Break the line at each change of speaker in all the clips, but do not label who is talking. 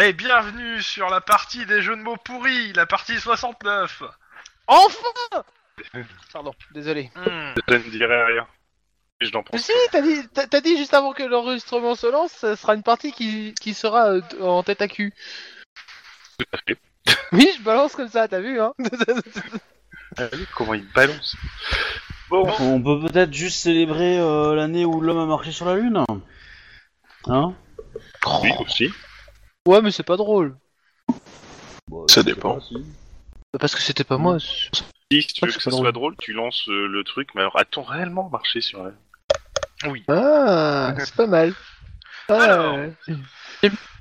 Et bienvenue sur la partie des jeux de mots pourris, la partie 69
Enfin Pardon, désolé.
Hmm.
Je ne dirai rien. Et je n'en
Mais
pense
Ah si, t'as dit, t'as- t'as dit juste avant que l'enregistrement se lance, ce sera une partie qui, qui sera euh, en tête à cul.
tout à fait.
Oui, je balance comme ça, t'as vu, hein
Ah oui, Comment il balance Bon,
On peut peut-être juste célébrer euh, l'année où l'homme a marché sur la lune Hein
oui aussi.
Ouais, mais c'est pas drôle.
Bon,
Ça
je sais
dépend.
pas, si.
Bah, Parce que c'était pas moi. c'est-
Si tu veux
que
que
c'est
ça
drôle.
soit drôle, tu lances euh, le truc. Mais alors, a-t-on réellement marché sur la
Ah, c'est pas mal. Ah,
Alors.
ouais.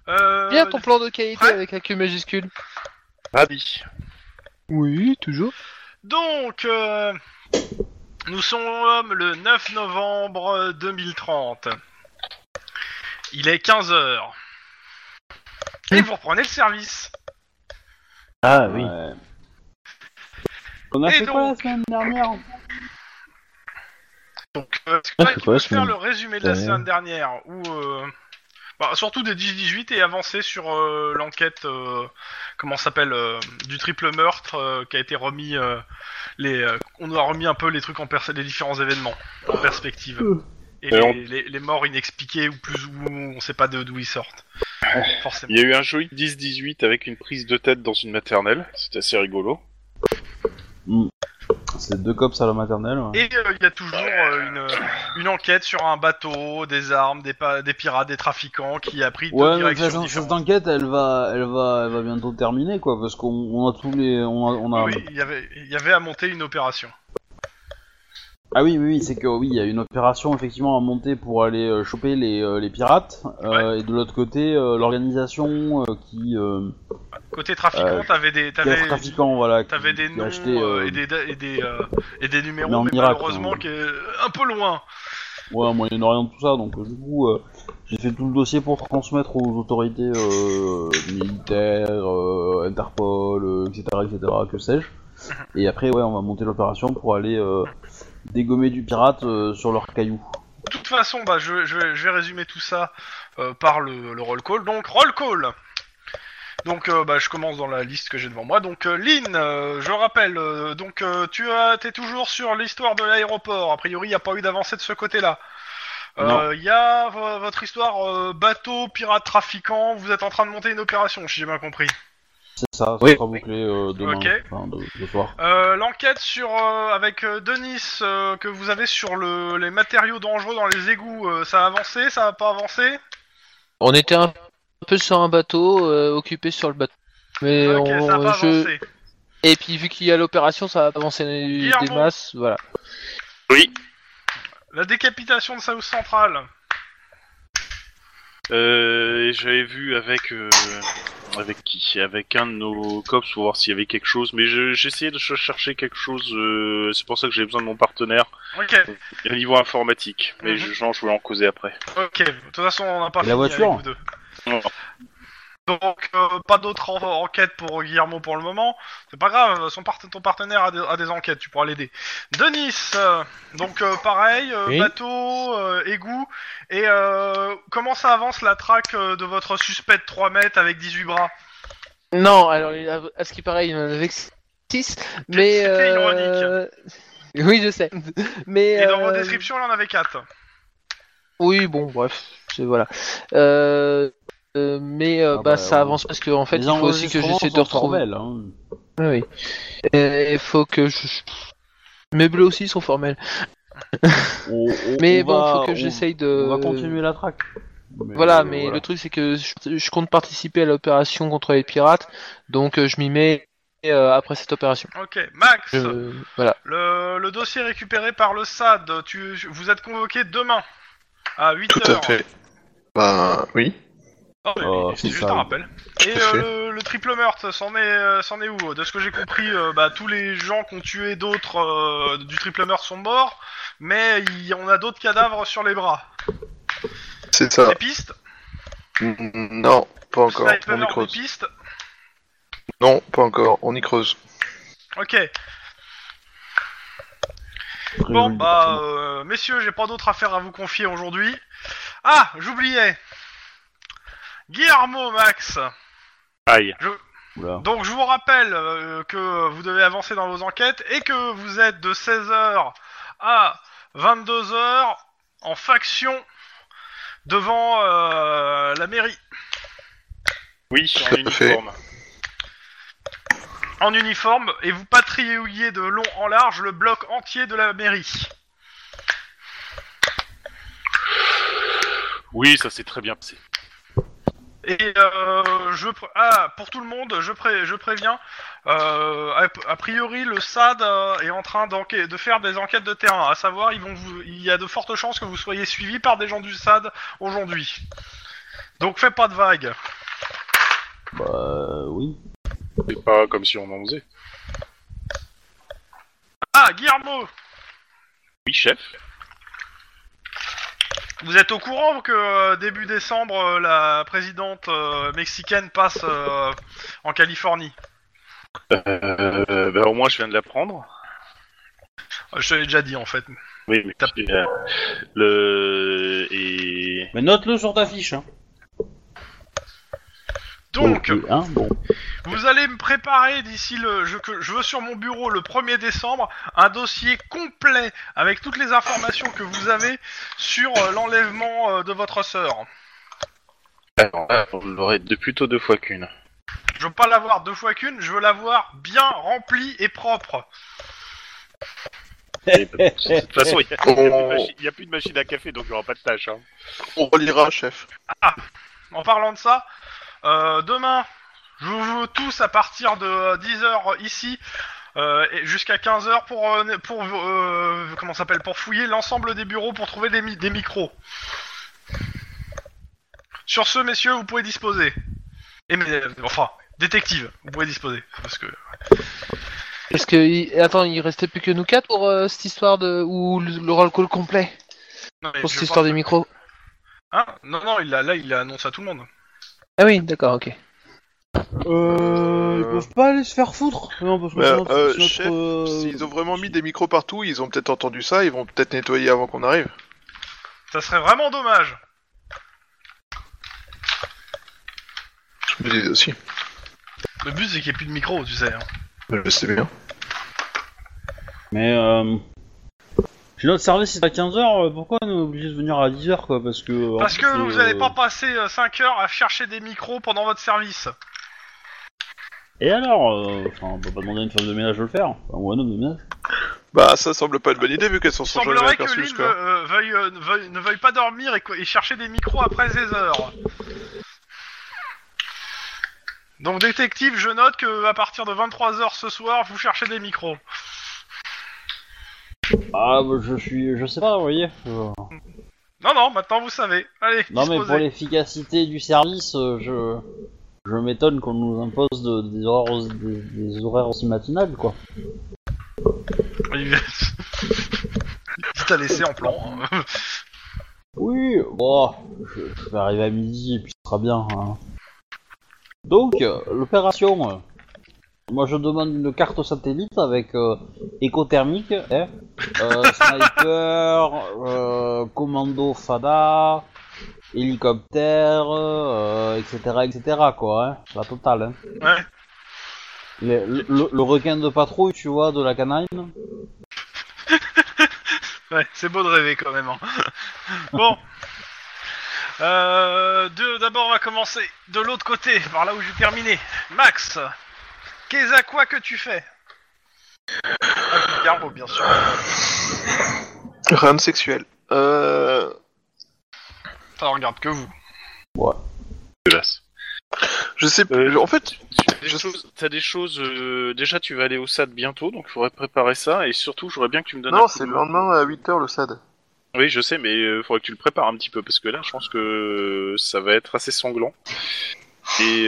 Euh,
bien ton plan de qualité
prêt
avec la Q majuscule.
Ah
Ravi.
Oui, toujours.
Donc, euh, nous sommes le 9 novembre 2030. Il est 15h. Et vous reprenez le service.
Ah
oui.
Ouais. On a
Et
fait quoi la
donc
semaine dernière
Donc, euh, c'est
Ah,
quoi
c'est
qui
quoi,
peut
ce
faire
monde
le résumé de la
Ouais.
semaine dernière ou euh, bah, surtout des 10-18 et avancer sur euh, l'enquête, euh, comment ça s'appelle, euh, du triple meurtre euh, qui a été remis. euh, les, euh, on nous a remis un peu les trucs en pers- les différents événements en perspective et
Euh, on-
les, les- les morts inexpliquées ou plus ou on sait pas de- d'où ils sortent. Forcément.
Il y a eu un joli 10-18 avec une prise de tête dans une maternelle. C'est assez rigolo.
C'est deux cops à la maternelle. ouais.
Et euh, il y a toujours euh, une, une enquête sur un bateau, des armes, des, pa- des pirates, des trafiquants qui a pris deux
Ouais, mais
directions
cette, cette
différentes.
enquête, elle va, elle va, elle va bientôt terminer, quoi, parce qu'on on a tous les, on a, on a-
Ah Oui, il y avait, il y avait à monter une opération.
Ah oui, oui, oui, c'est que oui, il y a une opération effectivement à monter pour aller euh, choper les, euh, les pirates, euh, et de l'autre côté, euh, l'organisation euh, qui, euh,
Côté trafiquant,
Euh,
t'avais des,
qui
t'avais,
est trafiquant, voilà, qui,
t'avais des
qui
noms
a acheté,
euh,
euh,
et des, et des, euh, et des numéros,
mais en
mais
miracle,
malheureusement
hein.
qui est un peu loin.
ouais, au Moyen-Orient, tout ça, donc euh, du coup, euh, j'ai fait tout le dossier pour transmettre aux autorités euh, militaires, euh, Interpol, euh, etc., etc., que sais-je. Et après, ouais, on va monter l'opération pour aller euh, dégommer du pirate euh, sur leur caillou.
De toute façon, bah, je, je- je vais résumer tout ça euh, par le, le roll call. Donc, roll call donc euh, bah, je commence dans la liste que j'ai devant moi. Donc euh, Lynn, euh, je rappelle, euh, donc euh, tu as, t'es toujours sur l'histoire de l'aéroport. A priori, il n'y a pas eu d'avancée de ce côté-là. Euh, Il y a vo- votre histoire euh, bateau, pirate, trafiquant. Vous êtes en train de monter une opération, si j'ai bien compris.
C'est ça, ça
Oui.
sera bouclé euh, demain,
Ok.
enfin, de, ce soir.
Euh, l'enquête sur euh, avec euh, Denis euh, que vous avez sur le, les matériaux dangereux dans les égouts, euh, ça a avancé, ça a pas avancé
On était un peu sur un bateau, euh, occupé sur le bateau. Mais
Ok,
on,
ça a pas
je-
avancé.
Et puis vu qu'il y a l'opération, ça va avancer des
Guillermo.
masses, voilà.
La décapitation de South Central.
Euh, et j'avais vu avec euh, avec qui Avec un de nos cops pour voir s'il y avait quelque chose. Mais je- j'essayais de ch- chercher quelque chose. euh, c'est pour ça que j'ai besoin de mon partenaire
Ok,
au niveau informatique. Mais
Mhm.
je, genre, je voulais en causer après.
ok. De toute façon, on n'a pas
Et
fini
la voiture
avec vous deux.
Non.
Donc, euh, pas d'autres en- enquêtes pour Guillermo pour le moment. C'est pas grave, son part- ton partenaire a des, a des enquêtes, tu pourras l'aider. Denis, euh, donc euh, pareil, euh,
Oui.
bateau, euh, égout. Et euh, comment ça avance la traque euh, de votre suspect de 3 mètres avec 18 bras
Non, alors il a- à ce qui paraît, il en avait 6, mais...
C'était
euh, Oui, je sais. Mais,
Et dans vos
euh,
descriptions, il en avait 4.
Oui, bon, bref, c'est voilà. Euh, euh, mais euh,
Ah
bah,
bah,
ça
on-
avance parce que en fait,
Les
il faut aussi que
enregistrements
j'essaie de
sont
retrouver. Ah
formels, hein.
Oui, oui. Et il faut que je... Mes bleus aussi sont formels.
On- on-
Mais
on
bon,
va-
faut que
on-
j'essaye de...
On va continuer la traque. Mais,
Voilà,
euh,
mais
voilà.
le truc c'est que je, je compte participer à l'opération contre les pirates, donc euh, je m'y mets euh, après cette opération. Euh,
Ok, Max,
Je- voilà.
le, le dossier récupéré par le SAD, tu, vous êtes convoqué demain à 8h.
Tout à fait. Bah oui.
Ah oui,
Oh,
c'est
c'est
juste
ça.
un rappel.
à
Et
fait.
euh, le, le triple meurtre, c'en est, euh, c'en est où De ce que j'ai compris, euh, bah, tous les gens qui ont tué d'autres euh, du triple meurtre sont morts, mais il- on a d'autres cadavres sur les bras.
C'est ça.
Des pistes
Mm, Non, pas Ah, encore. On y
Sniper, des
creuse.
pistes
Non, pas encore. On y creuse.
Ok.
Très
Bon,
joli
bah, euh, messieurs, j'ai pas d'autres affaires à vous confier aujourd'hui. Ah, j'oubliais Guillermo, Max
Aïe.
Oula.
Donc je vous rappelle euh, que vous devez avancer dans vos enquêtes et que vous êtes de 16h à 22h en faction devant euh, la mairie
Oui, en
Tout à
uniforme.
en uniforme et vous patrouillez de long en large le bloc entier de la mairie.
Oui, ça s'est très bien passé.
Et euh, je pr- ah, pour tout le monde, je, pré- je préviens, euh, a, a priori le SAD euh, est en train d'enquê- de faire des enquêtes de terrain, à savoir ils vont vous- il y a de fortes chances que vous soyez suivis par des gens du SAD aujourd'hui. Donc fais pas de vagues.
Bah oui.
C'est pas comme si on en faisait.
Ah, Guillermo,
Oui, chef.
vous êtes au courant que euh, début décembre, euh, la présidente euh, mexicaine passe euh, en Californie
Euh, bah, au moins, je viens de l'apprendre.
Euh, Je te l'ai déjà dit en fait.
Oui, mais euh, le et
Mais note-le sur ta fiche. Hein.
Donc,
Ok, hein, bon.
Vous allez me préparer d'ici le. Je, que, je veux sur mon bureau le 1er décembre un dossier complet avec toutes les informations que vous avez sur euh, l'enlèvement euh, de votre sœur.
alors là, ah on l'aurait de plutôt deux fois qu'une.
Je veux pas l'avoir deux fois qu'une, je veux l'avoir bien rempli et propre.
Et bah, De toute façon, il y a- il y a plus de
On-
machi- il n'y a, plus de machine à café, donc il n'y aura pas de tâche. Hein.
On relira, chef.
En parlant de ça, euh, demain, je vous veux tous à partir de 10h ici euh, et jusqu'à 15h pour euh, ne- pour euh, comment ça s'appelle pour fouiller l'ensemble des bureaux pour trouver des, mi- des micros. Sur ce, messieurs, vous pouvez disposer. Et mais, euh, enfin, détective, vous pouvez disposer parce que
Parce que, il- attends, il restait plus que nous quatre pour euh, cette histoire de. ou le, le roll call complet
non, mais
pour
je
cette
pense
histoire des
que-
micros.
Hein non non, il a, là il annonce à tout le monde.
Ah oui, d'accord, ok.
Euh, ils peuvent pas aller se faire foutre. Non, parce que
Bah,
c'est notre-
euh,
c'est notre,
chef,
euh,
Ils ont vraiment mis des micros partout, ils ont peut-être entendu ça, ils vont peut-être nettoyer avant qu'on arrive.
Ça serait vraiment dommage.
Je me dis aussi.
Le but c'est qu'il n'y ait plus de micros, tu sais. hein.
Je sais bien.
Mais euh... Si notre service est à 15h, pourquoi on est obligé de venir à 10h quoi Parce que. euh, en
Parce
plus,
que vous
euh,
n'allez pas passer 5 heures à chercher des micros pendant votre service.
Et alors euh, Enfin, on peut pas demander à une femme de ménage de le faire. Enfin, ou un homme de ménage.
Bah, ça semble pas une bonne idée vu qu'elles s'en
Il
sont jamais
semblerait que
aperçues
Lynn
jusqu'à.
euh, veuille, euh, ne veuille- ne veuille pas dormir et, co- et chercher des micros après 16 heures. Donc détective, je note que à partir de 23 heures ce soir, vous cherchez des micros.
Ah, bah, je suis. Je sais pas, vous voyez. euh,
Non, non, maintenant vous savez. Allez,
Non, mais
disposez.
pour l'efficacité du service, euh, je. Je m'étonne qu'on nous impose de- des, horaires aussi- des, des horaires aussi matinales quoi.
Il t'a laissé en plan. hein.
Oui, bon, je, je vais arriver à midi et puis ce sera bien. hein. Donc, euh, l'opération. euh, moi, je demande une carte satellite avec euh, écothermique, eh, euh, sniper, euh, commando fada, hélicoptère, euh, etc., etc., quoi, hein, la totale. Hein.
Ouais.
Le, le- le- le requin de patrouille, tu vois, de la canine.
Ouais, c'est beau de rêver quand même. hein. bon. Euh, de- D'abord, on va commencer de l'autre côté, par là où j'ai terminé. Max, qu'est-ce à quoi que tu fais Ah, Guillermo, bien sûr.
Rien de sexuel. Euh.
Ça regarde que vous.
Dégueulasse.
Je sais pas.
Euh,
En fait,
T'as des
Je-
choses. t'as des choses, euh, déjà, tu vas aller au SAD bientôt, donc il faudrait préparer ça. Et surtout, j'aurais bien que tu me donnes. un
non,
coup
c'est
de
le
main.
lendemain à 8h le SAD.
Oui, je sais, mais il faudrait que tu le prépares un petit peu parce que là, je pense que ça va être assez sanglant. Et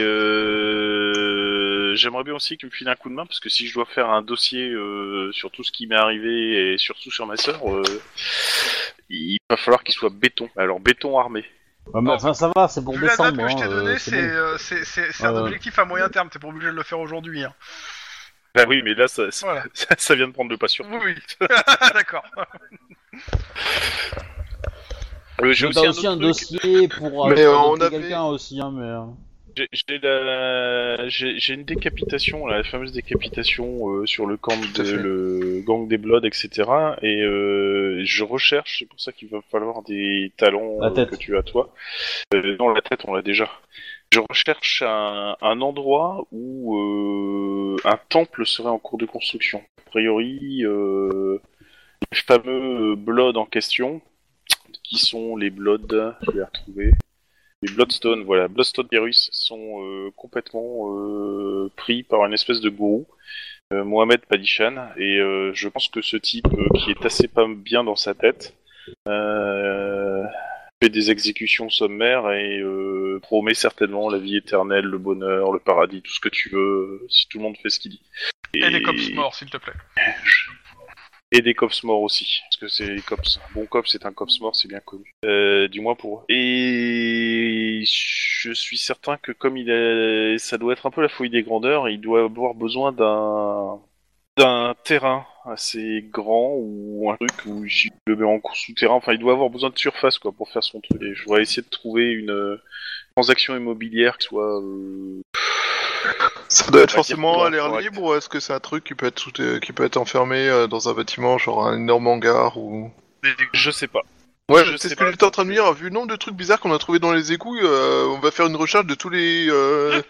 euh, j'aimerais bien aussi que tu me files un coup de main parce que si je dois faire un dossier euh, sur tout ce qui m'est arrivé et surtout sur ma sœur, euh, il va falloir qu'il soit béton. Alors béton armé.
Ouais, mais Enfin, ça va, c'est pour
Vu la
décembre.
date que je t'ai
hein, euh,
donnée,
c'est
c'est
bon.
euh, c'est- c'est- c'est un
Ouais.
objectif à moyen terme. T'es pas obligé de le faire aujourd'hui. hein.
Bah oui, mais là, ça, ça,
Voilà.
ça- ça vient de prendre le pas sur.
Oui, oui. D'accord.
Euh, J'ai
J'ai
aussi un
aussi
autre
un
truc.
dossier pour euh,
Mais, euh, on
adopter
avait-
quelqu'un aussi, hein, mais... euh,
J'ai- J'ai la... j'ai- j'ai une décapitation, la fameuse décapitation euh, sur le camp
Tout à
de,
fait.
le gang des Bloods, etc. Et euh, je recherche, c'est pour ça qu'il va falloir des talons
La
euh,
tête.
que tu as toi. Euh, non, la tête, on l'a déjà. Je recherche un, un endroit où euh, un temple serait en cours de construction. A priori, euh, les fameux euh, Bloods en question, qui sont les Bloods, je vais les retrouver. Les Bloodstone, voilà, Bloodstone Virus sont euh, complètement euh, pris par une espèce de gourou, euh, Mohamed Padishan, et euh, je pense que ce type, euh, qui est assez pas bien dans sa tête, euh, fait des exécutions sommaires et euh, promet certainement la vie éternelle, le bonheur, le paradis, tout ce que tu veux, si tout le monde fait ce qu'il dit.
Et les cops morts, s'il te plaît.
Et des cops morts aussi, parce que c'est les cops. Un bon cop, c'est un cops mort, c'est bien connu. Euh, du moins pour eux. Et je suis certain que comme il est... ça doit être un peu la folie des grandeurs, il doit avoir besoin d'un d'un terrain assez grand ou un truc où il le met en cours souterrain. Enfin, il doit avoir besoin de surface quoi pour faire son truc. Et je vais essayer de trouver une euh, transaction immobilière qui soit euh,
Ça doit être
Ouais,
forcément
c'est
à l'air
correct.
libre ou est-ce que c'est un truc qui peut être sous- euh, qui peut être enfermé euh, dans un bâtiment, genre un énorme hangar ou.
je sais pas.
Ouais,
Je
c'est
sais
ce que
pas.
j'étais en train de me dire. Vu le nombre de trucs bizarres qu'on a trouvé dans les égouts, euh, on va faire une recherche de tous les euh,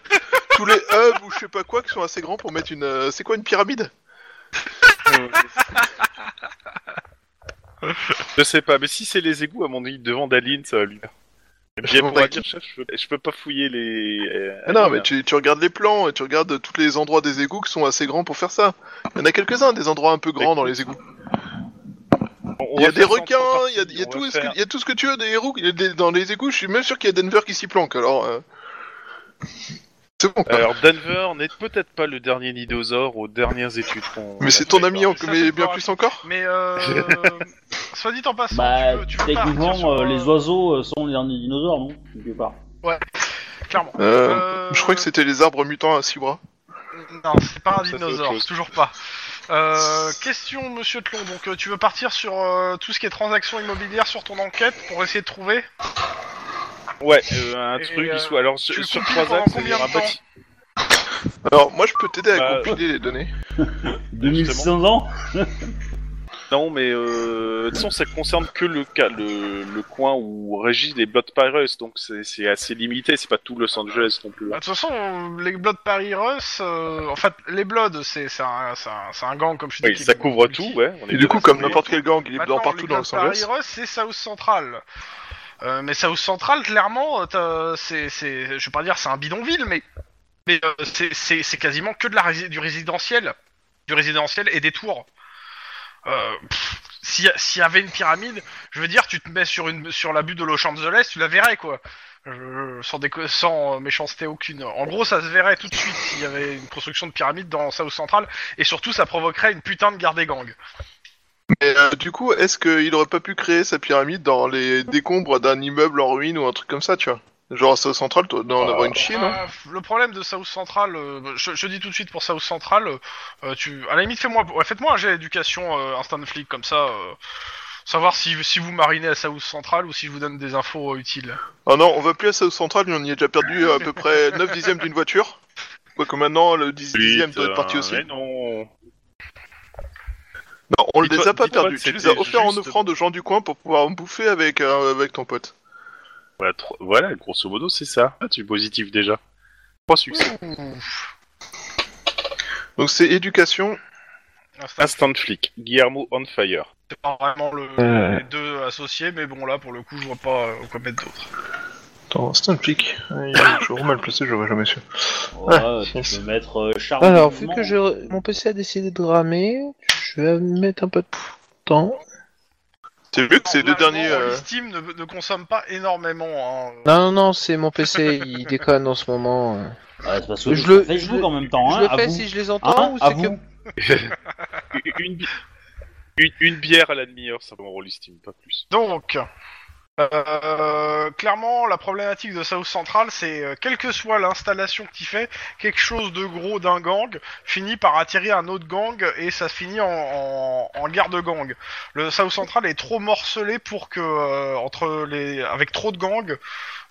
tous les hubs ou je sais pas quoi qui sont assez grands pour mettre une. euh, c'est quoi une pyramide
Je sais pas, mais si c'est les égouts, à mon avis, devant Daline, ça va lui faire. Et puis, elle
Devant
pourra
Daline.
dire, chef, je peux, je peux pas fouiller les. euh,
Ah non, mais
euh,
tu, tu regardes les plans et tu regardes tous les endroits des égouts qui sont assez grands pour faire ça. Il y en a quelques-uns des endroits un peu grands dans les égouts.
on- on
Il y a
va
des
faire ça en
requins,
trois
il y a,
parties,
il y a
on
tout,
va
est-ce que-
faire-
il y a tout ce que tu veux des héros qui- des- dans les égouts. Je suis même sûr qu'il y a Denver qui s'y planque. Alors, euh, c'est bon.
Alors, Denver n'est peut-être pas le dernier dinosaure aux dernières études qu'on.
mais c'est ton
fait,
ami,
hein.
en-
Ça,
mais
c'est
bien
pas-
plus encore.
Mais euh, soit dit en passant,
Bah,
tu veux, tu veux
techniquement,
partir sur, Bah,
euh,
euh,
les oiseaux euh, sont les derniers dinosaures, non Quelque part.
Clairement.
Euh,
Euh,
Je crois que c'était les arbres mutants à six bras.
Non, c'est pas un
Ça, c'est autre
dinosaure,
chose.
toujours pas. Euh, question, monsieur Tlon. Donc, euh, tu veux partir sur euh, tout ce qui est transactions immobilières sur ton enquête pour essayer de trouver
Ouais, euh, un
Et,
truc,
euh,
il soit. Alors, sur,
le
sur
compiles
trois
pendant
axes,
combien de
c'est-à-dire un
temps
petit-
Alors, moi, je peux t'aider à
Bah,
compiler les données.
2600 ans
Non, mais euh, de toute façon, ça concerne que le cas, le, le coin où régissent les Blood Pirates, donc c'est c'est assez limité, c'est pas tout Los Angeles non plus. hein.
Bah, De toute façon, euh, les Bloods Paris Russ, euh, en fait, les Bloods, c'est c'est un, c'est un, c'est un gang, comme je te
Oui,
dis. qui
ça
est-
couvre
qui-
tout, ouais. on est
Et du coup,
bien
comme
d'accord.
n'importe quel gang, il est
Maintenant,
dans partout
les
dans
Bloods
Los Angeles.
Paris Russ, c'est South Central. Euh, mais South Central, clairement, euh, t'as- c'est, c'est, je vais pas dire c'est un bidonville, mais, mais euh, c'est, c'est, c'est quasiment que de la rési- du résidentiel, du résidentiel et des tours. Euh, pff, si- S'il y avait une pyramide, je veux dire, tu te mets sur une sur la butte de Los Angeles, tu la verrais quoi. Je- sans, déco- sans euh, méchanceté aucune. En gros, ça se verrait tout de suite s'il y avait une construction de pyramide dans South Central, et surtout, ça provoquerait une putain de guerre des gangs.
Mais euh, du coup, est-ce qu'il aurait pas pu créer sa pyramide dans les décombres d'un immeuble en ruine ou un truc comme ça, tu vois Genre à South Central, toi, d'en avoir une chier, non
Ah, Le problème de South Central, euh, je, je dis tout de suite pour South Central, euh, euh, tu, à la limite fais-moi, ouais, faites-moi un jet éducation euh, instant flic comme ça, euh, savoir si, si vous marinez à South Central ou si je vous donne des infos euh, utiles.
Oh non, on va plus à South Central, mais on y a déjà perdu euh, à peu près 9 dixièmes d'une voiture. Quoique maintenant, le 10 dixième doit être parti aussi.
Mais ben, non.
Non, on les
Dis-toi-
a pas
dis-toi
perdus.
que
Tu les as
c'était
offerts en
juste-
offrande aux gens du coin pour pouvoir en bouffer avec, euh, avec ton pote.
Voilà, tro- voilà, grosso modo, c'est ça. Ah, tu es positif déjà. Trois succès.
Donc c'est éducation.
Instinct-
Instant flic. Guillermo on fire.
C'est pas vraiment le, les deux associés, mais bon là pour le coup je vois pas euh, quoi mettre d'autre.
Attends, c'est un flic. Il est toujours mal placé, je vois jamais sûr.
Ah.
Ouais,
yes.
tu peux mettre euh, charme.
Alors, vu
vivement.
que je... mon PC a décidé de ramer, je vais mettre un peu de temps.
T'as vu que ces deux
Normalement,
derniers. euh,
Steam ne, ne consomme pas énormément. hein.
Non, non, non, c'est mon PC, il déconne en ce moment.
Ouais, c'est parce que
Je
je
le-
le fais
je
jouer
le-
en même temps, hein.
je le
à
fais
vous.
si je les
Hein,
entends ou
à
c'est
vous.
que...
Ah.
Une, une, bi- une- une bière à la demi-heure, ça va en rôle Steam, pas plus.
Donc, Euh, clairement, la problématique de South Central, c'est euh, quelle que soit l'installation que tu fais, quelque chose de gros d'un gang finit par attirer un autre gang et ça se finit en, en, en guerre de gang. Le South Central est trop morcelé pour que euh, entre les avec trop de gangs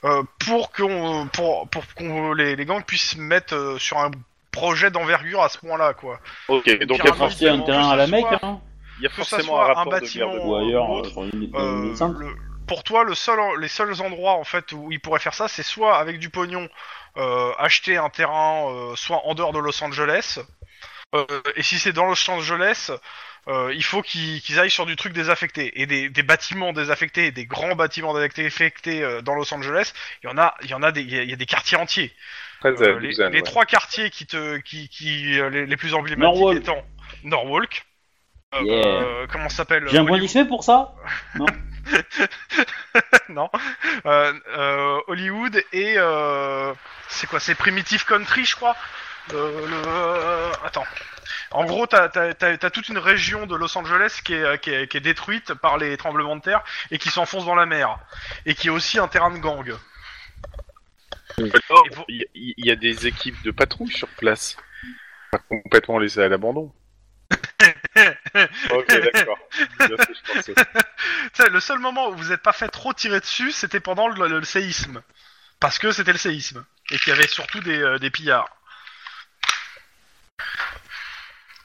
euh, pour qu'on pour pour qu'on les, les gangs puissent se mettre euh, sur un projet d'envergure à ce point-là quoi.
Ok, donc
Pyramide,
il y a,
forcément,
Franchement, un
que
for-
terrain
ce
à la mec,
soit-
hein.
il y a
que ça
forcément
soit
un
un
rapport de guerre
bâtiment,
de
Ou ailleurs,
Ou
euh, dans une- dans une
Euh,
médecine.
le- pour toi, le seul, les seuls endroits en fait où ils pourraient faire ça, c'est soit avec du pognon, euh, acheter un terrain, euh, soit en dehors de Los Angeles. Euh, et si c'est dans Los Angeles, euh, il faut qu'ils qu'ils aillent sur du truc désaffecté et des, des bâtiments désaffectés, et des grands bâtiments désaffectés euh, dans Los Angeles. Il y en a, il y en a des, il y a- il y a des quartiers entiers.
Très
Euh,
zen,
les
zen,
les
ouais.
trois quartiers qui te, qui, qui euh, les, les plus emblématiques
Norwalk.
étant Norwalk. euh,
Yeah.
euh, comment ça s'appelle
J'ai un point d'XP pour ça
non. Euh, euh, Hollywood et euh, c'est quoi C'est Primitive Country, je crois. Euh, le- euh, attends. En gros, t'as t'as- t'as- t'as toute une région de Los Angeles qui est, euh, qui, est, qui est détruite par les tremblements de terre et qui s'enfonce dans la mer et qui est aussi un terrain de gang.
Alors,
Et pour-
Oh, Il y, il y a des équipes de patrouille sur place. Pas complètement laissé à l'abandon. ok, d'accord. Bien ce que je pensais.
Tu sais, le seul moment où vous n'êtes pas fait trop tirer dessus, c'était pendant le, le- le séisme parce que c'était le séisme et qu'il y avait surtout des, euh, des pillards.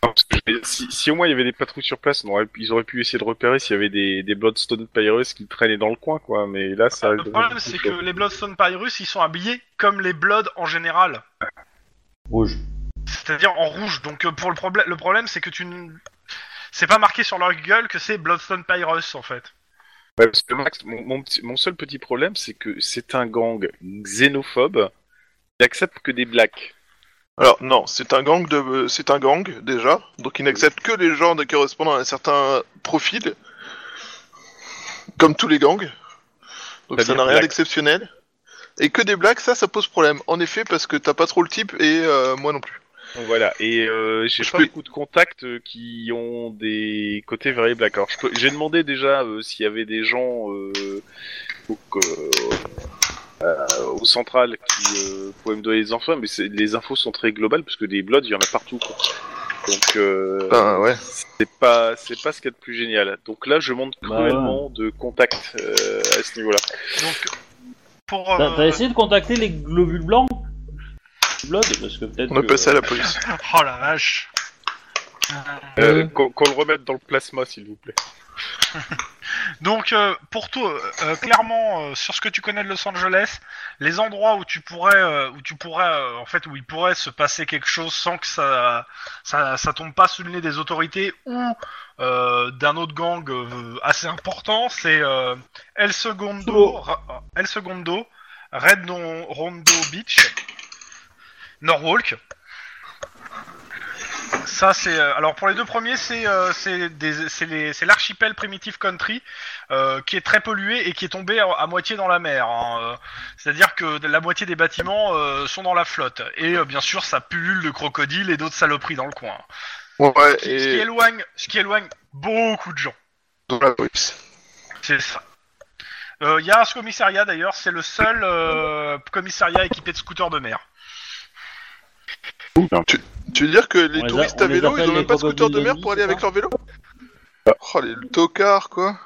Non, parce que je- si, si au moins il y avait des patrouilles sur place, on aurait- ils auraient pu essayer de repérer s'il y avait des, des Bloodstone Pirates qui traînaient dans le coin, quoi. Mais là, ça.
Ah, Le problème, c'est que les Bloodstone Pyrus, ils sont habillés comme les Bloods en général.
Rouge.
C'est-à-dire en rouge. Donc euh, pour le problème, le problème c'est que tu n- c'est pas marqué sur leur gueule que c'est Bloodstone Pyrus en fait.
Ouais, parce que Max, mon, mon petit- mon seul petit problème, c'est que c'est un gang xénophobe qui n'accepte que des blacks.
Alors non, c'est un gang de, euh, c'est un gang déjà, donc ils n'acceptent que les gens de- qui correspondent à un certain profil, comme tous les gangs. Donc
C'est-à-dire
ça n'a rien
black.
d'exceptionnel. Et que des blagues, ça, ça pose problème. En effet, parce que t'as pas trop le type et euh, moi non plus.
Donc Voilà, et euh, j'ai
Je
pas
peux-
beaucoup de contacts euh, qui ont des côtés variables. Alors, je peux- j'ai demandé déjà euh, s'il y avait des gens euh, donc, euh, euh, au central qui euh, pouvaient me donner des infos, mais c'est- les infos sont très globales parce que des bloods, il y en a partout. quoi. Donc, euh,
Enfin, Ben, ouais.
c'est pas c'est pas ce qu'il y a de plus génial. Donc là, je monte
Bah ouais.
cruellement de contacts euh, à ce niveau-là.
Donc pour euh,
T'as t'as essayé de contacter les globules blancs Blood Parce que peut-être.
On a
que-
passé à la police.
oh la vache.
Ah
Euh,
Euh.
Qu'on qu'on le remette dans le plasma, s'il vous plaît.
Donc euh, pour toi, euh, clairement euh, sur ce que tu connais de Los Angeles, les endroits où tu pourrais euh, où tu pourrais euh, en fait où il pourrait se passer quelque chose sans que ça ça, ça tombe pas sous le nez des autorités ou euh, d'un autre gang euh, assez important, c'est euh, El Segundo,
Solo.
Ra- euh, El Segundo, Red Non- Rondo Beach, Norwalk. Ça c'est euh, alors pour les deux premiers c'est euh, c'est des- c'est les- c'est l'archipel primitive country euh, qui est très pollué et qui est tombé à, à moitié dans la mer. hein, euh, C'est-à-dire que de- la moitié des bâtiments euh, sont dans la flotte et euh, bien sûr ça pullule de crocodiles et d'autres saloperies dans le coin.
Ouais,
Ce qui- ce qui
et
éloigne ce qui éloigne beaucoup de gens.
dans la police.
C'est ça. Euh, Il y a un commissariat d'ailleurs, c'est le seul euh, commissariat équipé de scooters de mer.
Tu veux dire que les
On les a-
touristes
on
à
les
vélo, ils
appelle
ont même
les
pas de scooter de
crocodiles
mer
de
pour
nuit,
aller avec
c'est
leur vélo Oh, les tocards, quoi.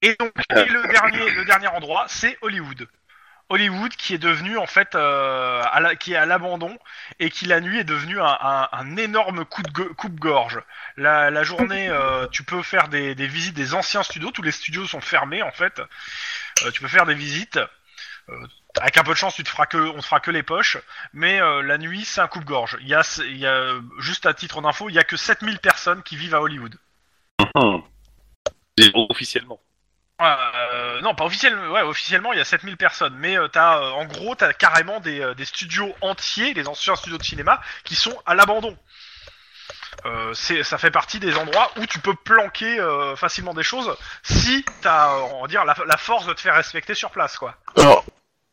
Et donc et le dernier le dernier endroit, c'est Hollywood. Hollywood qui est devenu en fait euh, à la- qui est à l'abandon et qui la nuit est devenu un, un- un énorme coup de go- coupe-gorge. La, la journée, euh, tu peux faire des, des visites des anciens studios. Tous les studios sont fermés en fait. Euh, tu peux faire des visites. Euh, avec un peu de chance, tu te feras que, on te fera que les poches. Mais euh, la nuit, c'est un coupe-gorge. Il y a, il y a, juste à titre d'info, il y a que 7000 personnes qui vivent à Hollywood.
Officiellement.
Euh, non, pas officiellement, ouais, officiellement il y a 7000 personnes, mais euh, t'as, euh, en gros, t'as carrément des, euh, des studios entiers, des anciens studios de cinéma, qui sont à l'abandon. Euh, c'est- ça fait partie des endroits où tu peux planquer euh, facilement des choses si t'as, euh, on va dire, la, la force de te faire respecter sur place, quoi.
Alors,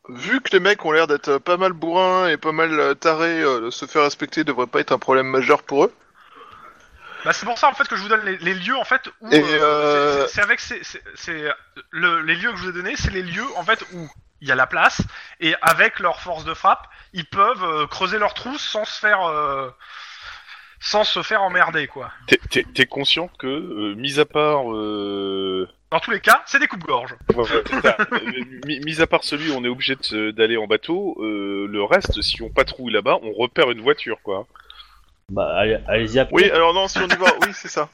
vu que les mecs ont l'air d'être euh, pas mal bourrins et pas mal euh, tarés, euh, se faire respecter devrait pas être un problème majeur pour eux.
Bah, c'est pour ça en fait que je vous donne les, les lieux en fait où.
Et,
euh, c'est-
euh,
c'est- C'est avec ces, c'est- c'est le- les lieux que je vous ai donnés, c'est les lieux en fait où il y a la place et avec leur force de frappe, ils peuvent euh, creuser leur trou sans se faire euh, sans se faire emmerder quoi.
T'es- T'es t'es conscient que, euh, mis à part, euh,
Dans tous les cas, c'est des coupes-gorges.
voilà, c'est ça. Euh, mi- mis à part celui où on est obligé de se- d'aller en bateau, euh, le reste, si on patrouille là-bas, on repère une voiture, quoi.
Bah, allez- allez-y après.
Oui, alors non, si on y va, oui, c'est ça.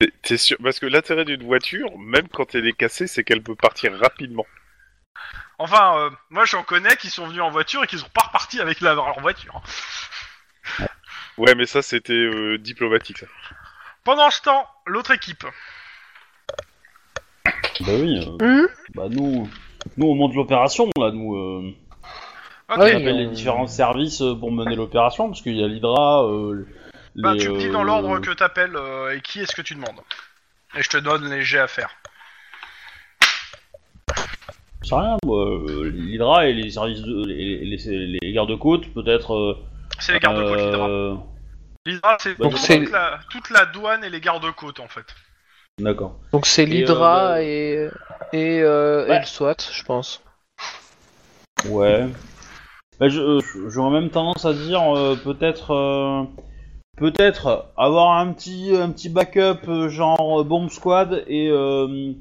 T'es- T'es sûr Parce que l'intérêt d'une voiture, même quand elle est cassée, c'est qu'elle peut partir rapidement.
Enfin, euh, moi j'en connais qui sont venus en voiture et qui sont pas repartis avec la- leur voiture.
Ouais, mais ça, c'était euh, diplomatique, ça.
Pendant ce temps, l'autre équipe.
Bah oui. euh,
Hmm
Bah nous, nous on monte l'opération là, nous. euh,
Ok.
Ah
on
oui.
appelle les
on-
différents services euh, pour mener l'opération parce qu'il y a l'Hydra. euh, les,
Bah, tu me dis dans
euh,
l'ordre que t'appelles euh, et qui est-ce que tu demandes. Et je te donne les jets à faire.
Je sais rien, moi, euh, l'Hydra et les services de, les, les- les gardes-côtes peut-être. euh,
C'est les gardes-côtes, l'Hydra.
euh,
L'Hydra, c'est
Donc
toute,
c'est-
la, toute la douane et les gardes-côtes, en fait.
D'accord.
Donc c'est
euh, bah-
l'Hydra et, et, euh, et
Ouais.
le SWAT, je pense.
Ouais. Bah, je- euh, je- J'aurais même tendance à dire euh, peut-être euh, peut-être avoir un petit un petit backup euh, genre euh, bomb squad et euh,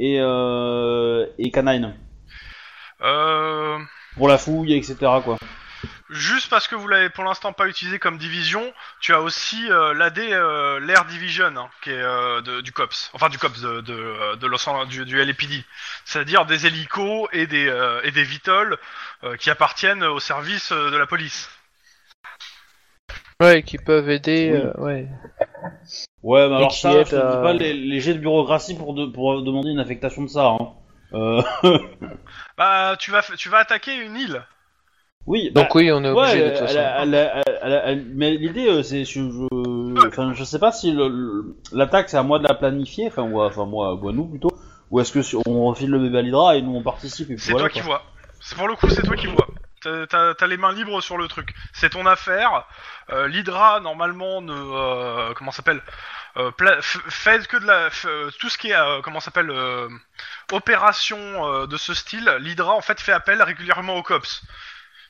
et euh, et canine
Euh,
pour la fouille etc quoi.
juste parce que vous l'avez pour l'instant pas utilisé comme division, tu as aussi euh, l'AD, euh, l'Air Division, hein, qui est euh, de- du COPS. Enfin, du COPS, de, de, euh, de Los Angeles- du, du LAPD. C'est-à-dire des hélicos et des, euh, et des VTOL euh, qui appartiennent au service euh, de la police.
Ouais, qui peuvent aider.
Oui.
euh, ouais.
Ouais, mais alors
qui euh,
ça,
aide
je te dis
à-
pas les, les jets de bureaucratie pour de- pour demander une affectation de ça. Hein. Euh,
Bah, tu vas, f- tu vas attaquer une île.
oui. bah,
Donc oui, on est obligé de
Ouais,
toute
elle
façon.
a- elle a- elle a- elle a- elle- mais l'idée, euh, c'est, je, je, enfin, je sais pas si le- le- l'attaque c'est à moi de la planifier, enfin, ou à, enfin, moi, ou à nous plutôt, ou est-ce que si on refile le bébé à l'hydra et nous on participe et puis
C'est
voilà.
toi qui
quoi.
vois. C'est pour le coup, c'est toi qui vois. T'as- T'as t'as les mains libres sur le truc. C'est ton affaire. Euh, L'Hydra normalement ne euh, comment ça s'appelle euh, pla- f- fait que de la f- euh, tout ce qui est euh, comment ça s'appelle euh, opération euh, de ce style. L'Hydra en fait fait appel régulièrement au cops.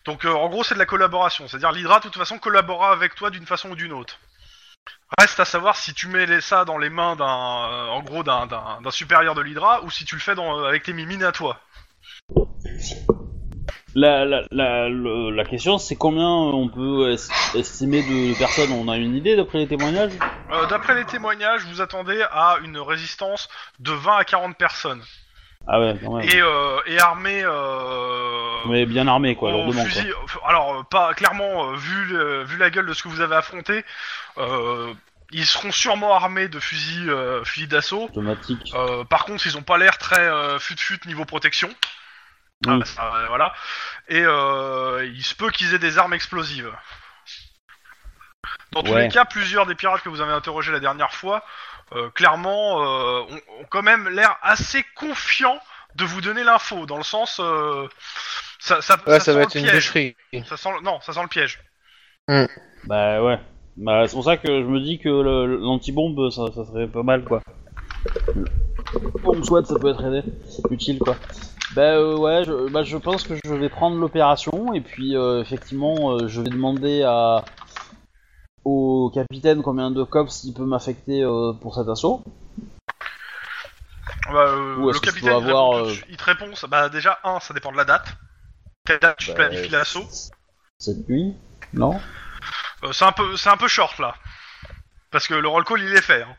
Donc euh, en gros c'est de la collaboration. C'est-à-dire l'Hydra de toute façon collabora avec toi d'une façon ou d'une autre. Reste à savoir si tu mets les- ça dans les mains d'un euh, en gros d'un- d'un d'un supérieur de l'Hydra ou si tu le fais dans, avec tes mimines à toi.
La, la, la, le- la question c'est combien on peut es- estimer de personnes, on a une idée d'après les témoignages
Euh, D'après les témoignages, vous attendez à une résistance de 20 à 40 personnes.
Ah ouais, quand même.
Et, euh, et armées. euh,
Mais bien armés quoi,
au
lourdement quoi.
fusil- Alors, euh, pas clairement, euh, vu, le- vu la gueule de ce que vous avez affronté, euh, ils seront sûrement armés de fusils, euh, fusils d'assaut.
Automatique.
Euh, par contre, ils ont pas l'air très euh, fut-fut niveau protection.
Mm.
Ah, ça, euh, voilà. Et euh, il se peut qu'ils aient des armes explosives. Dans tous
Ouais.
les cas, plusieurs des pirates que vous avez interrogés la dernière fois, euh, clairement, euh, ont, ont quand même l'air assez confiants de vous donner l'info, dans le sens, euh, ça, ça,
Ouais, ça,
sent
va
le
être une
piège.
boucherie.
Ça sent le- non, ça sent le piège.
Bah ouais. Bah c'est pour ça que je me dis que le- l'antibombe ça, ça serait pas mal quoi. Bombe SWAT ça peut être aidé. utile quoi. Bah euh, ouais, je, bah, je pense que je vais prendre l'opération et puis euh, effectivement euh, je vais demander à au capitaine combien de cops il peut m'affecter euh, pour cet assaut.
Bah, euh,
Ou est-ce
le
que je
capitaine,
dois
il, te répond
avoir,
tout de
euh,
suite- il te répond, ça- bah déjà, un, ça dépend de la date. Quelle date tu
Bah,
planifies l'assaut
Cette nuit Non
Euh, c'est un peu, c'est un peu short là, parce que le roll call il est fait. hein.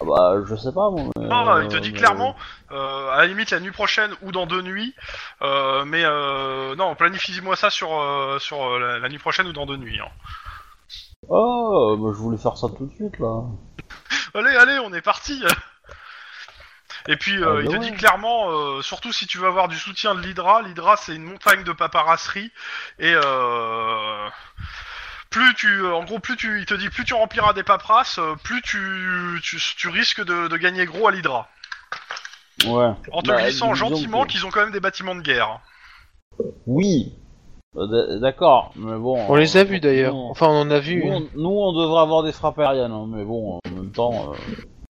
Ah Bah je sais pas moi. mais,
Non, il te
euh,
dit
mais-
clairement, euh, à la limite la nuit prochaine ou dans deux nuits, euh, mais euh, non, planifie-moi ça sur euh, sur euh, la, la nuit prochaine ou dans deux nuits. hein.
Oh, bah, je voulais faire ça tout de suite là.
Allez, allez, on est parti. Et puis euh,
Ah,
il
bah
te
ouais.
dit clairement, euh, surtout si tu veux avoir du soutien de l'Hydra, l'Hydra c'est une montagne de paperasserie et euh, plus tu, euh, en gros plus tu, il te dit plus tu rempliras des paperasses, euh, plus tu tu, tu risques de, de gagner gros à l'Hydra.
Ouais.
En te
Bah,
glissant
disons
gentiment
que-
qu'ils ont quand même des bâtiments de guerre.
Oui, Euh, d- D'accord, mais bon. euh,
On les a vus d'ailleurs.
Nous,
Enfin, on en a vu. une.
nous, on, nous, on devrait avoir des frappes aériennes, hein, mais bon, en même temps, euh,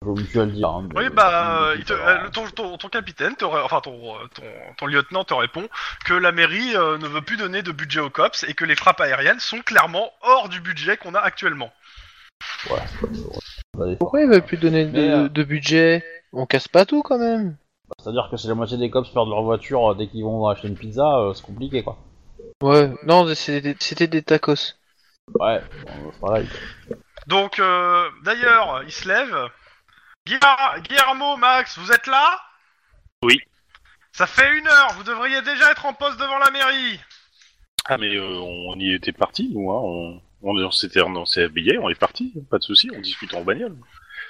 je me suis à le dire. hein, mais-
Oui, bah, euh,
mais-
il te- euh, le- ton, ton- ton capitaine, te ré- enfin ton, euh, ton- ton lieutenant te répond que la mairie euh, ne veut plus donner de budget aux cops et que les frappes aériennes sont clairement hors du budget qu'on a actuellement.
Allez,
Pourquoi ils veulent plus donner de,
Mais, euh,
de budget On casse pas tout quand même.
C'est-à-dire que si la moitié des cops perdent leur voiture euh, dès qu'ils vont acheter une pizza, euh, c'est compliqué, quoi.
Ouais, non, c'était des- c'était des tacos.
Ouais, bon, c'est pareil.
Donc, euh, d'ailleurs, il se lève. Guilla- Guillermo, Max, vous êtes là
Oui.
Ça fait une heure, vous devriez déjà être en poste devant la mairie.
Ah, mais euh, on y était parti, nous, hein. On, on, on s'était on s'est habillé, on est parti, pas de souci, on discute en bagnole.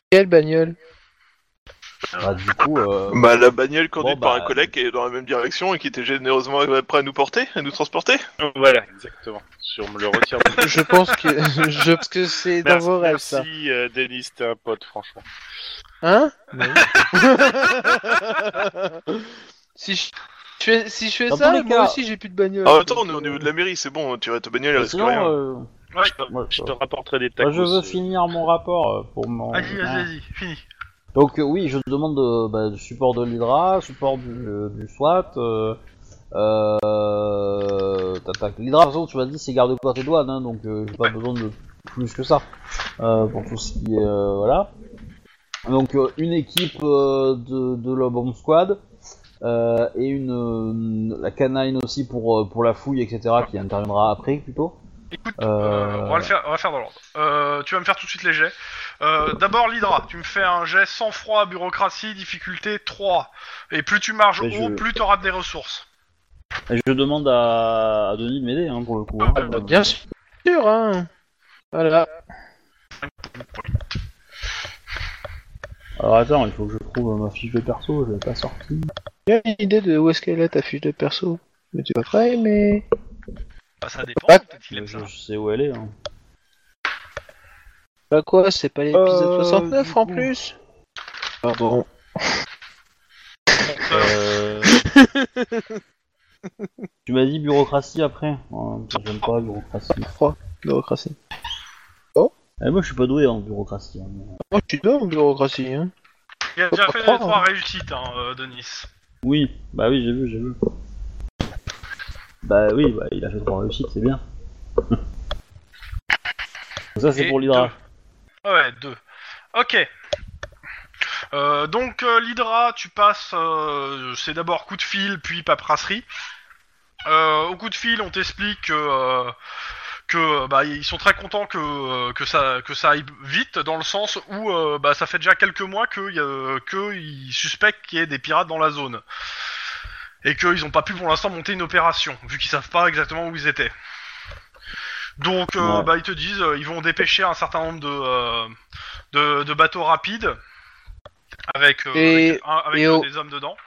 Quelle bagnole
Bah, du coup, euh,
Bah, la bagnole conduite
Bon, bah,
par un collègue qui est dans la même direction et qui était généreusement prêt à nous porter, à nous transporter.
Voilà, exactement. Si on me le retire de
Je pense que je pense que c'est dans
Merci,
vos rêves
merci
ça.
euh, Denis, t'es un pote, franchement.
Hein Si je je fais, si je fais
Dans
ça,
tous les
moi
cas-
aussi j'ai plus de bagnole.
En même temps, on est au niveau de la mairie, c'est bon, tu vas te bagnole, il risque
sinon,
rien.
euh,
Ouais.
moi,
Je
euh,
te rapporterai des tacos.
moi, je veux
euh,
finir mon rapport euh, pour mon.
Vas-y, vas-y, vas-y, fini.
Donc euh, oui, je demande euh, bah, du support de l'Hydra, support du, euh, du SWAT. Euh, euh, t'attaques- L'Hydra, de toute façon, tu m'as dit, c'est garde côté et douane, hein, donc euh, j'ai pas besoin de plus que ça euh, pour tout ce qui est... euh, voilà. Donc euh, une équipe euh, de, de la bomb squad euh, et une euh, la canine aussi pour, euh, pour la fouille, etc., qui interviendra après plutôt.
Écoute,
Euh,
euh, on, va le faire, on va le faire dans l'ordre. Euh, tu vas me faire tout de suite les jets. Euh, D'abord, l'Hydra, tu me fais un jet sans froid, bureaucratie, difficulté 3. Et plus tu marges
Mais je-
haut, plus t'auras des ressources.
Et je demande à, à Denis de m'aider hein, pour le coup. hein.
Ah, bah,
Bien sûr, hein. Voilà.
Alors attends, il faut que je trouve euh, ma fiche de perso, je l'ai pas sortie.
J'ai une idée de où est-ce qu'elle est ta fiche de perso. Mais tu vas prêt, mais.
Bah, ça dépend,
Ouais.
peut-être qu'il aime ça.
Je, sais où elle est. Hein.
Bah quoi, c'est pas l'épisode
Euh,
69
du
en
coup.
plus Pardon.
Ah.
Euh... tu m'as dit bureaucratie après. Ouais, J'aime pas la bureaucratie.
Froid, bureaucratie.
Eh, moi, je suis pas doué en bureaucratie. hein.
Moi je suis bien en bureaucratie, hein.
Il a déjà fait les
Prends.
trois réussites, hein, euh, Denis.
Oui, bah oui, j'ai vu, j'ai vu. Bah oui, bah, il a fait trois réussites, c'est bien. Ça, c'est
Et
pour l'Hydra.
deux. Ouais, deux. Ok. Euh, donc euh, l'Hydra, tu passes, euh, c'est d'abord coup de fil, puis paperasserie. Euh, au coup de fil, on t'explique que, euh, que bah, ils sont très contents que, euh, que, ça, que ça aille vite, dans le sens où euh, bah, ça fait déjà quelques mois qu'ils que ils suspectent qu'il y ait des pirates dans la zone. Et qu'ils n'ont pas pu pour l'instant monter une opération, vu qu'ils savent pas exactement où ils étaient. Donc, euh,
Ouais.
bah, ils te disent, euh, ils vont dépêcher un certain nombre de, euh, de, de bateaux rapides avec, euh,
Et-
avec, un- avec,
et
euh,
au-
des hommes dedans.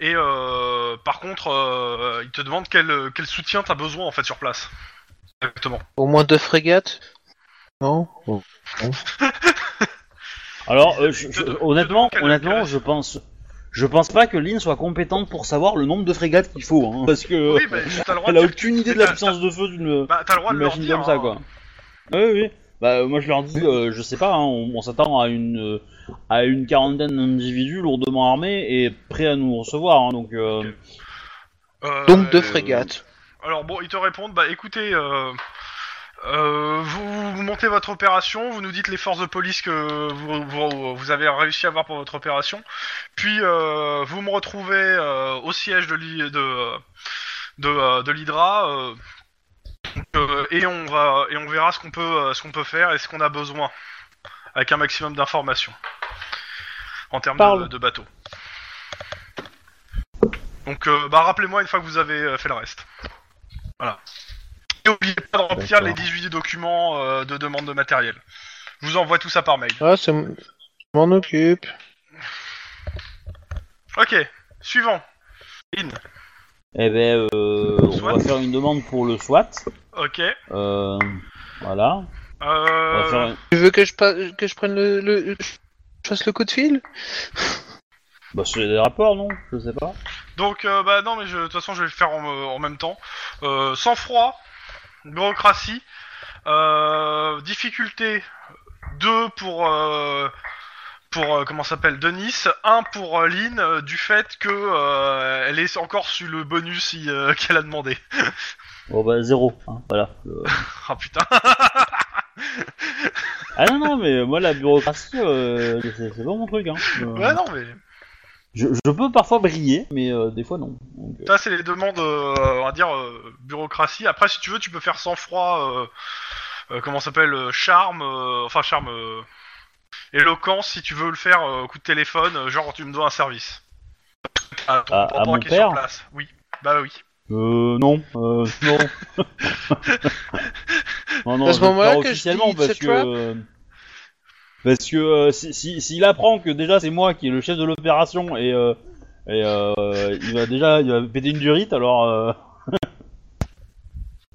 Et euh, par contre, euh, ils te demandent quel, quel soutien t'as besoin en fait sur place. Exactement.
Au moins deux frégates Non
Alors, euh, je- je-
Que-
honnêtement,
que-
honnêtement,
que-
je pense, je pense pas que Lynn soit compétente pour savoir le nombre de frégates qu'il faut, hein, parce que
Oui, bah, t'as le droit
elle a
de,
aucune idée de la puissance de feu d'une
bah, t'as le droit de
d'une
leur
machine
dire,
comme ça,
hein.
quoi. Ah oui, oui. Bah, euh, moi, je leur dis, euh, je sais pas, hein, on, on s'attend à une euh, à une quarantaine d'individus lourdement armés et prêts à nous recevoir, hein, donc. euh,
Ok. Euh,
Donc deux
euh,
frégates.
Alors bon, ils te répondent, bah écoutez, euh, euh, vous, vous montez votre opération, vous nous dites les forces de police que vous, vous- vous avez réussi à avoir pour votre opération, puis euh, vous me retrouvez euh, au siège de l'I- de de, euh, de l'Hydra. euh, donc, euh, et on va et on verra ce qu'on peut euh, ce qu'on peut faire et ce qu'on a besoin avec un maximum d'informations en termes de,
Parle.
de bateaux. Donc euh, bah rappelez-moi une fois que vous avez euh, fait le reste. Voilà. Et n'oubliez pas de remplir
D'accord.
les 18 documents euh, de demande de matériel. Je vous envoie tout ça par mail.
Ah, c'est. m- Je m'en occupe.
Ok, suivant. In.
Eh ben, euh, on
SWAT.
va faire une demande pour le SWAT.
Ok.
euh, voilà. On va
Euh,
faire un-
Tu veux que je, pa- que je prenne le. le... Je fasse le coup de fil
Bah, c'est des rapports, non Je sais pas.
Donc, euh, bah non, mais je- de toute façon, je vais le faire en, en même temps. Euh, Sang-froid, bureaucratie, euh, difficulté 2 pour. euh, pour euh, comment ça s'appelle Denis, 1 pour euh, Lynn euh, du fait que euh, elle est encore sur le bonus si, euh, qu'elle a demandé.
Bon bah zéro, hein, voilà. Euh,
Ah putain.
Ah non non mais moi la bureaucratie euh, c'est c'est pas mon truc hein. Euh,
Ouais non mais
je, je peux parfois briller mais euh, des fois non. Donc, euh,
ça c'est les demandes euh, on va dire euh, bureaucratie. Après si tu veux tu peux faire sang froid euh, euh, comment ça s'appelle euh, charme euh, enfin charme euh, éloquence si tu veux le faire euh, coup de téléphone euh, genre tu me dois un service. Ah, ton
À- à
papa
mon
qui est sur
père
place. Oui. Bah oui.
euh, non euh, non. non non.
À ce
je vais le
moment-là
faire
que je
officiellement
dis,
parce
c'est
que
quoi
euh, parce que euh, si si- s'il apprend que déjà c'est moi qui est le chef de l'opération et euh, et euh, il va déjà il va péter une durite alors. euh,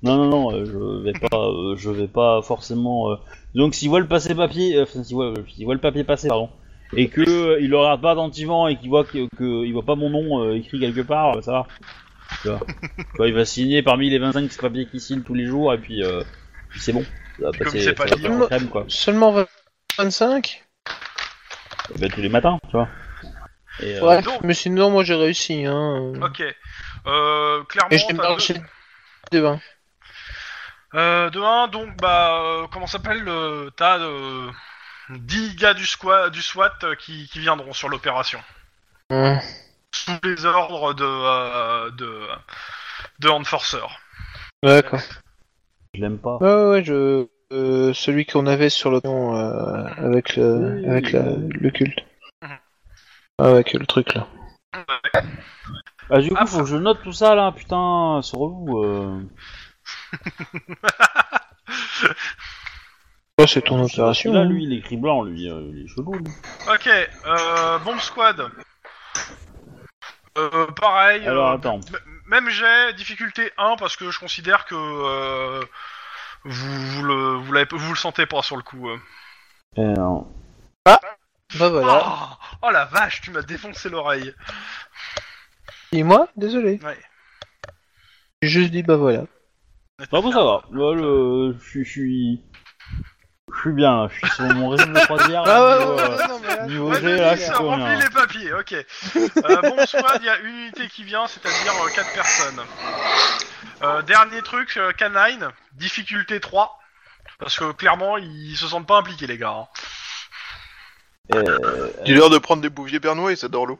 Non, non, non, euh, je vais pas, euh, je vais pas forcément. euh, Donc, s'il voit le passé papier, euh, enfin, s'il voit, s'il voit le papier passer, pardon, et que euh, il le regarde pas attentivement et qu'il voit que, que- il voit pas mon nom euh, écrit quelque part, euh, ça va. Tu vois. Tu vois, il va signer parmi les 25 papiers qu'il signe tous les jours et puis, euh, puis c'est bon. Ça va
Puis comme
passer-
il sait pas
ça va
lire.
passer en crème, quoi.
Seulement 25
Eh ben, tous les matins, tu vois. Et, euh,
Ouais,
donc-
mais sinon, moi j'ai réussi. Hein.
Mm.
Ok. Euh, clairement.
Et je
t'as
démarre
deux-
chez le devin.
Euh, de 1, donc, bah, euh, comment ça s'appelle euh, T'as euh, 10 gars du, squa- du SWAT euh, qui, qui viendront sur l'opération.
Ouais.
Sous les ordres de, euh, de, de Enforcer.
D'accord.
je l'aime pas.
Ouais, ouais, ouais, je. euh, celui qu'on avait sur l'option euh, avec, le,
Oui.
avec la- le culte.
Mhm.
Ah, avec le truc là.
Ah, du coup,
Ah,
faut que je note tout ça là, putain, c'est relou. euh.
Ouais, c'est ton
Je sais pas,
opération.
Là,
hein.
lui, il écrit blanc, lui, euh, il est chelou, lui.
Ok, euh, Bomb Squad. Euh, pareil,
Alors,
euh,
attends.
m- même j'ai difficulté 1 parce que je considère que euh, vous, vous, le, vous, l'avez- vous le sentez pas sur le coup. euh.
Euh, non.
Bah voilà.
Oh, oh la vache, tu m'as défoncé l'oreille.
Et moi Désolé.
Ouais.
J'ai juste dit bah voilà.
Non, Bah, bon, ça va. Moi, le- je suis- je suis. Je suis bien, je suis sur mon régime de croisière.
Ah,
Ah,
niveau, euh, niveau
Ouais,
G, là, je
Denis,
suis
ça
trop
remplit
bien.
les papiers, ok. Euh, bon squad, il y a une unité qui vient, c'est-à-dire 4 personnes. Euh, dernier truc, euh, canine, difficulté 3. Parce que clairement, ils se sentent pas impliqués, les gars. hein.
Euh,
Dis-leur de prendre des bouviers bernois, ils adorent l'eau.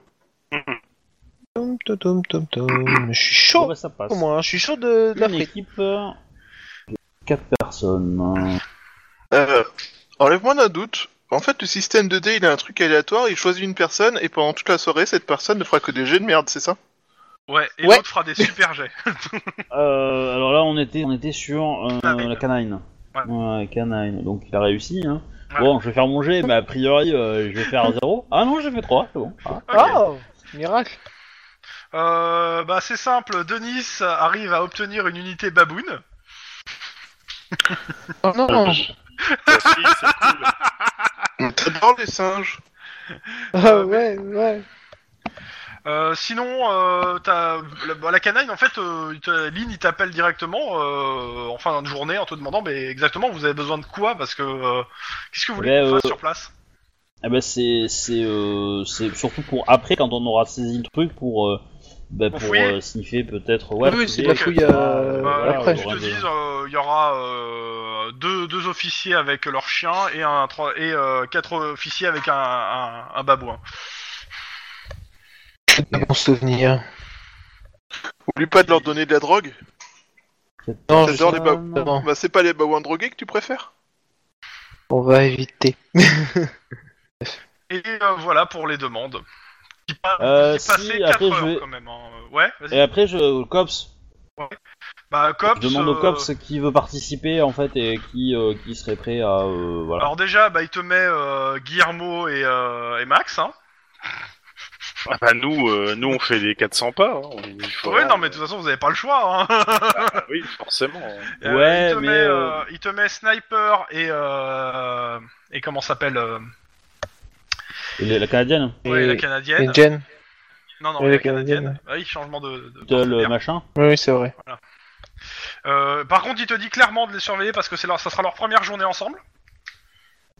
Tom, tom, tom, tom, tom. Je suis
bon,
chaud,
bah, ça passe.
moi. hein. Je suis chaud de, de
Une
l'Afrique.
équipe. euh, de Quatre personnes. hein.
Euh, Enlève-moi d'un doute. En fait, le système de dés, il a un truc aléatoire, il choisit une personne, et pendant toute la soirée, cette personne ne fera que des jets de merde, c'est ça
Ouais, et
Ouais.
l'autre fera des super jets.
Euh, alors là, on était, on était sur euh,
Canine.
la canine.
Ah, Ouais.
Ouais, canine. Donc il a réussi. Hein.
Ouais.
Bon, je vais faire mon jet, mais a priori, euh, je vais faire 0. Ah non, j'ai fait 3, c'est bon. Ah.
Ok.
Oh Miracle
Euh, bah, c'est simple, Denis arrive à obtenir une unité baboune.
Oh non
Merci, c'est cool.
T'adores les singes.
Ah ouais, ouais
Euh, sinon, euh, t'as la, bah, la canine, en fait, euh, il t'a- Lynn, il t'appelle directement euh, en fin de journée en te demandant, mais exactement, vous avez besoin de quoi Parce que euh, qu'est-ce que vous voulez
Ben,
qu'on fasse
euh,
sur place
Eh ben c'est c'est euh, c'est surtout pour après quand on aura saisi le truc pour euh, bah,
Pour
pour,
fouiller.
euh, sniffer peut-être ouais.
Oui, oui, c'est
fouiller,
de la fouille, euh,
euh,
Bah,
voilà,
alors,
après.
je
on aura
te
des-
dis, euh, il y aura euh, deux, deux officiers avec leur chien et un trois- et euh, quatre officiers avec un, un, un babouin.
C'est un bon souvenir.
Oublie pas de leur donner de la drogue.
Non,
T'adores les babouins.
justement,
Bah, c'est pas les babouins drogués que tu préfères
on va éviter.
Et euh, voilà pour les demandes. Qui pa-
Euh,
qui passaient
si,
hein, quatre
après, je
heures,
vais-
quand même. hein. Ouais, vas-y.
Et après je au cops,
Bah, cops,
je demande au
euh,
cops qui veut participer en fait et qui euh, qui serait prêt à euh, voilà.
Alors déjà, bah, il te met euh, Guillermo et, euh, et Max. Hein.
Ah bah nous, euh, nous on fait les 400 pas. hein. On- il faut-
Ouais, non, mais de toute façon, vous avez pas le choix. Hein.
Ah oui, forcément.
Euh,
Ouais,
il te
mais,
met,
euh,
euh, il te met Sniper et euh, et comment s'appelle euh,
Et la, la canadienne.
ouais,
Et-
la
et
canadienne.
Jen
Non, non,
Oui,
la
la Canadienne,
canadienne. Ah Oui, changement de. de-
Tel,
de-
euh, machin.
Oui, oui, c'est vrai.
Euh, par contre, il te dit clairement de les surveiller parce que c'est leur, ça sera leur première journée ensemble.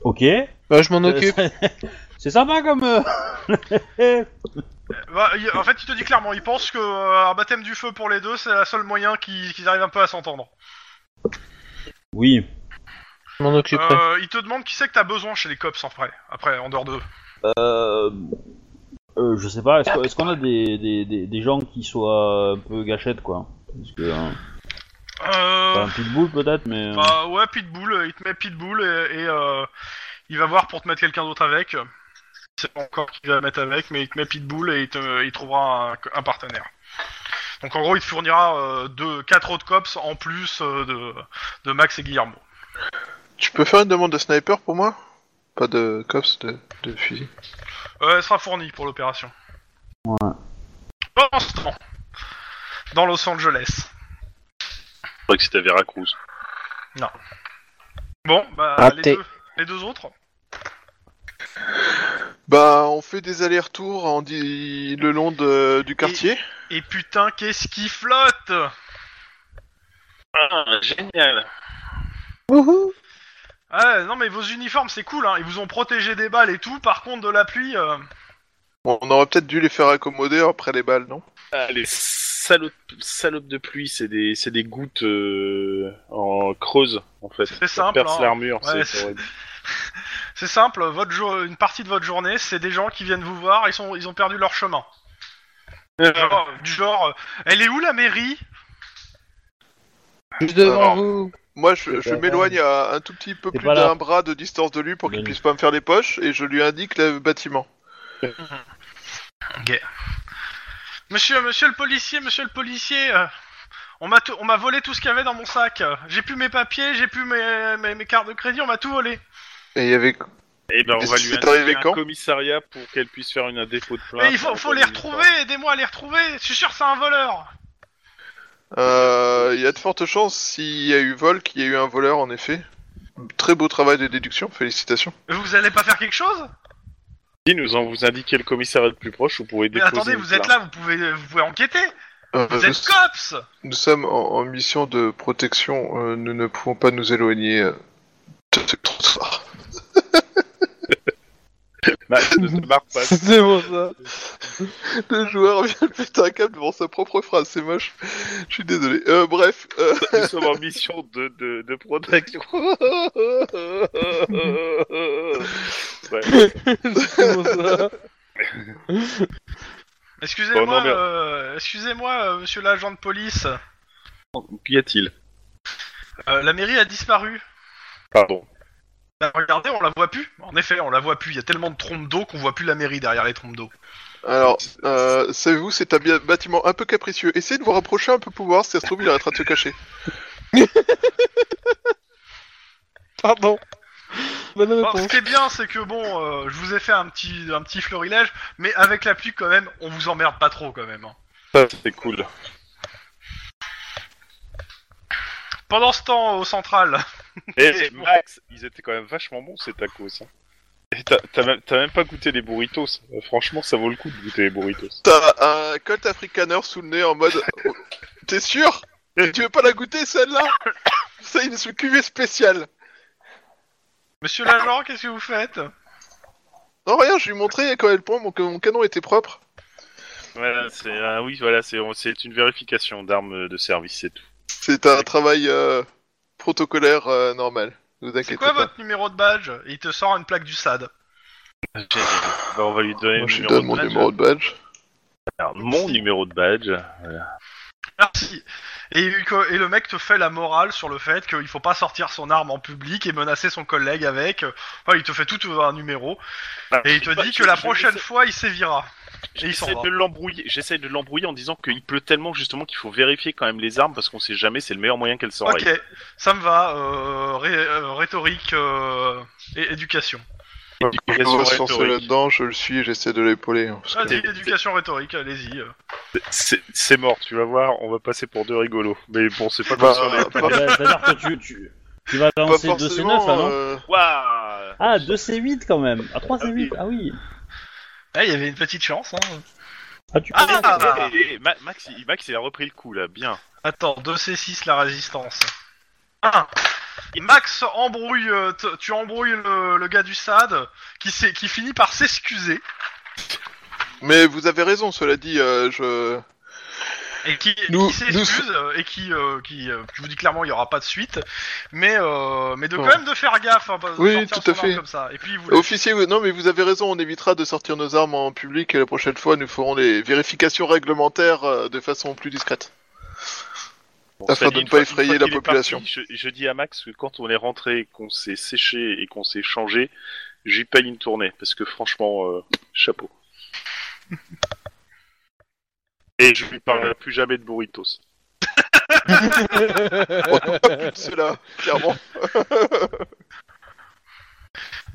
Ok.
Bah, je m'en occupe.
C'est sympa comme. euh,
Bah, il- en fait, il te dit clairement, il pense que euh, un baptême du feu pour les deux, c'est le seul moyen qu'ils qu'ils arrivent un peu à s'entendre.
oui.
Je m'en occuperai.
Euh, il te demande qui c'est que t'as besoin chez les cops après, après en dehors d'eux.
Euh...
Euh, je sais pas, est-ce que- est-ce qu'on a des, des, des, des gens qui soient un peu gâchettes, quoi Parce que, hein,
Euh,
pas un pitbull peut-être, mais... euh,
bah ouais, Pitbull, euh, il te met Pitbull et, et, euh, il va voir pour te mettre quelqu'un d'autre avec. C'est pas encore qui va mettre avec, mais il te met Pitbull et il, te- il trouvera un, un partenaire. Donc en gros, il te fournira euh, deux, quatre autres cops en plus euh, de, de Max et Guillermo.
Tu peux faire une demande de sniper pour moi Pas de cops, de, de fusil.
Euh, elle sera fournie pour l'opération. Ouais. Pendant ce temps, dans Los Angeles.
Je crois que c'était Vera Cruz.
Bon, bah, les
Raté.
deux, les deux autres.
Bah, on fait des allers-retours en di- le long de- du quartier.
Et putain, qu'est-ce qui flotte
Ah, génial.
Ah, non, mais vos uniformes, c'est cool, hein. Ils vous ont protégé des balles et tout. Par contre, de la pluie. euh,
On aurait peut-être dû les faire accommoder après les balles, non
Ah, les salopes, salopes de pluie, c'est des, c'est des gouttes euh, en creuse, en fait.
C'est
Ça
simple,
perce
hein.
l'armure,
Ouais,
c'est
c'est-
horrible.
C'est simple, votre jour- une partie de votre journée, c'est des gens qui viennent vous voir, ils, sont, ils ont perdu leur chemin. Genre, du genre, euh, elle est où la mairie
Juste devant
alors,
vous.
Moi, je,
C'est
je
pas
m'éloigne à un tout petit peu
C'est
plus
pas là.
d'un bras de distance de lui pour qu'il
Bonne
puisse pas me faire les poches et je lui indique le bâtiment.
Monsieur, monsieur le policier, monsieur le policier, euh, on m'a tout- on m'a volé tout ce qu'il y avait dans mon sac. euh, J'ai plus mes papiers, j'ai plus mes, mes, mes cartes de crédit, on m'a tout volé.
Et il y avait.
Et ben, on
Mais
va
c'est
lui
arrivé
indiquer un
quand
commissariat pour qu'elle puisse faire une dépôt de plainte.
Mais il faut, faut les retrouver, aidez-moi à les retrouver. Je suis sûr que c'est un voleur.
euh, Il y a de fortes chances, s'il y a eu vol, qu'il y ait eu un voleur en effet. Très beau travail de déduction, félicitations.
Vous allez pas faire quelque chose
Si nous en vous indiquez le commissariat le plus proche, vous pouvez
Mais
déposer.
attendez,
une
vous êtes là,
plainte.
vous pouvez, vous pouvez enquêter.
Euh,
Vous
nous,
êtes cops.
nous sommes en, en mission de protection, euh, nous ne pouvons pas nous éloigner euh, de ce trottoir.
Max, ne te marre
bah,
pas.
C'est bon ça.
Le joueur vient de péter un câble devant sa propre phrase, c'est moche. Je suis désolé. Euh, bref, euh,
Nous sommes en mission de, de, de protection. Ouais.
C'est bon ça.
Bon, non,
Excusez-moi,
mais-
euh, excusez-moi, euh, monsieur l'agent de police.
Qu'y a-t-il
Euh, la mairie a disparu.
Pardon.
Bah, regardez, on la voit plus. En effet, on la voit plus. Il y a tellement de trompes d'eau qu'on voit plus la mairie derrière les trompes d'eau.
Alors, euh, savez-vous, c'est un bi- bâtiment un peu capricieux. Essayez de vous rapprocher un peu pour voir si ça se trouve, il arrêtera de se cacher.
Pardon. Bonne
Bon,
réponse.
ce qui est bien, c'est que bon, euh, je vous ai fait un petit, un petit florilège, mais avec la pluie quand même, on vous emmerde pas trop quand même. hein.
Ça, c'est cool.
Pendant ce temps, au central,
Et Eh, Max, ils étaient quand même vachement bons ces tacos. Hein. Et t'as- T'as même, t'as même pas goûté les burritos. Euh, Franchement, ça vaut le coup de goûter les burritos.
T'as un Colt Afrikaner sous le nez en mode. Oh, T'es sûr Tu veux pas la goûter celle-là C'est une cuvée spéciale.
monsieur l'agent, qu'est-ce que vous faites
Non, rien, je lui ai montré quand elle prend mon, que mon canon était propre.
Voilà, c'est ah oui, voilà, c'est c'est une vérification d'armes de service, c'est tout.
C'est un travail euh, protocolaire euh, normal. Ne vous
C'est
inquiétez
quoi
pas.
votre numéro de badge Il te sort une plaque du SAD.
on va lui donner
Moi,
le
je lui
numéro
donne
de
mon
badge.
numéro de badge.
Alors, mon numéro de badge.
Merci. Ah, Et, il- et le mec te fait la morale sur le fait qu'il faut pas sortir son arme en public et menacer son collègue avec. Enfin, il te fait tout un numéro. Et il te dit que la prochaine fois, il sévira. Et il s'en
J'essaie
va.
de l'embrouiller. J'essaie de l'embrouiller en disant qu'il pleut tellement justement qu'il faut vérifier quand même les armes parce qu'on sait jamais. C'est le meilleur moyen qu'elles s'enrayent.
Ok, ça me va. euh, ré- euh, rhétorique euh, et éducation.
Je
Éducation
vois ce sens
rhétorique.
là-dedans, je le suis, j'essaie de l'épauler. hein, parce que-
Vas-y, éducation rhétorique, allez-y. euh.
C'est c'est mort. Tu vas voir. On va passer pour deux rigolos. Mais bon, c'est pas
Bah,
comme ça. Ah, on est-
pas-
Eh ben, C'est-à-dire que tu, tu, tu vas
pas
lancer 2C9
forcément.
là, non
euh,
Waouh
Ah, 2C8 quand même. Ah, 3C8, ah oui.
Eh, Ah, il y avait une petite chance. Hein.
Ah, tu
Ah,
peux-
Ah.
Eh, eh, eh, Ma- Max, il, Max, il a repris le coup là, bien.
Attends, 2C6 la résistance. 1. Max embrouille, euh, t- tu embrouilles le, le gars du SAD qui, s'est- qui finit par s'excuser
Mais vous avez raison, cela dit, euh, je...
et qui,
Nous-
qui s'excuse euh, et qui, euh, qui, euh, qui vous dit clairement il n'y aura pas de suite, mais, euh, mais de
Bon.
quand même de faire gaffe, hein, pas de
Oui,
sortir
tout à
son arme
fait.
comme ça. Et puis vous
Officier, oui, non mais vous avez raison, on évitera de sortir nos armes en public et la prochaine fois nous ferons des vérifications réglementaires euh, de façon plus discrète.
Bon, ça
Afin
dit,
de ne
une
pas
fois- une fois
effrayer
qu'il
la
est
population.
parti, je, je dis à Max que quand on est rentré, qu'on s'est séché et qu'on s'est changé, j'y paye une tournée parce que franchement, euh, chapeau. et je lui parlerai plus jamais de burritos.
Plus de cela, clairement.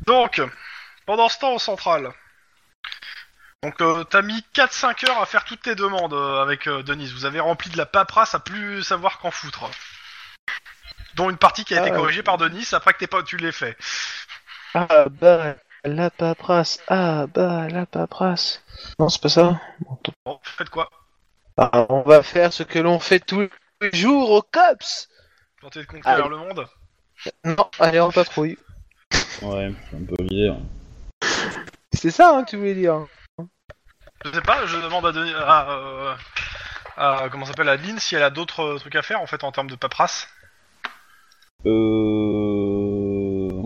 Donc, pendant ce temps au central, donc euh, t'as mis 4-5 heures à faire toutes tes demandes euh, avec euh, Denise. Vous avez rempli de la paperasse à plus savoir qu'en foutre. Dont une partie qui a été
Ah.
corrigée par Denise après que t'es pas, tu l'aies fait.
Ah bah la paperasse, ah bah la paperasse. Non, c'est pas ça.
Bon, faites quoi
Ah, on va faire ce que l'on fait tous les jours au COPS.
Tenter de
Ah,
conquérir le monde
Non, allez en patrouille.
Ouais, c'est un peu l'idée. hein.
C'est ça hein, que tu voulais dire.
Je sais pas, je demande à, Denis, à, euh, à- comment ça s'appelle, à Lynn si elle a d'autres euh, trucs à faire en fait en termes de paperasse.
Euh...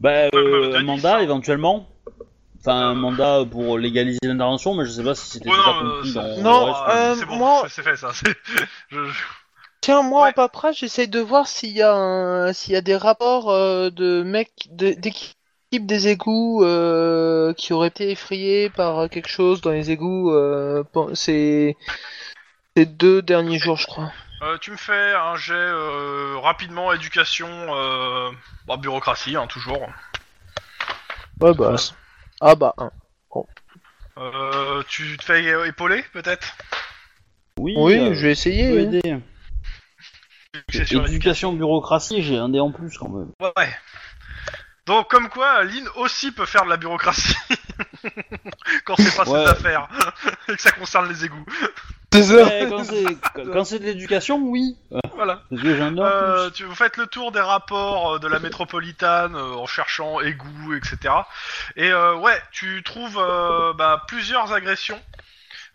Bah,
Euh,
euh,
Denis,
un mandat
ça.
éventuellement. Enfin,
Euh.
un mandat pour légaliser l'intervention, mais je sais pas si c'était
Oh
déjà
non,
compris
euh,
dans.
non,
le reste.
euh,
c'est bon,
moi-
c'est- c'est fait ça. c'est- je- je-
Tiens, moi
Ouais.
en paperasse, j'essaye de voir s'il y a un... s'il y a des rapports euh, de mecs de- d'équipes des égouts euh, qui auraient été effrayés par quelque chose dans les égouts euh, pen- ces... ces deux derniers jours, je crois.
Euh, tu me fais un jet euh, rapidement éducation, euh, bah, bureaucratie, hein, toujours.
Ouais bah. Ah bah un.
Euh, tu te fais euh, épauler peut-être
Oui,
Oui,
euh,
je vais essayer.
ça peut
oui.
aider.
C'est sur
Éducation, bureaucratie, j'ai un dé en plus quand même.
Ouais, ouais. Donc comme quoi, Lynn aussi peut faire de la bureaucratie quand c'est pas
Ouais.
ses affaires hein, et que ça concerne les égouts.
Ouais, quand c'est quand c'est de l'éducation, oui.
Voilà.
Parce que j'ai un dé en
Euh,
plus.
tu, vous faites le tour des rapports euh, de la métropolitaine euh, en cherchant égouts, etc. Et euh, ouais, tu trouves euh, bah, plusieurs agressions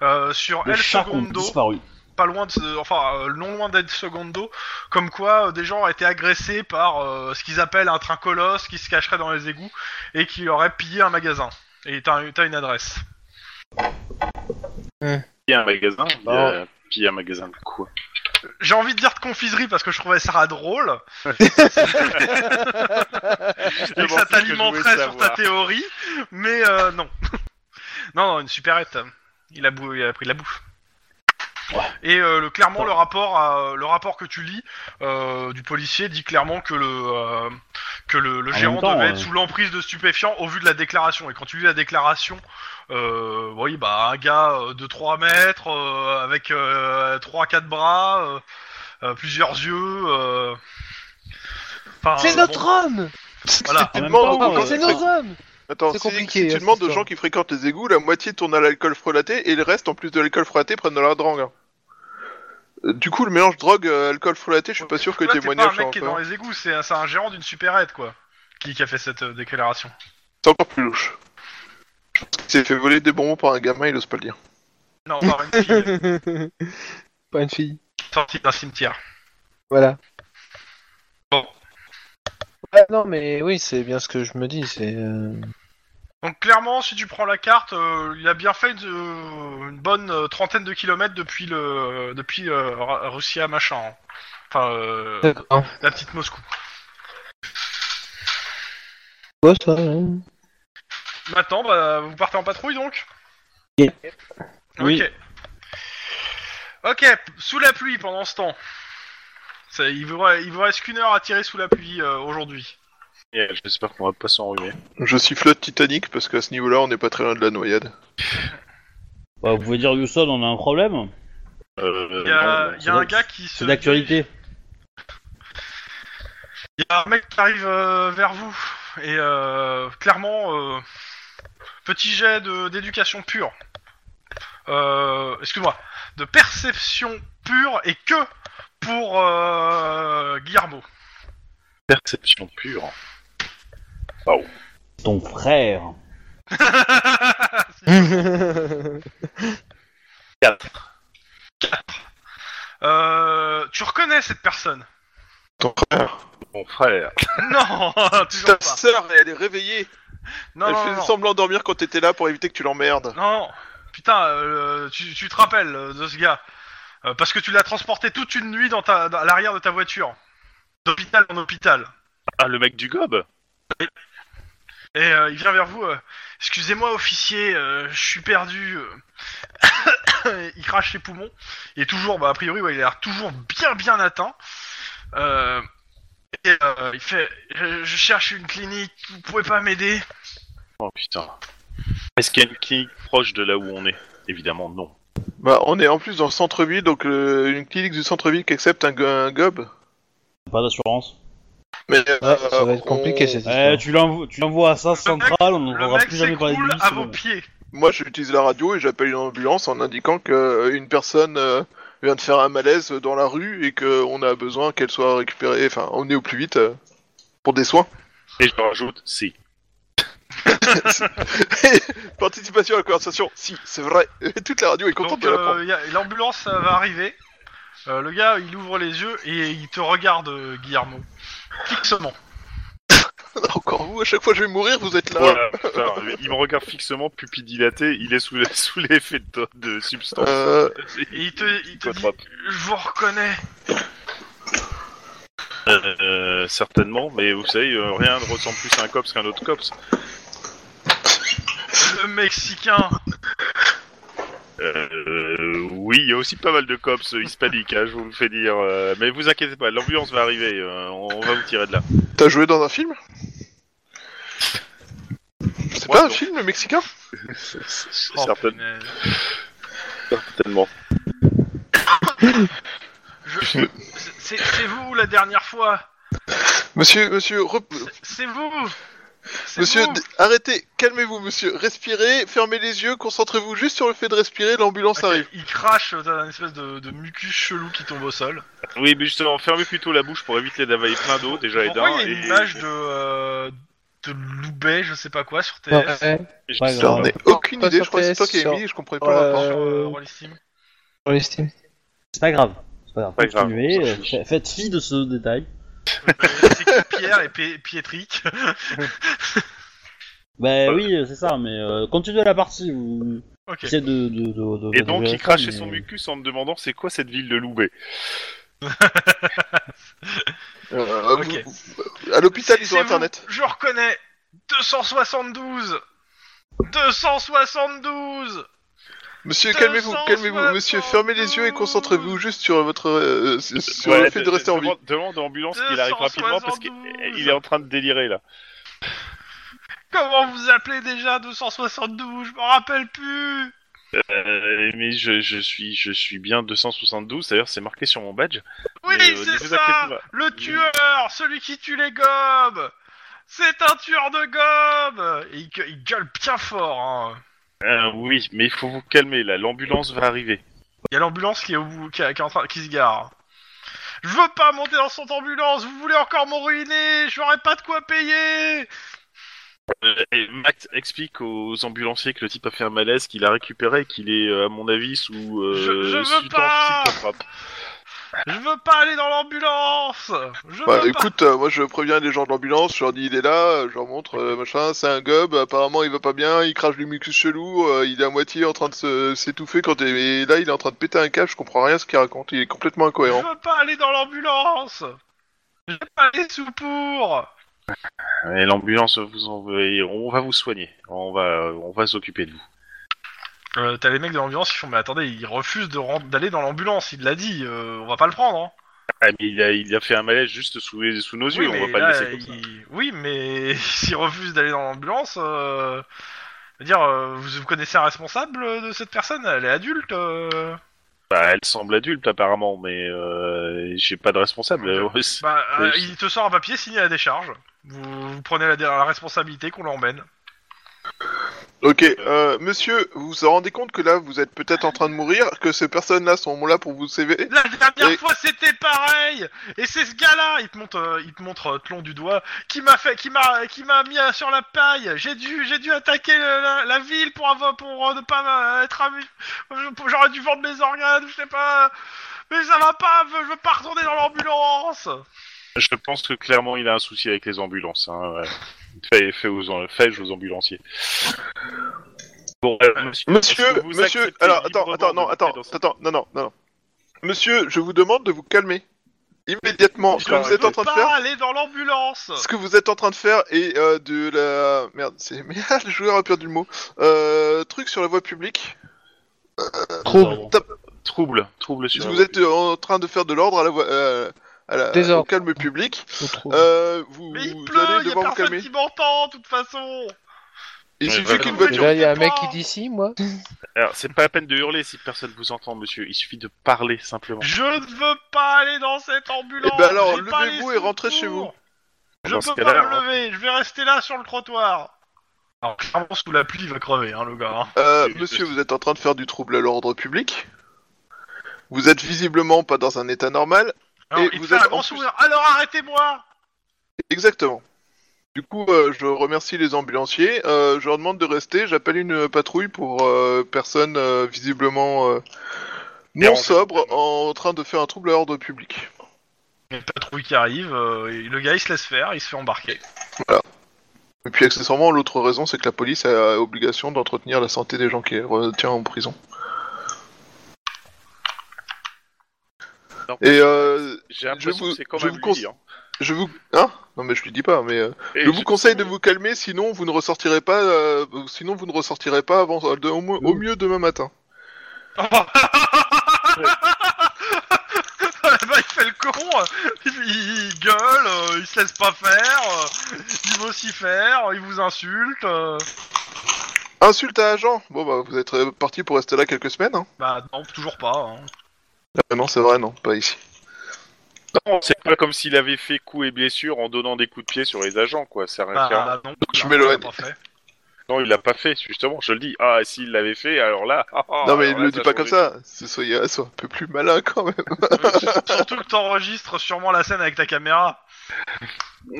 euh, sur
Les
El
chats ont
Segundo.
disparu.
pas loin de, enfin euh, non loin d'être Secondo, comme quoi euh, des gens ont été agressés par euh, ce qu'ils appellent un train colosse qui se cacherait dans les égouts et qui aurait pillé un magasin. Et t'as t'as une adresse.
Il y a un magasin, il y
Bon.
a, puis il y a un magasin de quoi
J'ai envie de dire de confiserie parce que je trouvais ça drôle et que ça t'alimenterait sur ta théorie, mais euh, non. non, non, une supérette. Il a, bou- il a pris de la bouffe. Et euh, le, clairement, le rapport, à- euh, le rapport que tu lis euh, du policier dit clairement que le, euh, que le, le
En
gérant
même temps,
devait
euh,
être sous l'emprise de stupéfiants au vu de la déclaration. Et quand tu lis la déclaration, euh, oui, bah un gars euh, de 3 mètres, euh, avec 3-4 bras, euh, euh, plusieurs yeux. euh, enfin,
C'est
euh,
notre homme
bon, voilà.
Tu
En même
demandes
temps,
aux
euh,
gens
Ah, C'est
qui
c'est-
nos
fréquentent-
hommes
Attends,
c'est
si-
compliqué, hein,
si
cette
tu demandes aux
histoire.
gens qui fréquentent les égouts, la moitié tourne à l'alcool frelaté et le reste, en plus de l'alcool frelaté, prennent de la drogue. hein. Euh, Du coup, le mélange drogue-alcool frelaté, je suis pas sûr que
Là,
le
c'est pas un
témoignage soit
mec qui est dans
encore...
les égouts, c'est c'est un gérant d'une supérette, quoi, qui, qui a fait cette euh, déclaration.
C'est encore plus louche. Je pense qu'il s'est fait voler des bonbons par un gamin, il ose pas le dire.
Non, euh, par une fille
Pas une fille.
sortie d'un cimetière.
Voilà.
Bon.
Ouais, non, mais oui, c'est bien ce que je me dis. C'est. euh,
Donc clairement, si tu prends la carte, euh, il a bien fait une, euh, une bonne euh, trentaine de kilomètres depuis le depuis euh, Ra- Russia machin. hein. Enfin, euh,
D'accord.
la petite Moscou.
Quoi, ça hein
Maintenant, bah, vous partez en patrouille donc
Yeah.
Oui.
Ok. Ok, p- sous la pluie pendant ce temps. Ça, il vous re- il vous reste qu'une heure à tirer sous la pluie euh, aujourd'hui.
Et J'espère qu'on va pas s'enrhumer.
Je suis flotte Titanic parce qu'à ce niveau-là, on n'est pas très loin de la noyade.
Bah, vous pouvez dire Houston, on a un problème.
Euh,
Il y a,
non,
il y a un gars qui se.
C'est d'actualité.
Il y a un mec qui arrive euh, vers vous et euh, clairement euh, petit jet de d'éducation pure. euh, excuse-moi, de perception pure et que pour euh, Guillermo.
Perception pure.
Ton frère.
Euh, tu reconnais cette personne
Ton frère.
Mon frère.
Non, toujours
Ta
pas.
sœur, elle est réveillée.
Non,
elle
non,
fait
non,
semblant de dormir quand t'étais là pour éviter que tu l'emmerdes.
non, non. Putain, euh, tu, tu te rappelles euh, de ce gars Euh, parce que tu l'as transporté toute une nuit dans ta, dans- à l'arrière de ta voiture, d'hôpital en hôpital.
Ah, le mec du gob
Et euh, il vient vers vous. euh, Excusez-moi, officier, euh, je suis perdu. euh. il crache ses poumons. Il est toujours, bah, a priori, ouais, il a l'air toujours bien, bien atteint. Euh, et euh, il fait je, je cherche une clinique, vous pouvez pas m'aider
Oh putain. Est-ce qu'il y a une clinique proche de là où on est Évidemment, non.
Bah, on est en plus dans le centre-ville, donc euh, une clinique du centre-ville qui accepte un, go- un gob.
Pas d'assurance.
Mais euh,
Ah, ça va être
on-
compliqué cette histoire.
Eh, tu l'envoies tu l'envoies à ça centrale, on
Le
n'entendra
mec
plus jamais parler de
s'écroule
lui.
à
c'est
vos
bon.
pieds.
Moi, j'utilise la radio et j'appelle une ambulance en indiquant que euh, une personne euh, vient de faire un malaise dans la rue et qu'on a besoin qu'elle soit récupérée, enfin, emmenée au plus vite euh, pour des soins.
Et je rajoute, si.
Participation à la conversation, si, c'est vrai. Toute la radio est contente
Donc
de l'apprendre.
euh, y a- l'ambulance euh, va arriver. Euh, le gars, il ouvre les yeux et il te regarde, euh, Guillermo, fixement.
Encore vous, à chaque fois je vais mourir, vous êtes là.
Voilà, putain, il me regarde fixement, pupille dilatée, il est sous, la- sous l'effet de, de substance.
Euh,
Et il te, il te dit,
Psychotrope.
je vous reconnais.
Euh, euh, certainement, mais vous savez, euh, rien ne ressemble plus à un cops qu'un autre cops.
Le Mexicain.
Euh, oui, il y a aussi pas mal de cops hispaniques, hein, je vous le fais dire. euh, mais vous inquiétez pas, l'ambulance va arriver, euh, on, on va vous tirer de là.
T'as joué dans un film C'est
Ouais,
pas un
non.
film, le mexicain
Oh,
Certain-
punaise.
certainement.
Je- C'est c'est vous la dernière fois.
Monsieur, monsieur, rep-
C'est vous. C'est
Monsieur,
vous.
d- arrêtez, calmez-vous, monsieur. Respirez, fermez les yeux, concentrez-vous juste sur le fait de respirer, l'ambulance arrive.
Il crache dans un espèce de, de mucus chelou qui tombe au sol.
Oui, mais justement, fermez plutôt la bouche pour éviter d'avaler plein d'eau, déjà et
Pourquoi
d'un.
il y a une
et-
image de, euh, de Loubet, je sais pas quoi, sur tes
Ouais, ouais.
et je-
Pas grave.
J'en ai aucune
Pas
idée,
sur
je crois que c'est toi
PS,
qui l'as
sur-
mis et je comprenais pas
Ouais.
la
sur euh,
Euh,
Rollistim
Sur les Steam.
C'est pas grave. C'est pas grave.
Pas grave,
Continuez,
on s'en
euh,
fiche.
fa- faites fi de ce détail.
Euh, C'est qui Pierre et Pé- Pietrick.
Bah oui, euh, c'est ça, mais euh, continuez la partie. Vous
Ok.
essayez de, de, de, de-
Et
de-
donc,
de-
il crache chez
mais- euh,
son mucus en me demandant c'est quoi cette ville de Loubet.
Euh,
Ok.
vous- À l'hôpital,
C'est-
ils
c'est
ont
vous,
internet.
Je reconnais. 272. 272.
Monsieur, calmez-vous, calmez-vous, monsieur, fermez les yeux et concentrez-vous juste sur votre. euh, sur
Ouais,
le fait de rester en vie.
demande- Demande à l'ambulance qu'il arrive rapidement parce qu'il
272.
il est en train de délirer là.
Comment vous appelez déjà 272 Je m'en rappelle plus.
Euh, mais je, je suis, je suis bien 272, d'ailleurs c'est marqué sur mon badge.
Oui,
Mais, euh, ne
c'est
vous
ça.
inquiétez pas.
Le tueur, celui qui tue les gobes. C'est un tueur de gobes. Et il, gue- il gueule bien fort. hein.
Euh, oui, mais il faut vous calmer là, l'ambulance va arriver.
Il y a l'ambulance qui est au bout, qui, est- qui est en train, qui se gare. Je veux pas monter dans son ambulance. Vous voulez encore me ruiner J'aurais pas de quoi payer.
Euh, et Max explique aux ambulanciers que le type a fait un malaise, qu'il a récupéré, et qu'il est euh, à mon avis sous. Euh,
Je- je veux
sous-
pas
psychotrope.
Je veux pas aller dans l'ambulance. Je veux
Bah
pas.
écoute, euh, moi je préviens les gens de l'ambulance, je leur dis il est là, euh, je leur montre, euh, machin, c'est un gob, apparemment il va pas bien, il crache du mucus chelou, euh, il est à moitié en train de se- s'étouffer quand il est là, il est en train de péter un câble, je comprends rien à ce qu'il raconte, il est complètement incohérent.
Je veux pas aller dans l'ambulance. Je veux pas aller sous pour.
Et l'ambulance va vous envoyer, on va vous soigner, on va, on va s'occuper de vous.
Euh, T'as les mecs de l'ambulance qui font mais attendez, il refuse de ren- d'aller dans l'ambulance, il l'a dit, euh, on va pas le prendre. Hein.
Ah, mais il a, il a fait un malaise juste sous, les- sous nos yeux, on va
mais
pas
là,
le laisser comme ça.
il- oui, mais s'il refuse d'aller dans l'ambulance, euh... je veux dire, euh, vous vous connaissez un responsable euh, de cette personne Elle est adulte. euh.
Bah, elle semble adulte apparemment, mais euh, j'ai pas de responsable. Euh, c'est-
Bah, euh,
Oui.
il te sort un papier signé à la décharge. Vous, vous prenez la, la responsabilité qu'on l'emmène.
Ok, euh, monsieur, vous vous rendez compte que là, vous êtes peut-être en train de mourir, que ces personnes-là sont là pour vous sauver
La dernière
Et-
fois, c'était pareil. Et c'est ce gars-là, il te montre, euh, il te montre euh, Tlon du doigt, qui m'a fait, qui m'a, qui m'a mis euh, sur la paille. J'ai dû, j'ai dû attaquer le- la, la ville pour avoir, pour euh, ne pas euh, être amu. J'aurais dû vendre mes organes, je sais pas. Mais ça va pas, je veux- je veux pas retourner dans l'ambulance.
Je pense que clairement il a un souci avec les ambulances. Hein, ouais. fait, fait aux, am- fais aux ambulanciers. Bon, euh, monsieur, est-ce que
Monsieur,
vous
monsieur,
acceptez
alors attends,
librement
attends,
de
non,
monter
attends,
dans cette-
attends, non, non, non, non. Monsieur, je vous demande de vous calmer immédiatement. Ce que
D'accord,
vous êtes
je
en
veux
train de
pas
faire,
aller dans l'ambulance.
ce que vous êtes en train de faire et euh, de la merde, c'est merde, le joueur a perdu le mot. Euh, truc sur la voie publique.
Trouble.
Trouble, trouble sur.
vous êtes euh, en train de faire de l'ordre à la voie, euh, à la-
Désordre.
au calme public.
Je trouve.
Euh, vous,
Mais il
vous
pleut,
allez
y a
devoir vous
personne
calmer.
qui m'entend, de toute façon.
Il
Ouais,
suffit
voilà.
qu'une
Vous êtes
voiture.
Déjà, Euh, il y a un mec
pas.
qui dit si, moi.
Alors, c'est pas la peine de hurler si personne vous entend, monsieur. Il suffit de parler simplement.
Je ne veux pas aller dans cette ambulance.
Eh ben alors,
j'ai pas
levez-vous
les
et rentrez chez
secours.
vous.
Je
Dans ce
peux pas
cas-là,
me
hein.
lever, je vais rester là sur le trottoir. Alors, clairement, sous la pluie, il va crever, hein, le gars. hein.
Euh, monsieur, vous êtes en train de faire du trouble à l'ordre public. Vous êtes visiblement pas dans un état normal.
Alors,
Et
il te
vous
fait
êtes
un
en
grand
plus-
sourire. Alors, arrêtez-moi
Exactement. Du coup, euh, je remercie les ambulanciers. Euh, je leur demande de rester. J'appelle une patrouille pour euh, personne euh, visiblement euh, non
Dérangée.
sobre en train de faire un trouble à l'ordre public.
Il y a une patrouille qui arrive, euh, et le gars, il se laisse faire, il se fait embarquer.
Et puis, accessoirement, l'autre raison, c'est que la police a obligation d'entretenir la santé des gens qui retient en prison.
Non,
Et euh,
J'ai l'impression
vous-
que c'est quand
je
même
vous
lui,
conse-
hein.
je vous... Hein Non, mais je lui dis pas, mais... euh,
Et
Je vous conseille de vous calmer, sinon vous ne ressortirez pas, euh, sinon vous ne ressortirez pas avant euh, de- au, moins- au mieux demain matin.
Ah, Le gars, bah, il fait le con, euh, il, il gueule, euh, il se laisse pas faire, euh, il vocifère, il vous insulte. euh.
Insulte à agent. Bon bah vous êtes euh, parti pour rester là quelques semaines. Hein
Bah, non, toujours pas. hein.
Ah non c'est vrai non, pas ici.
Non, C'est pas comme s'il avait fait coups et blessures en donnant des coups de pied sur les agents, quoi. C'est rien
Bah,
qu'un-
bah, non,
je
bah,
m'éloigne.
on l'a pas fait.
Non, il l'a pas fait, justement, je le dis. Ah, s'il l'avait fait, alors là. ah, ah,
non mais
alors
ne
là,
le dis pas
changerait.
comme ça. C'est- Soyez, euh, soyez un peu plus malin quand même.
Euh, Surtout que t'enregistres sûrement la scène avec ta caméra.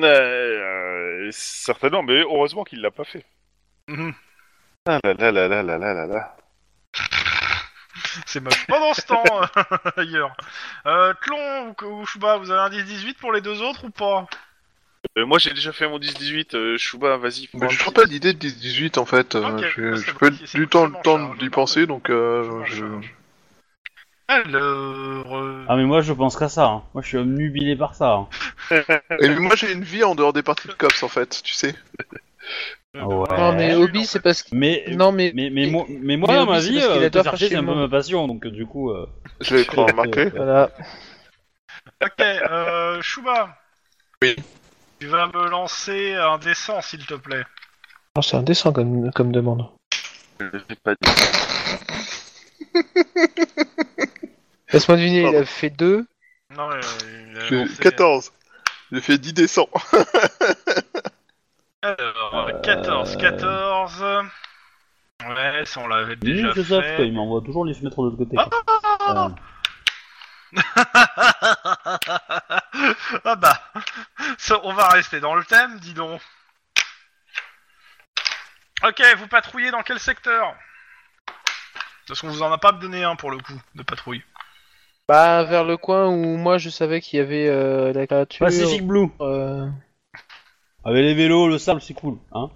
Euh, euh, certainement, mais heureusement qu'il l'a pas fait.
Mhm.
Ah là là là là là là là là.
C'est moche. Pendant ce temps, euh, ailleurs. Euh, Tlon ou, ou Shuba, vous avez un 10-18 pour les deux autres ou pas
Euh, moi j'ai déjà fait mon 10-18, euh, Chouba, vas-y. fais-moi
Mais
un
je
petit-
trouve pas d'idée de 18 en fait. Euh,
Ok,
je,
c'est
je
bon,
peux
c'est
du
bon,
temps
c'est bon,
le temps
je mange,
d'y
je
penser donc euh,
mange,
je-
je mange. Le... re-
Ah mais moi je pense qu'à ça, hein. moi je suis omnubilé par ça. hein.
Et moi j'ai une vie en dehors des parties de cops en fait, tu sais.
le-
Ah ouais.
Non, mais Obi, c'est parce que.
Mais,
Non, mais
mais, mais, moi, mais moi
mais
dans
Obi,
ma
c'est
vie,
parce qu'il
euh,
adore
te
faire
chercher, c'est un peu
chez
ma passion, donc euh, du coup... euh,
Je l'ai cru remarquer.
Voilà.
Ok, euh, Shuba.
Oui.
Tu vas me lancer un dessin, s'il te plaît.
Oh, c'est indécent comme, comme demande.
Je le fais pas dire.
Laisse-moi deviner, il
Pardon.
a fait deux.
Non, mais, euh, il a
J'ai
lancé-
14. J'ai fait 10 descents.
Alors,
Euh,
14, 14. Ouais, ça on l'avait
lui,
déjà
Joseph, quoi,
fait.
il m'envoie toujours les fenêtres de l'autre côté. quoi. Euh,
ah bah, ça, on va rester dans le thème, dis donc. Ok, vous patrouillez dans quel secteur Parce qu'on vous en a pas donné un pour le coup de patrouille.
Bah, vers le coin où moi je savais qu'il y avait euh, la créature.
Pacific Blue
euh,
Avec les vélos, le sable, c'est cool. Hein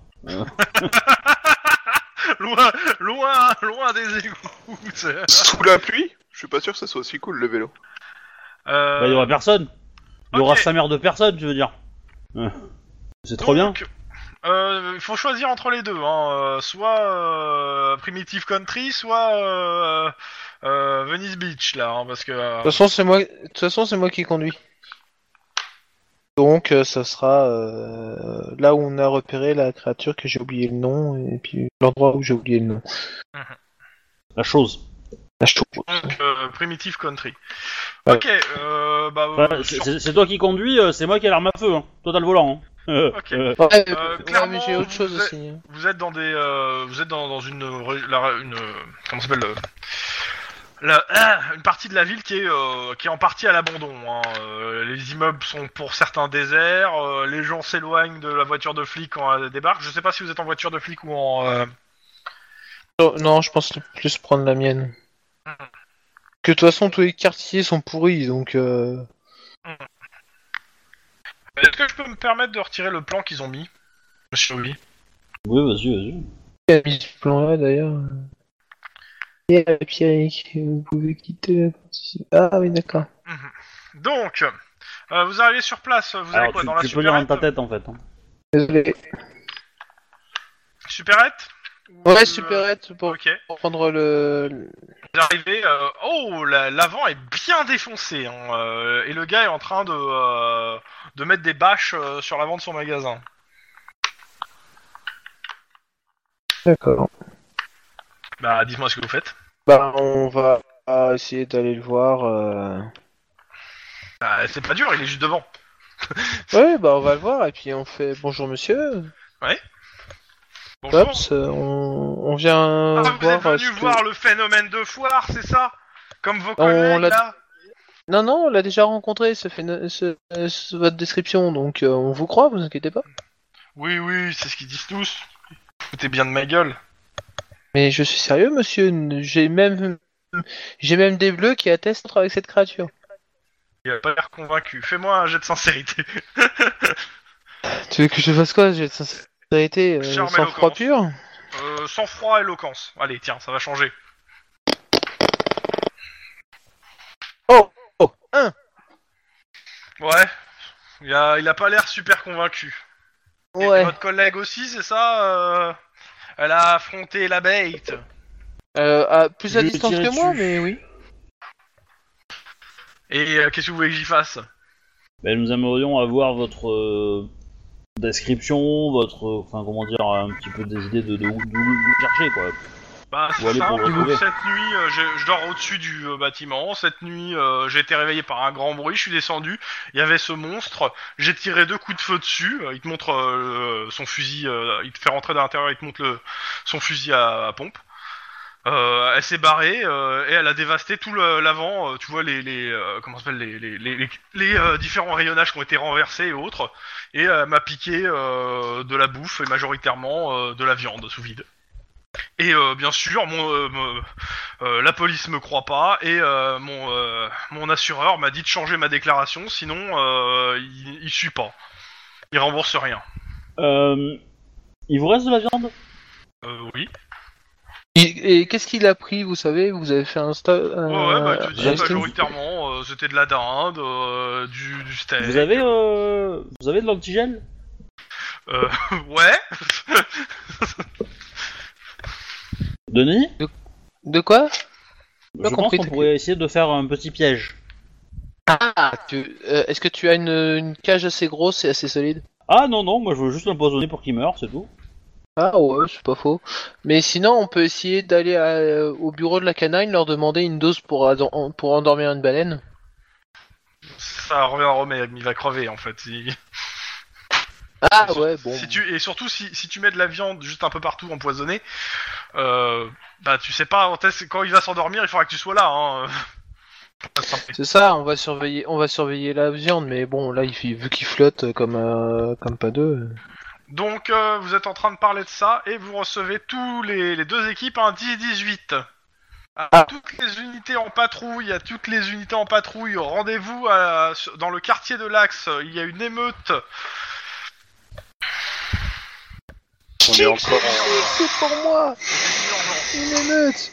Loin, loin, loin des égouts. c'est-
Sous la pluie Je suis pas sûr que ça soit aussi cool le vélo.
Euh,
Bah, il y aura personne. Il y aura
ok.
sa mère de personne, je veux dire. Euh, C'est trop bien.
donc, euh, Il faut choisir entre les deux, hein. euh, soit euh, Primitive Country, soit euh, euh, Venice Beach là, hein, parce que. euh,
De toute façon, c'est moi. De toute façon, c'est moi qui conduis. Donc, euh, ça sera euh, là où on a repéré la créature que j'ai oublié le nom et puis l'endroit où j'ai oublié le nom.
La chose.
Là, je trouve.
Donc, euh, Primitive Country.
Ouais.
Ok, euh, bah,
Enfin,
euh,
c'est-
sur-
c'est c'est toi qui conduis, euh, c'est moi qui ai l'arme à feu. Hein. Toi, t'as le volant. Hein.
Ok.
Euh,
Ouais,
Euh,
ouais,
clairement,
mais j'ai autre chose
vous êtes-
aussi. hein.
Vous êtes dans des, euh, vous êtes dans, dans une, ré- la- une, euh, comment ça s'appelle, euh, la- ah, une partie de la ville qui est, euh, qui est en partie à l'abandon. hein. Euh, les immeubles sont pour certains déserts. euh, les gens s'éloignent de la voiture de flic quand elle débarque. Je sais pas si vous êtes en voiture de flic ou en. euh,
Non, Oh, non, je pense plus prendre la mienne.
Hmm.
Que de toute façon, tous les quartiers sont pourris, donc... Euh...
Est-ce que je peux me permettre de retirer le plan qu'ils ont mis, Monsieur Obi
Oui, vas-y, vas-y.
qui a mis ce plan-là, d'ailleurs Et euh, Pierre, vous pouvez quitter la partie- Ah oui, d'accord.
Donc, euh, vous arrivez sur place. Vous avez
Alors,
quoi
tu,
dans la
tu peux lire en
supérette
ta tête en fait. hein.
Désolé.
Supérette Ou, euh,
Ouais, superette pour
Ok.
pour prendre le... le-
Vous arrivez, euh, oh, la- l'avant est bien défoncé, hein, euh, et le gars est en train de, euh, de mettre des bâches euh, sur l'avant de son magasin.
D'accord.
Bah, dites-moi ce que vous faites.
Bah, on va euh, essayer d'aller le voir... euh,
Bah, c'est pas dur, il est juste devant.
Ouais, bah on va le voir et puis on fait bonjour monsieur.
Bonjour.
Hops, euh, on, on vient
Ah, vous êtes
voir. euh,
venu
ce que-
voir le phénomène de foire, c'est ça Comme vos
On
collègues,
l'a-
là
Non, non, on l'a déjà rencontré, ce phéno- ce- euh, ce- votre description, donc euh, on vous croit, vous inquiétez pas.
Oui, oui, c'est ce qu'ils disent tous. Foutez bien de ma gueule.
Mais je suis sérieux monsieur, n- j'ai même j'ai même des bleus qui attestent avec cette créature.
Il a pas l'air convaincu. Fais-moi un jet de sincérité.
Tu veux que je fasse quoi J'ai de sincérité, euh,
Charme
sans froid
éloquence.
pur
Euh, sang-froid, éloquence. Allez, tiens, ça va changer.
Oh, un
Ouais. Il a, il a pas l'air super convaincu. Et
Ouais.
votre collègue aussi, c'est ça euh, Elle a affronté la bête.
Euh, à- plus à
Je vais
distance
tirer
que moi,
dessus.
mais oui.
Et euh, qu'est-ce que vous voulez que j'y fasse
Ben, nous aimerions avoir votre euh, description, votre. euh, Enfin, comment dire, un petit peu des idées de, de où, d'où- d'où chercher quoi.
Bah,
Ou
c'est
aller pour
simple.
le retrouver.
Cette nuit, euh, je, je dors au-dessus du euh, bâtiment. Cette nuit, euh, j'ai été réveillé par un grand bruit. Je suis descendu. Il y avait ce monstre. J'ai tiré deux coups de feu dessus. Euh, Il te montre euh, le- son fusil. euh, il te fait rentrer dans l'intérieur. Il te montre le, son fusil à, à pompe. Euh, elle s'est barrée euh, et elle a dévasté tout le- l'avant. euh, tu vois les, les euh, comment ça s'appelle les, les, les, les- les, euh, différents rayonnages qui ont été renversés et autres. Et elle m'a piqué euh, de la bouffe et majoritairement euh, de la viande sous vide. Et euh, bien sûr, mon, euh, me- euh, la police me croit pas et euh, mon, euh, mon assureur m'a dit de changer ma déclaration, sinon euh, il, il suit pas. Il rembourse rien.
Euh, il vous reste de la viande
Euh, oui.
Et, et qu'est-ce qu'il a pris, vous savez Vous avez fait un sta...
Ouais,
euh,
ouais, bah, je te dis
reste-
majoritairement, euh, c'était de la dinde, euh, du, du steak.
Vous avez euh, vous avez de l'antigel
Euh, ouais.
Denis
De quoi
Je
Pas
pense
compris,
qu'on
t'as
pourrait essayer de faire un petit piège.
Ah, tu- euh, est-ce que tu as une, une cage assez grosse et assez solide
Ah non, non, moi je veux juste l'empoisonner pour qu'il meure, c'est tout.
Ah ouais, c'est pas faux. Mais sinon, on peut essayer d'aller à- euh, au bureau de la canine, leur demander une dose pour, ador- pour endormir une baleine.
Ça revient à Roméo, il va crever en fait. Il-
Ah
sur-
ouais, bon.
Si tu, et surtout, si, si tu mets de la viande juste un peu partout empoisonnée, euh, bah tu sais pas, quand est-ce- quand il va s'endormir, il faudra que tu sois là. Hein.
C'est ça, on va surveiller, on va surveiller la viande, mais bon, là, il, fait- vu qu'il flotte euh, comme, euh, comme pas deux. euh.
Donc euh, vous êtes en train de parler de ça et vous recevez tous les, les deux équipes un 10-18. À
Ah.
Toutes les unités en patrouille, à toutes les unités en patrouille, rendez-vous à- dans le quartier de l'Axe, il y a une émeute.
On est encore en...
C'est pour moi,
urgence.
une émeute.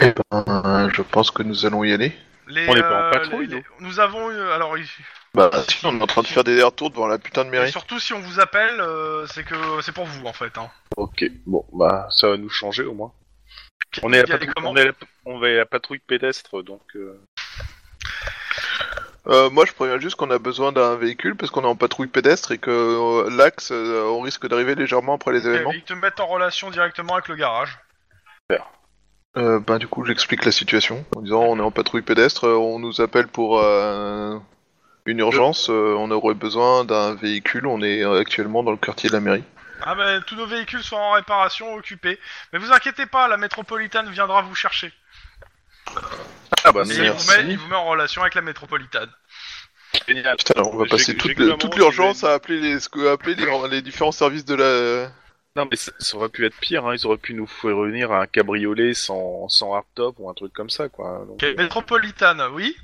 Eh ben, je pense que nous allons y aller.
Les,
On est pas en
euh,
patrouille,
les- les- Nous avons eu- alors il-
Bah, si, on est en train de faire des retours devant la putain de
et
mairie.
surtout si on vous appelle, euh, c'est que c'est pour vous en fait. hein.
Ok, bon, bah ça va nous changer au moins. On est à
Il y a
la
des
patrouille,
commandes.
on est à la, on va à la patrouille pédestre, donc... euh,
Euh, moi, je préviens juste qu'on a besoin d'un véhicule parce qu'on est en patrouille pédestre et que euh, l'axe, euh, on risque d'arriver légèrement après les événements.
Et Ils te mettent en relation directement avec le garage.
Euh, bah, du coup, j'explique la situation en disant on est en patrouille pédestre, euh, on nous appelle pour euh, une urgence, euh, on aurait besoin d'un véhicule, on est euh, actuellement dans le quartier de la mairie.
Ah ben, tous nos véhicules sont en réparation, occupés. Mais vous inquiétez pas, la métropolitaine viendra vous chercher.
Ah bah,
Et
Mais
il vous,
merci.
met, il vous met en relation avec la métropolitaine.
génial.
Putain, on va
J'ai-
passer
j'ai
toute,
que la
le-
maman
toute
qui
l'urgence
m'a
à appeler les, ce que- à appeler les, les différents services de la...
Non, mais ça, ça aurait pu être pire, hein. ils auraient pu nous fournir un cabriolet sans, sans hardtop ou un truc comme ça, quoi. Donc, euh,
Métropolitaine, oui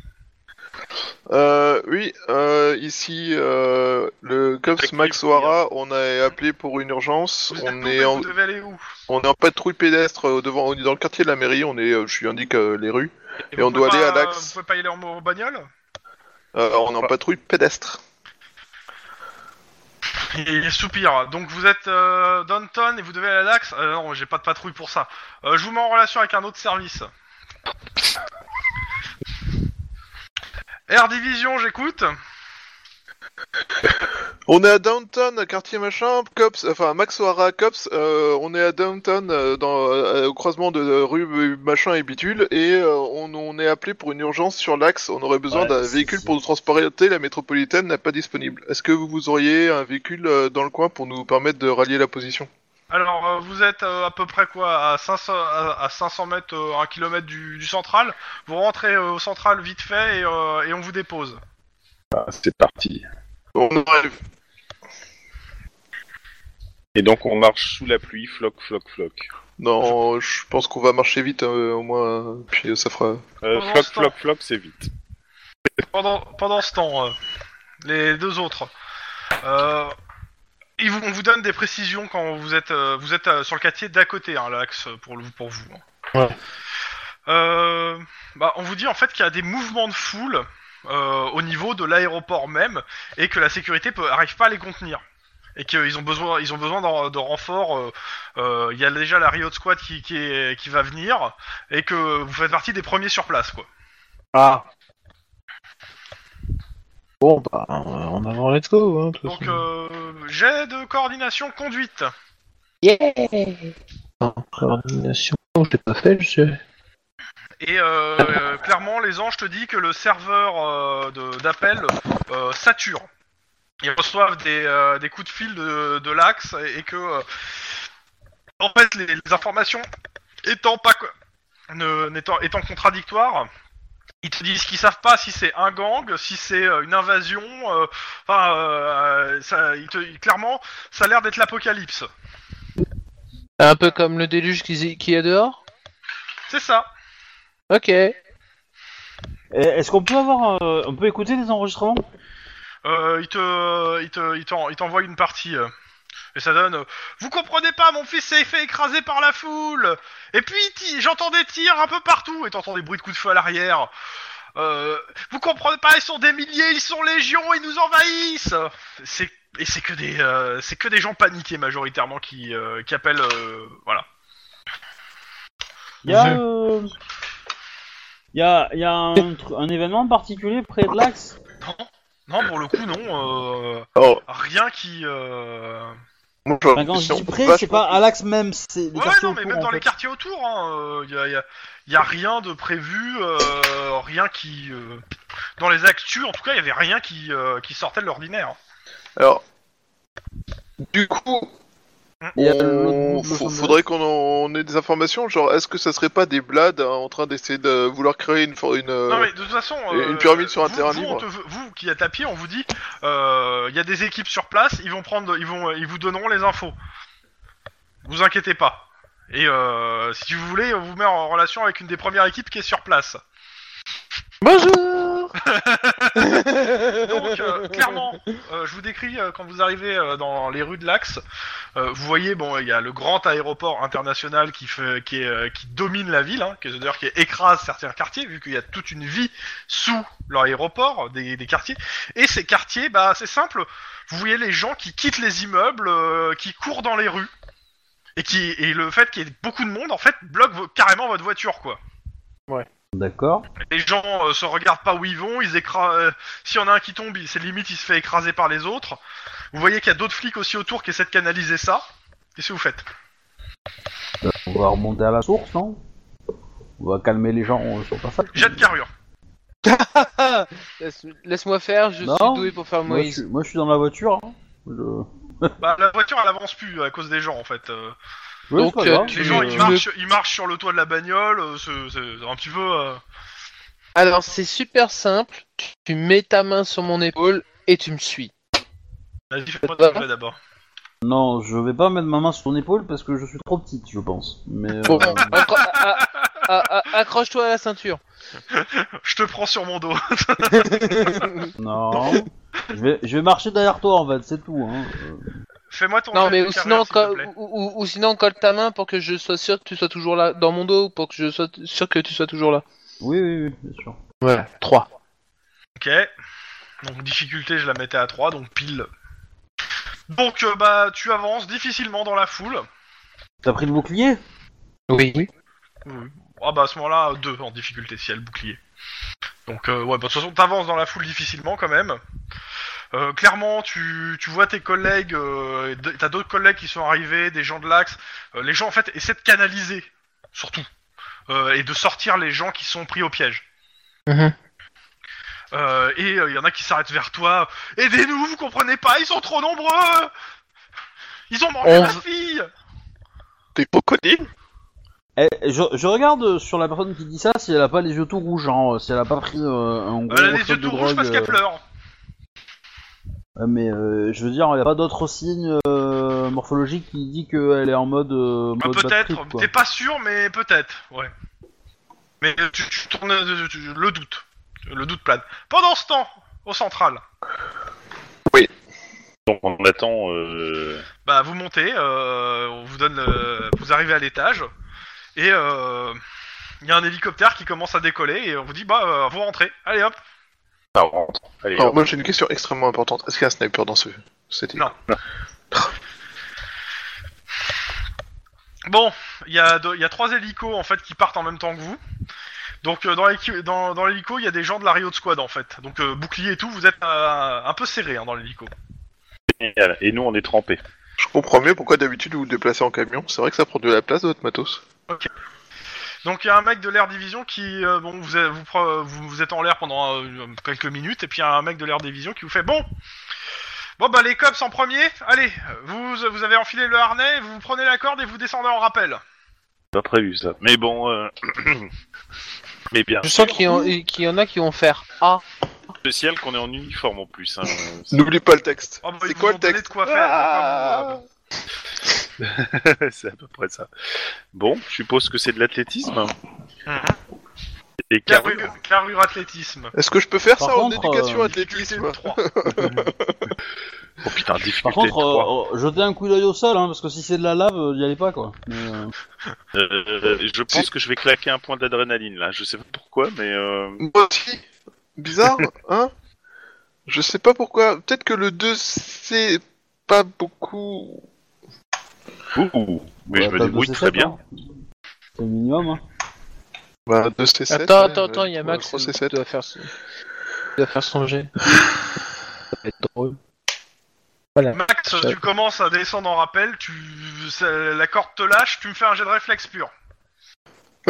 Euh, oui, euh, ici, euh, le COPS
Active,
Max O'Hara, on a appelé pour une urgence,
Vous, êtes
on
où,
est, en,
vous devez aller où
on est en patrouille pédestre euh, devant, on est dans le quartier de la mairie, on est, euh, je lui indique euh, les rues, Et
vous
on doit
pouvez
aller
pas-
à l'axe.
Vous pouvez pas y aller en, en bagnole
Euh, on est en patrouille pédestre.
Il soupire. Donc vous êtes euh, Downton et vous devez aller à l'axe Euh, Non, j'ai pas de patrouille pour ça. Euh, je vous mets en relation avec un autre service. Air Division, j'écoute.
On est à Downton, quartier machin, Cops, enfin Max O'Hara, Cops, euh, on est à Downton, euh, dans, euh, au croisement de euh, rue euh, machin et bidule, et euh, on, on est appelé pour une urgence sur l'axe, on aurait besoin
Ouais,
d'un
c'est-
véhicule
c'est-
pour nous transporter, la métropolitaine n'a pas disponible. Est-ce que vous auriez un véhicule euh, dans le coin pour nous permettre de rallier la position
Alors, euh, vous êtes euh, à peu près quoi À 500, à, à 500 mètres, euh, 1 km du, du central. Vous rentrez euh, au central vite fait et, euh, et on vous dépose.
bah, c'est parti.
On arrive.
Et donc on marche sous la pluie, floc, floc, floc.
Non, je pense qu'on va marcher vite euh, au moins, euh, puis euh, ça fera.
Euh,
Pendant
floc,
ce temps-
floc, floc, c'est vite.
Pendant, pendant ce temps, euh, les deux autres, euh, ils vous, on vous donne des précisions quand vous êtes, euh, vous êtes euh, sur le quartier d'à côté, hein, l'axe pour, le- pour vous. hein. Euh, bah, on vous dit en fait qu'il y a des mouvements de foule euh, au niveau de l'aéroport même et que la sécurité peut, arrive pas à les contenir. Et qu'ils ont besoin, ils ont besoin de, de renforts. euh, euh, Il y a déjà la Riot Squad qui, qui, est- qui va venir et que vous faites partie des premiers sur place, quoi.
Ah
Bon, bah, en avant, let's go. Hein, de toute
Donc,
façon.
euh, jet de coordination conduite.
Enfin, coordination, non, je l'ai pas fait, je sais.
Et euh, euh, clairement, les anges te disent que le serveur euh, de- d'appel euh, sature. Ils reçoivent des, euh, des coups de fil de, de l'axe et, et que, euh, en fait, les, les informations étant pas co- ne- n'étant- étant contradictoires, ils te disent qu'ils savent pas si c'est un gang, si c'est euh, une invasion. euh, Enfin, euh, ça- ils te- clairement, ça a l'air d'être l'apocalypse.
Un peu comme le déluge qui, qui est dehors
C'est ça.
Ok.
Et Est-ce qu'on peut avoir. euh, on peut écouter des enregistrements
Euh, il te, il te, il t'en- il t'envoie une partie. euh, et ça donne. euh, Vous comprenez pas, mon fils s'est fait écraser par la foule. Et puis ti- j'entends des tirs un peu partout. Et t'entends des bruits de coups de feu à l'arrière. Euh, vous comprenez pas, ils sont des milliers, ils sont légions, ils nous envahissent. C'est et c'est que des, euh, c'est que des gens paniqués majoritairement qui, euh, qui appellent, euh, voilà.
Il y a. euh, Il y a, il y a un, tru- un événement particulier près de l'axe
Non, non pour le coup non, euh,
Alors,
rien qui. euh,
moi, j'ai
Enfin, Quand je
l'impression
dis près,
vachement
c'est pas à l'axe même, c'est les
Ouais,
quartiers
non, mais
autour,
même
en
dans les
fait.
quartiers autour, il hein, euh, y, a, y a- y a rien de prévu, euh, rien qui. euh, dans les actus, en tout cas, il y avait rien qui, euh, qui sortait de l'ordinaire.
Alors, du coup,
Il y a
on-
l'autre-
faut-
l'autre-
faudrait qu'on en- on ait des informations. Genre, est-ce que ça serait pas des blades hein, en train d'essayer de vouloir créer une, for- une, euh,
Non, mais de toute façon.
et
euh,
une pyramide sur un
vous-
terrain
vous,
libre.
on te- vous qui êtes à pied, on vous dit euh, il y a des équipes sur place, ils, vont prendre, ils, vont, ils vous donneront les infos. Vous inquiétez pas. Et euh, si vous voulez, on vous met en relation avec une des premières équipes qui est sur place.
Bonjour
Donc, euh, clairement, euh, je vous décris euh, quand vous arrivez euh, dans les rues de l'Axe. euh, vous voyez, bon, il y a le grand aéroport international qui, fait, qui, est, euh, qui domine la ville, hein, qui est- d'ailleurs qui écrase certains quartiers, vu qu'il y a toute une vie sous l'aéroport euh, des, des quartiers. Et ces quartiers, bah, c'est simple. Vous voyez les gens qui quittent les immeubles, euh, qui courent dans les rues. Et, qui, et le fait qu'il y ait beaucoup de monde, en fait, bloque vo- carrément votre voiture, quoi.
D'accord.
Les gens euh, se regardent pas où ils vont, ils écrasent. euh, S'il y en a un qui tombe, il- c'est limite il se fait écraser par les autres. Vous voyez qu'il y a d'autres flics aussi autour qui essaient de canaliser ça. Qu'est-ce que vous faites
On va remonter à la source, non On va calmer les gens euh, sur le passage.
Jet de carrure.
Ah, Laisse- Laisse-moi faire, je
Non.
suis doué pour faire
Moi, je,
Moïse.
suis- moi, je suis dans ma voiture. hein. Je-
Bah, la voiture elle avance plus à cause des gens en fait. Euh,
Ouais,
Donc,
c'est pas
euh,
grave.
tu-
les gens
euh,
ils marchent, ils marchent sur le toit de la bagnole, euh, c'est c'est un petit peu. euh,
Alors c'est super simple, tu- tu mets ta main sur mon épaule et tu me suis.
Vas-y, fais-moi
Ça va
ton jet d'abord.
Non, je vais pas mettre ma main sur ton épaule parce que je suis trop petite, je pense. Mais euh,
Bon, accro- a- a- a- accroche-toi à la ceinture.
Je te prends sur mon dos.
non. Je vais, je vais marcher derrière toi en fait, c'est tout. Hein. Euh,
Fais-moi ton
Non,
jet
mais
de
ou
carrière,
sinon,
s'il te
co-
plaît.
ou, ou- ou sinon, colle ta main pour que je sois sûr que tu sois toujours là, dans mon dos, pour que je sois t- sûr que tu sois toujours là.
Oui, oui, oui, bien sûr.
Voilà, 3.
Ok. Donc difficulté, je la mettais à 3, donc pile. Donc euh, bah tu avances difficilement dans la foule.
T'as pris le bouclier
Oui.
Ah bah à ce moment-là, 2 en difficulté si elle le bouclier. Donc euh, ouais, bah, de toute façon t'avances dans la foule difficilement quand même. Euh, clairement, tu, tu vois tes collègues, euh, d- t'as d'autres collègues qui sont arrivés, des gens de l'axe. Euh, les gens en fait essaient de canaliser, surtout, Euh, et de sortir les gens qui sont pris au piège.
Mhm.
Euh, et il y en a qui s'arrêtent vers toi. Aidez-nous, vous comprenez pas, ils sont trop nombreux. Ils ont mangé
On-
ma fille.
T'es crocodile
Eh, je, je regarde sur la personne qui dit ça si elle a pas les yeux tout rouges, genre si elle a pas pris euh, un gros.
Elle a les
shot
yeux
de
tout rouges
drogue,
parce qu'elle
euh,
pleure.
Ouais, Mais euh, je veux dire, il a pas d'autres signes euh, morphologiques qui dit qu'elle est en mode. euh,
Ah,
mode bad
peut-être,
trip, quoi.
t'es pas sûr, mais peut-être, ouais. Mais tu, tu tournes euh, tu- le doute. Le doute plane. Pendant ce temps, au central,
Donc on attend. Euh...
bah vous montez, euh, on vous donne le- vous arrivez à l'étage, et il y a un hélicoptère qui commence à décoller, et on vous dit, bah euh, vous rentrez, allez hop.
Ah, on rentre. Allez,
Alors
hop.
moi j'ai une question extrêmement importante. Est-ce qu'il y a un sniper dans ce c'était
Non. Bon, il y, a deux- il y a trois hélicos en fait qui partent en même temps que vous. Donc euh, dans l'hélico, dans, dans l'hélico, il y a des gens de la Rio de Squad en fait. Donc euh, bouclier et tout, vous êtes euh, un peu serré dans l'hélico.
Génial. Et nous on est trempés.
Je comprends mieux pourquoi d'habitude vous vous déplacez en camion. C'est vrai que ça prend de la place votre matos.
Donc il y a un mec de l'air division qui euh, bon vous êtes, vous, pre- vous- vous êtes en l'air pendant euh, quelques minutes et puis il y a un mec de l'air division qui vous fait bon bon bah les cops en premier allez vous vous avez enfilé le harnais vous prenez la corde et vous descendez en rappel
Pas prévu ça. Mais bon. euh, Mais bien.
Je sens qu'il y, en- qu'il y en a qui vont faire Ah.
Spécial qu'on est en uniforme en plus. hein.
N'oublie pas le texte.
Oh, bah, ils
c'est
vous
quoi
ont
le
donné
texte
de quoi faire
Ah
donc, euh,
c'est à peu près ça. Bon, je suppose que c'est de l'athlétisme.
Mhm.
Mm-hmm. Et carrure.
carrure, carrure athlétisme
Est-ce que je peux faire
Par
ça en
contre,
éducation
euh,
athlétisme
3
Oh putain, difficulté
Par contre,
trois.
euh, euh, jetez un coup d'œil au sol, hein, parce que si c'est de la lave, euh, y allez pas quoi. Mais, euh,
Euh, je pense que je vais claquer un point d'adrénaline là. Je sais pas pourquoi, mais euh,
Moi aussi. Bizarre, hein Je sais pas pourquoi. Peut-être que le 2 c'est pas beaucoup.
ouh, mais
ouais,
je
t'as
me
deux
débrouille
C7,
bah, très bien.
hein. C'est le minimum. Hein.
Bah 2 c'est 7.
Attends, attends, attends, il y a Max
c'est
qui
7.
doit faire, ce- qui doit faire son jet. Ça va être drôle.
Max tu commences à descendre en rappel tu ça- la corde te lâche tu me fais un jet de réflexe pur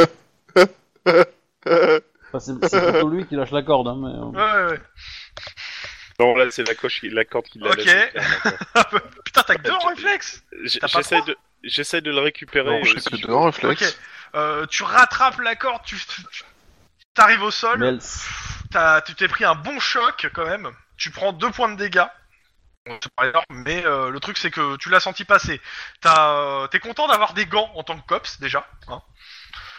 Enfin, c'est c'est plutôt lui qui lâche la corde. Hein, mais,
ouais
euh,
ouais, ouais.
Non, là c'est la, coche, la corde qui l'a
Ok.
lâché, clairement, quoi.
putain t'as que deux en réflexe
J-
T'as pas
J'essaie
trois
de, j'essaie de le récupérer.
Non, je
euh,
sais
si
que
je-
deux en réflexe.
Ok. Euh, tu rattrapes la corde, tu, tu- tu- t'arrives au sol,
mais elle-
t'as- tu t'es pris un bon choc quand même. Tu prends deux points de dégâts. Bon, c'est pas énorme, Mais euh, le truc c'est que tu l'as senti passer. T'as, euh, t'es content d'avoir des gants en tant que cops déjà, hein.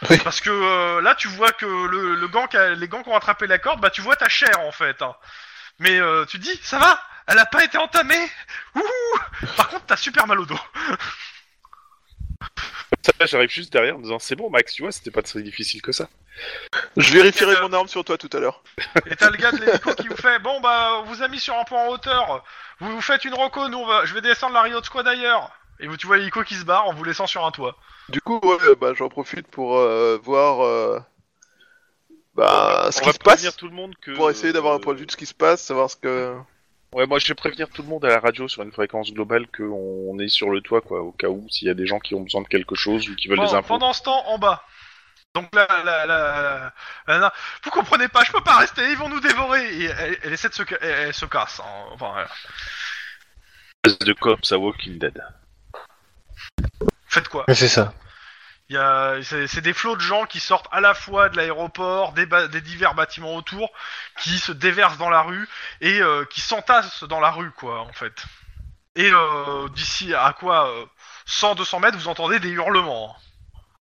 Oui.
parce que euh, là tu vois que le, le gant qu'a- les gants qui ont attrapé la corde, bah tu vois ta chair en fait. hein. Mais euh, tu te dis ça va, elle a pas été entamée. Wouhou Par contre t'as super mal au dos.
Ça, va, j'arrive juste derrière en disant c'est bon Max, tu vois, c'était pas si difficile que ça.
Je vérifierai
euh,
mon arme sur toi tout à l'heure.
Et t'as le gars de l'hélico qui vous fait Bon, bah, on vous a mis sur un point en hauteur, vous vous faites une reco, nous on va... je vais descendre la Rio de Squad ailleurs. Et vous- tu vois l'hélico qui se barre en vous laissant sur un toit.
Du coup, ouais, bah, j'en profite pour euh, voir euh, bah, ce
On
qui
va
se passe.
prévenir tout le monde que.
Pour essayer d'avoir un point de
euh,
vue de ce qui se passe, savoir ce que.
Ouais, moi je vais prévenir tout le monde à la radio sur une fréquence globale qu'on est sur le toit, quoi, au cas où s'il y a des gens qui ont besoin de quelque chose ou qui veulent
Pendant,
des infos.
pendant ce temps, en bas. Donc là, la, la, la- la nana, vous comprenez pas, je peux pas rester, ils vont nous dévorer. Et elle, elle essaie de se, ca- elle, elle se casse. hein. Enfin, voilà.
Espèce de cops à Walking Dead.
faites quoi
C'est ça.
Il y a, c'est, c'est des flots de gens qui sortent à la fois de l'aéroport, des, ba- des divers bâtiments autour, qui se déversent dans la rue et euh, qui s'entassent dans la rue, quoi, en fait. Et euh, d'ici à quoi euh, 100-200 mètres, vous entendez des hurlements.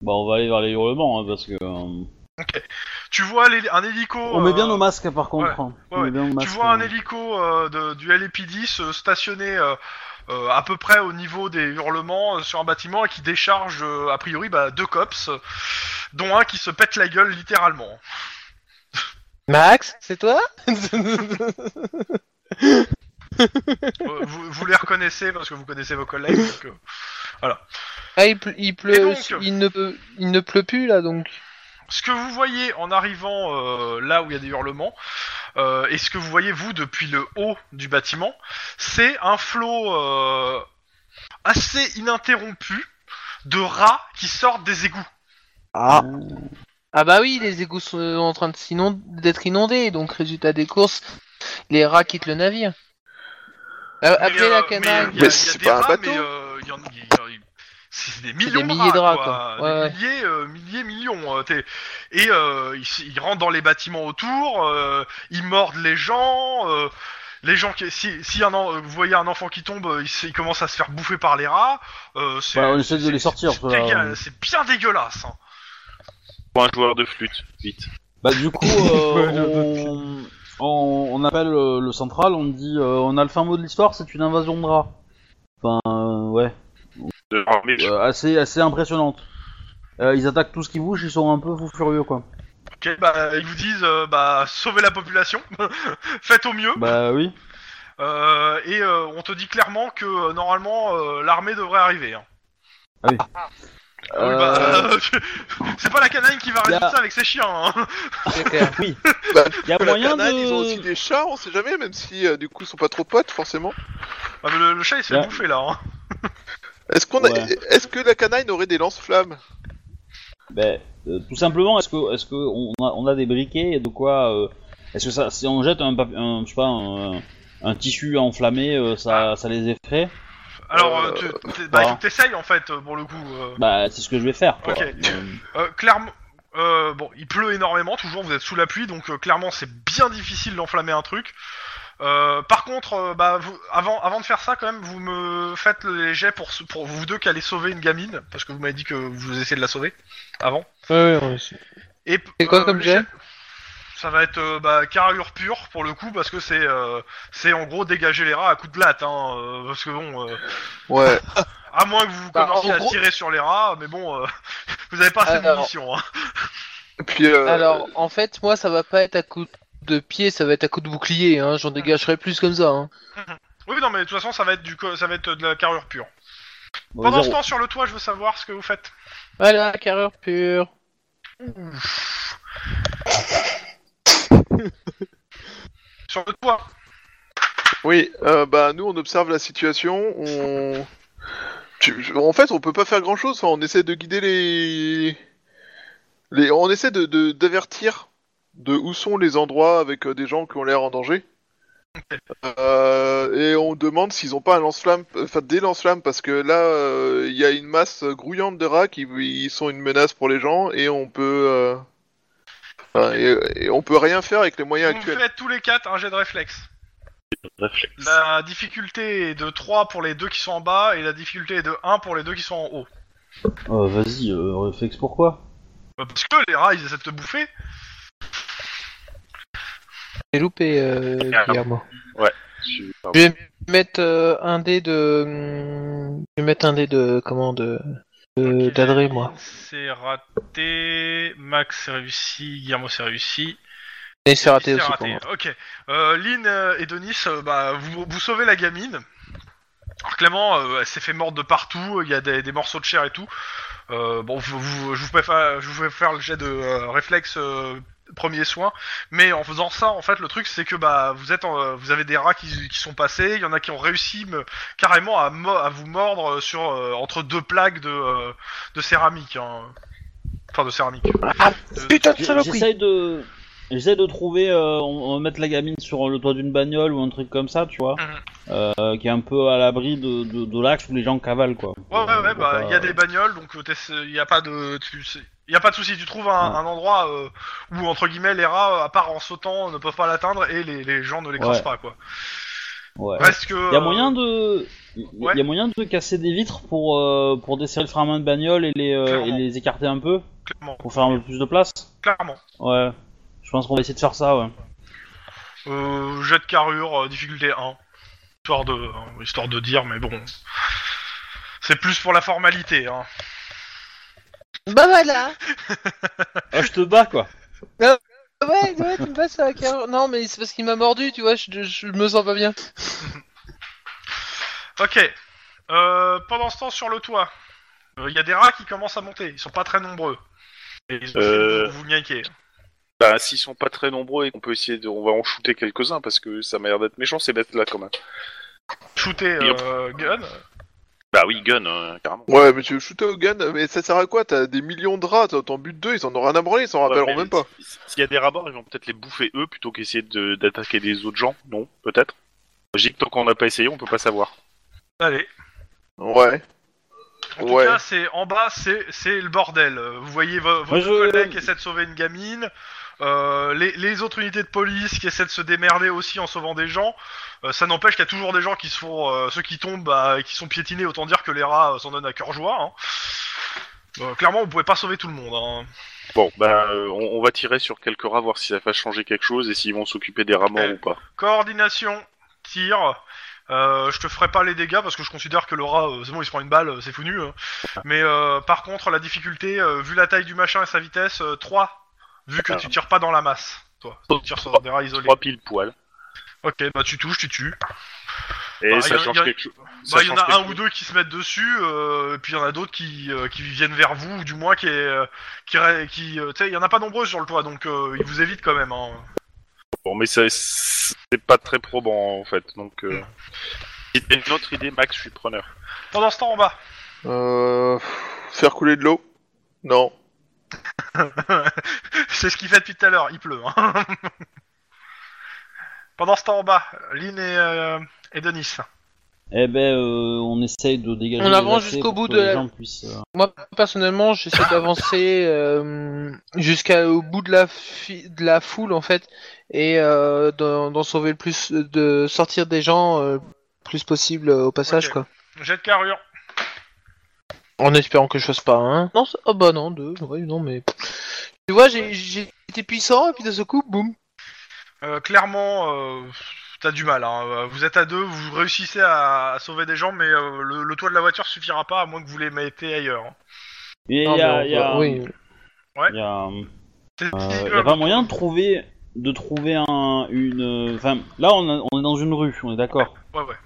Bah, on va aller vers les hurlements, hein, parce que. euh,
Tu vois l'hé- un hélico.
On met bien
euh,
nos masques par contre. hein.
ouais,
On met
ouais.
bien nos
Tu
masques,
vois un
euh.
hélico euh, de- du LAPD se stationner euh, euh, à peu près au niveau des hurlements euh, sur un bâtiment et qui décharge euh, a priori bah, deux cops, euh, dont un qui se pète la gueule littéralement.
Max, c'est toi
Euh, vous, vous les reconnaissez parce que vous connaissez vos collègues. donc, euh,
Ah, il, ple- il pleut,
Et donc
il ne peut, il ne pleut plus là donc.
ce que vous voyez en arrivant euh, là où il y a des hurlements, euh, et ce que vous voyez vous depuis le haut du bâtiment, c'est un flot euh, assez ininterrompu de rats qui sortent des égouts.
Ah. Ah bah oui, les égouts sont en train de s'inon- d'être inondés, donc résultat des courses, les rats quittent le navire.
Mais,
Euh, Appelez
euh,
la
mais
canale.
il y a- il y a
c'est
des
pas un
rats,
bateau.
mais, euh, il y en- il y en- il- C'est des millions
des milliers de rats, quoi. Ouais,
Des
ouais.
milliers, euh, milliers, millions. euh, t'es- et euh, ils, s- ils rentrent dans les bâtiments autour, euh, ils mordent les gens. euh, les gens qui, si, si un en- vous voyez un enfant qui tombe, euh, il, s- il commence à se faire bouffer par les rats. euh, c'est-
Bah, on essaie de
c'est-
les sortir,
c'est
parce que là,
dégueulasse,
euh,
C'est bien dégueulasse. hein.
Pour un joueur de flûte, vite.
Bah du coup, euh, on... on- on appelle euh, le central, on dit, euh, on a le fin mot de l'histoire, c'est une invasion de rats. Enfin, euh, ouais,
De l'armée, je-
Euh, assez, assez impressionnante. Euh, ils attaquent tout ce qui bouge, ils sont un peu fous furieux quoi.
Ok, bah, ils vous disent, euh, bah, sauvez la population, faites au mieux.
Bah oui.
Euh, et euh, on te dit clairement que euh, normalement euh, l'armée devrait arriver. hein. Oui, bah,
Euh,
c'est pas la canaille qui
y
va
a-
résoudre ça avec ses chiens. hein.
C'est clair.
oui.
Bah,
y a
Que la
Ah, moyen
canade, Ils ont
de.
aussi des chats, on sait jamais, même si euh, du coup ils sont pas trop potes forcément.
Ah, mais le, le chat il se fait
Là.
bouffer là. hein.
Est-ce qu'on a...
Ouais.
est-ce que la canaille aurait des lance-flammes
Bah,
ben, euh, tout simplement, est-ce que, est-ce que on a, on a des briquets et de quoi euh, Est-ce que ça, si on jette un, papi- un je sais pas, un, un tissu enflammé, euh, ça, ça les effraie
Alors, euh,
Euh,
tu- t'es- bah, il faut
bah.
que t'essayes en fait euh, pour le coup. euh.
Bah, c'est ce que je vais faire. Quoi.
Ok.
Euh,
Euh, clairement, euh, bon, il pleut énormément, toujours vous êtes sous la pluie, donc euh, clairement c'est bien difficile d'enflammer un truc. Euh, par contre, euh, bah, vous- avant, avant de faire ça, quand même, vous me faites les jets pour, ce- pour vous deux qui allez sauver une gamine, parce que vous m'avez dit que vous essayez de la sauver avant. Et p-
C'est quoi comme
les
jet
chefs- Ça va être euh, bah, carrure pure pour le coup parce que c'est euh, c'est en gros dégager les rats à coups de latte hein, euh, parce que bon euh,
Ouais.
à moins que vous
Bah,
commenciez
en
à
gros-
tirer sur les rats mais bon euh, vous avez pas assez de
Alors-
munitions hein.
Puis euh,
Alors, en fait, moi, ça va pas être à coup de pied, ça va être à coup de bouclier. Hein. J'en dégagerai plus comme ça. Hein.
Oui non mais de toute façon ça va être du co- ça va être de la carrure pure.
bon,
Pendant ce
zéro.
temps sur le toit je veux savoir ce que vous faites.
Voilà, carrure pure.
Sur le toit.
oui, euh, bah nous on observe la situation, on Tu- je- en fait on peut pas faire grand chose, on essaie de guider les, les... on essaie de de- d'avertir de, où sont les endroits avec euh, des gens qui ont l'air en danger. Euh, et on demande s'ils ont pas un lance-flamme, enfin des lance-flammes, parce que là, euh, il y a une masse grouillante de rats qui ils sont une menace pour les gens et on peut, euh, enfin, et- et on peut rien faire avec les moyens
vous
actuels.
faites tous les quatre un jet de réflexe.
Réflexe.
La difficulté est de 3 pour les deux qui sont en bas et la difficulté est de 1 pour les deux qui sont en haut.
Euh, Vas-y, euh, réflexe pourquoi
Bah, Parce que les rats ils essaient de te bouffer.
J'ai loupé, euh, Pierre, moi.
Je- pardon.
Je vais mettre euh, un dé de. hmm, Je vais mettre un dé de. Comment de. de- d'adré, moi.
C'est raté. Max c'est réussi. Guillermo c'est réussi.
Et c'est raté
Puis,
aussi
c'est
pour moi.
Ok. Euh, Lynn euh, et Denis, euh, bah, vous, vous sauvez la gamine. Alors clairement, euh, elle s'est fait mordre de partout. Il y a des, des morceaux de chair et tout. Euh, bon, vous- vous- je vous préfère, je vous fais faire le jet de euh, réflexe. euh, premier soin, mais en faisant ça, en fait, le truc c'est que bah vous êtes, en- euh, vous avez des rats qui, qui sont passés, il y en a qui ont réussi me- carrément à, mo- à vous mordre sur euh, entre deux plaques de, euh, de céramique. hein. Enfin, de céramique.
Ah, Putain de
J'ai-
saloperie
J'essaye de. J'essaie de trouver, euh, on, on va mettre la gamine sur le toit d'une bagnole ou un truc comme ça, tu vois,
Mhm.
euh, qui est un peu à l'abri de, de, de l'axe où les gens cavalent, quoi. euh,
Ouais, ouais, ouais,
Pour
bah,
pas-
il y a des bagnoles, donc il n'y a pas de. Il y a pas de souci, tu trouves un,
Ouais.
un endroit euh, où entre guillemets les rats, euh, à part en sautant, ne peuvent pas l'atteindre et les, les gens ne les crachent
Ouais.
pas quoi.
Ouais.
Reste que.
Il y a
euh,
moyen de, il
Ouais.
y a moyen de casser des vitres pour euh, pour desserrer le frein à main de bagnole et les euh, et
Clairement.
les écarter un peu
Clairement,
pour faire un peu plus de place.
clairement.
Ouais. Je pense qu'on va essayer de faire ça, ouais.
Euh, jet de carrure, euh, difficulté 1. Histoire de, euh, histoire de dire, mais bon. C'est plus pour la formalité. Hein.
Bah voilà
Ah, je te bats quoi.
Ouais, ouais, tu me passes à la carrure. Non, mais c'est parce qu'il m'a mordu, tu vois, je, je me sens pas bien.
Ok. Euh, pendant ce temps, sur le toit, il y a des rats qui commencent à monter. Ils sont pas très nombreux. Et ils ont
Euh.
essayé de vous niaquer.
Bah, s'ils sont pas très nombreux et qu'on peut essayer de. On va en shooter quelques-uns parce que ça m'a l'air d'être méchant ces bêtes-là quand même.
Shooter
Et
euh, gun.
Bah oui, gun, euh, carrément.
Ouais, mais tu veux shooter au gun, mais ça sert à quoi T'as des millions de rats, t'en- t'en butes deux, ils s'en auront rien à branler, ils s'en rappelleront
Ouais, mais
même pas.
s- S'il y a des rabords, ils vont peut-être les bouffer eux plutôt qu'essayer de- d'attaquer des autres gens, non Peut-être J'ai dit que tant qu'on n'a pas essayé, on peut pas savoir.
Allez.
Ouais.
En
Ouais.
tout cas, c'est en bas, c'est c'est le bordel. Euh, Vous voyez vo- vos
Moi,
deux
je-
collègues qui essaient de sauver une gamine, euh, les, les autres unités de police qui essaient de se démerder aussi en sauvant des gens. Euh, ça n'empêche qu'il y a toujours des gens qui se font, euh, ceux qui tombent, bah, qui sont piétinés. Autant dire que les rats euh, s'en donnent à cœur joie. hein. Euh, clairement, vous pouvez pas sauver tout le monde. hein.
Bon, bah euh, on, on va tirer sur quelques rats, voir si ça va changer quelque chose et s'ils vont s'occuper des rats morts
Eh.
ou pas.
Coordination, tir. Euh, je te ferai pas les dégâts parce que je considère que le rat, euh, c'est bon, il se prend une balle, euh, c'est foutu. hein. Mais euh, par contre, la difficulté, euh, vu la taille du machin et sa vitesse, 3. Vu que tu tires pas dans la masse, toi. Tu tires sur des rats isolés.
Trois piles poil.
Ok, bah tu touches, tu tues.
Et
Bah, y
ça
a- y
change
a-
quelque chose.
Bah il y en a un ou deux qui se mettent dessus, euh, et puis il y en a d'autres qui, euh, qui viennent vers vous, ou du moins qui, est, euh, qui, ré- qui euh, tu sais, il y en a pas nombreux sur le toit, donc euh, ils vous évitent quand même. Hein.
Bon, mais ça- c'est pas très probant en fait, donc. Euh... Si t'as une autre idée, Max, je suis preneur.
Pendant ce temps en bas.
Euh... Faire couler de l'eau Non.
C'est ce qu'il fait depuis tout à l'heure, il pleut. hein. Pendant ce temps en bas, Lynn et, euh, et Denis.
Eh ben, euh, on essaye de dégager.
On
les
avance
accès
jusqu'au bout
pour que
de
les
la-
gens puissent, euh,
Moi, personnellement, j'essaie d'avancer euh, jusqu'au bout de la, fi- de la foule, en fait, et euh, d'en d'en sauver le plus, de sortir des gens euh, le plus possible euh, au passage,
Ok.
quoi.
Jet de carrure.
En espérant que je fasse pas un. Non, ça- oh bah non, deux. Ouais, non, mais. Tu vois, j'ai- j'ai été puissant, et puis d'un seul coup, boum.
Euh, clairement, euh, t'as du mal. hein. Vous êtes à deux, vous réussissez à, à sauver des gens, mais euh, le, le toit de la voiture suffira pas à moins que vous les mettez ailleurs. hein.
Et
Non,
il y a,
mais on
il y a-
peut- oui.
il y a, euh,
C'est
il y a pas moyen de trouver, de trouver un, une. euh, Enfin, là, on, a- on est dans une rue, on est d'accord.
Ouais, ouais.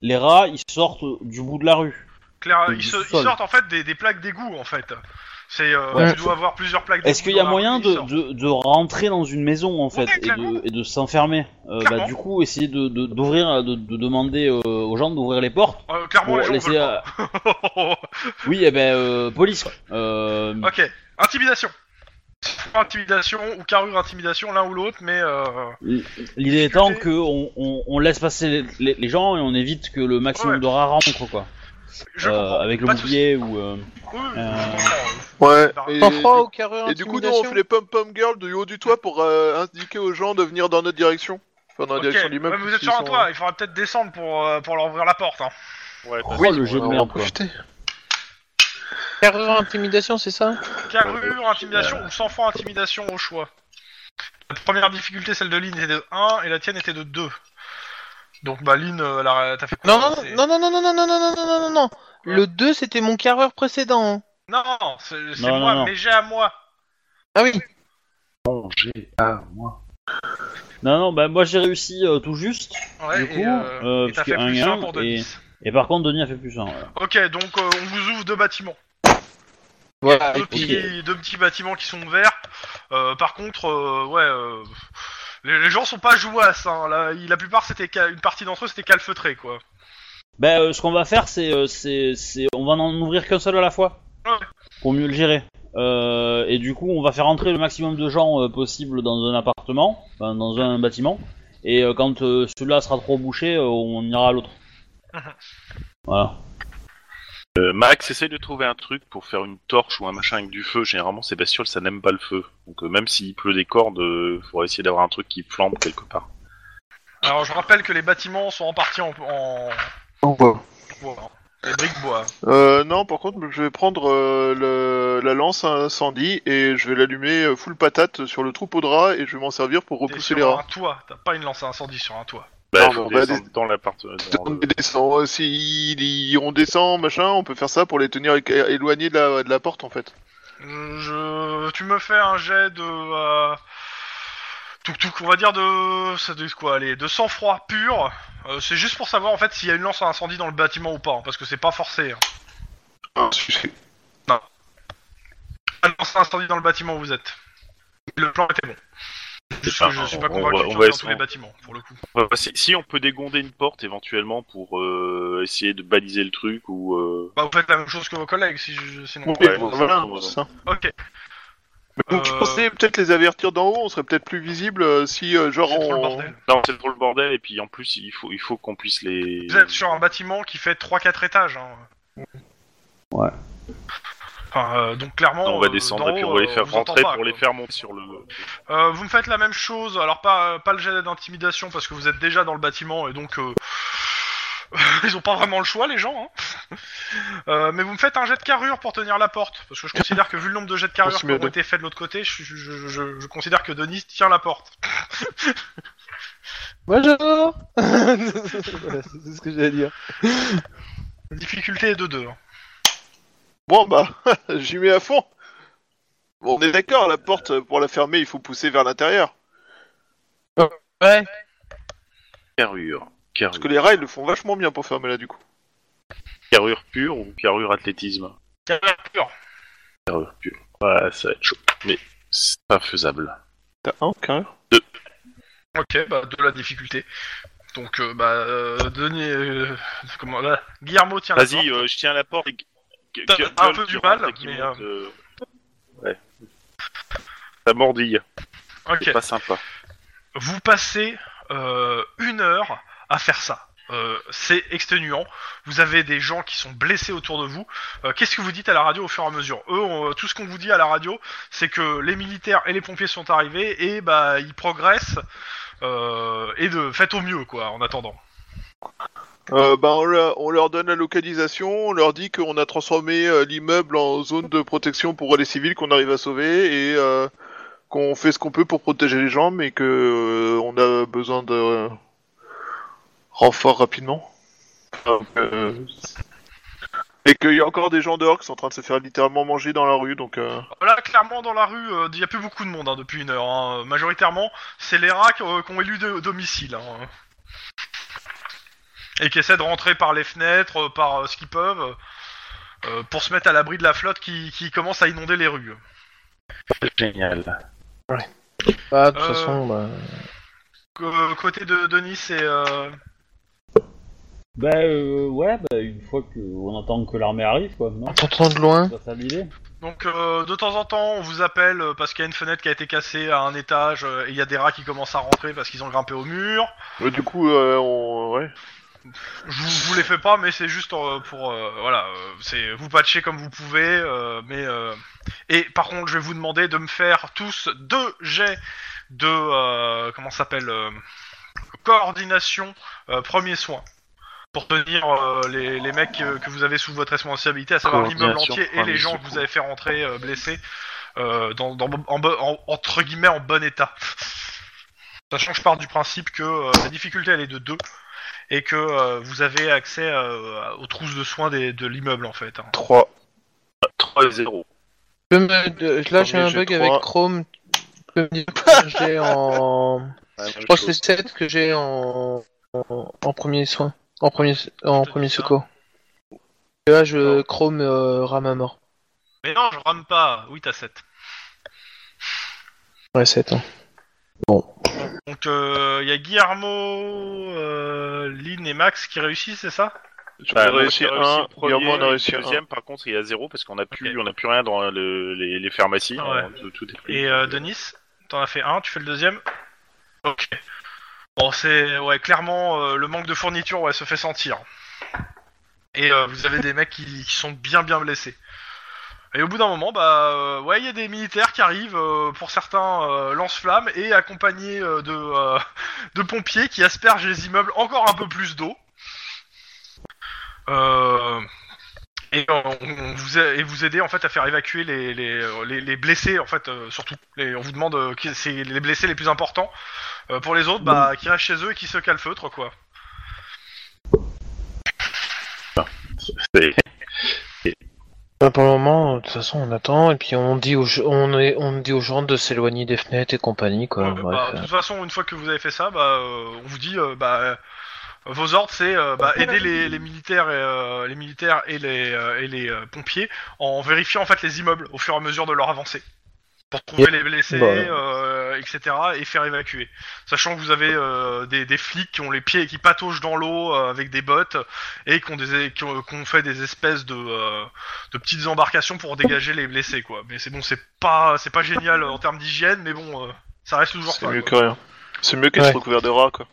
Les rats, ils sortent du bout de la rue.
Claire,
Du
ils, se- ils
sol.
sortent en fait des, des plaques d'égout en fait. C'est, euh,
Ouais.
Tu dois avoir plusieurs plaques d'égout.
Est-ce qu'il y a
dans la
moyen
rue, ils
de,
sortent.
de, de rentrer dans une maison en fait
Ouais,
et
clairement.
de, et de s'enfermer Euh, Bah
Clairement.
du coup, essayer de de- d'ouvrir, euh, de, de demander euh, aux gens d'ouvrir les portes.
Euh, clairement,
Pour
les gens
laisser,
veulent Oh, pas.
Oui, eh ben euh, police. quoi. Euh,
Ok, intimidation. Intimidation ou carrure intimidation, l'un ou l'autre, mais euh,
L'idée étant que on, on, on laisse passer les, les- les gens et on évite que le maximum
Ouais.
de rats rentre quoi.
je
Euh,
comprends.
avec le
Pas de soucis.
bouclier ou. euh,
Oui, oui,
Euh,
je comprends.
Ouais.
Par-
Et,
Sans froid
du-
ou carrure
et du coup, nous, on
intimidation
fait les pom-pom girls du haut du toit pour euh, indiquer aux gens de venir dans notre direction. Enfin, dans la
Ok,
direction du même.
ouais, mais vous êtes sur un
euh,
toit, il faudra peut-être descendre pour, euh, pour leur ouvrir la porte. Hein.
Ouais,
Oh, le jeu de merde quoi.
Carrure intimidation, c'est ça
Carrure, intimidation ou sans froid, intimidation au choix. La première difficulté, celle de Lynn, était de 1 et la tienne était de 2. Donc bah Lynn, euh, elle a- t'as fait quoi
Non, non,
c'est-
non, non, non, non, non, non, non, non, non, non, non. Le 2, c'était mon carreur précédent. hein.
Non, non, c'est c'est
Non,
moi,
non, non.
mais j'ai à moi.
Ah oui.
Non non, bah moi j'ai réussi euh, tout juste.
Ouais,
Du coup,
et euh,
euh,
et t'as
parce
fait
que
plus
un
1
gain
pour
et-
Denis.
Et par contre, Denis a fait plus un. voilà.
Ok, donc euh, on vous ouvre deux bâtiments.
Ah,
Voilà.
deux, petits, deux petits bâtiments qui sont ouverts. Euh, par contre, euh, ouais, euh, les, les gens sont pas jouasses. Hein. La, la plupart, c'était ca- une partie d'entre eux, c'était calfeutré, quoi.
Bah euh, ce qu'on va faire, c'est, euh, c'est, c'est, on va en ouvrir qu'un seul à la fois
Ouais.
pour mieux le gérer. Euh, et du coup, on va faire entrer le maximum de gens euh, possible dans un appartement, enfin, dans un bâtiment. Et euh, quand euh, celui-là sera trop bouché, euh, on ira à l'autre.
Ah,
Voilà.
Euh, Max, essaye de trouver un truc pour faire une torche ou un machin avec du feu. Généralement, ces bestioles, ça n'aime pas le feu. Donc, euh, même s'il pleut des cordes, il faudra essayer d'avoir un truc qui flambe quelque part.
Alors je rappelle que les bâtiments sont en partie en, en
On voit.
bois. hein. Les briques bois.
Euh, non, par contre, je vais prendre euh, le- la lance à incendie et je vais l'allumer euh, full patate sur le troupeau de rats et je vais m'en servir pour
T'es
repousser
sur
les
un
rats.
toit, t'as pas une lance à incendie sur un toit.
Bah,
Non,
faut
mais on va
descendre dans l'appart. euh, dans
On
le-
descend, euh, si ils- on descend, machin, on peut faire ça pour les tenir é- éloignés de la, de la porte en fait.
Euh, Je... Tu me fais un jet de... Euh... Tout, tout, on va dire de... Ça doit être quoi Allez, de sang-froid pur. Euh, c'est juste pour savoir en fait s'il y a une lance à incendie dans le bâtiment ou pas, hein, parce que c'est pas forcé. hein. Pas de lance à incendie dans le bâtiment où vous êtes. Le plan était bon. Juste que je suis pas
on- on
convaincu
va-
qu'il
on
soit
va
dans tous
essayer.
les bâtiments, pour le coup.
Ouais, bah, si, si on peut dégonder une porte éventuellement pour euh, essayer de baliser le truc ou. euh,
Bah vous faites la même chose que vos collègues, si je... sinon...
Oui,
Ouais,
voilà,
on-
c'est ça.
Ok,
Mais donc, je
Euh,
pensais peut-être les avertir d'en haut, on serait peut-être plus visible euh, si, euh, genre,
c'est trop le
on-
bordel.
Non, c'est trop le bordel et puis en plus il faut il faut qu'on puisse les.
Vous êtes sur un bâtiment qui fait 3-4 étages. Hein.
Ouais.
Enfin, euh, donc clairement,
on va
euh,
descendre
d'en
et puis
haut,
on va les
euh,
faire
vous entend
rentrer
pas,
pour les
quoi.
faire monter sur le.
Euh, vous me faites la même chose, alors pas, euh, pas le jet d'intimidation parce que vous êtes déjà dans le bâtiment et donc euh, ils ont pas vraiment le choix les gens. hein. Euh, mais vous me faites un jet de carrure pour tenir la porte parce que je considère que vu le nombre de jets de carrure
On se
qui
met
ont
deux.
été faits de l'autre côté, je, je- je- je- je considère que Denis tient la porte.
Bonjour Voilà, c'est tout ce que j'ai à dire.
La difficulté est de hein. 2.
Bon, bah, j'y mets à fond. Bon, on est d'accord, la porte, euh, pour la fermer, il faut pousser vers l'intérieur.
Ouais.
Carrure.
Parce
Carrure,
que les rats, ils le font vachement bien pour fermer là, du coup.
carrure pure ou carrure athlétisme Carrure pure. Ouais, ça va être chaud. Mais c'est pas faisable.
T'as un carrure
Ok, bah de la difficulté. Donc euh, bah euh, Denis, euh, comment là, Guillermo tient. la
Vas-y,
porte.
euh, je tiens la porte. et gue- gue-
Ah, T'as
gueule
un peu du
sur
mal,
un qui
mais,
monte, euh, Ouais. Ça mordille.
Ok.
C'est pas sympa.
Vous passez euh, une heure à faire ça. Euh, c'est exténuant. Vous avez des gens qui sont blessés autour de vous. Euh, Qu'est-ce que vous dites à la radio au fur et à mesure Eux, on- euh, tout ce qu'on vous dit à la radio, c'est que les militaires et les pompiers sont arrivés et bah ils progressent. euh, et de faites au mieux quoi. En attendant.
euh, bah, on, leur- on leur donne la localisation, on leur dit qu'on a transformé euh, l'immeuble en zone de protection pour les civils qu'on arrive à sauver et euh, qu'on fait ce qu'on peut pour protéger les gens, mais que euh, on a besoin de euh, renfort rapidement. Donc, euh, et qu'il y a encore des gens dehors qui sont en train de se faire littéralement manger dans la rue, donc. euh,
Là, clairement, dans la rue, il n'y a plus beaucoup de monde hein, depuis une heure. hein. Majoritairement, c'est les rats qui euh, qui ont élu de- domicile. hein. Et qui essaient de rentrer par les fenêtres, euh, par euh, ce qu'ils peuvent, euh, pour se mettre à l'abri de la flotte qui, qui commence à inonder les rues.
Génial.
Bah, de toute
Euh,
façon, bah...
Euh, côté de Denis et... euh,
Bah euh, ouais, bah une fois que on attend que l'armée arrive quoi, non
on t'entend de loin.
C'est pas ça l'idée
Donc euh, de temps en temps, on vous appelle euh, parce qu'il y a une fenêtre qui a été cassée à un étage euh, et il y a des rats qui commencent à rentrer parce qu'ils ont grimpé au mur.
ouais, du coup, euh, on. Ouais.
Je vous, vous les fais pas, mais c'est juste euh, pour euh, voilà, euh, c'est vous patchez comme vous pouvez, euh, mais euh, et par contre je vais vous demander de me faire tous deux jets de euh, comment ça s'appelle euh, coordination euh, premier soin pour tenir euh, les, les mecs euh, que vous avez sous votre responsabilité, à savoir l'immeuble
Coordination,
entier et les
premier
gens que
secours.
vous avez fait rentrer euh, blessés euh, dans, dans- en bo- en- entre guillemets en bon état. Sachant que je pars du principe que euh, la difficulté elle est de 2 et que euh, vous avez accès euh, aux trousses de soins des- de l'immeuble en fait. hein.
3.
3-0.
Je peux me- de- Là, j'ai
Premier
un
jet
bug
trois.
avec Chrome. Tu peux me dire que j'ai en... Je pense que c'est 7 que j'ai en... en en premier soin. En premier, en
te
premier
dis ça.
secours. Et là, je Chrome euh, rame à mort.
Mais non, je rame pas. Oui, t'as 7.
Ouais, 7. Hein.
euh, Donc il y a Guillermo, euh, Lynn et Max qui réussissent, c'est ça
J'en
Bah,
ai
moi,
réussi
j'ai
un,
le premier,
Guillermo en a
et
réussi
le
un.
deuxième, par contre, il y a zéro parce qu'on n'a plus,
Ok.
on a plus rien dans le- les, les pharmacies.
Ouais.
hein, tout, tout est pris.
Et euh, Denis, t'en as fait un, tu fais le deuxième Ok. Bon, c'est. Ouais, clairement, euh, le manque de fourniture ouais, se fait sentir. Et euh, vous avez des mecs qui, qui sont bien bien blessés. Et au bout d'un moment, bah. euh, ouais, il y a des militaires qui arrivent, euh, pour certains, euh, lance-flammes, et accompagnés euh, de, euh, de pompiers qui aspergent les immeubles encore un peu plus d'eau. Euh. Et on, on vous a- et vous aider en fait à faire évacuer les, les, les, les blessés en fait euh, surtout. Les- on vous demande euh, qui c'est les blessés les plus importants. Euh, pour les autres, bah qui restent chez eux et qui se calfeutrent quoi.
C'est-
Bah, pour le moment, de toute façon, on attend et puis on dit aux, ge- on est, on dit aux gens de s'éloigner des fenêtres et compagnie quoi.
Ouais,
bref,
bah, de toute façon, une fois que vous avez fait ça, bah euh, on vous dit euh, bah euh, vos ordres c'est euh, bah, aider les, les militaires et, euh, les militaires et les euh, et les euh, pompiers en vérifiant en fait les immeubles au fur et à mesure de leur avancée pour trouver les blessés
Bah, ouais.
euh, etc et faire évacuer sachant que vous avez euh, des, des flics qui ont les pieds qui patauchent dans l'eau euh, avec des bottes et qui ont des qui ont, qui ont fait des espèces de euh, de petites embarcations pour dégager les blessés quoi mais c'est bon c'est pas c'est pas génial en termes d'hygiène mais bon euh, ça reste toujours
C'est
ça
mieux
quoi.
que rien. C'est mieux qu'être
Ouais.
recouvert de rats, quoi.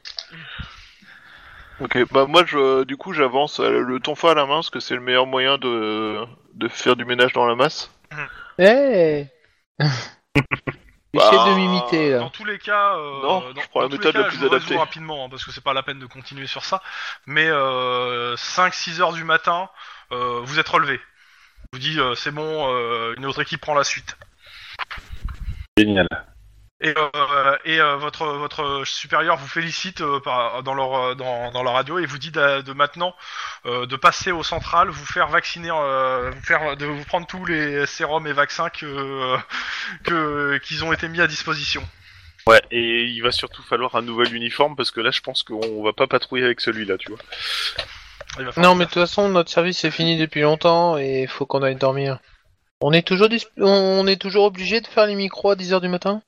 Ok, bah moi, je, du coup, j'avance euh, le tonfa à la main, parce que c'est le meilleur moyen de, de faire du ménage dans la masse.
ouais. Hey Essaye Eh.
Bah,
de m'imiter là.
Dans tous les cas, euh,
Non,
dans-
je prends la
dans tous
méthode
les cas,
la plus
je vous résume
adaptée.
rapidement, hein, parce que c'est pas la peine de continuer sur ça. Mais 5-6 heures du matin, euh, vous êtes relevé. Je vous dis, euh, c'est bon, euh, une autre équipe prend la suite.
Génial.
Et, euh, et euh, votre, votre supérieur vous félicite euh, par- dans, leur, euh, dans, dans la radio et vous dit d'a- de, maintenant euh, de passer aux centrales, vous faire vacciner, euh, vous faire, de vous prendre tous les sérums et vaccins que, euh, que, qu'ils ont été mis à disposition.
Ouais, et il va surtout falloir un nouvel uniforme parce que là, je pense qu'on va pas patrouiller avec celui-là, tu vois.
Il va falloir
Non mais de toute façon, notre service est fini depuis longtemps et il faut qu'on aille dormir. On est toujours, dis- on est toujours obligé de faire les micros à 10h du matin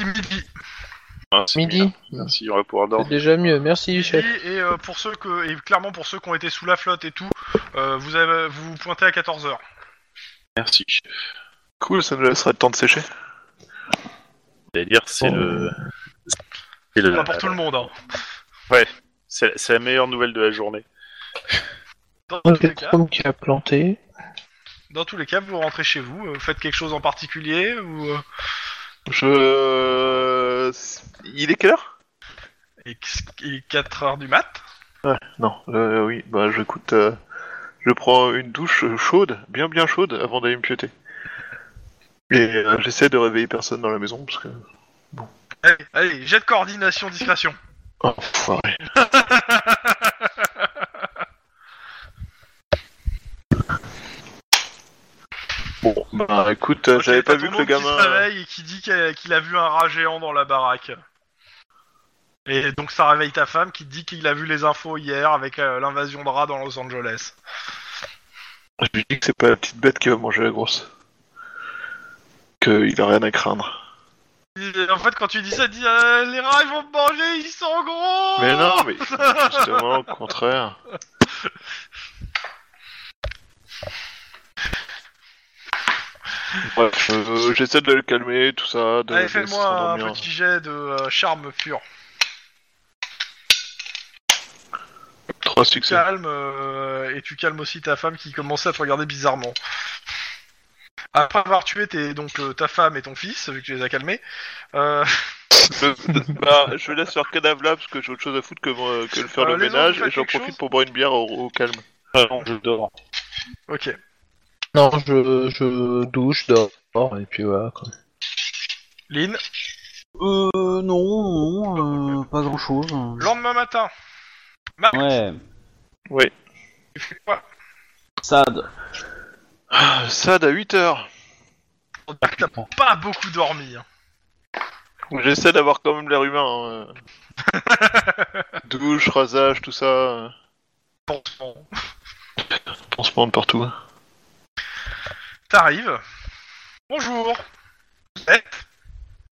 Midi.
Hein, c'est
Midi
bien. Merci, on va pouvoir
C'est
dormir.
déjà mieux, merci chef.
Et euh, pour ceux que, et clairement pour ceux qui ont été sous la flotte et tout, euh, vous avez, vous vous pointez à 14 h
Merci.
Cool, ça nous laissera le temps de sécher.
C'est-à-dire, c'est
Bon.
le. C'est le-
Pas pour tout le monde. Hein.
C'est c'est la meilleure nouvelle de la journée.
Dans, tous les cas,
Quelqu'un qui a planté.
dans tous les cas, vous rentrez chez vous. euh, Vous faites quelque chose en particulier ou euh,
Je... euh, Il est quelle heure
et, 4 heures du mat.
Non, euh, oui, bah j'écoute... euh, Je prends une douche chaude, bien bien chaude, avant d'aller me pioter. Et euh, j'essaie de réveiller personne dans la maison, parce que...
Allez, allez, jet de coordination discrétion.
Oh, enfoiré. Bon, bah écoute, euh,
Ok,
j'avais pas
t'as
vu
ton
que le
oncle qui se
gamin.
réveille et qui dit qu'elle- qu'il a vu un rat géant dans la baraque. Et donc ça réveille ta femme qui te dit qu'il a vu les infos hier avec euh, l'invasion de rats dans Los Angeles.
euh, Je lui dis que c'est pas la petite bête qui va manger la grosse. Qu'il a rien à craindre.
En fait, quand tu dis ça, tu dis euh, les rats ils vont me manger, ils sont gros.
Mais non, mais justement, au contraire. Bref, euh, j'essaie de le calmer, tout ça. De
Allez,
de
fais-moi
laisser
un
s'endormir.
petit jet de euh, charme pur.
Trois
Tu
succès.
calmes euh, et tu calmes aussi ta femme qui commençait à te regarder bizarrement. Après avoir tué tes, donc euh, ta femme et ton fils, vu que tu les as calmés, euh,
Je- bah, je laisse faire cadavre là parce que j'ai autre chose à foutre que, euh, que de faire
Euh,
le
les autres,
ménage
vous faites
et j'en
quelque
profite
chose
pour boire une bière au, au calme.
non, je dors.
ok.
Non, je, je douche, dors, et puis voilà. Quoi.
Lynn,
Euh, non, non, euh, pas grand chose.
lendemain matin, Marc,
Ouais,
tu fais quoi
sad.
Ah, Sad à 8h.
On dirait que T'as pas beaucoup dormi. hein.
J'essaie d'avoir quand même l'air humain. hein, euh. Douche, rasage, tout ça. euh,
Bon, bon.
Pansement de partout.
T'arrives. Bonjour.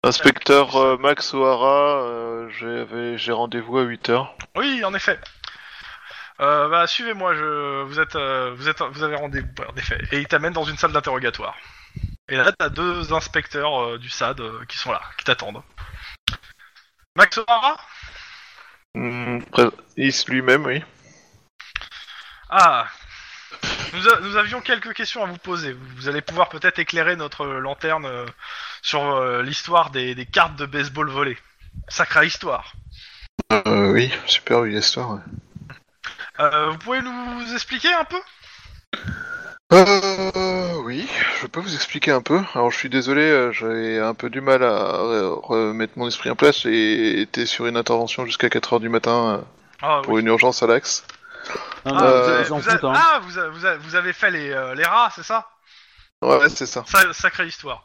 Inspecteur euh, Max O'Hara, euh, j'avais- j'ai rendez-vous à 8h.
Oui, en effet. Euh, bah, suivez-moi, je... vous, êtes, euh, vous, êtes, vous avez rendez-vous, en effet. Et il t'amène dans une salle d'interrogatoire. Et là, t'as deux inspecteurs euh, du SAD euh, qui sont là, qui t'attendent. Max O'Hara
Hmm, pré- il se lui-même, oui.
Ah nous, a- nous avions quelques questions à vous poser. Vous, vous allez pouvoir peut-être éclairer notre euh, lanterne euh, sur euh, l'histoire des, des cartes de baseball volées. Sacra histoire.
Euh, oui, super, oui, histoire. ouais.
Euh, vous pouvez nous expliquer un peu
Euh, oui, je peux vous expliquer un peu. Alors, je suis désolé, euh, j'ai un peu du mal à re- remettre mon esprit en place. J'ai été sur une intervention jusqu'à 4h du matin euh,
Ah,
pour
oui.
une urgence à l'axe.
Non,
Ah,
non,
euh,
vous avez-
ils s'en
vous avez-
foutent, hein.
ah, vous a- vous a- vous avez fait les, euh, les rats, c'est ça
Ouais, c'est ça.
Sa- Sacrée histoire.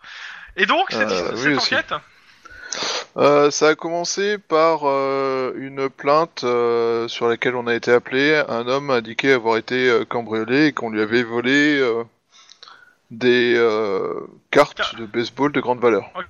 Et donc, cette,
Euh, oui,
cette
aussi.
enquête
Euh, ça a commencé par euh, une plainte euh, sur laquelle on a été appelé. Un homme indiqué avoir été euh, cambriolé et qu'on lui avait volé euh, des euh, cartes de baseball de grande valeur.
Oui,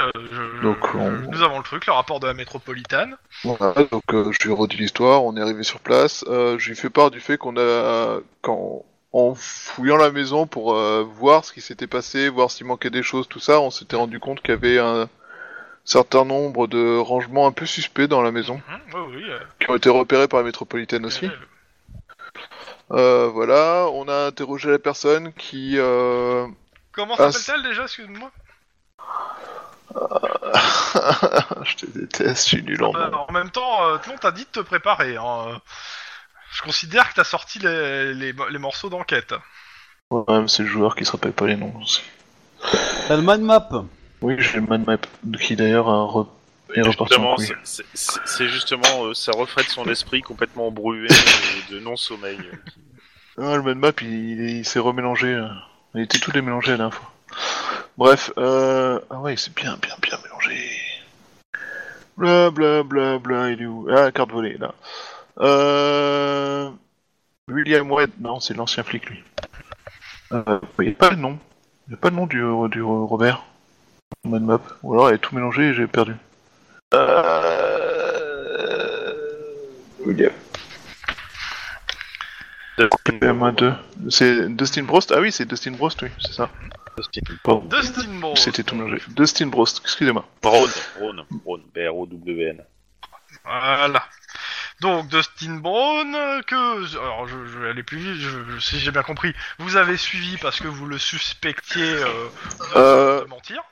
euh, je-
Donc, on-
nous avons le truc, le rapport de la métropolitaine.
Voilà, donc euh, je lui ai redit l'histoire, on est arrivé sur place, euh, je lui fais part du fait qu'on a, quand, en fouillant la maison pour euh, voir ce qui s'était passé, voir s'il manquait des choses, tout ça, on s'était rendu compte qu'il y avait un certain nombre de rangements un peu suspects dans la maison,
Mhm, oui, oui, euh,
qui ont été repérés par la métropolitaine aussi.
euh,
Euh, voilà, on a interrogé la personne qui... euh,
comment
Ah,
s'appelle-t-elle déjà, excuse-moi
je te déteste, je suis nul en
Euh,
nom.
En même temps, euh, Tlon t'a dit de te préparer. hein, euh. Je considère que t'as sorti les, les, les morceaux d'enquête.
Ouais, Même c'est le joueur qui se rappelle pas les noms aussi. Ah
T'as le mind map
Oui, j'ai le man map qui d'ailleurs a re- est reparti en
Justement,
couille.
c'est- c'est- c'est c'est justement, euh, ça reflète son esprit complètement embrouillé de, de non-sommeil.
Ah, le man map, il, il- il s'est remélangé. euh. Il était tout démélangé la dernière fois. Bref, euh... ah ouais, c'est bien, bien, bien mélangé. Bla bla bla bla, il est où Ah, carte volée, là. Euh... William Wade, non, c'est l'ancien flic, lui. Euh, il n'y a pas le nom. Il n'y a pas le nom du, du Robert. Man map. Ou alors, il est tout mélangé et j'ai perdu. Euh... William. PM2. C'est Dustin Brost Ah oui, c'est Dustin Brost, oui, c'est ça. Pardon.
Dustin Bros.
C'était tout mélangé. Dustin Brost, excusez-moi.
Brown, Brown, Brown, B-R-O-W-N.
Voilà. Donc Dustin Brown, euh, que alors je, je vais aller plus vite, je- je- si j'ai bien compris, vous avez suivi parce que vous le suspectiez euh,
Euh,
de mentir.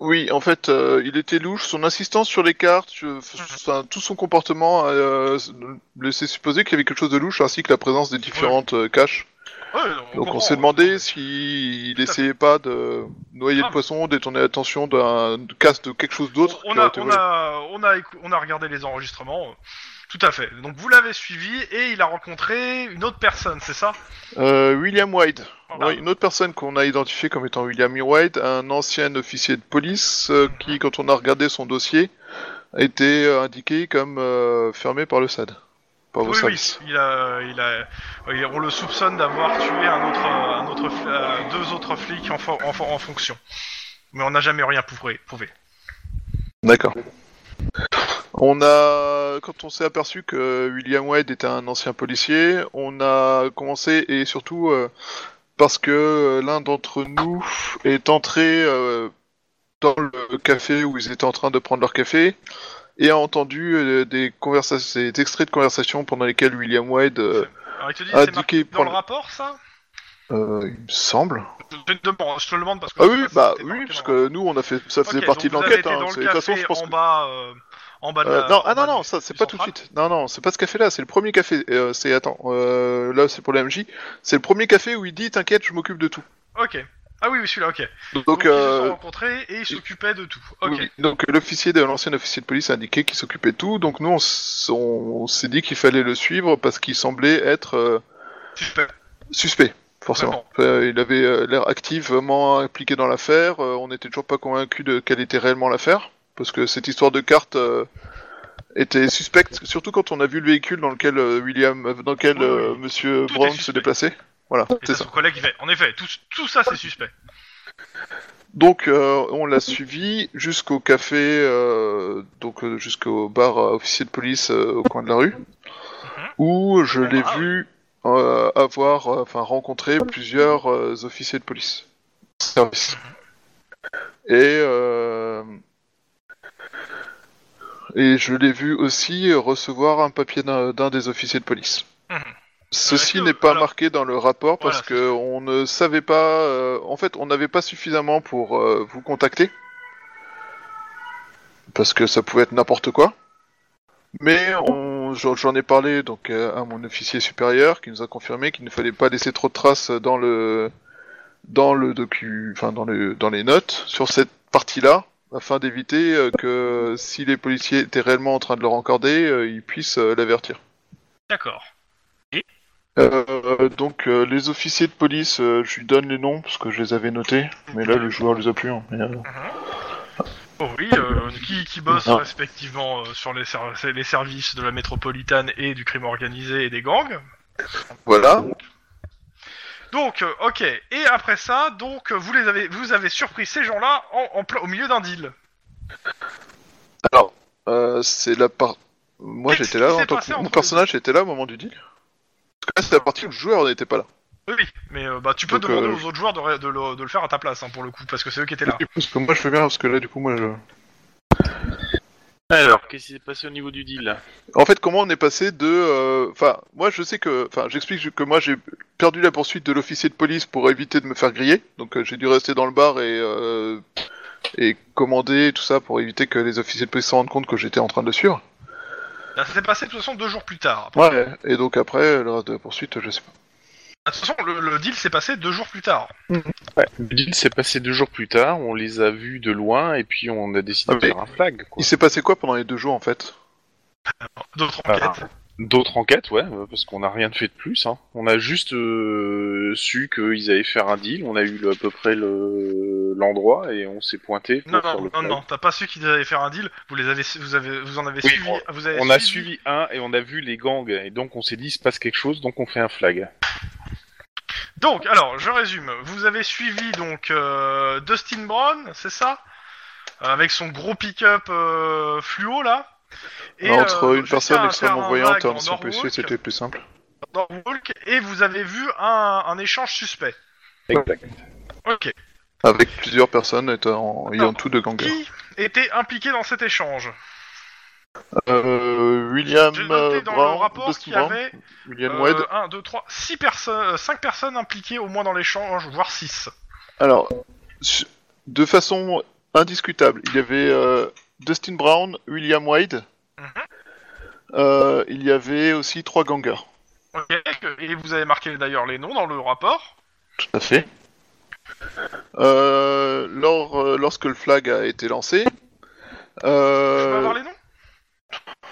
oui, en fait, euh, il était louche. Son insistance sur les cartes, euh,
Mm.
f- enfin, tout son comportement euh, s- laissait supposer qu'il y avait quelque chose de louche, ainsi que la présence des différentes euh, caches.
Ouais,
Donc on
comprend,
s'est
euh,
demandé s'il
Tout à fait.
essayait pas de noyer
Ah.
le poisson, détourner l'attention d'un casse de quelque chose d'autre.
On
qui aurait
a,
été
on,
volé.
a, on, a, écou- on a regardé les enregistrements. euh, Tout à fait. Donc vous l'avez suivi et il a rencontré une autre personne, c'est ça
Euh, William White.
Voilà.
Oui, une autre personne qu'on a identifiée comme étant William E. White, un ancien officier de police euh,
Mhm.
qui, quand on a regardé son dossier, a été euh, indiqué comme euh, fermé par le SAD, par vos
Oui,
services.
oui. Il a, il a, il- on le soupçonne d'avoir tué un autre, euh, un autre, fl- euh, deux autres flics en, fo- en, fo- en fonction. Mais on n'a jamais rien prouvé. prouvé.
D'accord. On a, quand on s'est aperçu que William Wade était un ancien policier, on a commencé et surtout euh, parce que euh, l'un d'entre nous est entré euh, dans le café où ils étaient en train de prendre leur café et a entendu euh, des conversations, des extraits de conversations pendant lesquels William Wade euh,
Alors il te dit,
a
c'est
dit
marqué
qu'il
dans
prend,
le rapport, ça
euh, il me semble.
je, te demande, je te le demande parce que.
Ah
je
oui,
sais pas si
bah
c'était
oui,
marqué
parce
dans-
que nous on a fait, ça
Ok,
faisait partie de
donc vous
l'enquête.
avez été
hein,
dans
c'est-
le
de toute façon,
café
je pense
en
que-
bas, euh, en bas de
Euh,
la.
non,
en
ah
bas
non,
du-
non, ça c'est
du
pas tout de
central.
suite. Non, non, c'est pas ce café-là, c'est le premier café. Euh, c'est attends, euh, là c'est pour la MJ. C'est le premier café où il dit t'inquiète, je m'occupe de tout.
Ok. Ah oui, oui, celui-là, ok.
Donc,
Donc, ils se sont
euh,
rencontrés et ils s'occupaient de tout. Ok.
oui, donc euh, l'officier de l'ancien officier de police a indiqué qu'il s'occupait de tout. Donc nous on, s- on s'est dit qu'il fallait le suivre parce qu'il semblait être euh,
Super.
suspect. Forcément.
Ah
Euh, il avait euh, l'air activement impliqué dans l'affaire. euh, on n'était toujours pas convaincu de quelle était réellement l'affaire. Parce que cette histoire de carte euh, était suspecte, surtout quand on a vu le véhicule dans lequel euh, William, euh, dans lequel
Oui, oui.
euh, Monsieur
Tout est
Brown se
suspect.
déplaçait. Voilà,
Et
c'est
ça,
ça.
son collègue, il fait. En effet, tout, tout ça, c'est suspect.
Donc euh, on l'a suivi jusqu'au café,
Mhm.
euh, donc euh, jusqu'au bar euh, officier de police euh, au coin de la rue. où je l'ai
Ah,
vu euh, avoir, euh, enfin, rencontré plusieurs euh, officiers de police. Service.
Mhm.
Et, euh, et je l'ai vu aussi recevoir un papier d'un d'un des officiers de police.
Mhm.
Ceci
Est-ce que-
n'est pas
alors-
marqué dans le rapport parce
Voilà,
que on ne savait pas. euh, en fait, on n'avait pas suffisamment pour euh, vous contacter parce que ça pouvait être n'importe quoi. Mais on- j'en j'en ai parlé donc euh, à mon officier supérieur qui nous a confirmé qu'il ne fallait pas laisser trop de traces dans le dans le docu, enfin dans le dans les notes sur cette partie-là afin d'éviter euh, que si les policiers étaient réellement en train de le rencorder, euh, ils puissent euh, l'avertir.
D'accord.
Euh, donc euh, les officiers de police, euh, je lui donne les noms parce que je les avais notés, mais là le joueur les a plus. hein, mais, euh,
Oh oui, euh, qui, qui bosse
Ah.
respectivement euh, sur les, ser- les services de la métropolitaine et du crime organisé et des gangs.
Voilà.
Donc, euh, ok. Et après ça, donc euh, vous les avez, vous avez surpris ces gens-là en, en plein- au milieu d'un deal.
Alors euh, c'est la part. Moi
Qu'est-ce
j'étais là
qui
en
s'est
tant
passé
que mon
entre
personnage était là au moment du deal. Parce que là, c'est la partie où le joueur n'était pas là.
Oui, oui. Mais euh, bah, tu peux
Donc,
demander
euh,
aux autres joueurs de, ré- de le, de le faire à ta place hein, pour le coup, parce que c'est eux qui étaient là.
Parce que moi je fais bien parce que là du coup moi je.
Alors, qu'est-ce qui s'est passé au niveau du deal
En fait, comment on est passé de, euh, enfin, moi je sais que, enfin, j'explique que moi j'ai perdu la poursuite de l'officier de police pour éviter de me faire griller, donc euh, j'ai dû rester dans le bar et euh, et commander tout ça pour éviter que les officiers de police se rendent compte que j'étais en train de le suivre.
Là, ça s'est passé de toute façon deux jours plus tard.
Ouais. Et donc après, le reste de la poursuite, je sais pas.
De toute façon, le, le deal s'est passé deux jours plus tard.
Le deal s'est passé deux jours plus tard, on les a vus de loin et puis on a décidé
Ok.
de faire un flag. quoi.
Il s'est passé quoi pendant les deux jours en fait
D'autres
Ah,
enquêtes.
D'autres enquêtes, ouais, euh, parce qu'on n'a rien fait de plus. Hein. On a juste euh, su qu'ils allaient faire un deal, on a eu le- à peu près le- l'endroit et on s'est pointé. pour
Non,
faire
non,
le
non,
flag.
non, t'as pas su qu'ils allaient faire un deal, vous, les avez, vous, avez, vous en avez
Oui,
suivi. vous avez
On a suivi un et on a vu les gangs et donc on s'est dit il se passe quelque chose donc on fait un flag.
Donc, alors, je résume. Vous avez suivi donc euh, Dustin Brown, c'est ça Euh, Avec son gros pick-up euh, fluo là.
Alors, Bah, Entre
euh,
une
jusqu'à
personne
un
extrêmement
terrain
voyante hein,
vague
et un
en
ancien policier,
Norwalk,
c'était plus simple.
Norwalk, et vous avez vu un, un échange suspect.
Exact.
Ok.
Avec plusieurs personnes étant, ayant tout de gangs.
Qui était impliqué dans cet échange
Euh, William
J'ai
euh,
noté dans
Brown,
le rapport
Dustin
qu'il y
Brown,
avait euh,
William Wade.
1, 2, 3, 6 personnes, 5 personnes impliquées au moins dans l'échange, voire 6.
Alors, su- de façon indiscutable, il y avait euh, Dustin Brown, William Wade.
Mhm.
Euh, il y avait aussi trois gangers.
Ok, et vous avez marqué d'ailleurs les noms dans le rapport.
Tout à fait. lors, euh, lorsque le flag a été lancé,
Je peux
euh,
avoir les noms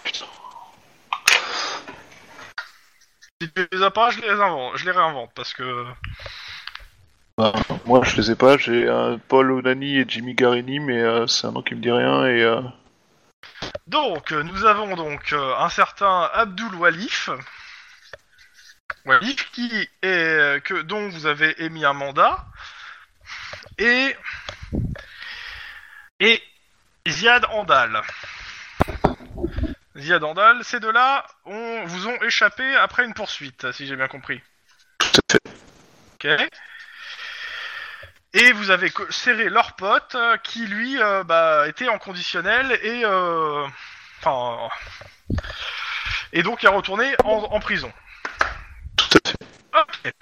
putain.
Si tu les as pas, je les, invente, je les réinvente parce que.
moi je les ai pas, j'ai euh, Paul Onani et Jimmy Garini, mais euh, c'est un nom qui me dit rien. Et euh,
Donc, euh, nous avons donc euh, un certain Abdul Walif. Walif qui est. euh, que, dont vous avez émis un mandat. Et. Et Ziad Andal. Ziad Andal, ces deux-là ont- vous ont échappé après une poursuite, si j'ai bien compris.
tout à fait.
Ok. Et vous avez co- serré leur pote euh, qui lui euh, bah, était en conditionnel et euh, enfin euh, et donc est retourné en, en prison.
Tout à fait.
Ok.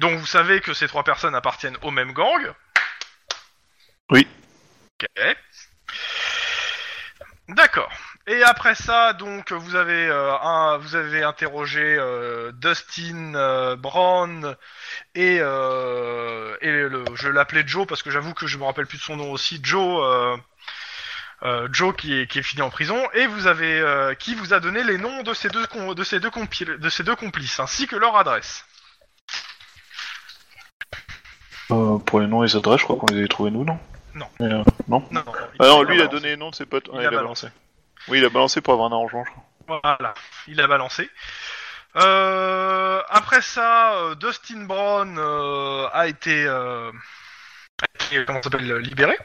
Donc vous savez que ces trois personnes appartiennent au même gang.
Oui.
Ok. D'accord. Et après ça, donc vous avez euh, un, vous avez interrogé euh, Dustin euh, Brown, et, euh, et le, je l'appelais Joe parce que j'avoue que je me rappelle plus de son nom aussi. Joe, euh, euh, Joe qui est, qui est fini en prison et vous avez euh, qui vous a donné les noms de ces deux com- de ces deux compi- de ces deux complices ainsi que leur adresse.
Euh, pour les noms et les adresses, je crois qu'on les avait trouvés nous, non
Non.
Mais, euh, non
Non, non, il-
Ah non, lui,
il
il
a
a donné les noms de ses potes.
Il
Ouais,
a
il a
balancé.
balancé. Oui, il a balancé pour avoir un argent, je crois.
Voilà, il a balancé. Euh, après ça, euh, Dustin Brown euh, a été, euh, a été, comment ça s'appelle, libéré.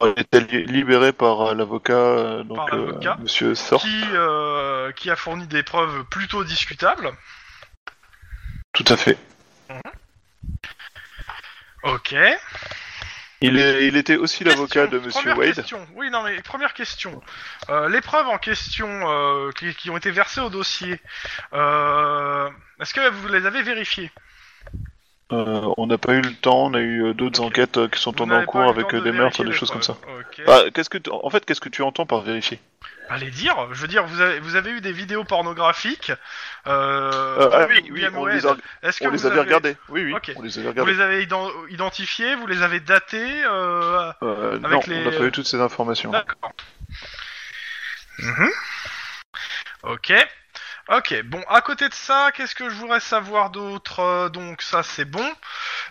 Alors, il était li- libéré par euh, l'avocat, euh, donc
Par
euh,
l'avocat.
Monsieur Sort,
qui, euh, qui a fourni des preuves plutôt discutables.
tout à fait.
Ok.
Il, est- il était aussi l'avocat de
Question,
Monsieur
première
Wade.
Question. Oui, non, mais première question. Euh, les preuves en question euh, qui, qui ont été versées au dossier, euh, est-ce que vous les avez vérifiées
Euh, on n'a pas eu le temps, on a eu euh, d'autres
Ok.
enquêtes euh, qui sont
Vous
tombées en
n'avez
cours
pas eu le
avec
temps
euh,
de
des meurtres,
vérifier
des
les
choses comme ça.
preuves. Ok.
Ah, qu'est-ce que, tu- en fait, qu'est-ce que tu entends par vérifier
Allez dire, je veux dire, vous avez, vous avez eu des vidéos pornographiques. euh,
Euh, Ah
de
oui, oui,
William
on
Wade.
les, a-
Est-ce que
on les
vous
avait
avez-
regardés. Oui, oui,
Ok.
on les avait
Vous
regardés.
les avez ident- identifiés, vous les avez datés. euh,
Euh, non,
avec
on
les-
n'a pas eu toutes ces informations.
D'accord. Ok. Ok, bon, à côté de ça, qu'est-ce que je voudrais savoir d'autre Euh, Donc ça, c'est bon.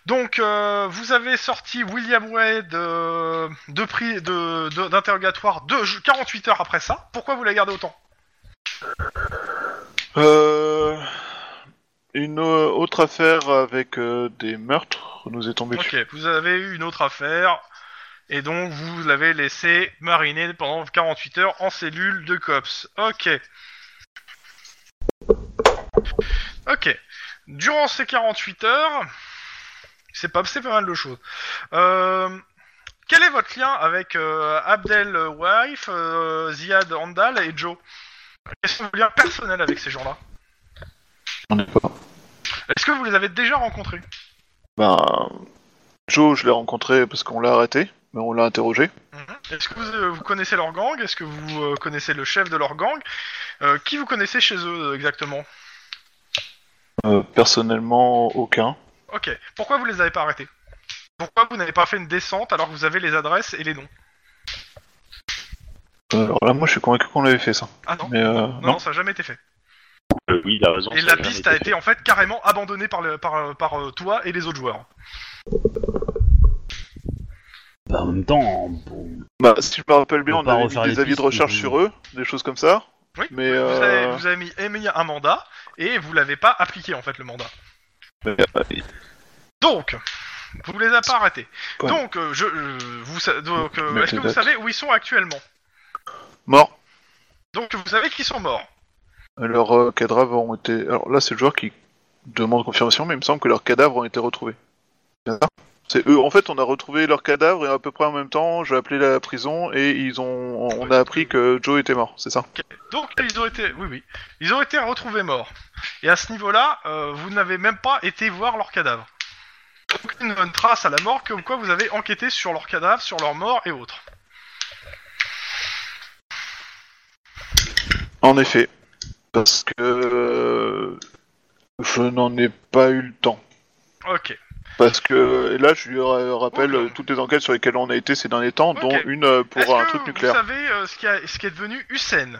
Donc, euh, vous avez sorti William Wade euh, de pri- de- de- d'interrogatoire de, 48 heures après ça. Pourquoi vous l'avez gardé autant
Euh, une euh, autre affaire avec euh, des meurtres nous est tombée dessus.
Ok, vous avez eu une autre affaire, et donc vous l'avez laissé mariner pendant 48 heures en cellule de COPS. Ok. Ok. Durant ces 48 heures, c'est pas, c'est pas mal de choses. Euh, quel est votre lien avec euh, Abdel Waif, euh, Ziad Handal et Joe Quels sont vos liens personnels avec ces gens-là
On n'est pas.
Est-ce que vous les avez déjà rencontrés
Ben, Joe, je l'ai rencontré parce qu'on l'a arrêté, mais on l'a interrogé.
Mhm. Est-ce que vous, euh, vous connaissez leur gang Est-ce que vous euh, connaissez le chef de leur gang Euh, Qui vous connaissez chez eux euh, exactement
Euh, personnellement, aucun.
Ok. Pourquoi vous les avez pas arrêtés Pourquoi vous n'avez pas fait une descente alors que vous avez les adresses et les noms
Euh, Alors là, moi, je suis convaincu qu'on l'avait fait ça.
Ah non
Mais euh, non.
non, non, ça n'a jamais été fait.
Euh, oui, il a raison.
et
ça
la
jamais
piste
été
a
fait.
été en fait carrément abandonnée par, le- par, euh, par euh, toi et les autres joueurs.
Bah, en même temps, bon,
Bah, si je me rappelle bien,
On
on
va
avait
refaire
mis des
les
avis de
pistes,
recherche
mais-
sur eux, des choses comme ça.
Oui,
Mais,
Vous, avez,
euh,
vous avez mis émis un mandat et vous l'avez pas appliqué en fait le mandat.
mais, euh,
Donc, vous les avez pas arrêtés.
Ouais.
Donc, euh, je, euh, vous, sa- donc, euh,
Mais
est-ce que
les
vous
dates.
savez où ils sont actuellement
mort.
Donc, vous savez qu'ils sont morts.
Leurs euh, cadavres ont été. Alors là, c'est le joueur qui demande confirmation, mais il me semble que leurs cadavres ont été retrouvés. C'est ça C'est eux. En fait, on a retrouvé leurs cadavres et à peu près en même temps, j'ai appelé la prison et ils ont. On a appris que Joe était mort. C'est ça
Donc ils ont été, oui oui, ils ont été retrouvés morts. Et à ce niveau-là, euh, vous n'avez même pas été voir leur cadavre. Aucune bonne trace à la mort comme quoi vous avez enquêté sur leur cadavre, sur leur mort et autres.
En effet. Parce que. euh, Je n'en ai pas eu le temps.
Ok.
Parce que et là, je lui ra- rappelle
Ok.
euh, toutes les enquêtes sur lesquelles on a été ces derniers temps,
Ok.
dont une euh, pour
Est-ce
un
que
truc
vous
nucléaire.
savez euh, ce, qui a- ce qui est devenu Hussein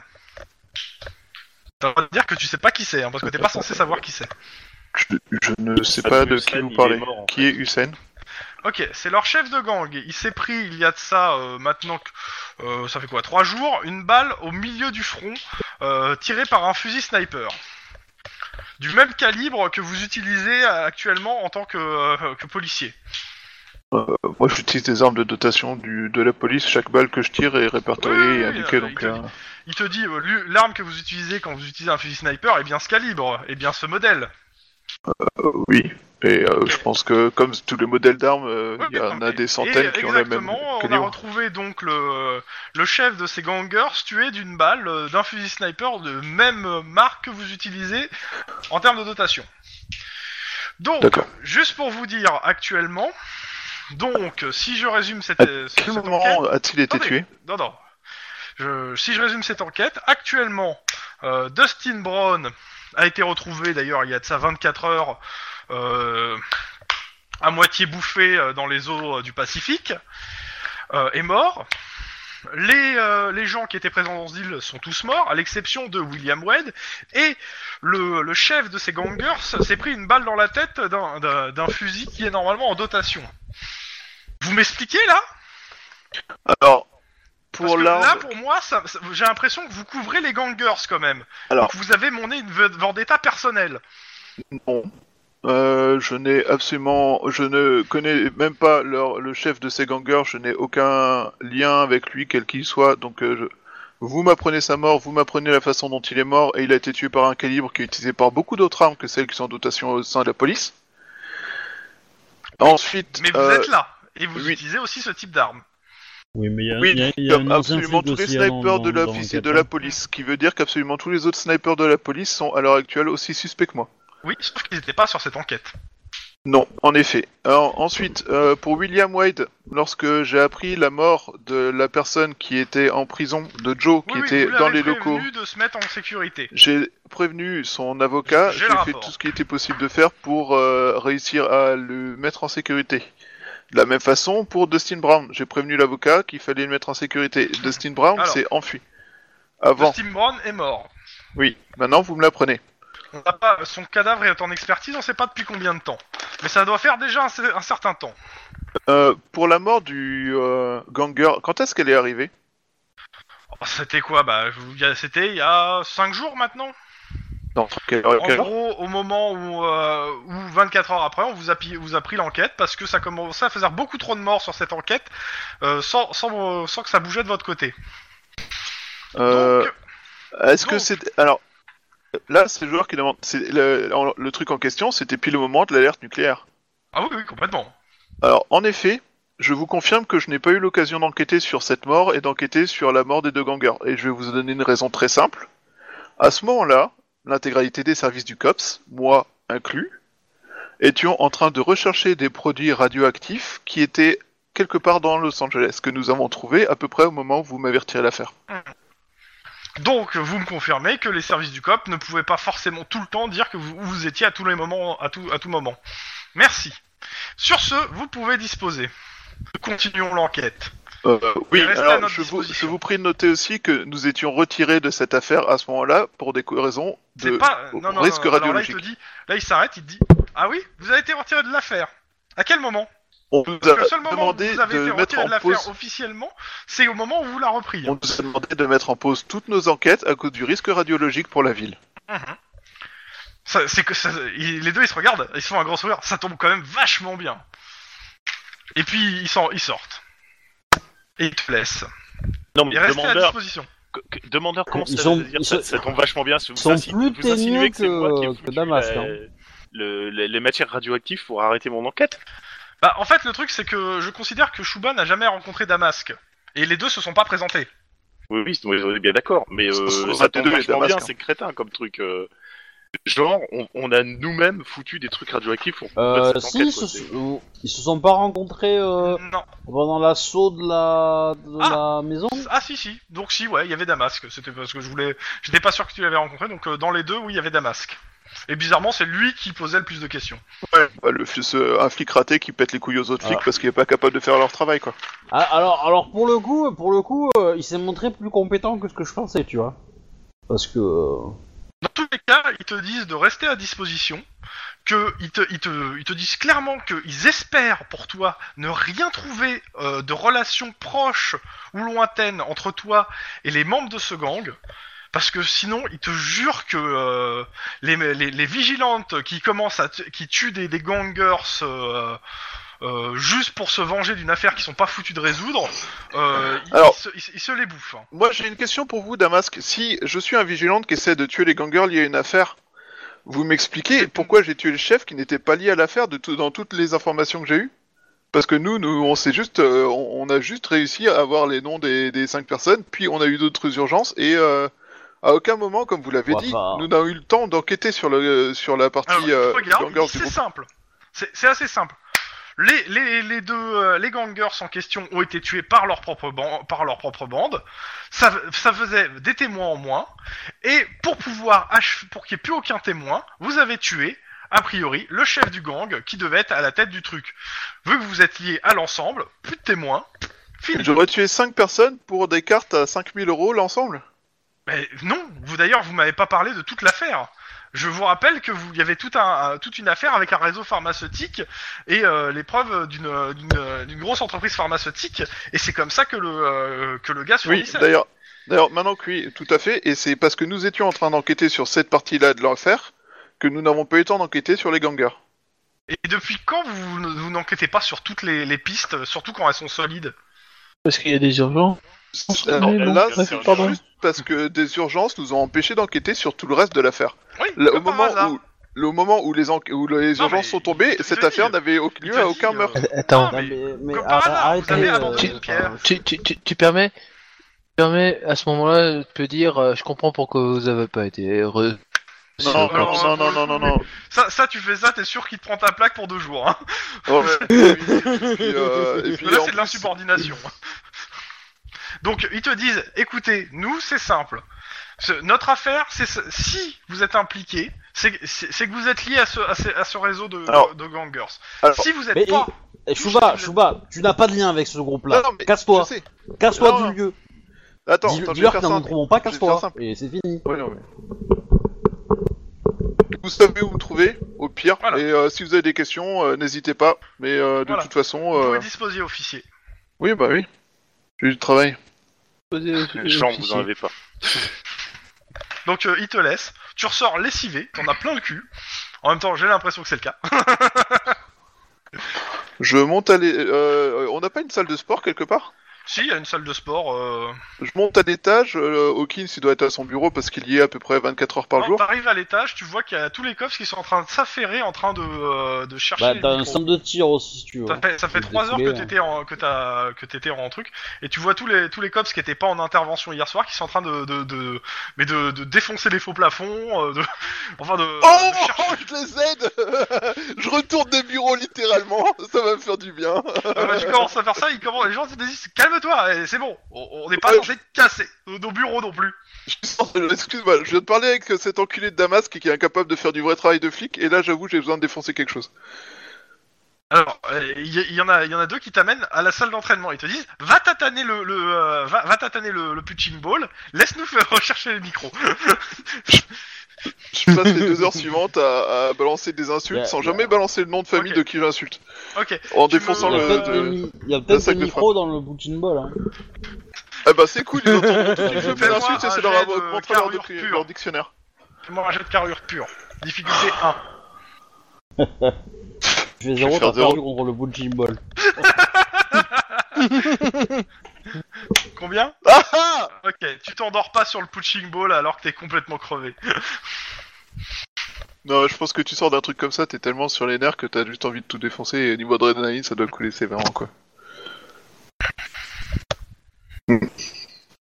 Ça veut dire que tu sais pas qui c'est, hein, parce que t'es pas censé savoir qui c'est.
Je, je ne sais
Parce
pas
que
de
Hussein,
qui vous
il est
parlez.
mort, en
qui est Hussein
Ok, c'est leur chef de gang. Il s'est pris il y a de ça euh, maintenant, que- euh, ça fait quoi, trois jours, une balle au milieu du front euh, tirée par un fusil sniper. Du même calibre que vous utilisez euh, actuellement en tant que, euh, que policier.
Euh, Moi, j'utilise des armes de dotation du, de la police. Chaque balle que je tire est répertoriée
Oui, oui,
et
oui,
indiquée.
euh,
donc,
il te
euh,
Il te dit, euh, l'u- l'arme que vous utilisez quand vous utilisez un fusil sniper est bien ce calibre, est bien ce modèle.
euh, oui. Et euh, je pense que, comme tous les modèles d'armes, euh,
Ouais,
il y en a
mais-
des centaines
et
qui ont le même
Exactement, on a
calibre.
retrouvé donc le, le chef de ces gangers tué d'une balle, euh, d'un fusil sniper de même euh, marque que vous utilisez en termes de dotation. Donc,
D'accord.
juste pour vous dire actuellement, donc euh, si je résume cette,
À
euh,
Quel
cette
moment a-t-il été
Attendez.
tué
non, non. Je- si je résume cette enquête, actuellement, euh, Dustin Brown a été retrouvé, d'ailleurs, il y a de ça 24 heures, euh, à moitié bouffé euh, dans les eaux euh, du Pacifique, euh, est mort. Les, euh, les gens qui étaient présents dans l'île sont tous morts, à l'exception de William Wade, et le, le chef de ces gangers s'est pris une balle dans la tête d'un- d'un d'un fusil qui est normalement en dotation. Vous m'expliquez là
Alors,
parce
pour
que
l'arme.
là, pour moi, ça- ça- j'ai l'impression que vous couvrez les gangers quand même.
Alors-
Donc vous avez mon nez vendetta personnel.
Non. Euh, je n'ai absolument, je ne connais même pas leur, le chef de ces gangers. Je n'ai aucun lien avec lui, quel qu'il soit. Donc, euh, je- vous m'apprenez sa mort, vous m'apprenez la façon dont il est mort, et il a été tué par un calibre qui est utilisé par beaucoup d'autres armes que celles qui sont en dotation au sein de la police. Ensuite,
Mais vous
euh,
êtes là, et vous
oui.
utilisez aussi ce type d'arme.
Oui, mais il y a,
Oui,
il y a- il y a
comme
un ancien
absolument
flic
tous les
aussi avant, dans-
snipers de
dans
l'office et de
Enquête,
la
hein.
police, ce qui veut dire qu'absolument tous les autres snipers de la police sont à l'heure actuelle aussi suspects que moi.
Oui, sauf qu'ils n'étaient pas sur cette enquête.
Non, en effet. Alors, ensuite, euh, pour William Wade, lorsque j'ai appris la mort de la personne qui était en prison, de Joe, qui
Oui, oui,
était
vous
dans
l'avez
les locaux,
prévenu de se mettre en sécurité.
j'ai prévenu son avocat,
J'ai
j'ai
le
fait
rapport.
tout ce qui était possible de faire pour euh, réussir à le mettre en sécurité. De la même façon, pour Dustin Brown, j'ai prévenu l'avocat qu'il fallait le mettre en sécurité. Dustin Brown
Alors.
s'est enfui. Avant,
Dustin Brown est mort.
oui, maintenant vous me l'apprenez.
On n'a pas, son cadavre est en expertise, on ne sait pas depuis combien de temps. Mais ça doit faire déjà un, cer- un certain temps.
Euh, pour la mort du euh, ganger, quand est-ce qu'elle est arrivée
Oh, C'était quoi Bah, je vous dis, c'était il y a 5 jours maintenant.
Non, quelle heure-
En
quelle-
gros, au moment où, euh, où 24 heures après, on vous a, pi- vous a pris l'enquête parce que ça commençait à faire beaucoup trop de morts sur cette enquête euh, sans, sans, sans que ça bougeait de votre côté.
Euh,
Donc,
Est-ce que
Donc-
c'est alors là c'est le joueur qui demande c'est le, en- le truc en question c'était pile le moment de l'alerte nucléaire.
ah oui, oui, complètement.
Alors en effet, je vous confirme que je n'ai pas eu l'occasion d'enquêter sur cette mort et d'enquêter sur la mort des deux gangers et je vais vous donner une raison très simple. À ce moment-là, l'intégralité des services du COPS, moi inclus, étions en train de rechercher des produits radioactifs qui étaient quelque part dans Los Angeles que nous avons trouvé à peu près au moment où vous m'avez retiré l'affaire.
Donc, vous me confirmez que les services du COP ne pouvaient pas forcément tout le temps dire que vous, où vous étiez à tous les moments, à tout, à tout moment. Merci. Sur ce, vous pouvez disposer. Continuons l'enquête.
Euh, oui,
restez à
alors
notre
je vous, je
disposition.
vous prie de noter aussi que nous étions retirés de cette affaire à ce moment-là pour des co- raisons
C'est
de
pas
au
non, non,
risque
non, alors là, il
radiologique.
te dit, là, il s'arrête, il te dit, ah oui, vous avez été retiré de l'affaire. À quel moment
On nous
Parce que le seul
a
moment où
demandé
vous avez
de
été
mettre
retiré de
en
l'affaire
pause.
officiellement, c'est au moment où vous la repris.
On nous a demandé de mettre en pause toutes nos enquêtes à cause du risque radiologique pour la ville.
Ça- c'est que ça- ils- les deux ils se regardent, ils se font un grand sourire, ça tombe quand même vachement bien. Et puis ils, s'en- ils sortent. Et ils te laissent.
Non, mais
Et restez à
demandeur,
disposition.
que- que- demandeur, comment
Ils
ça
sont-
veut dire
ils
ça,
sont-
ça tombe vachement bien. si vous
sont
insi-
plus
vous insinuez
teigneux
que c'est moi qui ai
que-
foutu
que Damas,
la-
hein.
le- les, les matières radioactives pour arrêter mon enquête.
Bah en fait le truc c'est que je considère que Shuba n'a jamais rencontré Damask. Et les deux se sont pas présentés.
Oui, oui, c'est- on est bien d'accord, mais
Ça,
euh,
ça, ça
ça tombe
devait être
vachement
Damas,
bien,
hein.
c'est crétin comme truc. euh. Genre, on, on a nous-mêmes foutu des trucs radioactifs pour
Euh,
cette
si,
enquête,
ils
quoi,
se,
c'est-
euh, ils se sont pas rencontrés
Mm.
euh,
Non.
pendant l'assaut de la, de
Ah.
la maison
Ah si si. Donc si ouais, il y avait Damask. C'était parce que je voulais. J'étais pas sûr que tu l'avais rencontré, donc euh, dans les deux, oui, il y avait Damask. Et bizarrement, c'est lui qui posait le plus de questions.
Bah, le, f- ce- un flic raté qui pète les couilles aux autres flics
Ah.
parce qu'il est pas capable de faire leur travail quoi.
Ah, alors, alors pour le coup, pour le coup, euh, il s'est montré plus compétent que ce que je pensais, tu vois. Parce que euh,
Dans tous les cas, ils te disent de rester à disposition, qu'ils te, ils te, ils te disent clairement qu'ils espèrent pour toi ne rien trouver euh, de relation proche ou lointaine entre toi et les membres de ce gang, parce que sinon, ils te jurent que euh, les, les, les vigilantes qui commencent à tu- qui tuent des, des gangers euh, euh, juste pour se venger d'une affaire qu'ils sont pas foutus de résoudre, euh, ils-
Alors-
ils, se, ils- ils se les bouffent. hein.
Moi, j'ai une question pour vous, Damask. Si je suis un vigilante qui essaie de tuer les gangers liés à une affaire, vous m'expliquez pourquoi j'ai tué le chef qui n'était pas lié à l'affaire de tout- dans toutes les informations que j'ai eues Parce que nous, nous, on s'est juste, euh, on, on a juste réussi à avoir les noms des, des cinq personnes, puis on a eu d'autres urgences et euh, à aucun moment, comme vous l'avez
Ouais,
dit,
enfin-
nous n'avons eu le temps d'enquêter sur le euh, sur la
Alors,
partie
il
euh,
te regarde,
gangers du
c'est
groupe.
simple. C'est c'est assez simple. Les, les, les deux euh, les gangers en question ont été tués par leur propre, ban- par leur propre bande. Ça, ça faisait des témoins en moins. Et pour pouvoir ach- pour qu'il n'y ait plus aucun témoin, vous avez tué, a priori, le chef du gang qui devait être à la tête du truc. Vu que vous êtes liés à l'ensemble, plus de témoins. Fini.
J'aurais tué cinq personnes pour des cartes à 5000 euros l'ensemble.
Mais Ben, non, vous d'ailleurs, vous m'avez pas parlé de toute l'affaire. Je vous rappelle que vous il y avait tout un, un- toute une affaire avec un réseau pharmaceutique et euh, les preuves d'une- d'une d'une grosse entreprise pharmaceutique et c'est comme ça que le euh, que le gars se
Oui,
fournissait.
d'ailleurs, d'ailleurs, maintenant que oui, tout à fait, et c'est parce que nous étions en train d'enquêter sur cette partie-là de l'affaire que nous n'avons pas eu le temps d'enquêter sur les gangers.
Et depuis quand vous, vous n'enquêtez pas sur toutes les, les pistes, surtout quand elles sont solides
Parce qu'il y a des urgences. Mais
Euh,
non,
là,
bref,
c'est
pardon.
juste parce que des urgences nous ont empêchés d'enquêter sur tout le reste de l'affaire.
Oui,
Là,
comme
Au
par
moment
hasard.
où, le moment où les, enqu- où les
Non, mais
urgences sont
il
tombées,
te
cette
dit,
affaire n'avait aucun
il
lieu
te
à
dit,
aucun
euh,
meurtre.
Attends,
Non, mais
mais
comme par hasard, vous avez abandonné
euh,
une pierre.
Ah. tu, tu, tu, tu permets Tu permets, à ce moment-là, tu peux dire, euh, je comprends pourquoi vous avez pas été heureux.
Non,
Non,
non,
non,
non, non, non, non, non.
Ça, ça, tu fais ça, t'es sûr qu'il te prend ta plaque pour deux jours. Hein
Oh, oui, et puis, euh, et puis,
Là,
en
c'est de
plus-
l'insubordination. Donc, ils te disent, écoutez, nous, c'est simple. Ce- notre affaire, c'est ce- si vous êtes impliqué, c'est c'est- c'est que vous êtes lié à ce, à ce, à ce réseau de,
Alors-
de gangers.
alors-
si vous
mais-
êtes pas...
Eh, Chouba, Chouba, tu n'as pas de lien avec ce groupe-là.
Non, non, mais
Casse-toi,
je sais. Non,
casse-toi
non.
du lieu.
Attends,
Dis-
attends, je vais
Dis-leur
faire
qu'ils n'en
simple.
trouveront pas,
Je vais faire
casse-toi.
simple.
Et c'est fini.
Ouais, non, mais- Vous savez où me trouver, au pire.
Voilà.
Et euh, si vous avez des questions, euh, n'hésitez pas. Mais euh, de
Voilà.
toute façon,
Vous
euh,
pouvez disposer officier.
oui, bah oui, j'ai du travail.
Jean, vous en avez pas.
Donc euh, il te laisse, tu ressors lessivé, t'en as plein le cul. En même temps, j'ai l'impression que c'est le cas.
Je monte à l'é- euh, on n'a pas une salle de sport quelque part
si, il y a une salle de sport. Euh...
Je monte à l'étage. euh, Hawkins, il doit être à son bureau parce qu'il y est à peu près 24 heures par
Quand
jour.
t'arrives à l'étage, tu vois qu'il y a tous les cops qui sont en train de s'affairer, en train de, euh, de chercher.
Bah,
les
t'as un
micros.
somme de tir aussi, si tu veux.
Ça fait, ça fait
Des
trois heures que
couleurs.
hein.
t'étais en que t'as que t'étais en truc et tu vois tous les tous les cops qui étaient pas en intervention hier soir qui sont en train de de, de mais de, de défoncer les faux plafonds euh, de enfin de,
Oh,
de chercher
je les aide Je retourne des bureaux littéralement, ça va me faire du bien.
Euh, bah, tu commences à faire ça ils commencent les gens te disent calme-toi eh, c'est bon on on n'est pas
Ouais.
censé te casser euh, nos nos bureaux non plus
Je suis sorti- Excuse-moi, je viens de parler avec cet enculé de Damas qui qui est incapable de faire du vrai travail de flic, et là j'avoue j'ai besoin de défoncer quelque chose.
Alors, euh, il y, il y en a, il y en a deux qui t'amènent à la salle d'entraînement. Ils te disent, va tataner le, le euh, va, va tataner le, le pitching ball. Laisse-nous faire rechercher les micros.
Je passe les deux heures suivantes à, à balancer des insultes
Yeah,
sans
yeah.
jamais balancer le nom de famille
Ok.
de qui j'insulte.
ok.
En
Tu
défonçant
me-
Il y a
le.
peut-être
de-
des, mi- il y a peut-être
sac
des
de
micros dans le Poutine Ball. Hein.
Ah bah c'est cool, ils entendent tout de suite
Fais-moi
le fait insulte et
un
c'est leur
jet
avoir
de
montré leur,
carrure
docu-
pure.
leur dictionnaire.
Moi, un jet de carrure pure. Difficulté 1.
Tu fais
vais
0,
faire
t'as
zéro.
perdu contre le Poutine Ball.
Combien
Ah ah
Ok. Tu t'endors pas sur le pitching ball alors que t'es complètement crevé.
Non, je pense que tu sors d'un truc comme ça, t'es tellement sur les nerfs que t'as juste envie de tout défoncer et niveau adrénaline ça doit couler sévèrement quoi.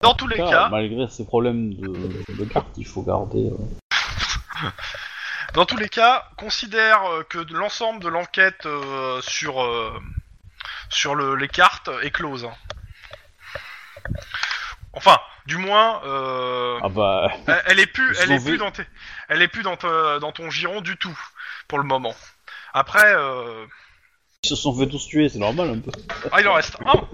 Dans tous les
Car,
cas,
Malgré ces problèmes de, de cartes, il faut garder. euh.
dans tous les cas, considère euh, que de- l'ensemble de l'enquête euh, sur euh, sur le, les cartes est close. hein. Enfin, du moins. Euh...
Ah bah.
Elle, elle est plus,
Ils
elle
sont
est plus
vus.
dans, tes- elle est plus dans, te- dans ton giron du tout pour le moment. Après, euh...
Ils se sont fait tous tuer, c'est normal un peu.
ah, il en reste un.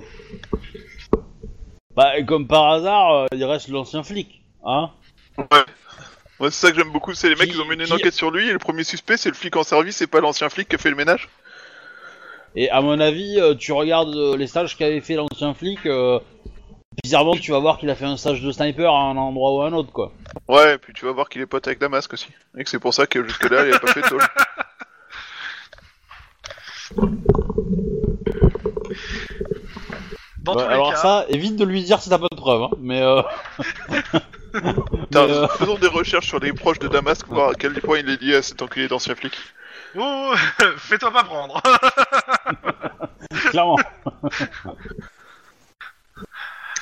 Bah, comme par hasard, euh, il reste l'ancien flic. Hein
Moi c'est ça que j'aime beaucoup, c'est les mecs
Qui-
ils ont mené une
qui-
enquête sur lui et le premier suspect c'est le flic en service et pas l'ancien flic qui a fait le ménage.
Et à mon avis, euh, tu regardes euh, les stages qu'avait fait l'ancien flic, euh, bizarrement, tu vas voir qu'il a fait un stage de sniper à un endroit ou à un autre, quoi.
Ouais, puis tu vas voir qu'il est pote avec Damasque aussi. Et que c'est pour ça que jusque-là, il a pas fait de tôle.
Dans
Bah,
Ouais,
tous les
alors
cas,
ça, évite de lui dire si t'as pas de preuves, hein, mais... Euh... mais,
Putain,
euh,
Faisons des recherches sur les proches de Damasque, voir à quel point il est lié à cet enculé d'ancien flic.
oh, fais-toi pas prendre.
clairement.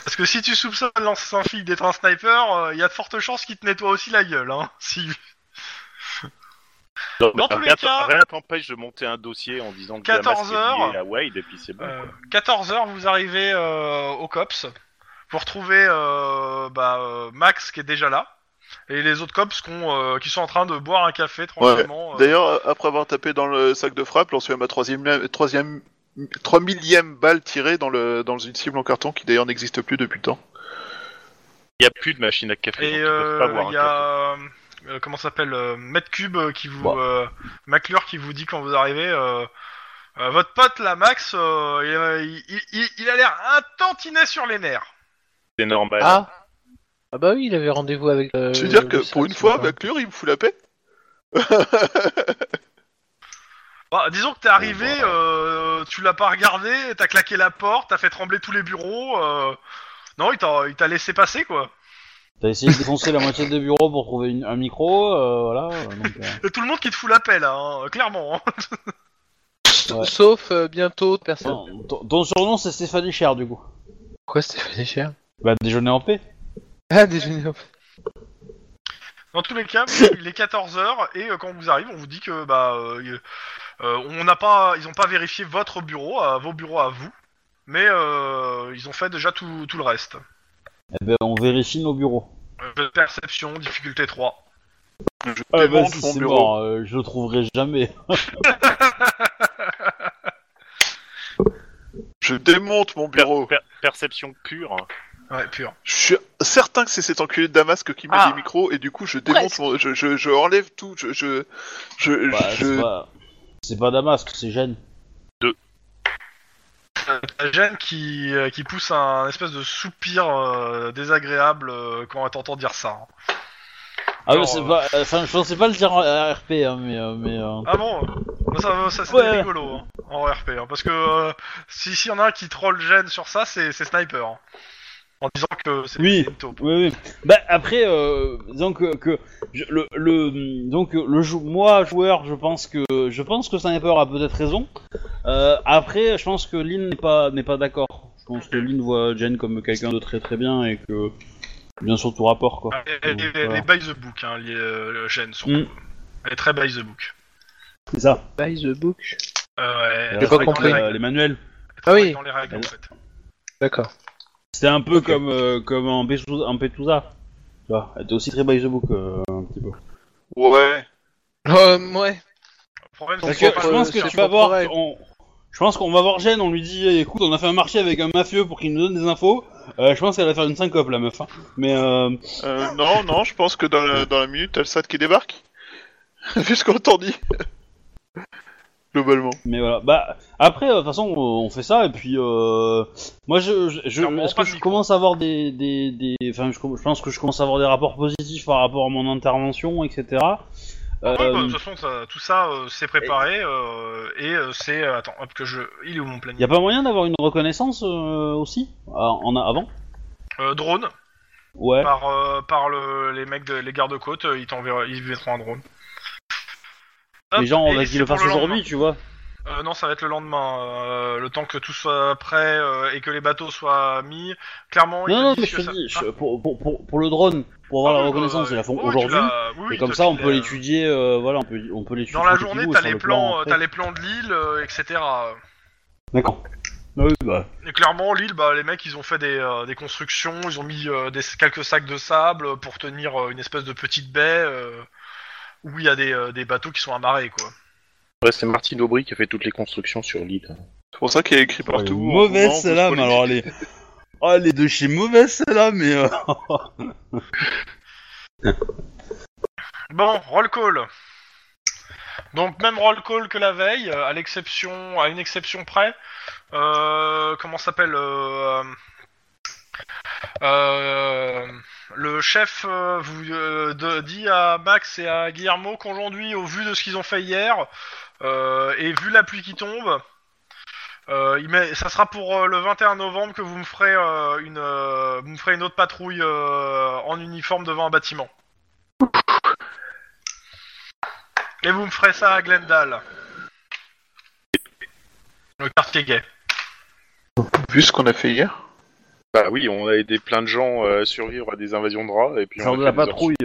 Parce que si tu soupçonnes l'ancien flic d'être un sniper, euh, il y a de fortes chances qu'il te nettoie aussi la gueule. Hein, si...
Non,
Dans
mais
tous les
rien
cas-
rien t'empêche de monter un dossier en disant que
14
Damas est
heures.
lié à Wade et puis c'est bon.
Euh, 14 h vous arrivez euh, au cops. Vous retrouvez euh, bah, euh, Max qui est déjà là et les autres cops qui, ont, euh, qui sont en train de boire un café tranquillement. euh,
D'ailleurs, euh, après avoir tapé dans le sac de frappe, lance eu à ma troisième, la- troisième, trois millième balle tirée dans, le, dans une cible en carton qui d'ailleurs n'existe plus depuis le temps.
Il n'y a plus de machine à café.
Et
donc ils peuvent pas boire
euh,
un
il y a euh, comment ça s'appelle euh, Maître Cube euh, qui vous
Bah.
Bon.
euh, McClure qui vous dit quand vous arrivez euh, euh, votre pote là Max euh, il, euh, il, il- il a l'air un tantinet sur les nerfs.
café. C'est normal.
Ah Ah bah oui, il avait rendez-vous avec. euh,
Tu veux dire
le
que pour
sac,
une fois,
quoi.
McClure, il me fout la paix
Bah, disons que t'es arrivé, euh, tu l'as pas regardé, t'as claqué la porte, t'as fait trembler tous les bureaux. euh, Non, il t'a il t'a laissé passer quoi.
T'as essayé de défoncer la moitié des bureaux pour trouver une- un micro, euh, voilà. euh, donc, euh,
Et tout le monde qui te fout la paix là, hein, clairement. hein.
Ouais.
Sauf euh, bientôt personne.
ton- ton, ton surnom c'est Stéphanie Cher du coup.
Quoi, Stéphanie Cher
Bah déjeuner en paix.
Ah, déjeuner.
Dans tous les cas, il est 14h et euh, quand vous arrive, on vous dit que bah euh, il- euh, on n'a pas ils ont pas vérifié votre bureau, à vos bureaux à vous, mais euh, ils ont fait déjà tout, tout le reste.
Eh ben on vérifie nos bureaux.
Euh, Perception, difficulté 3.
Je
Eh
Ah bah
ben,
démonte
si,
mon
c'est
bureau.
mort, euh, je le trouverai jamais.
Je démonte mon bureau.
Per- perception pure.
Ouais, pur.
Je suis certain que c'est cet enculé de Damasque qui met
Ah.
des micros et du coup je démonte,
Presque.
mon- je, je, je enlève tout, je, je, je,
Bah,
je-
c'est pas... c'est pas Damasque, c'est Gênes.
T'as Jeanne qui, euh, qui pousse un espèce de soupir euh, désagréable euh, quand elle t'entend dire ça. hein.
Ah
Alors,
ouais, c'est
euh,
pas... Enfin, je pensais pas le dire en RP, hein, mais... euh, mais euh,
Ah bon Bah, Ça, ça c'était
Ouais.
rigolo hein, en RP, hein, parce que euh, si s'il y en a un qui troll Jeanne sur ça, c'est c'est Sniper. hein. en disant que c'est
Oui.
c'est une taupe.
Oui, oui. Bah après, euh, disons que, que je- le, le donc le jou- moi joueur, je pense que je pense que Sniper a peut-être raison. Euh, après, je pense que Lynn n'est pas n'est pas d'accord. Je pense que Lynn voit Jen comme quelqu'un de très très bien et que bien sûr tout rapport quoi.
Elle, elle- elle- elle est by the book, hein, les, euh, Jeanne, surtout.
Mm.
Elle est très by the book.
C'est ça.
By the book.
Euh, elle-
J'ai
elle
pas
travaille dans
compris.
les
Euh,
règles.
les manuels.
Elle travaille
Ah oui.
dans les règles, en
Elle-
fait.
D'accord.
C'était un peu comme euh, comme en Petusa. En Petusa. Tu vois, elle était aussi très by the book euh, un petit peu.
ouais.
Euh, ouais.
Le problème,
Parce
c'est
que
que-
je pense que
c'est
tu vas
pas
voir.
pareil.
on- Je pense qu'on va voir Jen, on lui dit eh, écoute, on a fait un marché avec un mafieux pour qu'il nous donne des infos. Euh, je pense qu'elle va faire une syncope la meuf. hein. Mais euh,
Euh, non, non, je pense que dans la, dans la minute, t'as le SAD qui débarque. Vu ce qu'on t'en dit. Globalement.
mais voilà. Bah après, euh, de toute façon, euh, on fait ça et puis euh, moi je, je, je-
Clairement,
est-ce
pas
que
de
je
micro.
commence à avoir des des, des- enfin je, com- je pense que je commence à avoir des rapports positifs par rapport à mon intervention, etc.
Ouais, bah,
Euh,
de toute façon, ça- tout ça, euh, c'est préparé euh, et euh, c'est. Attends, hop, que je. Il est où mon planning
y a pas moyen d'avoir une reconnaissance euh, aussi Ah, en a- avant
Euh, Drone.
Ouais.
par, euh, par le, les mecs de, les gardes-côtes, euh, ils t'enverront, ils mettront un drone. Hop,
Les gens, on
et
va
c'est
qu'ils le
pour
fassent
lendemain.
aujourd'hui, tu vois.
Euh, Non, ça va être le lendemain. euh, le temps que tout soit prêt euh, et que les bateaux soient mis. Clairement, ils
Non,
te
non,
disent
mais je
que
te
ça-
dis,
Ah,
je- pour, pour, pour, pour le drone, pour avoir
ah
la
oui,
reconnaissance,
bah,
ils la font
oui, tu
aujourd'hui.
l'as- oui, oui,
et comme
t'as
ça, on
fait,
peut
euh,
l'étudier, euh, voilà, on peut, on peut l'étudier.
Dans la
sur
journée,
Kotlin ou
t'as
sur
les
le plan,
plans, euh,
après.
t'as les plans de l'île, euh, etc.
D'accord. Ah oui, bah.
Et clairement, l'île, bah, les mecs, ils ont fait des, euh, des constructions, ils ont mis euh, des, quelques sacs de sable pour tenir euh, une espèce de petite baie euh, où il y a des, euh, des bateaux qui sont amarrés, quoi.
Ouais, c'est Martine Aubry qui a fait toutes les constructions sur l'île.
C'est pour ça qu'il y a écrit partout.
Ouais,
en
mauvaise
courant,
celle-là,
vous
mais alors elle est. Oh, elle est de chez mauvaise celle-là, mais. euh,
Bon, roll call. Donc même roll call que la veille, euh, à l'exception, à une exception près. Euh, comment s'appelle euh, euh, le chef euh, vous euh, de- dit à Max et à Guillermo qu'aujourd'hui, au vu de ce qu'ils ont fait hier euh, et vu la pluie qui tombe, euh, il met- ça sera pour euh, le 21 novembre que vous me ferez euh, une, euh, vous me ferez une autre patrouille euh, en uniforme devant un bâtiment. Et vous me ferez ça à Glendale. Le quartier gay.
Vu ce qu'on a fait hier.
Bah oui, on a aidé plein de gens euh, à survivre à des invasions de rats et puis on
Faire
a
de
fait
la
des
patrouille.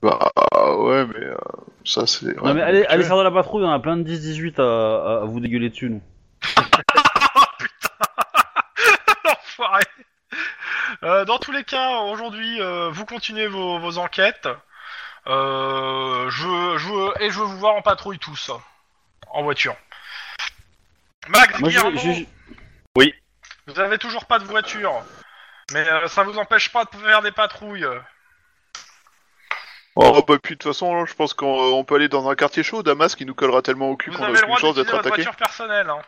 Bah ah, ouais, mais euh, ça c'est.
Non, mais allez, allez faire de la patrouille, on a plein de 10-18 à, à- à vous dégueuler dessus, nous.
L'enfoiré. Euh, dans tous les cas, aujourd'hui, euh, vous continuez vos, vos enquêtes. Euh, je, veux- je, veux- et je veux vous voir en patrouille tous. En voiture. Max,
Moi,
Guillermo,
je- je-
vous avez toujours pas de voiture. Mais euh, ça vous empêche pas de faire des patrouilles.
Oh bah puis de toute façon, je pense qu'on euh, on peut aller dans un quartier chaud. Damas qui nous collera tellement au cul
Vous
qu'on a
avez le
aucune
droit
chance
d'utiliser
d'être
votre
attaqué.
voiture personnelle. Hein.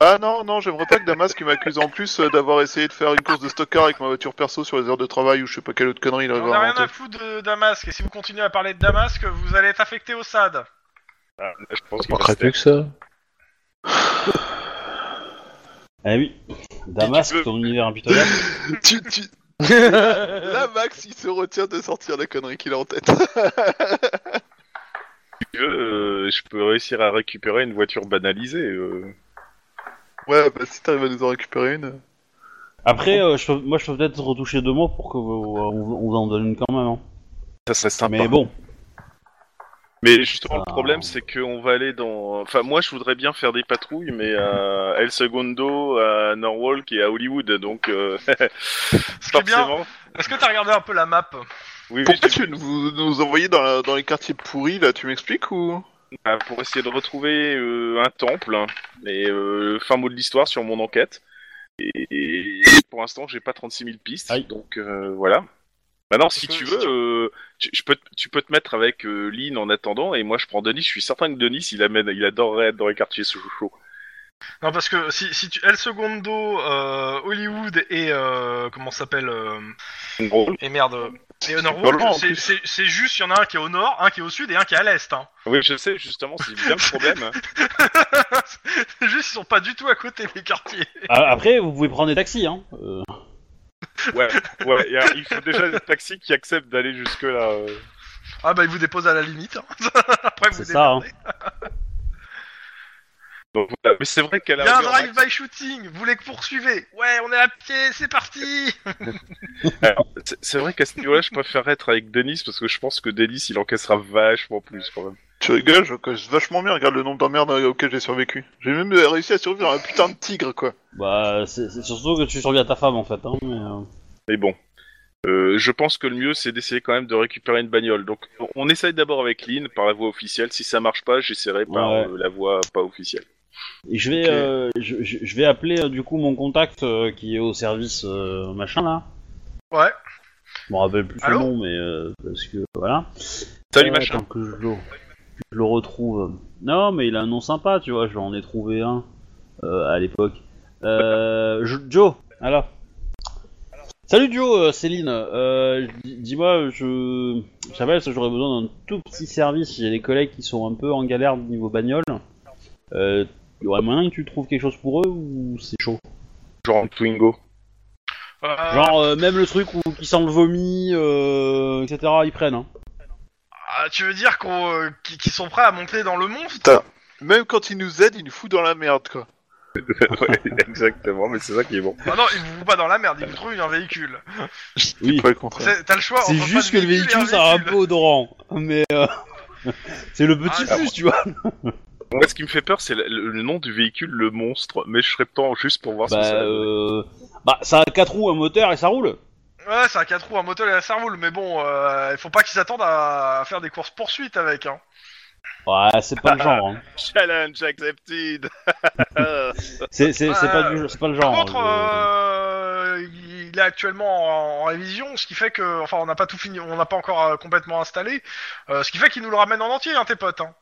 Ah non, non, j'aimerais pas que Damas qui m'accuse en plus euh, d'avoir essayé de faire une course de stockard avec ma voiture perso sur les heures de travail ou je sais pas quelle autre connerie il
On
avait
a rien à
inventé.
foutre de Damasque. Et si vous continuez à parler de Damasque, vous allez être affecté au SAD.
Ah, là, je pense
Ça
qu'il va
manquerait
se taire.
plus que ça.
Ah oui, Damas, ton univers impitoyable.
tu, tu... Là, Max, il se retient de sortir la connerie qu'il a en tête.
Si tu veux, euh, je peux réussir à récupérer une voiture banalisée. euh.
ouais, bah si t'arrives à nous en récupérer une. euh.
Après, euh, je peux- moi, je peux peut-être retoucher deux mots pour que vous- on, vous- on vous en donne une quand même. hein.
Ça serait
Ah,
sympa.
Mais bon,
Mais justement, le
Ah.
problème, c'est qu'on va aller dans. Enfin, moi, je voudrais bien faire des patrouilles, mais à El Segundo, à Norwalk et à Hollywood, donc. euh,
qui est bien-
forcément.
Est-ce que t'as regardé un peu la map
Oui, oui,
Pourquoi
j'ai-
tu vous nous envoyez dans, la- dans les quartiers pourris, là Tu m'expliques ou
Ah, pour essayer de retrouver euh, un temple et euh, fin mot de l'histoire sur mon enquête. Et, et pour l'instant, j'ai pas 36 000 pistes,
Aïe.
donc euh, voilà. Maintenant, si
Parce que
tu
si
veux, euh, tu, je peux, te- tu peux te mettre avec euh, Lynn en attendant, et moi je prends Denis. Je suis certain que Denis, il, amène, il adorerait être dans les quartiers sous chaud.
Non, parce que si, si tu El Segundo, euh, Hollywood et euh, comment ça s'appelle euh, et merde euh, et Norwalk,
Norwalk, en
c'est-
plus.
c'est c'est juste il y en a un qui est au nord, un qui est au sud et un qui est à l'est. Hein.
Oui, je sais, justement, c'est bien le problème. hein.
C'est juste ils sont pas du tout à côté les quartiers.
a- après, vous pouvez prendre des taxis. Hein. Euh,
Ouais, ouais, y a- il faut déjà des taxis qui acceptent d'aller jusque-là. euh.
Ah bah ils vous déposent à la limite. hein. Après vous
C'est ça, hein.
démerdez.
Donc, voilà. Mais c'est vrai qu'elle
Il y a
a.
un drive-by shooting, vous les poursuivez. Ouais, on est à pied, c'est parti.
Alors, c'est- C'est vrai qu'à ce niveau-là, je préfère être avec Denis parce que je pense que Denis, il encaissera vachement plus quand même.
Tu rigoles, je coche vachement bien. Regarde le nombre d'emmerdes euh, auxquelles j'ai survécu. J'ai même euh, réussi à survivre à un putain de tigre, quoi.
bah, c'est c'est surtout que tu survis à ta femme en fait. Hein, mais, euh,
Mais bon, Euh, je pense que le mieux, c'est d'essayer quand même de récupérer une bagnole. Donc, on essaye d'abord avec Lynn par la voie officielle. Si ça marche pas, j'essaierai par
Ouais.
euh, la voie pas officielle.
Et je vais,
Ok.
euh, je, je- je vais appeler euh, du coup mon contact euh, qui est au service euh, machin là.
Ouais.
Je me rappelle plus
Allô
son nom, mais euh, parce que voilà.
Salut
Euh,
machin.
attends que je le, je le retrouve. Non, mais il a un nom sympa, tu vois. Je en ai trouvé un euh, à l'époque. Euh, Jo- Joe, voilà. Salut Joe, euh, Céline. Euh, di- Dis-moi, je j'appelle parce que j'aurais besoin d'un tout petit service. J'ai des collègues qui sont un peu en galère niveau bagnole. Euh, y aurait moyen que tu trouves quelque chose pour eux ou c'est chaud
Genre en Twingo. Ah.
Euh,
Genre euh, même le truc où qui sent le vomi, euh, etc. Ils prennent. Hein.
ah, tu veux dire qu'on euh, qui, qui sont prêts à monter dans le monstre
Putain. Même quand il nous aide, il nous fout dans la merde, quoi.
Ouais, exactement, mais c'est ça qui est bon.
Ah non, ils vous foutent pas dans la merde, ils vous trouvent un véhicule.
Oui.
Pas le contraire.
C'est- T'as le choix.
C'est
entre
juste
pas
que
de
le véhicule,
et un
ça a un
véhicule.
peu odorant. Mais euh, c'est le petit
Ah,
plus, tu vois.
Moi, ce qui me fait peur, c'est le, le nom du véhicule, le monstre. Mais je serais temps juste pour voir ce que
Bah,
Ah, ça donne.
euh, bah, ça a quatre roues, un moteur et ça roule.
Ouais, c'est un 4 roues, un moteur et un cerveau, mais bon, euh, il faut pas qu'ils s'attendent à, à faire des courses poursuites avec. Hein.
Ouais, c'est pas le genre. hein.
Challenge accepted. Euh,
C'est c'est- c'est
Ouais.
pas, du- c'est pas le
Par
genre.
contre,
hein,
euh, il est actuellement en, en révision, ce qui fait que, enfin, on n'a pas tout fini, on n'a pas encore euh, complètement installé, euh, ce qui fait qu'ils nous le ramènent en entier, hein, tes potes. Hein.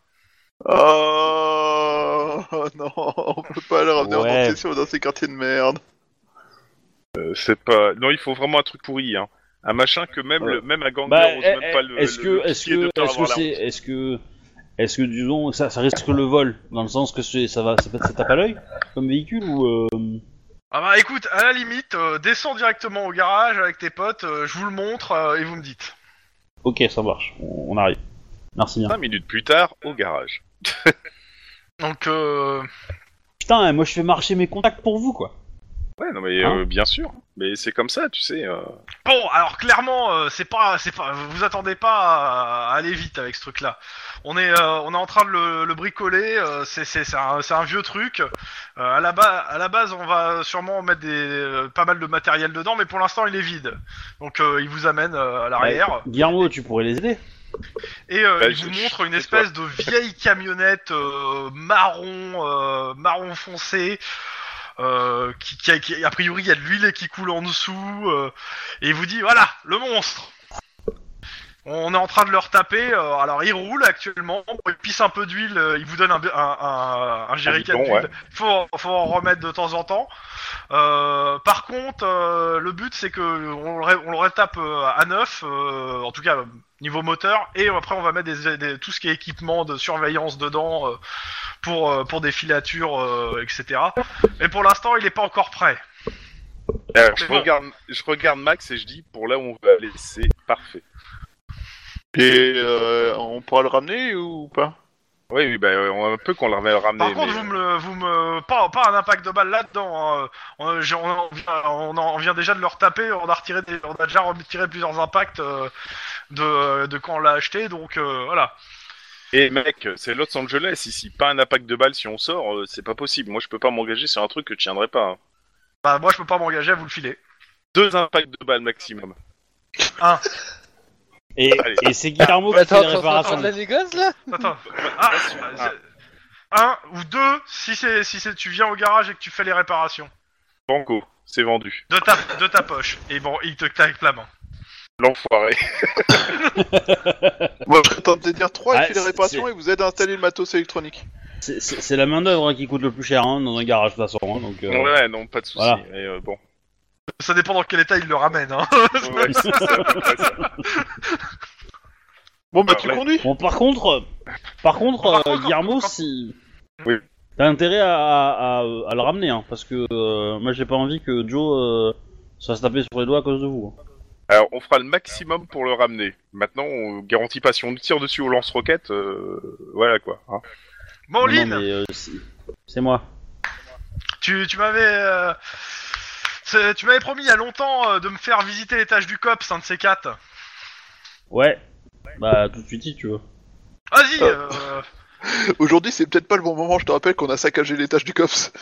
Oh non, on peut pas le ramener en
Ouais.
entier si on est dans ces quartiers de merde.
Euh, c'est pas. Non, il faut vraiment un truc pourri, hein. Un machin que même, le, même un
je-
gangster
Bah,
ose
eh,
même pas le.
eh, est-ce
le-
que,
le
est-ce
piquer de
que,
peur
est-ce que
d'avoir la
c'est,
honte.
est-ce que, est-ce que disons, ça, ça risque le vol, dans le sens que c'est- ça va, ça, peut- ça tape à l'œil comme véhicule ou euh,
Ah bah écoute, à la limite, euh, descends directement au garage avec tes potes, euh, je vous le montre euh, et vous me dites.
Ok, ça marche, on, on arrive. Merci bien.
Cinq minutes plus tard, au garage.
Donc, euh,
Putain, hein, moi je fais marcher mes contacts pour vous, quoi.
Ouais, non mais
Hein
euh, bien sûr. Mais c'est comme ça, tu sais. euh.
Bon, alors clairement, euh, c'est pas, c'est pas, vous vous attendez pas à, à aller vite avec ce truc-là. On est, euh, on est en train de le, le bricoler. euh, c'est, c'est, c'est un, c'est un vieux truc. Euh, à la base, à la base, on va sûrement mettre des, euh, pas mal de matériel dedans, mais pour l'instant, il est vide. Donc, euh, il vous amène euh, à l'arrière
Guillermo, tu pourrais les aider
et euh,
Bah,
il
je-
vous
je-
montre une
c'est toi.
espèce de vieille camionnette euh, marron, euh, marron foncé. Euh, qui, qui a, qui- a priori il y a de l'huile qui coule en dessous euh, et il vous dit voilà le monstre On est en train de leur taper. euh, alors, ils roulent actuellement. Ils pissent un peu d'huile. euh, ils vous donnent un, un, un, un jerrycan
bidon,
d'huile.
ouais.
Faut, en- faut en remettre de temps en temps. Euh, par contre, euh, le but, c'est que on le, ré- on le retape euh, à neuf, euh, en tout cas euh, niveau moteur, et après, on va mettre des, des- tout ce qui est équipement de surveillance dedans euh, pour, euh, pour des filatures, euh, etc. Mais pour l'instant, il n'est pas encore prêt.
Alors, je,
Mais bon.
regarde, je regarde Max et je dis, pour là où on va aller, c'est parfait.
Et euh, on pourra le ramener ou pas
Oui, oui, bah, euh, on a un peu qu'on l'a
Par
ramené.
contre,
mais, euh.
vous me, le- vous me, pas, pas un impact de balle là-dedans. hein. On, j'ai- on en vient, on en vient déjà de leur taper. On a retiré, des- on a déjà retiré plusieurs impacts euh, de, de quand on l'a acheté. Donc euh, voilà.
Et mec, c'est Los Angeles ici, pas un impact de balle si on sort, euh, c'est pas possible. Moi, je peux pas m'engager sur un truc que je tiendrai pas. hein.
Bah moi, je peux pas m'engager à vous le filer.
Deux impacts de balle maximum.
Et,
Allez.
et c'est Guillermo qui fait
Attends,
les
attends, attends,
réparations.
de la négoce là
Attends. Ah, c'est- un ou deux, si c'est, si c'est, tu viens au garage et que tu fais les réparations
Banco, c'est vendu.
de ta, de ta poche. Et bon, il te claque la main.
L'enfoiré.
Moi, je serais tenté de dire 3
Ah,
et fait les
c'est-
réparations et vous aide à installer le matos électronique.
C'est- C'est c'est la main d'œuvre hein, qui coûte le plus cher hein, dans un garage de toute façon. hein, donc, euh,
Ouais, non, pas de soucis.
Voilà.
Et, euh, bon.
Ça dépend dans quel état il le ramène. Hein.
Ouais, c'est à peu près ça.
Bon, bah,
Ah,
tu
ouais.
conduis
Bon, par contre, par contre,
Par
euh,
contre,
Guillermo,
quand-
si
Oui.
t'as intérêt à, à, à- à le ramener, hein, parce que euh, moi j'ai pas envie que Joe euh, soit se taper sur les doigts à cause de vous. hein.
Alors, on fera le maximum pour le ramener. Maintenant, on garantit pas. Si on tire dessus au lance-roquette, euh, voilà quoi. hein.
Bon,
Non, non,
Lynn,
mais euh, c'est- c'est moi.
Tu, tu m'avais. euh, c'est- tu m'avais promis il y a longtemps euh, de me faire visiter l'étage du COPS, un de ces quatre.
Ouais. Bah tout de suite si tu veux.
Vas-y euh,
Aujourd'hui, c'est peut-être pas le bon moment, je te rappelle qu'on a saccagé l'étage du COPS.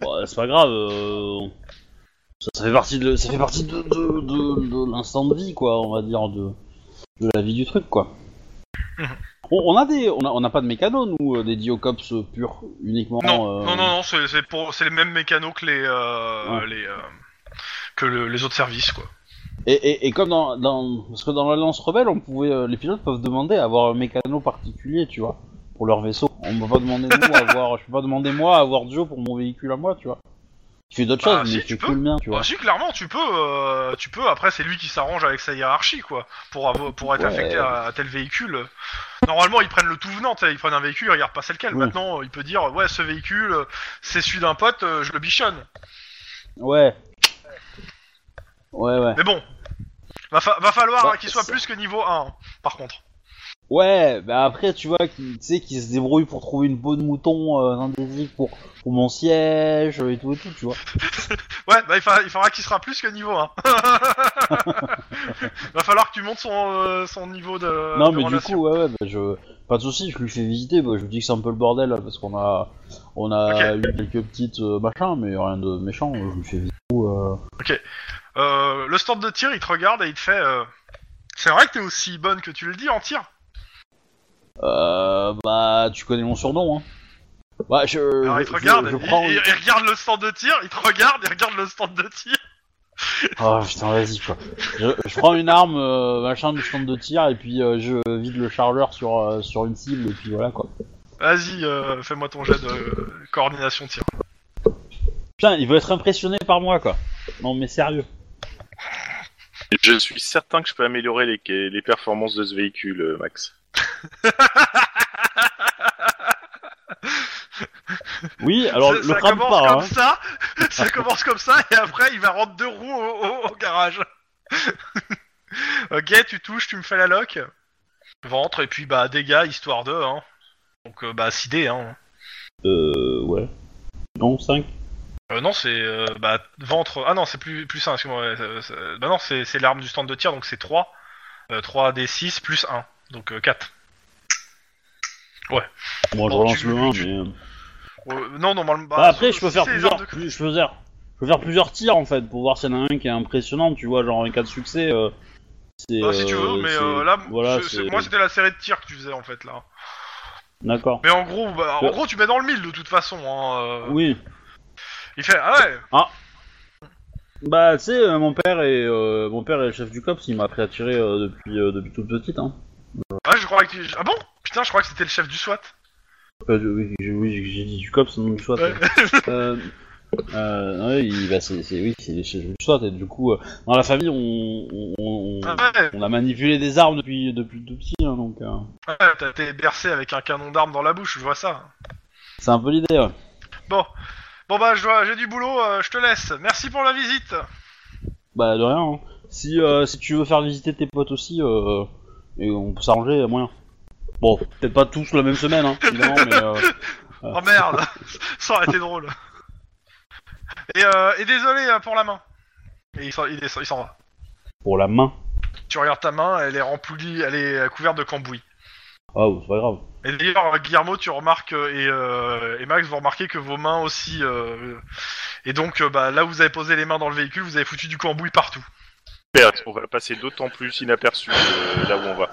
Bon, c'est pas grave. euh, Ça, ça fait partie de, ça fait partie de, de, de- de l'instant de vie, quoi, on va dire, de, de la vie du truc, quoi.
Mhm.
On, on a des, on a, on a pas de mécanos, nous, euh, des diocops euh, purs, uniquement.
Non,
euh,
non, non, non, c'est c'est pour- c'est les mêmes mécanos que les. euh,
Ouais.
les euh, que le- les autres services, quoi.
Et, et, et comme dans, dans, parce que dans l'Alliance Rebelle, on pouvait, euh, les pilotes peuvent demander à avoir un mécano particulier, tu vois, pour leur vaisseau. On peut pas demander nous à avoir, je peux pas demander moi à avoir Joe pour mon véhicule à moi, tu vois. Tu fais d'autres
Bah,
choses,
si,
mais
tu
tu
peux.
fais le mien, tu vois.
Bah, si, clairement, tu peux. euh, tu peux. Après, c'est lui qui s'arrange avec sa hiérarchie, quoi. Pour, avoir- pour être
Ouais.
affecté à, à tel véhicule. Normalement, ils prennent le tout venant. t'sais, Ils prennent un véhicule, ils regardent pas c'est lequel.
Oui.
Maintenant, il peut dire Ouais, ce véhicule, euh, c'est celui d'un pote, euh, je le bichonne.
Ouais. Ouais, ouais.
Mais bon, va, fa- va falloir
Bah,
hein, qu'il soit
ça-
plus que niveau 1, hein, par contre.
Ouais, bah après, tu vois, qui, tu sais, qui se débrouille pour trouver une peau de mouton euh, dans des îles pour, pour mon siège euh, et tout et tout, tu vois.
Ouais, bah, il, fa- il faudra qu'il sera plus que niveau 1. va falloir que tu montes son, euh, son niveau de.
non,
de
mais du
relation.
coup, ouais, ouais, bah, je... pas de soucis, je lui fais visiter, bah, je lui dis que c'est un peu le bordel, là, parce qu'on a, on a eu quelques petites euh, machins, mais rien de méchant, euh, je lui fais visiter. euh,
Euh, le stand de tir, il te regarde et il te fait. euh, C'est vrai que t'es aussi bonne que tu le dis en tir.
euh, bah, tu connais mon surnom, hein. Bah, je,
Alors
je,
il te regarde,
je- je
il-
prends...
il, il regarde le stand de tir, il te regarde, il regarde le stand de tir.
Ah, putain, vas-y, quoi. Je, je prends une arme, euh, machin, du stand de tir, et puis euh, je vide le chargeur sur, euh, sur une cible, et puis voilà, quoi.
Vas-y, euh, fais-moi ton jet de euh, coordination tir.
Putain, il veut être impressionné par moi, quoi. Non, mais sérieux.
Je suis certain que je peux améliorer les, les performances de ce véhicule, euh, Max.
Oui, alors,
ça,
le
ça
crame
commence
pas,
comme
hein.
ça, ça commence comme ça, et après il va rendre deux roues au, au- au garage. ok, tu touches, tu me fais la loque. Ventre, et puis bah dégâts, histoire de. Hein. Donc euh, bah 6 dés. Hein.
Euh, ouais. Non, 5.
Euh, non, c'est euh, bah, ventre. Ah non, c'est plus, plus 1, excuse-moi. ouais, c'est- c'est- bah non, c'est c'est l'arme du stand de tir, donc c'est Euh, 3. 3 d 6 plus 1, donc euh, 4.
Moi, je
Bon,
relance
tu-
le 1,
tu-
mais... euh,
non, normalement.
Bah, après,
sauf
je peux
si
faire
c'est les
plusieurs...
armes de-
plus- Je peux faire... je peux faire plusieurs tirs, en fait, pour voir s'il y en a un qui est impressionnant, tu vois, genre, en cas de succès... Euh... c'est,
Bah, si tu veux,
euh,
mais
c'est-
euh, là,
voilà,
c'est- c'est-
c'est-
moi c'était la série de tirs que tu faisais en fait là.
D'accord.
Mais en gros, bah, en
Ouais.
gros, tu euh. mets dans le mille de toute façon. Hein, euh.
Oui.
Il fait ah ouais.
Ah. Bah, tu sais, euh, mon père est euh, mon père est le chef du cops, il m'a appris à tirer euh, depuis euh, depuis toute petite. Hein.
Ah, je crois que... Ah bon Putain, je crois que c'était le chef du SWAT.
Enfin, Euh, je- oui, j'ai oui, j'ai- j'ai dit du cops, non du SWAT.
Ouais.
Euh, euh, ouais, il- bah, c'est c'est- oui, c'est les chefs du SWAT et du coup, euh, dans la famille, on on, on,
Ah ouais,
on a manipulé des armes depuis depuis tout petit, hein, donc euh,
ouais, t'as été bercé avec un canon d'arme dans la bouche, je vois ça.
c'est un peu l'idée. Ouais.
Bon. Bon bah je dois- j'ai du boulot, euh, je te laisse. Merci pour la visite.
Bah de rien. hein. Si, euh, si tu veux faire visiter tes potes aussi, euh, et on peut s'arranger, à moyen. Bon, peut-être pas tous la même semaine, hein, évidemment, mais... euh, euh,
Oh merde, ça aurait été drôle. Et, euh, et désolé euh, pour la main. Et il s'en il descend- il s'en va.
Pour la main.
Tu regardes ta main, elle est remplie, elle est euh, couverte de cambouis.
Ah, ouais, c'est pas grave.
Et d'ailleurs, euh, Guillermo, tu remarques euh, et, euh, et Max, vous remarquez que vos mains aussi. euh, et donc, euh, bah, là où vous avez posé les mains dans le véhicule, vous avez foutu du cambouis partout.
Super, on va passer d'autant plus inaperçu euh, là où on va.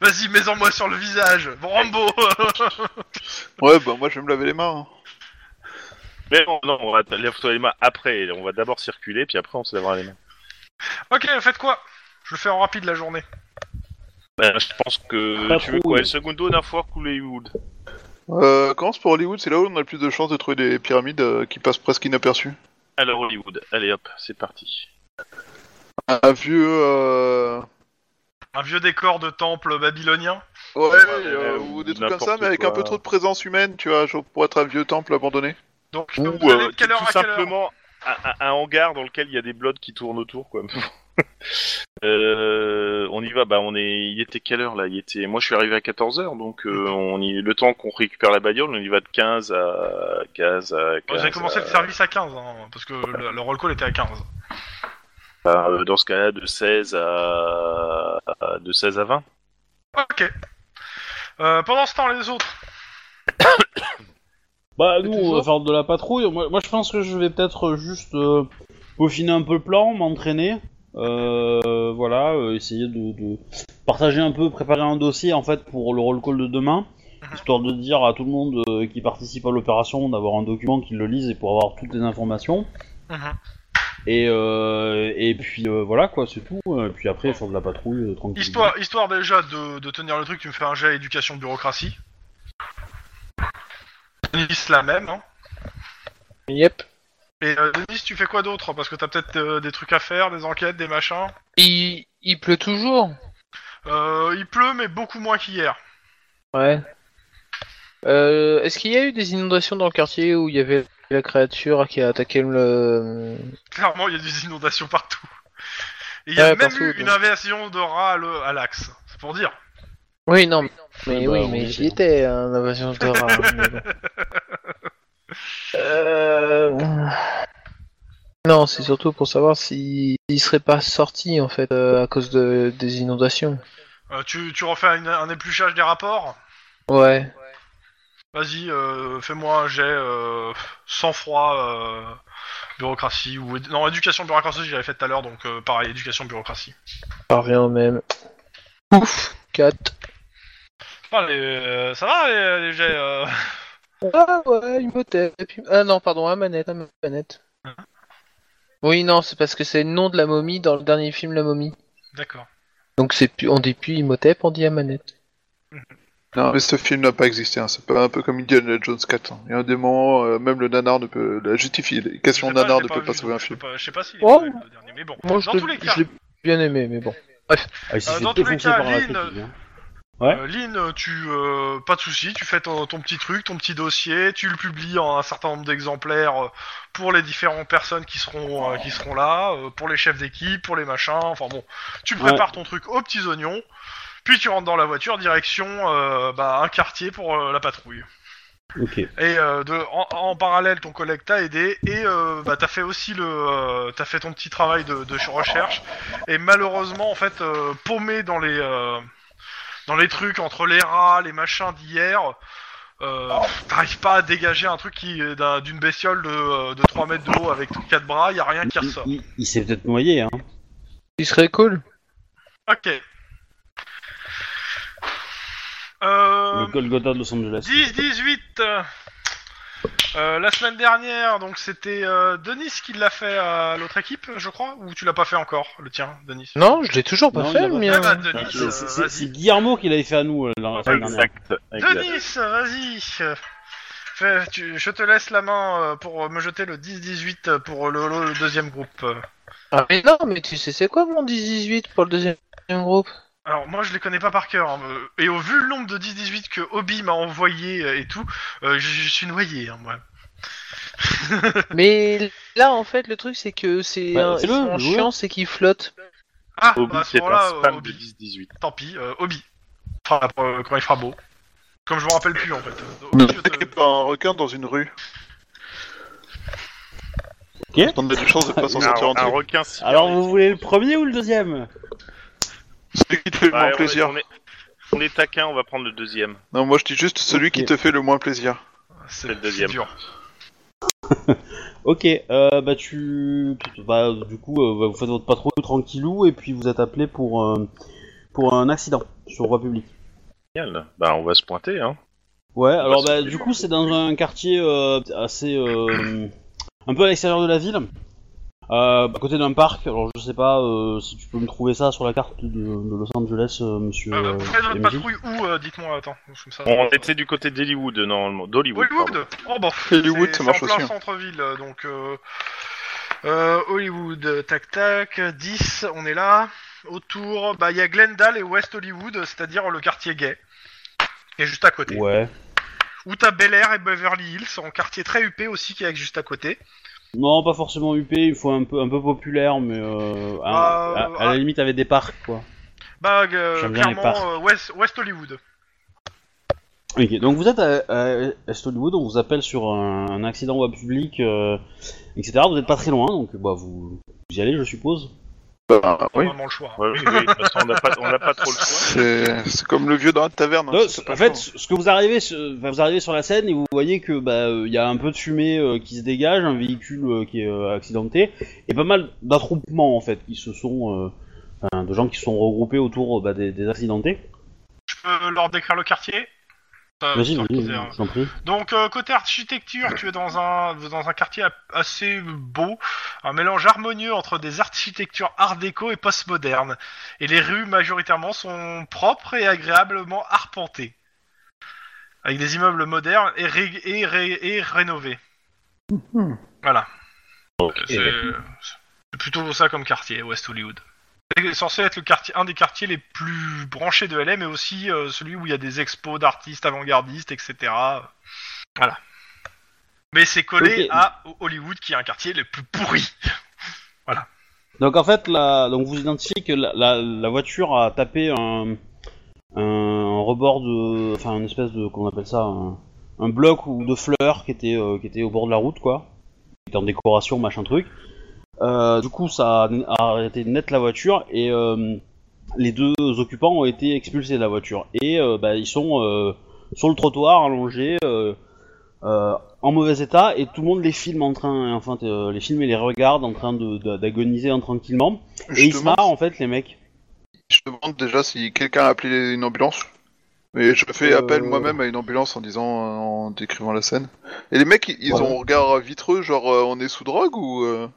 Vas-y, mets-en moi sur le visage, Bon, Rambo.
Ouais, bah moi je vais me laver les mains. hein.
Mais non, non, on va lève-toi les mains après, on va d'abord circuler, puis après on se lavera les mains.
ok, faites quoi Je le fais en rapide la journée.
Bah, je pense que
Pas
tu veux
trop,
quoi
oui.
Le secondo d'un foire coulé Wood.
Euh, commence pour Hollywood, c'est là où on a le plus de chances de trouver des pyramides euh, qui passent presque inaperçues.
Alors Hollywood, allez hop, c'est parti.
Un vieux... Euh...
Un vieux décor de temple babylonien.
Ouais,
Ouais,
euh,
ou
ou des trucs comme ça,
n'importe
mais avec
quoi.
un peu trop de présence humaine, tu vois, genre pour être un vieux temple abandonné.
Donc,
Ou
vous allez
euh,
de quelle heure
tout
à quelle heure
simplement un, un- un hangar dans lequel il y a des blottes qui tournent autour, quoi. Euh, on y va, bah on est. Il était quelle heure là Il était. Moi je suis arrivé à 14h, donc
Mm-hmm.
euh, on y... le temps qu'on récupère la bagnole, on y va de 15 à 15 à 15.
Moi, J'ai commencé
euh,
le service à 15, hein, parce que le, le roll call était à 15.
à- euh, dans ce cas-là, de 16 à... à- de 16 à 20.
Ok. Euh, pendant ce temps, les autres.
Bah, nous, on va
toujours
faire de la patrouille. Moi, moi, je pense que je vais peut-être euh, juste euh, peaufiner un peu le plan, m'entraîner. Euh, voilà, euh, essayer de, de partager un peu, préparer un dossier, en fait, pour le roll call de demain.
Ah.
Histoire de dire à tout le monde euh, qui participe à l'opération d'avoir un document qui le lise et pour avoir toutes les informations.
Mhm.
Et, euh, et puis euh, voilà quoi, c'est tout. Et puis après, faire de la patrouille euh, tranquille.
Histoire, histoire déjà de, de tenir le truc, tu me fais un jet éducation bureaucratie. Denis, la même. Hein.
Yep.
Et euh, Denis, tu fais quoi d'autre Parce que t'as peut-être euh, des trucs à faire, des enquêtes, des machins.
Il, il pleut toujours.
Euh, il pleut, mais beaucoup moins qu'hier.
Ouais. Euh, Est-ce qu'il y a eu des inondations dans le quartier où il y avait la créature qui a attaqué le...
Clairement, il y a des inondations partout. Et il y a
Ouais,
même
partout,
eu
ouais.
une invasion de rats à le- à l'axe. C'est pour dire.
Oui, non, mais, mais
bah,
oui,
on
mais
y
j'y
était.
étais, hein, l'invasion de Dora. mais bon. Euh, Non, c'est surtout pour savoir s'il si... serait pas sorti, en fait, euh, à cause de... des inondations.
Euh, tu, tu refais une- un épluchage des rapports
Ouais.
Vas-y, euh, fais-moi un jet euh, sang-froid, euh, bureaucratie ou... éd- Non, éducation, bureaucratie, j'avais fait tout à l'heure, donc euh, pareil, éducation, bureaucratie.
Parvient au même. Ouf 4.
Enfin, les- euh, ça va, les, les jets euh,
Ah ouais, une motel. et puis- Ah non, pardon, un manette, un manette. Oui, non, c'est parce que c'est le nom de la momie dans le dernier film La Momie.
D'accord.
Donc c'est plus, on dit plus Imhotep, on dit Amanette.
Non, mais ce film n'a pas existé, hein. c'est pas un peu comme Indiana Jones 4. hein. Il y a des moments, euh, même le nanar ne peut... La justification
Je sais pas,
nanar
je l'ai
ne peut
vu,
pas
donc
sauver un
je
film.
sais pas- Je sais pas s'il est
Oh.
correct, le dernier, mais bon.
Moi, je
dans
l'ai-
tous les cas,
je l'ai bien aimé, mais bon.
Ah, il s'est
Euh,
fait
dans tous les
défoncer
cas,
par la
Lynn,
critique, hein. Ouais.
euh, Lynn, euh, tu... euh, pas de souci, tu fais ton, ton petit truc, ton petit dossier, tu le publies en un certain nombre d'exemplaires euh, pour les différentes personnes qui seront, euh, qui seront là, euh, pour les chefs d'équipe, pour les machins, enfin bon. Tu
Ouais.
prépares ton truc aux petits oignons, puis tu rentres dans la voiture, direction euh, bah, un quartier pour euh, la patrouille.
Ok.
Et euh, de, en, en parallèle, ton collègue t'a aidé et euh, bah, t'as fait aussi le, euh, t'as fait ton petit travail de, de recherche. Et malheureusement, en fait, euh, paumé dans les, euh, dans les trucs entre les rats, les machins d'hier, euh, t'arrives pas à dégager un truc qui est d'un- d'une bestiole de, euh, de 3 mètres de haut avec quatre bras. Y a rien qui
Il-
ressort.
il- il s'est peut-être noyé, hein.
Il serait cool.
Ok. Euh,
Le Golgotha de Los Angeles.
10, 18. euh, Euh, la semaine dernière, donc c'était euh, Denis qui l'a fait à l'autre équipe, je crois, ou tu l'as pas fait encore, le tien, Denis
Non, je l'ai toujours pas
Non, il
fait,
a pas
mais...
Eh ben, Denis,
Ah, C'est-
euh,
c'est- C'est
vas-y.
c'est Guillermo qui l'avait fait à nous euh, la la semaine dernière.
Exact. exact.
Denis, vas-y. euh, fais- tu- je te laisse la main euh, pour me jeter le 10-18 pour le, le- le deuxième groupe.
Ah, mais non, mais tu sais, c'est quoi mon 10-18 pour le deuxième groupe
Alors moi je les connais pas par cœur, hein, mais- et au vu le nombre de 10-18 que Obi m'a envoyé euh, et tout, euh, je, je suis noyé, hein, moi.
Mais là, en fait, le truc, c'est que c'est
Bah,
un-
fais-le,
son
ouais.
chiant, c'est qu'il flotte.
Ah,
Obi,
bah, à ce
c'est
moment-là,
un spam
euh,
de
Obi,
10-18.
tant pis, euh, Obi. Enfin, euh, quand il fera beau. Comme je me rappelle plus en fait. Euh, Obi, je te-
pas un requin dans une rue.
Ok.
On a du chance de pas s'en
Un,
sortir en
un
tout.
requin si.
Alors vous voulez le premier ou le deuxième
Celui qui te fait le moins
Ouais, on est-
plaisir.
On est, on est taquin, on va prendre le deuxième.
Non, moi je dis juste celui qui
Ok.
te fait le moins plaisir.
C'est
le deuxième.
c'est dur.
Ok, euh, bah tu, bah du coup euh, bah, vous faites votre patrouille tranquillou et puis vous êtes appelé pour euh, pour un accident sur voie publique.
Génial. Bah, on va se pointer, hein.
Ouais, alors bah du coup c'est dans un quartier euh, assez euh, un peu à l'extérieur de la ville, euh, à côté d'un parc. Alors je sais pas euh, si tu peux me trouver ça sur la carte de, de Los Angeles, euh, monsieur.
Euh,
euh,
près de notre
MJ.
patrouille ou euh, dites-moi attends comme ça.
On était du côté d'Hollywood, normalement. D'Hollywood. pardon.
Hollywood Oh bon.
Hollywood,
c'est-
ça marche
c'est en
aussi,
plein
hein.
centre-ville euh, donc euh, euh, Hollywood euh, tac tac 10 on est là autour bah il y a Glendale et West Hollywood c'est-à-dire le quartier gay et juste à côté.
Ouais.
Ou t'as Bel Air et Beverly Hills en quartier très huppé aussi qui est juste à côté.
Non, pas forcément UP, il faut un peu un peu populaire, mais euh, à,
Bah,
Euh,
à- à
ah.
la limite avec des parcs quoi.
Bah euh,
J'aime bien les parcs.
clairement euh, West, West Hollywood.
Ok, donc vous êtes à, à Est Hollywood, on vous appelle sur un, un accident web public, euh, etc. Vous n'êtes pas très loin, donc bah, vous, vous y allez, je suppose.
Bah
Pas
oui.
vraiment le choix. hein.
Ouais, oui, oui, de toute façon, on n'a pas, on n'a pas trop le choix.
C'est c'est comme le vieux dans la taverne. hein,
Euh,
c'est
en
pas
fait,
chaud.
ce ce que vous arrivez, ce- enfin, vous arrivez sur la scène et vous voyez que bah euh, il y a un peu de fumée euh, qui se dégage, un véhicule euh, qui est euh, accidenté et pas mal d'attroupements en fait qui se sont, euh, enfin, de gens qui se sont regroupés autour euh, bah, des, des accidentés.
Je peux leur euh, décrire le quartier
Ah,
Ça-
Vas-y,
ça-
vas-y,
c'est, euh,
je t'en prie.
hein.
Donc euh, côté architecture, tu es dans un dans un quartier a- assez beau, un mélange harmonieux entre des architectures art déco et post-moderne. Et les rues majoritairement sont propres et agréablement arpentées, avec des immeubles modernes et ré- et, ré- et rénovés. Voilà. C'est c'est plutôt ça comme quartier West Hollywood. C'est censé être le quartier, un des quartiers les plus branchés de LM, mais aussi euh, celui où il y a des expos d'artistes avant-gardistes, etc. Voilà. Mais c'est collé
Ok.
à Hollywood, qui est un quartier le plus pourri.
Donc en fait, la, donc vous identifiez que la, la, la voiture a tapé un, un rebord de, enfin une espèce de, qu'on appelle ça, un, un bloc ou de fleurs qui était euh, qui était au bord de la route quoi, qui était en décoration machin truc. Euh, du coup, ça a, a arrêté net la voiture et euh, les deux occupants ont été expulsés de la voiture et euh, bah, ils sont euh, sur le trottoir allongés. euh, euh, en mauvais état et tout le monde les filme en train, enfin euh, les filme et les regarde en train de- de- d'agoniser en tranquillement.
Je
et ils
te
se
demande-
marrent en fait les mecs.
Je demande déjà si quelqu'un a appelé une ambulance. Mais je fais
Euh.
appel moi-même à une ambulance en disant, euh, en décrivant la scène. Et les mecs, ils, ils
Ouais.
ont un regard vitreux, genre euh, on est sous drogue ou euh,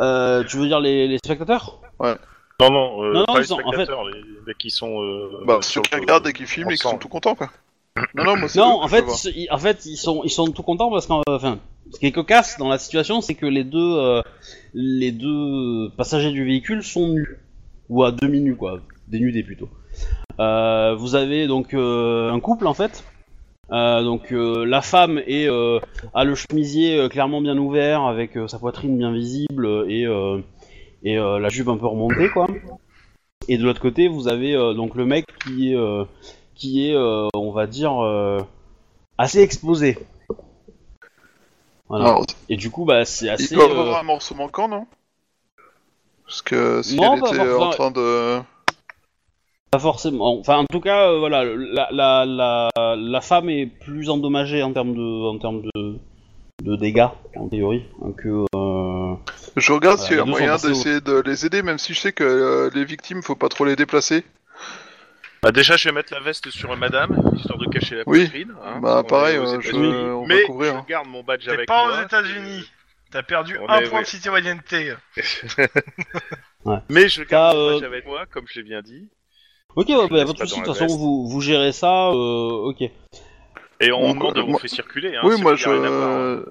Euh, tu veux dire les, les spectateurs
Non, non, euh,
Non, non,
pas
ils
les
sont- en fait-
spectateurs, les, les mecs qui sont. euh,
bah,
euh,
ceux
sur
qui
le-
regardent et qui filment
on
et qui sont
sent.
tout contents quoi. Non, non, moi c'est eux
Non,
que
en
je
fait,
veux voir.
ils, en fait ils sont ils sont tout contents parce qu'en enfin ce qui est cocasse dans la situation c'est que les deux euh, les deux passagers du véhicule sont nus ou à demi nus quoi, dénudés plutôt. Euh, vous avez donc euh, un couple en fait. Euh, donc euh, la femme est, euh, a le chemisier euh, clairement bien ouvert avec euh, sa poitrine bien visible euh, et, euh, et euh, la jupe un peu remontée quoi. Et de l'autre côté vous avez euh, donc le mec qui est, euh, qui est euh, on va dire euh, assez exposé. Voilà.
Alors,
Et du coup bah c'est
il
assez.
doit
euh,
avoir un morceau manquant, non Parce que si
Non,
elle
bah,
était
enfin,
en train de.
Pas forcément. Enfin, en tout cas, euh, voilà, la, la, la, la femme est plus endommagée en termes de, en termes de, de dégâts, en théorie, hein, que. euh,
Je regarde
Voilà,
s'il y
les deux
a
sont
moyen
passés au-
d'essayer de les aider, même si je sais que euh, les victimes, faut pas trop les déplacer.
Bah, déjà, je vais mettre la veste sur euh, madame, histoire de cacher la
Oui.
poitrine. hein,
Bah
on
pareil,
est aux
euh, je,
États-Unis.
on va hein.
Mais
couvrir.
je garde mon badge
T'es
avec
pas
moi.
aux États-Unis. T'as perdu
on
un
est-
point
ouais.
de citoyenneté.
Mais je
T'as,
garde mon badge
euh,
avec moi, comme je l'ai bien dit.
Ok, ouais, bah, y a pas de
Pas
soucis,
dans
de
la
toute façon,
veste.
vous, vous gérez ça, euh, ok.
Et on
on-
demande, on
moi-
fait circuler. Hein,
oui,
c'est
moi
pas- y a rien à voir, hein.
je.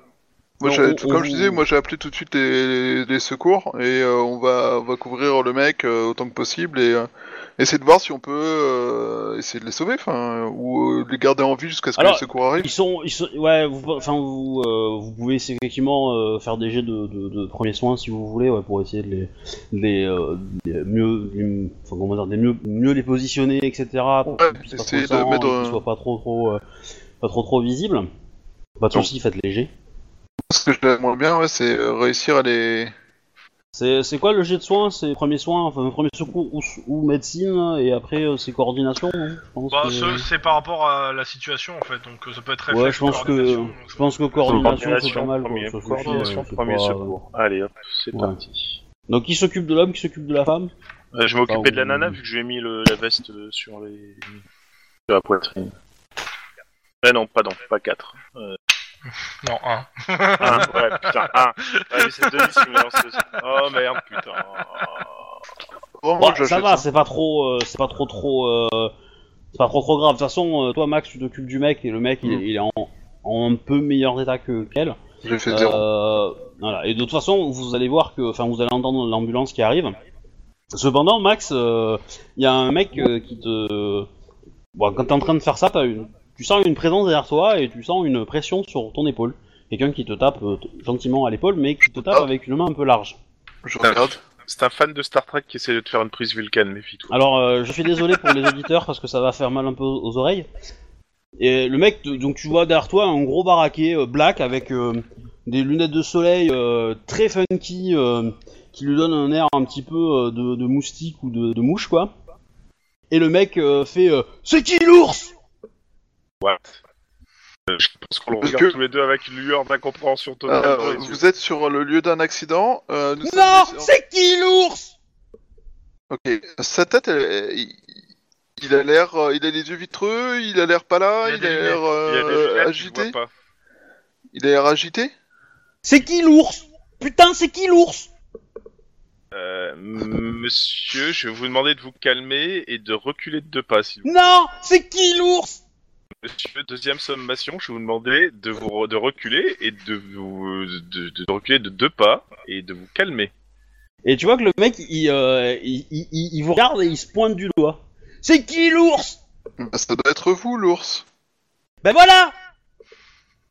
Moi,
Non,
j'ai-
on-
comme
on-
je disais, moi j'ai appelé tout de suite les, les secours et euh, on va on va couvrir le mec euh, autant que possible et euh, essayer de voir si on peut euh, essayer de les sauver, enfin ou euh, les garder en vie jusqu'à ce que
Alors,
les secours arrivent.
Ils sont, ils sont ouais, vous, enfin, vous, euh, vous pouvez effectivement euh, faire des jets de, de, de premiers soins si vous voulez, ouais, pour essayer de les, de les, euh, de les mieux, de les- enfin, comment dire, de mieux, mieux les positionner, etc. pour
Ouais,
qu'ils soient pas
essayer
trop
de
sang,
mettre,
qu'ils
euh,
soient pas trop, trop, euh, pas trop, trop visibles. Pas de
Non.
soucis, faites les jets.
Ce que j'aimerais bien, ouais, c'est euh, réussir à les.
C'est c'est quoi le jet de soins C'est premier soin, enfin premier secours ou, ou médecine, et après euh, c'est coordination, non je pense
Bah,
que-
ce- c'est par rapport à la situation en fait, donc euh, ça peut être réflexe.
Ouais, je pense que
coordination, donc euh,
je pense que coordination c'est
Coordination,
pas mal. quoi,
premier-
ça suffit,
coordination,
euh, c'est
premier
pas-
secours. Allez, hop, c'est
Ouais.
parti.
Donc qui s'occupe de l'homme, qui s'occupe de la femme
Euh, je vais m'occuper
Enfin,
de la
on-
nana, vu que je lui ai mis le- la veste euh, sur, les... sur la poitrine. Ah non, pas non, pas 4.
c'est- Non, hein. un.
Un, ouais, putain, un. Ouais, mais c'est Denis qui me lance le- Oh merde, putain.
Vraiment,
Ouais, ça
Oh, j'achète
va, c'est pas trop, euh, c'est pas trop trop, euh, c'est pas trop trop grave. De toute façon, euh, toi Max, tu t'occupes du mec et le mec
Mm.
il, est- il est en, en un peu meilleur état que qu'elle.
J'ai fait zéro.
Euh, voilà. Et de toute façon, vous allez voir que, enfin, vous allez entendre l'ambulance qui arrive. Cependant, Max, il y a un mec euh, qui te, bon, quand t'es en train de faire ça, t'as une, tu sens une présence derrière toi et tu sens une pression sur ton épaule. Quelqu'un qui te tape euh, t- gentiment à l'épaule, mais qui te tape
Ah.
avec une main un peu large.
Je regarde.
C'est un fan de Star Trek qui essaie de te faire une prise Vulcan, méfie-toi.
Alors, euh, je suis désolé pour les auditeurs parce que ça va faire mal un peu aux oreilles. Et le mec, te- donc tu vois derrière toi un gros baraquet euh, black avec euh, des lunettes de soleil euh, très funky euh, qui lui donne un air un petit peu euh, de, de moustique ou de, de mouche quoi. Et le mec euh, fait euh, C'est qui l'ours
What Euh, Je pense qu'on le
Parce
regarde
que-
tous les deux avec une lueur d'incompréhension totale.
Euh,
dans les yeux.
vous êtes sur le lieu d'un accident. euh, nous
Non
sommes-
C'est qui l'ours
Ok. Sa tête, elle- il- il a l'air, euh, il a les yeux vitreux, il a l'air pas là, il,
Il a
a
des
l'air
Il y a des
euh,
lunettes, tu le vois
agité.
pas.
Il a l'air agité.
C'est qui l'ours Putain, c'est qui l'ours
Euh, monsieur, je vais vous demander de vous calmer et de reculer de deux pas, s'il vous
Non C'est qui l'ours
Monsieur, deuxième sommation, je vais vous demander de vous re- de reculer et de vous de, de reculer de deux pas et de vous calmer.
Et tu vois que le mec, il, euh, il, il- il- il vous regarde et il se pointe du doigt. C'est qui l'ours
Bah, ça doit être vous, l'ours.
Ben voilà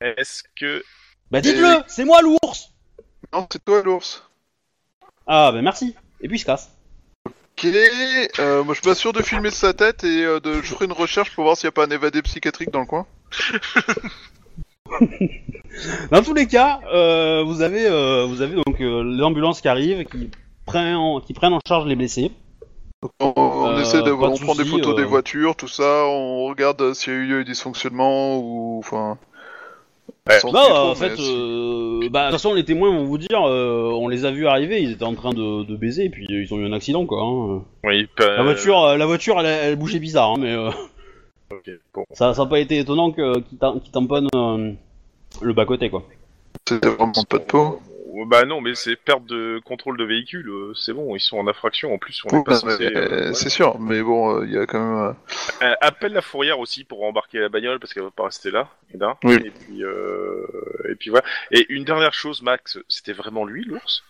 Est-ce que
Ben dites-le, c'est moi l'ours
Non, c'est toi, l'ours.
Ah ben merci. Et puis il se casse.
Ok. euh, moi, je m'assure de filmer sa tête et euh, de, je ferai une recherche pour voir s'il n'y a pas un évadé psychiatrique dans le coin.
Dans tous les cas, euh, vous avez euh, vous avez donc euh, l'ambulance qui arrive, qui prend en, qui prend en charge les blessés.
On, on
Euh,
essaie
pas
de,
de
on prend des
soucis,
photos
euh.
des voitures, tout ça. On regarde euh, s'il y a eu euh, des dysfonctionnements ou enfin.
Ouais.
sans
Bah
trop,
en
mais
fait,
si-
euh, bah, de toute façon les témoins vont vous dire, euh, on les a vus arriver, ils étaient en train de, de baiser, et puis euh, ils ont eu un accident quoi. hein.
oui, pas-
La voiture, euh, la voiture, elle, elle bougeait bizarre, hein, mais euh,
Ok, bon.
ça, ça a pas été étonnant que qui tamponne euh, le bas côté quoi.
C'était vraiment pas de peau.
Oh, Bah non, mais c'est perte de contrôle de véhicule. euh, C'est bon, ils sont en infraction. En plus, on
Ouais,
est pas
mais,
censé.
euh,
euh, voilà.
C'est sûr, mais bon, euh, il y a quand même. euh,
Euh, appelle la fourrière aussi pour embarquer la bagnole parce qu'elle va pas rester là. Et, d'un.
Oui.
et puis euh, et puis voilà. Et une dernière chose, Max, c'était vraiment lui l'ours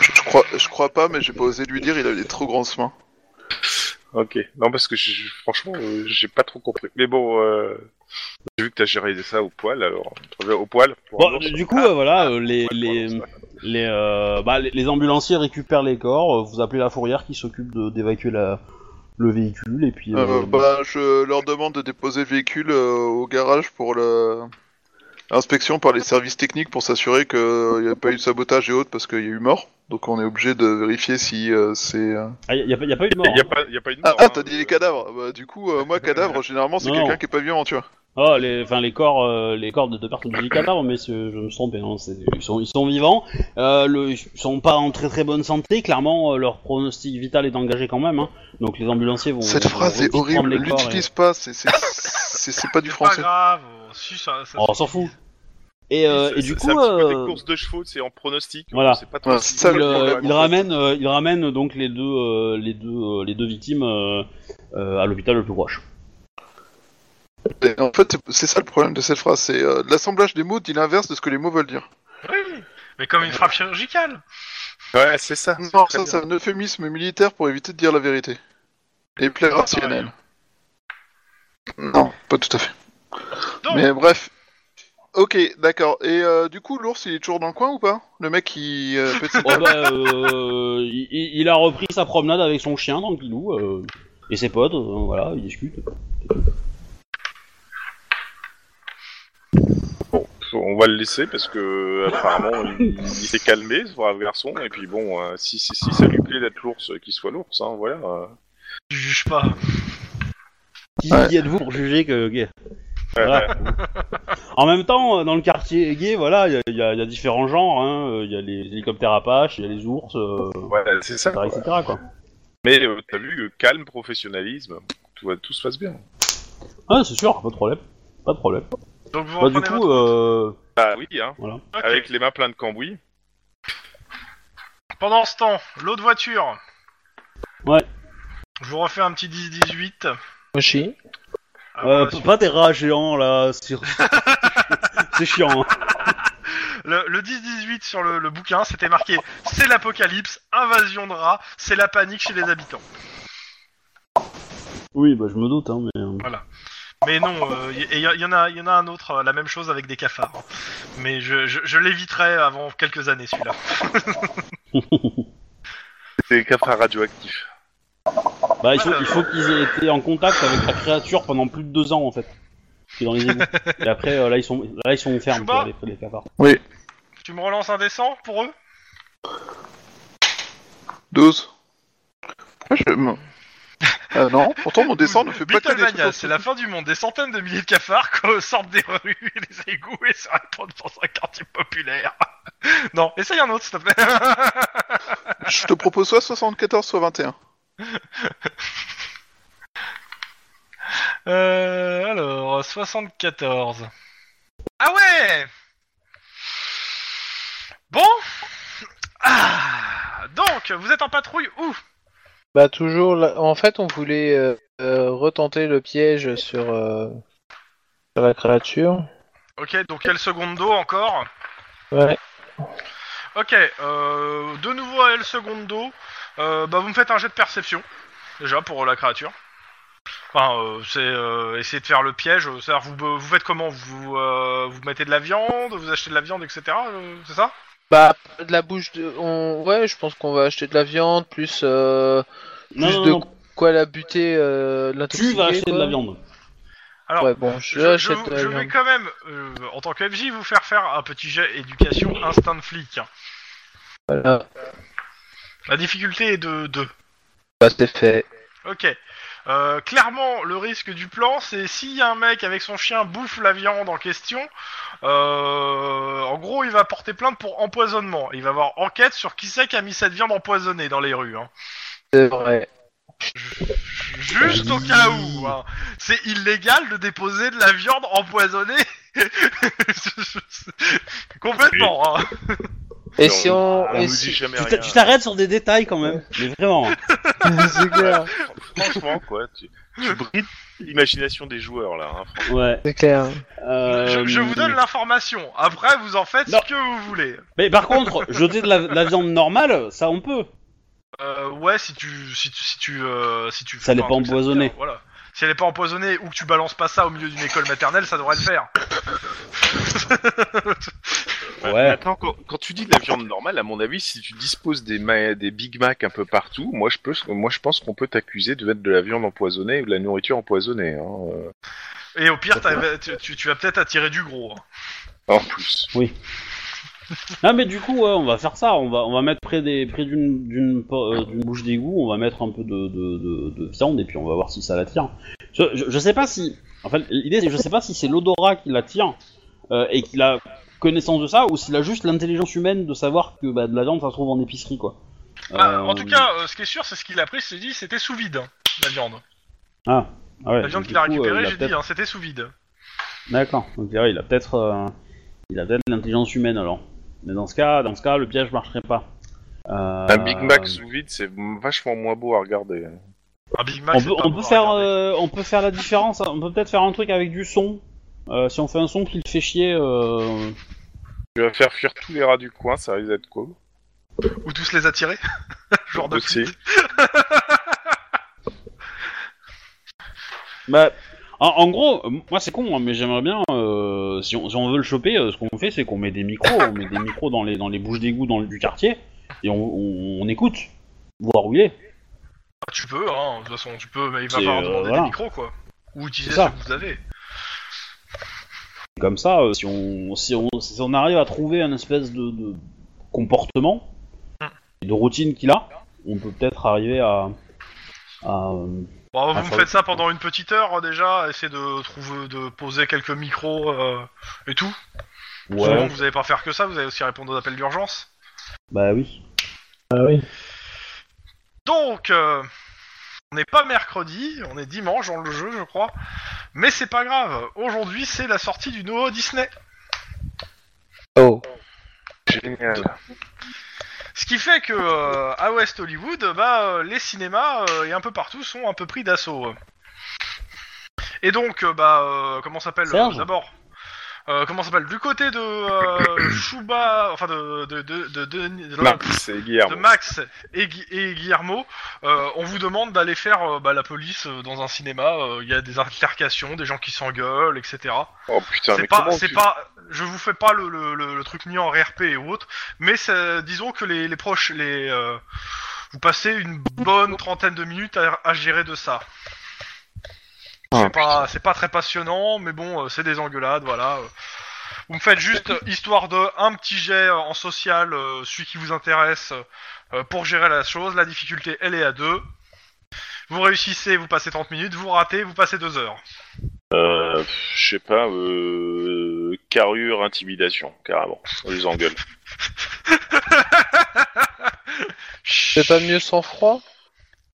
Je crois, je crois pas, mais j'ai pas osé lui dire, il avait des trop grands seins.
Ok. Non, parce que je- franchement, euh, j'ai pas trop compris. Mais bon, euh, j'ai vu que t'as géré ça au poil, alors. Au poil pour un
Bon,
ours.
du coup,
Ah,
euh, voilà, euh, les,
poil pour un
les,
ours, ouais.
les, euh, bah, les, les ambulanciers récupèrent les corps, euh, vous appelez la fourrière qui s'occupe de- d'évacuer la- le véhicule, et puis...
Euh,
euh,
bah, je leur demande de déposer le véhicule euh, au garage pour la- l'inspection par les services techniques pour s'assurer qu'il n'y a pas eu de sabotage et autres parce qu'il y a eu mort. Donc on est obligé de vérifier si euh, c'est. euh,
ah, y a, y a pas- y a pas eu de mort.
Il y a
hein.
pas, il y a pas une
Ah,
mort,
ah,
hein,
t'as dit
euh,
les cadavres Bah, Du coup, euh, moi, cadavre, généralement, c'est
Non, non.
quelqu'un qui est pas vivant, tu vois.
Ah, les, enfin, les corps, euh, les corps de deux personnes du cadavre, mais ce- je me suis trompé. hein, c'est- ils, sont, ils sont vivants. Euh, le, ils sont pas en très très bonne santé. Clairement, euh, leur pronostic vital est engagé quand même. hein. Donc les ambulanciers vont.
Cette
vont
phrase est
reprendre
horrible,
les corps et-
l'utilise pas, c'est c'est- c'est- c'est pas du
C'est pas
français.
grave, euh, si ça. ça-
Oh, on s'en fout. Et, euh,
C'est-
et
c'est-
du
c'est
coup,
un petit peu des
euh,
courses de chevaux, c'est en pronostic.
Voilà.
C'est pas
Ouais,
trop.
c'est ça,
il,
le
euh,
problème,
il
en fait.
ramène, euh, il ramène donc les deux, euh, les deux, euh, les deux victimes euh, euh, à l'hôpital le plus proche.
Et En fait, c'est- c'est ça le problème de cette phrase, c'est euh, l'assemblage des mots dit l'inverse de ce que les mots veulent dire.
Oui, mais comme une frappe chirurgicale.
Ouais, c'est ça. c'est
Non,
très
ça
bien.
c'est un euphémisme militaire pour éviter de dire la vérité. Et plaire rationnel. Non, pas tout à fait.
Donc,
Mais bref. Ok, d'accord. Et euh, du coup, l'ours, il est toujours dans le coin ou pas Le mec qui euh, fait ses-
Oh, bah, euh, il, il a repris sa promenade avec son chien tranquillou euh, et ses potes. euh, voilà, ils discutent.
On va le laisser parce que apparemment il, il s'est calmé, ce brave garçon. Et puis bon, euh, si, si, si ça lui plaît d'être l'ours, euh, qu'il soit l'ours, hein, voilà. euh.
je juge pas.
Qui,
Ouais.
qui êtes-vous pour juger que gay Voilà. En même temps, euh, dans le quartier gay, voilà, il y, a- il y a il y a différents genres. hein, euh, Il y a les hélicoptères Apache, il y a les ours, euh,
Ouais, c'est ça.
etc., etc. Quoi.
Mais euh, t'as vu, euh, calme, professionnalisme, tout, va- tout se passe bien.
Ah, c'est sûr, pas de problème. Pas de problème.
Donc vous
Bah, du
reprenez
coup,
votre...
euh,
Ah oui, hein,
Ok.
avec les mains pleines de cambouis.
Pendant ce temps, l'autre voiture.
euh, Ouais.
Je vous refais un petit 10-18.
Moshi.
Ah,
euh,
bah,
p- pas des rats géants là. sur- c'est chiant. hein.
Le, le 10-18 sur le, le bouquin, c'était marqué C'est l'apocalypse, invasion de rats, c'est la panique chez les habitants.
Oui, bah je me doute, hein, mais. euh,
Mais non, euh, y- et il y, en a- y en a un autre, euh, la même chose avec des cafards. Mais je, je, je l'éviterai avant quelques années celui-là.
C'est les cafards radioactifs.
Bah, il faut, il faut qu'ils aient été en contact avec la créature pendant plus de deux ans en fait. C'est dans les égouts. Et après, euh, là, ils sont, là, ils sont fermes,
Chouba
quoi, les, les cafards.
Tu me relances un dessin pour eux
12. Ah, je- non. Ah, non, pourtant mon dessin ne fait pas que des trucs
Beatlemania,
en-
c'est la fin du monde. Des centaines de milliers de cafards co- sortent des rues et des égouts et se répandent dans un quartier populaire. Non, essaye un autre s'il te plaît.
Je te propose soit 74, soit 21.
Euh, alors, 74. Ah ouais Bon Ah Donc, vous êtes en patrouille où
Bah toujours. là- En fait, on voulait euh, euh, retenter le piège sur, euh, sur la créature.
Ok, donc quelle seconde dos encore
Ouais.
Ok, euh, de nouveau à El Segundo. Euh, bah, vous me faites un jet de perception, déjà, pour euh, la créature. Enfin, euh, c'est euh, essayer de faire le piège. euh, C'est-à-dire, vous, vous faites comment vous, euh, vous mettez de la viande, vous achetez de la viande, etc. euh, c'est ça
Bah de la bouche de. On... Ouais, je pense qu'on va acheter de la viande plus euh,
Non,
plus
non,
de
non,
quoi la buter, euh,
tu vas acheter
quoi.
de la viande.
Alors,
Ouais, bon, je,
je,
achète
je-
de la
je
viande.
vais quand même, euh, en tant que FJ, vous faire faire un petit jet éducation instinct de flic. hein.
Voilà.
La difficulté est de 2.
Bah c'est fait.
Ok. Euh, clairement, le risque du plan, c'est s'il y a un mec avec son chien bouffe la viande en question, euh, en gros, il va porter plainte pour empoisonnement. Il va avoir enquête sur qui c'est qui a mis cette viande empoisonnée dans les rues. Hein.
C'est vrai.
Juste au cas où. hein. C'est illégal de déposer de la viande empoisonnée. Complètement. Hein.
Et
Non,
si on, Ah,
On
et
nous
si-
Ah, dit jamais
Tu t'a-
rien.
tu t'arrêtes sur des détails quand même. Mais vraiment. hein.
c'est clair,
Franchement, quoi, tu, tu brides l'imagination des joueurs là. hein.
Ouais.
c'est clair.
Euh,
Je, je vous donne l'information. Après, vous en faites
Non.
ce que vous voulez.
Mais par contre, jeter de la, de la viande normale, ça on peut.
Euh, ouais, si tu, si tu, si tu, euh, si tu.
Ça
fais
l'est
un
pas
truc, ça-
empoisonnée.
Voilà. Si elle est pas empoisonnée ou que tu balances pas ça au milieu d'une école maternelle, ça devrait le faire.
Ouais.
Ouais.
Attends, quand, quand tu dis de la viande normale, à mon avis, si tu disposes des, ma- des Big Mac un peu partout, moi je, peux, moi, je pense qu'on peut t'accuser de mettre de la viande empoisonnée ou de la nourriture empoisonnée. Hein, euh,
Et au pire, t'as- tu, tu- tu vas peut-être attirer du gros. hein.
en plus.
Non mais du coup, ouais, on va faire ça. On va, on va mettre près des, près d'une, d'une, po- euh, d'une bouche d'égout, on va mettre un peu de, de, de, de viande et puis on va voir si ça l'attire. Je, je, je sais pas si En fait, l'idée, c'est que je sais pas si c'est l'odorat qui l'attire euh, et qu'il a connaissance de ça ou s'il a juste l'intelligence humaine de savoir que bah, de la viande ça se trouve en épicerie quoi.
Bah,
Euh,
En tout cas, euh, ce qui est sûr, c'est ce qu'il a pris, c'est dit, c'était sous vide, hein, la viande.
Ah, ah ouais,
La viande
donc,
qu'il a
du coup, euh,
récupérée,
il a
j'ai
peut-être-
dit, hein, c'était sous vide.
D'accord. Donc ouais, il a peut-être, euh, il a peut-être l'intelligence humaine alors. Mais dans ce cas, dans ce cas, le piège marcherait pas.
Un
Euh,
Ah.
Big Mac sous vide, c'est vachement moins beau à regarder.
Un Big Mac,
On
c'est
peut,
pas
on
bon
peut
à
faire,
regarder.
euh, on peut faire la différence. hein. On peut peut-être faire un truc avec du son. Euh, si on fait un son qui le fait chier, euh,
Tu vas faire fuir tous les rats du coin, ça risque d'être cool.
euh,
Ou tous les attirer Genre de
Aussi.
flip.
Bah, en, en gros, euh, moi c'est con, hein, mais j'aimerais bien, euh, si, on, si on veut le choper, euh, ce qu'on fait, c'est qu'on met des micros, on met des micros dans les, dans les bouches d'égout dans le- du quartier, et on, on- on écoute, voir où il est.
Ah, Tu peux, hein, de toute façon, tu peux, mais il va
C'est,
falloir
euh,
demander
voilà.
des micros, quoi. Ou utiliser
C'est
ce
ça.
que vous avez.
Comme ça, euh, si, on, si, on, si on arrive à trouver un espèce de, de comportement, de routine qu'il a, on peut peut-être arriver à. à, euh,
Bon,
Ah,
vous
ça-
faites ça pendant une petite heure, euh, déjà, essayez de trouver, de poser quelques micros euh, et tout. Souvent,
ouais,
vous n'allez pas faire que ça, vous allez aussi répondre aux appels d'urgence.
bah oui.
Ah oui.
Donc, euh, on n'est pas mercredi, on est dimanche dans le jeu, je crois. Mais c'est pas grave, aujourd'hui c'est la sortie du nouveau Disney.
Oh.
Génial.
Ce qui fait que euh, à West Hollywood, bah, euh, les cinémas euh, et un peu partout sont un peu pris d'assaut. euh. Et donc, euh, bah, euh, comment s'appelle euh,
Serge
d'abord euh, Comment s'appelle Du côté de euh, Chouba, enfin de de de de, de- de-
Max, c'est Guillermo.
de Max et, Gui- et Guillermo, euh, on vous demande d'aller faire euh, bah, la police euh, dans un cinéma. euh, Il y a des altercations, des gens qui s'engueulent, etc.
Oh putain, mais
C'est pas,
comment
c'est
tu-
pas, je vous fais pas le, le, le- le truc ni en RP et autres, mais ça- disons que les, les proches, les, euh, vous passez une bonne trentaine de minutes à, à gérer de ça.
Ah,
C'est pas, c'est pas très passionnant, mais bon, euh, c'est des engueulades, voilà. Vous me faites juste euh, histoire de un petit jet euh, en social, euh, celui qui vous intéresse, euh, pour gérer la chose. La difficulté, elle est à deux. Vous réussissez, vous passez 30 minutes, vous ratez, vous passez deux heures.
Euh, pff, je sais pas, euh, carrure, intimidation, carrément. On les engueule.
C'est pas mieux sans froid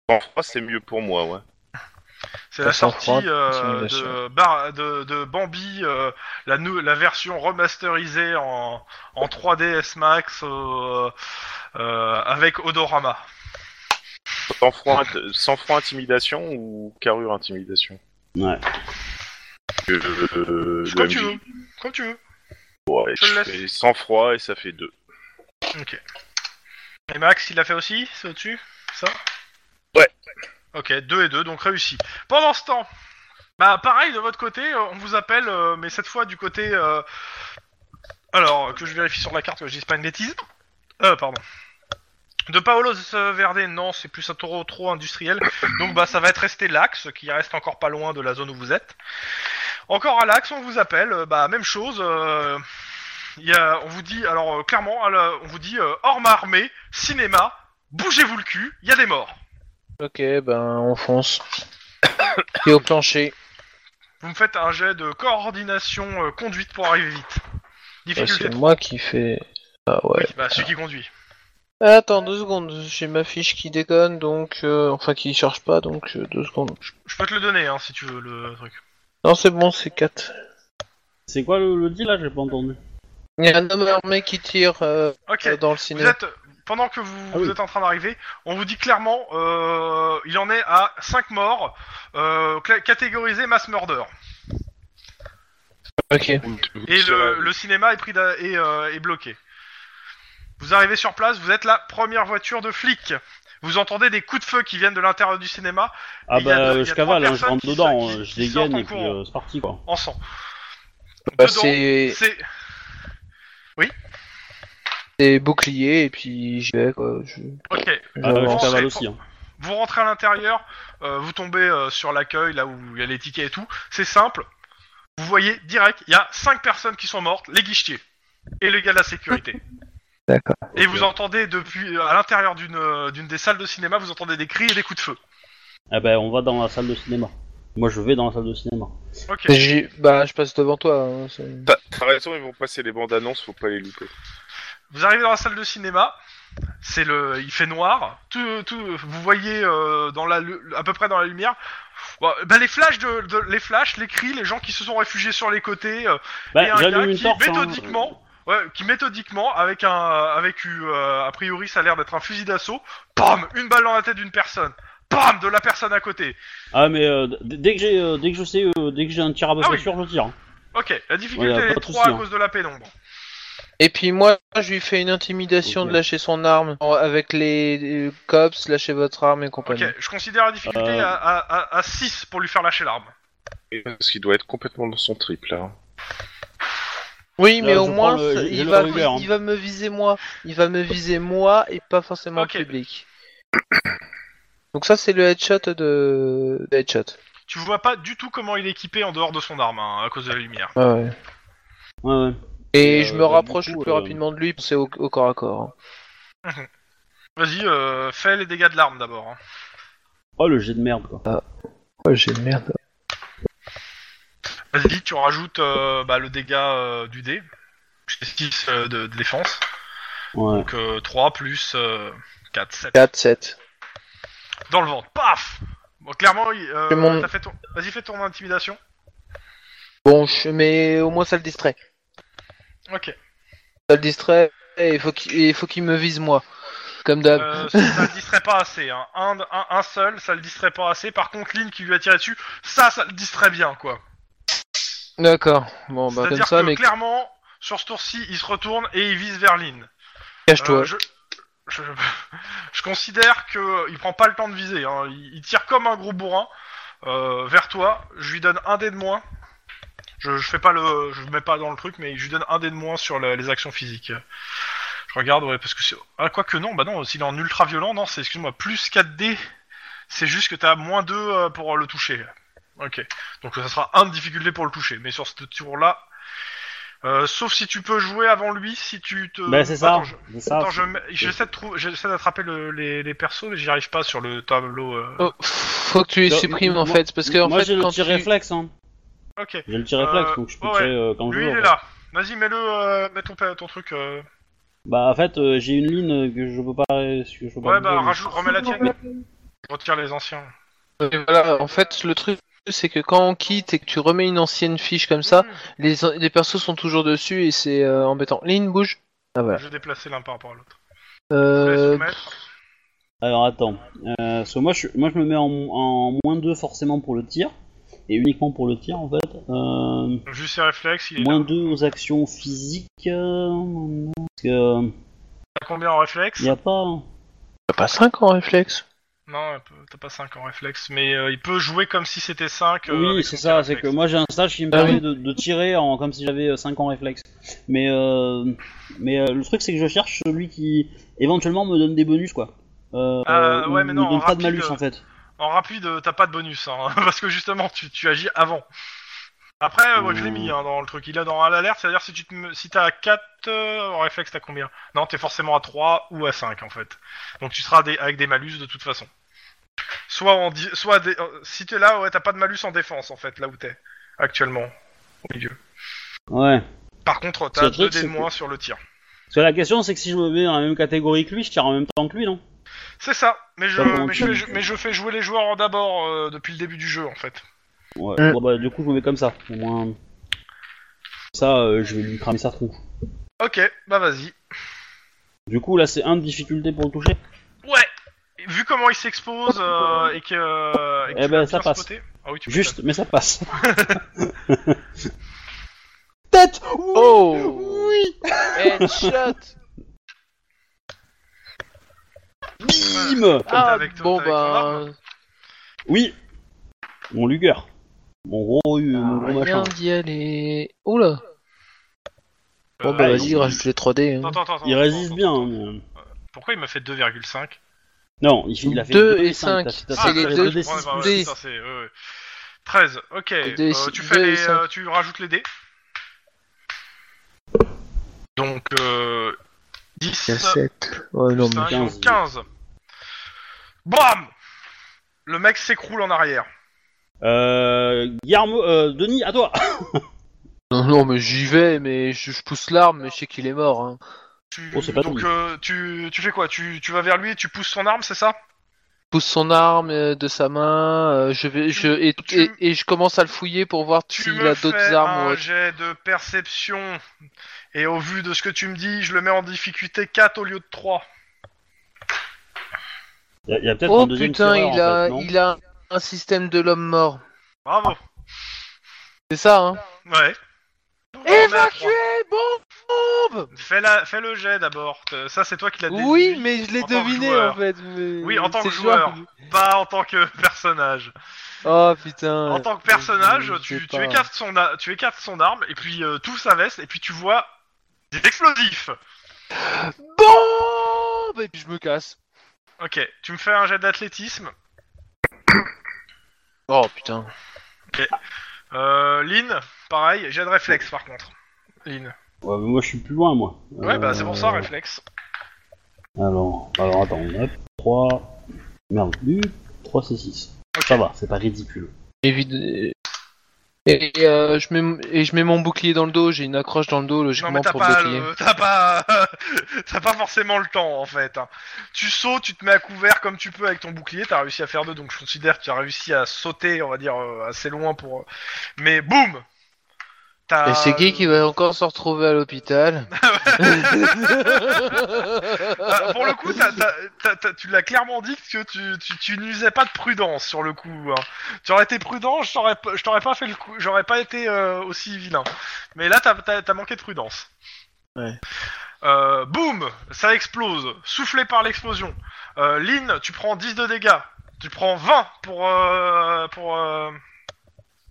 En froid, c'est mieux pour moi, ouais.
C'est la
Passant
sortie
froid,
euh,
simulation.
de, Bar- de, de Bambi, euh, la, nou- la version remasterisée en, en 3DS Max euh, euh, avec Odorama.
Sans froid, int- sans froid, intimidation ou carrure, intimidation
Ouais.
Euh, le
Comme tu
MJ.
veux. Comme tu veux.
Ouais,
Je
je
le laisse.
fais sans froid et ça fait deux.
Ok. Et Max, il l'a fait aussi C'est au-dessus Ça
Ouais.
Ok, 2 et 2, donc réussi. Pendant ce temps, bah pareil, de votre côté, euh, on vous appelle, euh, mais cette fois du côté... euh, Alors, que je vérifie sur la carte que je dise pas une bêtise. Euh, pardon. De Paolo Verde, non, c'est plus un taureau trop industriel. Donc bah ça va être resté l'axe, qui reste encore pas loin de la zone où vous êtes. Encore à l'axe, on vous appelle, euh, bah même chose, euh, il y a- on vous dit, alors euh, clairement, à la- on vous dit euh, armes armée, cinéma, bougez-vous le cul, il y a des morts.
Ok, ben on fonce. Et au plancher.
Vous me faites un jet de coordination euh, conduite pour arriver vite.
Bah,
Ah,
Difficulté
c'est moi qui fais. Ah ouais.
trois. Bah, celui qui conduit.
Attends deux secondes, j'ai ma fiche qui déconne donc. euh, enfin qui charge pas donc euh, deux secondes.
Je peux te le donner hein, si tu veux le truc.
Non c'est bon, c'est 4.
C'est quoi le, le deal là J'ai pas entendu.
Il y a un homme armé qui tire euh,
Ok.
euh, dans le
Vous
cinéma.
êtes, pendant que vous,
Ah oui.
vous êtes en train d'arriver, on vous dit clairement, euh, il en est à 5 morts, euh, cla- catégorisé mass murder.
Ok.
Et le, le cinéma est, pris d'a- est, euh, est bloqué. Vous arrivez sur place, vous êtes la première voiture de flic. Vous entendez des coups de feu qui viennent de l'intérieur du cinéma
Ah
Il y a deux-
bah
il y a
je
trois
cavale, hein, je
personnes
rentre
qui
dedans,
sortent- qui-
euh, je
qui sortent
dégaine
en
et puis
courant.
euh, c'est parti quoi.
en sang.
Bah,
Dedans,
c'est
c'est-
c'est bouclier et puis j'y vais quoi. Je...
Ok,
je
Ah,
avance.
je
c'est-
cavale aussi. Hein.
vous rentrez à l'intérieur, euh, vous tombez euh, sur l'accueil, là où il y a les tickets et tout. C'est simple. Vous voyez direct, il y a 5 personnes qui sont mortes, les guichetiers et le gars de la sécurité.
D'accord.
Et vous entendez depuis à l'intérieur
Eh ben,
d'une euh, d'une des salles de cinéma, vous entendez des cris et des coups de feu.
Ah bah on va dans la salle de cinéma. Moi, je vais dans la salle de cinéma.
Ok.
J'ai- Bah, je passe devant toi. hein, c'est-
T'as t'as raison, ils vont passer les bandes annonces, faut pas les louper.
Vous arrivez dans la salle de cinéma. C'est le, il fait noir. Tout, tout, vous voyez euh, dans la, lu- à peu près dans la lumière. Bon, bah, les flashs de, de- les flashs, les cris, les gens qui se sont réfugiés sur les côtés. euh, et
Bah,
un
j'allume
gars
une
qui
torche. hein.
méthodiquement, ouais, qui méthodiquement avec un, avec euh, a priori ça a l'air d'être un fusil d'assaut. Pam, une balle dans la tête d'une personne. Pam, de la personne à côté.
Ah, mais euh, d- dès que j'ai, euh, dès que je sais, euh, dès que j'ai un tir à peu
Ah
près
oui.
sûr, je tire. hein.
Ok, la difficulté
Ouais, y a
est
pas de
3 à
souci, hein.
cause de la pénombre.
Et puis moi, je lui fais une intimidation
Ok.
de lâcher son arme en- avec les euh, cops, lâchez votre arme et
Ok,
compagnie.
je considère la difficulté
Euh.
à, à, à- à 6 pour lui faire lâcher l'arme.
Et- Parce qu'il doit être complètement dans son trip là.
Oui, mais
Euh,
au
je
moins,
prends le-
ça-
j'ai- j'ai
il,
le
va,
revolver, hein.
il va me viser moi. Il va me viser moi et pas forcément
Ok.
le public. Donc ça, c'est le headshot de... de headshot.
Tu vois pas du tout comment il est équipé en dehors de son arme hein, à cause de la lumière.
Ouais, ouais.
Et
Et,
je
euh,
me
donc, du
rapproche
coup,
le plus
euh,
rapidement de lui, c'est au, au corps à corps. hein.
Vas-y, euh, fais les dégâts de l'arme d'abord. hein.
Oh, le jet de merde, quoi.
Ouais, j'ai de merde.
Vas-y, tu rajoutes euh, bah, le dégât euh, du dé. J'ai 6 euh, de, de défense.
Ouais.
Donc 3 plus 4, 7.
4, 7.
Dans le ventre. Paf Bon, clairement, il- euh,
C'est mon-
t'as fait ton... vas-y, fais ton intimidation.
Bon, je... mais au moins ça le distrait.
Ok.
Ça le distrait et il faut qu'il et il faut qu'il me vise moi. Comme d'hab.
Euh, ça ça le distrait pas assez. Hein. Un, un, un seul, ça le distrait pas assez. Par contre, Lynn qui lui a tiré dessus, ça, ça le distrait bien, quoi.
D'accord. Bon, bah comme
C'est-à-dire
ça,
que
mais
clairement, sur ce tour-ci, il se retourne et il vise vers Lynn.
cache-toi.
Euh, je... Je... je considère que euh, il prend pas le temps de viser. hein. Il il tire comme un gros bourrin euh, vers toi. Je lui donne un dé de moins. Je, je fais pas le, je le mets pas dans le truc, mais je lui donne un dé de moins sur la- les actions physiques. Je regarde, ouais, parce que c'est... ah quoi que non, bah non, s'il est en ultra violent, non, c'est excuse-moi plus 4 d C'est juste que t'as moins 2 euh, pour le toucher. Ok, donc ça sera un de difficulté pour le toucher. Mais sur ce tour-là, euh, sauf si tu peux jouer avant lui, si tu te.
Bah, c'est ça.
Euh, Attends, je-
C'est ça.
Attends, je mets- j'essaie de trouver, j'essaie d'attraper le- les, les persos, mais j'y arrive pas sur le tableau. euh.
Oh, faut que tu les
Non,
supprimes en
moi-
fait, parce que en
Moi,
fait
j'ai le
quand
tir
tu-
réflexe, hein.
Ok.
J'ai le tir réflexe,
Euh,
donc je peux
ouais.
tirer euh, quand je
Lui,
veux.
il
en
est
fait.
là. Vas-y, mets le, euh, mets ton, pa- ton truc. euh.
Bah, en fait, euh, j'ai une ligne euh, que je peux pas. euh, que je peux pas
Ouais, bah
bouger, mais-
rajoute, remets la tienne. Retire les anciens.
Et voilà, en fait le truc c'est que quand on quitte et que tu remets une ancienne fiche comme
Mmh.
ça, les, les persos sont toujours dessus et c'est euh, embêtant. Lynn bouge. Ah voilà.
Je vais déplacer l'un par rapport à l'autre. Laisse
Euh,
soumettre.
Alors attends, euh, parce que moi je, moi je me mets en, en moins 2 forcément pour le tir, et uniquement pour le tir en fait. Euh,
Juste ses réflexes. Il est
moins
là.
2 aux actions physiques. Euh, parce que
T'as combien en réflexe
y a pas. hein.
t'as pas 5 en réflexe.
Non, un peu- t'as pas 5 en réflexe, mais euh, il peut jouer comme si c'était euh, 5.
oui, c'est ça, c'est que moi j'ai un stage qui me
Ah
permet
oui.
de, de tirer en, comme si j'avais 5 ans réflexe. Mais, euh, mais euh, le truc c'est que je cherche celui qui éventuellement me donne des bonus quoi. Euh,
Euh, ouais,
ou
mais
me
non,
donne pas
rapide,
de malus
euh,
en fait.
En rapide, euh, t'as pas de bonus, hein, parce que justement, tu, tu agis avant. Après, euh, ouais, je l'ai
Hmm.
mis hein, dans le truc. Il est dans l'alerte, c'est-à-dire si tu te me- si t'as à 4 euh, en réflexe, t'as combien Non, t'es forcément à 3 ou à 5 en fait. Donc tu seras des- avec des malus de toute façon. Soit en di- soit des- euh, si t'es là, ouais, t'as pas de malus en défense en fait, là où t'es actuellement au milieu.
Ouais.
Par contre,
C'est
t'as
le truc,
2 dés de
c'est
moins sur le tir.
Parce que la question c'est que si je me mets dans la même catégorie que lui, je tire en même temps que lui non
C'est ça. Mais je
Pas pour
mais je,
un
fais,
coup.
je- mais je fais jouer les joueurs d'abord euh, depuis le début du jeu en fait.
Ouais,
Mm.
bon, bah, du coup, je me mets comme ça. Au moins. Ça, euh, je vais lui cramer sa trou.
Ok, bah vas-y.
Du coup, là, c'est un de difficulté pour le toucher.
Ouais. Et Vu comment il s'expose euh, et que. euh, et que
Eh
tu
ben,
l'as
ça
bien
passe.
spoté. Ah oui, tu peux
Juste, mais ça passe.
Tête
Oh Headshot
Bim
T'es
Ah
avec toi-
bon
t'es avec ton
bah
arme.
Oui Mon Luger. Mon gros,
Ah,
euh, mon gros
rien
machin.
d'y aller. Oula Bon
Euh,
bah
il-
vas-y rajoute les 3D. hein.
attends, attends, attends,
Il
attends,
résiste
attends,
bien.
attends.
hein, mais-
Pourquoi il m'a fait 2,5
Non, il, il a fait
Deux et
cinq,
cinq.
t'as- t'as
Ah,
C'est
fait
les
le
deux.
dé
Ouais,
six
bah ouais,
plus.
dés.
putain, c'est- ouais, ouais. 13, ok.
Deux et
Euh,
six-
tu, fais
deux et
les, euh,
cinq.
tu rajoutes les dés. Donc, euh, 10,
Il 7. Ouais, non,
plus
mais.
cinq,
quinze.
donc 15. Bam Le mec s'écroule en arrière.
Euh, Guillermo, euh, Denis, à toi.
Non, non, mais j'y vais, mais je, je pousse l'arme, mais je sais qu'il est mort. Hein.
Tu-
Oh, c'est pas
donc
tout.
euh, tu, tu fais quoi tu, tu vas vers lui et tu pousses son arme, c'est ça
Je pousse son arme euh, de sa main, euh, je vais, je et,
Tu-
et- et je commence à le fouiller pour voir
Tu
s'il
me
a
fais
d'autres armes.
un
ou autre.
jet de perception. Et au vu de ce que tu me dis, je le mets en difficulté 4 au lieu de 3.
Il y a, il y a peut-être un
Oh
deuxième
putain,
tireur,
il
en
a,
fait, non
il a un système de l'homme mort.
Bravo.
C'est ça, hein
Ouais.
Évacuer, bombe
Fais, la, fais le jet d'abord. Euh, Ça, c'est toi qui l'as
Oui,
déduit,
mais je l'ai
en tant que
deviné
joueur.
en fait. mais-
Oui, en tant que
c'est le
joueur.
joueur qui-
pas en tant que personnage.
Oh putain.
en tant que personnage,
je sais
tu, tu
pas.
écartes son, a- tu écartes son arme, et puis euh, tout sa veste, et puis tu vois des explosifs.
Bombe Et bah, puis je me casse.
Ok, tu me fais un jet d'athlétisme.
Oh putain.
Euh, Lynn, pareil, jet de réflexe par contre. Lynn.
Ouais, mais moi je suis plus loin, moi.
Ouais, bah c'est pour ça,
Euh,
réflexe.
Alors, alors attends, hop, 3. Merde, U, 3 c'est 6. Ça va, c'est pas ridicule.
Et, vide- et, et, euh, je mets, et je mets mon bouclier dans le dos, j'ai une accroche dans le dos
Non
logiquement
mais t'as
pour le
pas,
bouclier.
le- t'as pas, t'as pas forcément le temps en fait. hein. Tu sautes, tu te mets à couvert comme tu peux avec ton bouclier. T'as réussi à faire deux, donc je considère que tu as réussi à sauter, on va dire euh, assez loin pour. Mais boum. T'as-
Et c'est qui qui va encore se retrouver à l'hôpital
Ah, Bah, pour le coup, t'as- t'as- t'as- t'as- tu l'as clairement dit que tu, tu, tu n'usais pas de prudence sur le coup. hein. Tu aurais été prudent, je t'aurais pas- je t'aurais pas fait le coup, j'aurais pas été euh, aussi vilain. Mais là, t'as as, manqué de prudence.
Ouais.
Euh, boum, ça explose, soufflé par l'explosion. Euh, Lynn, tu prends 10 de dégâts. Tu prends 20 pour euh, pour euh,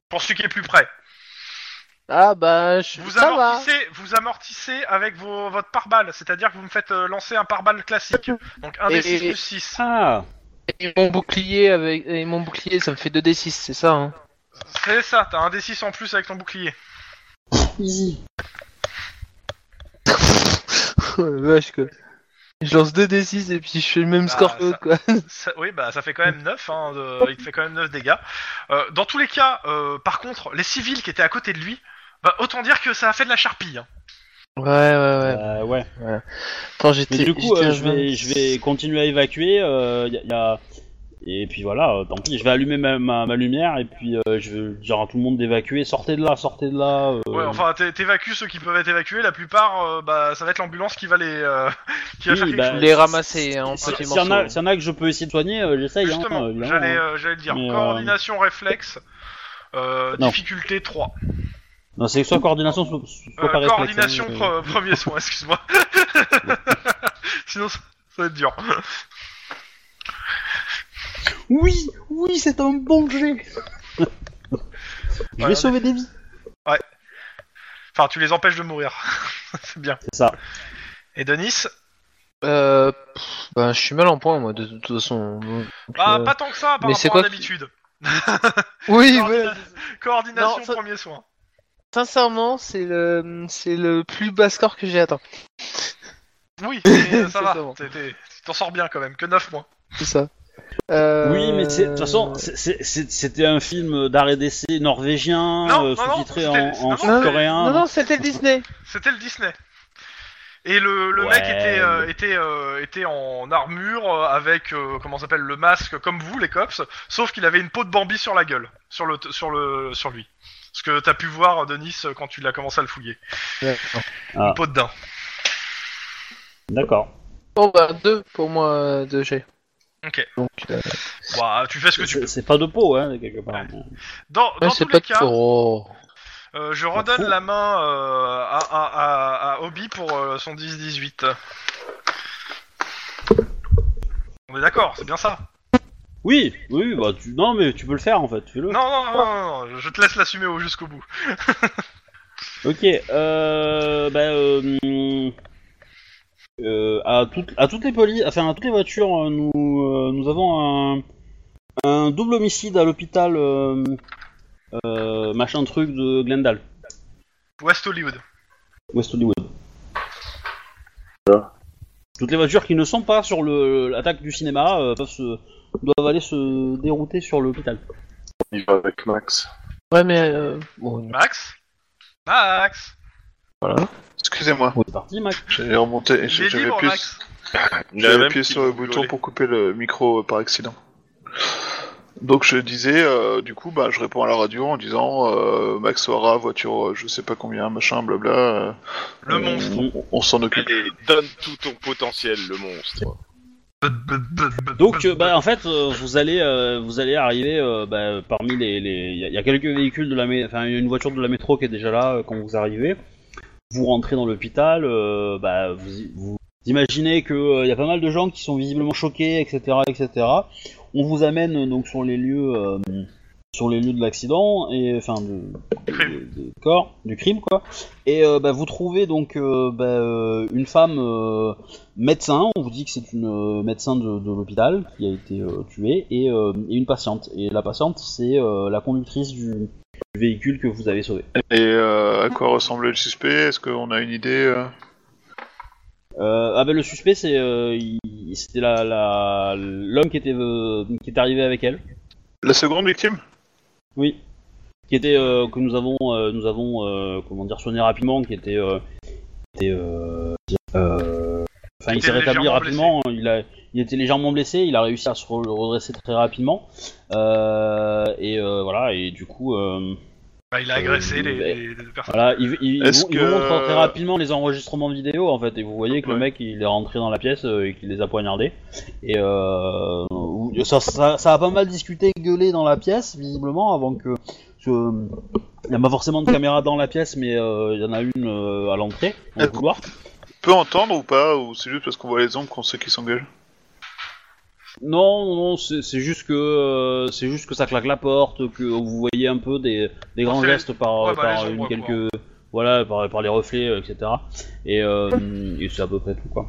pour celui qui est plus près.
Ah bah, je...
Vous
ça va.
amortissez, vous amortissez avec vos, votre pare-balles, c'est-à-dire que vous me faites euh, lancer un pare-balles classique. Donc 1
Et-
des 6
et-
plus 6.
Ah
Et mon bouclier avec et mon bouclier, ça me fait 2d6, c'est ça hein
C'est ça, t'as un des 6 en plus avec ton bouclier.
Easy
Oh la vache quoi. Je lance 2d6 et puis je fais le même
Bah,
score que
ça-
eux, quoi.
Ça- oui, bah ça fait quand même 9, hein, de- il te fait quand même 9 dégâts. Euh, dans tous les cas, euh, par contre, les civils qui étaient à côté de lui, bah autant dire que ça a fait de la charpille. hein.
Ouais ouais ouais.
Euh, ouais.
Attends,
Mais
j'étais
du coup,
j'étais
euh,
à
je, vais,
20.
je vais continuer à évacuer. euh, y a- y a- Et puis voilà, euh, tant pis, je vais allumer ma, ma- ma lumière et puis euh, je vais dire à tout le monde d'évacuer. Sortez de là, sortez de là. euh.
Ouais, enfin, t'é- t'évacues ceux qui peuvent être évacués, la plupart, euh, bah ça va être l'ambulance qui va les. euh, qui va
Oui,
faire quelque
bah,
chose.
les ramasser hein, en
Si-
petits
S'il y, en
morceaux.
a- s'il y en a que je peux essayer de soigner, euh, j'essaye. hein,
Justement,
euh, évidemment,
j'allais
hein.
euh, j'allais le dire.
Mais, euh,
Coordination, réflexe, euh,
Non.
difficulté 3.
Non, c'est soit coordination, soit, soit
Euh,
par réflexe,
coordination,
hein, euh.
pre- premier soin, excuse-moi. Sinon, ça ça va être dur.
Oui, oui, c'est un bon jet. Je
Ouais,
vais sauver des vies.
Enfin, tu les empêches de mourir. C'est bien.
C'est ça.
Et Denis
Euh, pff, ben, je suis mal en point moi de toute façon. donc,
Bah,
euh,
pas tant que ça, par
mais c'est
rapport à
quoi qui-
d'habitude.
Oui,
Coordina-
ouais.
Coordination,
Non, ça-
premier soin.
Sincèrement, c'est le c'est le plus bas score que j'ai atteint.
Oui, mais, euh, ça
C'est
va.
ça, bon.
t'es- t'es- Tu t'en sors bien quand même, que 9 mois.
C'est ça. Euh,
Oui, mais c'est- de toute façon, c'est- c'est- c'est- c'était un film d'arrêt d'essai norvégien,
Non, non,
euh,
non,
sous-titré
c'était-
en,
non,
en
non,
sud-coréen.
Non, non, c'était le Disney.
C'était le Disney. Et le, le
Ouais,
mec était, euh,
mais-
était, euh, était en armure euh, avec, euh, comment ça s'appelle, le masque comme vous, les cops, sauf qu'il avait une peau de Bambi sur la gueule, sur, le, sur, le, sur lui. Ce que t'as pu voir, Denis, quand tu l'as commencé à le fouiller.
Ah.
Peau de daim.
D'accord.
Bon bah deux pour moi euh, de G.
Ok.
Donc euh,
Bah, tu fais ce que tu
C'est
peux.
c'est pas de peau, hein, quelque part.
Dans, dans
ouais,
tous
c'est
les
pas
cas,
trop.
euh, je redonne
Fou.
la main euh, à, à, à, à Obi pour euh, son 10-18. On est d'accord, c'est bien ça
Oui, oui, bah tu... non, mais tu peux le faire en fait, fais-le.
Non, non, non, non, non, je te laisse l'assumer au- jusqu'au bout.
Ok, euh, bah, euh, hum, euh, à, toutes, à toutes les polices, enfin à toutes les voitures, euh, nous, euh, nous avons un, un double homicide à l'hôpital, euh, euh, machin truc de Glendale,
West Hollywood.
West Hollywood. Toutes les voitures qui ne sont pas sur le- l'attaque du cinéma euh, peuvent se, doivent aller se dérouter sur l'hôpital.
y va avec Max.
Ouais, mais euh, bon,
Max Max
Excusez-moi,
C'est parti, Max.
j'ai remonté,
Il est
j'ai- j'avais
libre, hein,
plus...
Max
J'avais
même
appuyé
qui
sur le
peut
bouton
rigoler.
pour couper le micro euh, par accident. Donc je disais, euh, du coup, bah, je réponds à la radio en disant euh, Max aura voiture, euh, je sais pas combien, machin, blabla. euh,
Le
on-
monstre.
On, on s'en occupe.
Allez, donne tout ton potentiel, le monstre.
Donc, euh, bah, en fait, euh, vous allez, euh, vous allez arriver euh, bah, parmi les, les- il y, a- il y a quelques véhicules de la, mé- enfin, il y a une voiture de la métro qui est déjà là euh, quand vous arrivez. Vous rentrez dans l'hôpital, euh, bah, vous, y- vous imaginez que euh, il y a pas mal de gens qui sont visiblement choqués, etc., etc. On vous amène euh, donc sur les lieux, euh, sur les lieux de l'accident et enfin de,
Crime.
de- de corps, du crime quoi. Et euh, bah, vous trouvez donc euh, bah, euh, une femme. euh, médecin, on vous dit que c'est une euh, médecin de, de l'hôpital qui a été euh, tuée et, euh, et une patiente. Et la patiente, c'est euh, la conductrice du, du véhicule que vous avez sauvé.
Et euh, à quoi ressemblait le suspect Est-ce qu'on a une idée euh
Euh, ah ben le suspect, c'est euh, il- c'était la la- l'homme qui était euh, qui est arrivé avec elle.
La seconde victime
Oui. Qui était euh, que nous avons euh, nous avons euh, comment dire soigné rapidement, qui était euh, qui était, euh, euh, enfin
Qui
il s'est
était
rétabli
légèrement
rapidement. hein. Il a il était légèrement blessé, il a réussi à se re- redresser très rapidement Euh, et euh, voilà et du coup euh,
Bah, il a agressé
Euh,
les,
mais-
les- les personnes.
voilà il, il, il
Est-ce
vous, il vous
que-
montre très rapidement les enregistrements de vidéo en fait et vous voyez que le
Ouais.
mec il est rentré dans la pièce euh, et qu'il les a poignardés et euh, ça, ça, ça a pas mal discuté gueulé dans la pièce visiblement avant que que- il n'y a pas forcément de caméra dans la pièce mais euh, il y en a une euh, à l'entrée dans le couloir
Peut entendre ou pas Ou c'est juste parce qu'on voit les ombres qu'on sait qu'ils s'engueulent
Non, non, non, c'est c'est juste que euh, c'est juste que ça claque la porte, que vous voyez un peu des, des grands
C'est-
gestes par,
ouais, bah,
par
les
une
ombres,
quelques voilà par, par les reflets, euh, etc. Et, euh, et c'est à peu près tout quoi.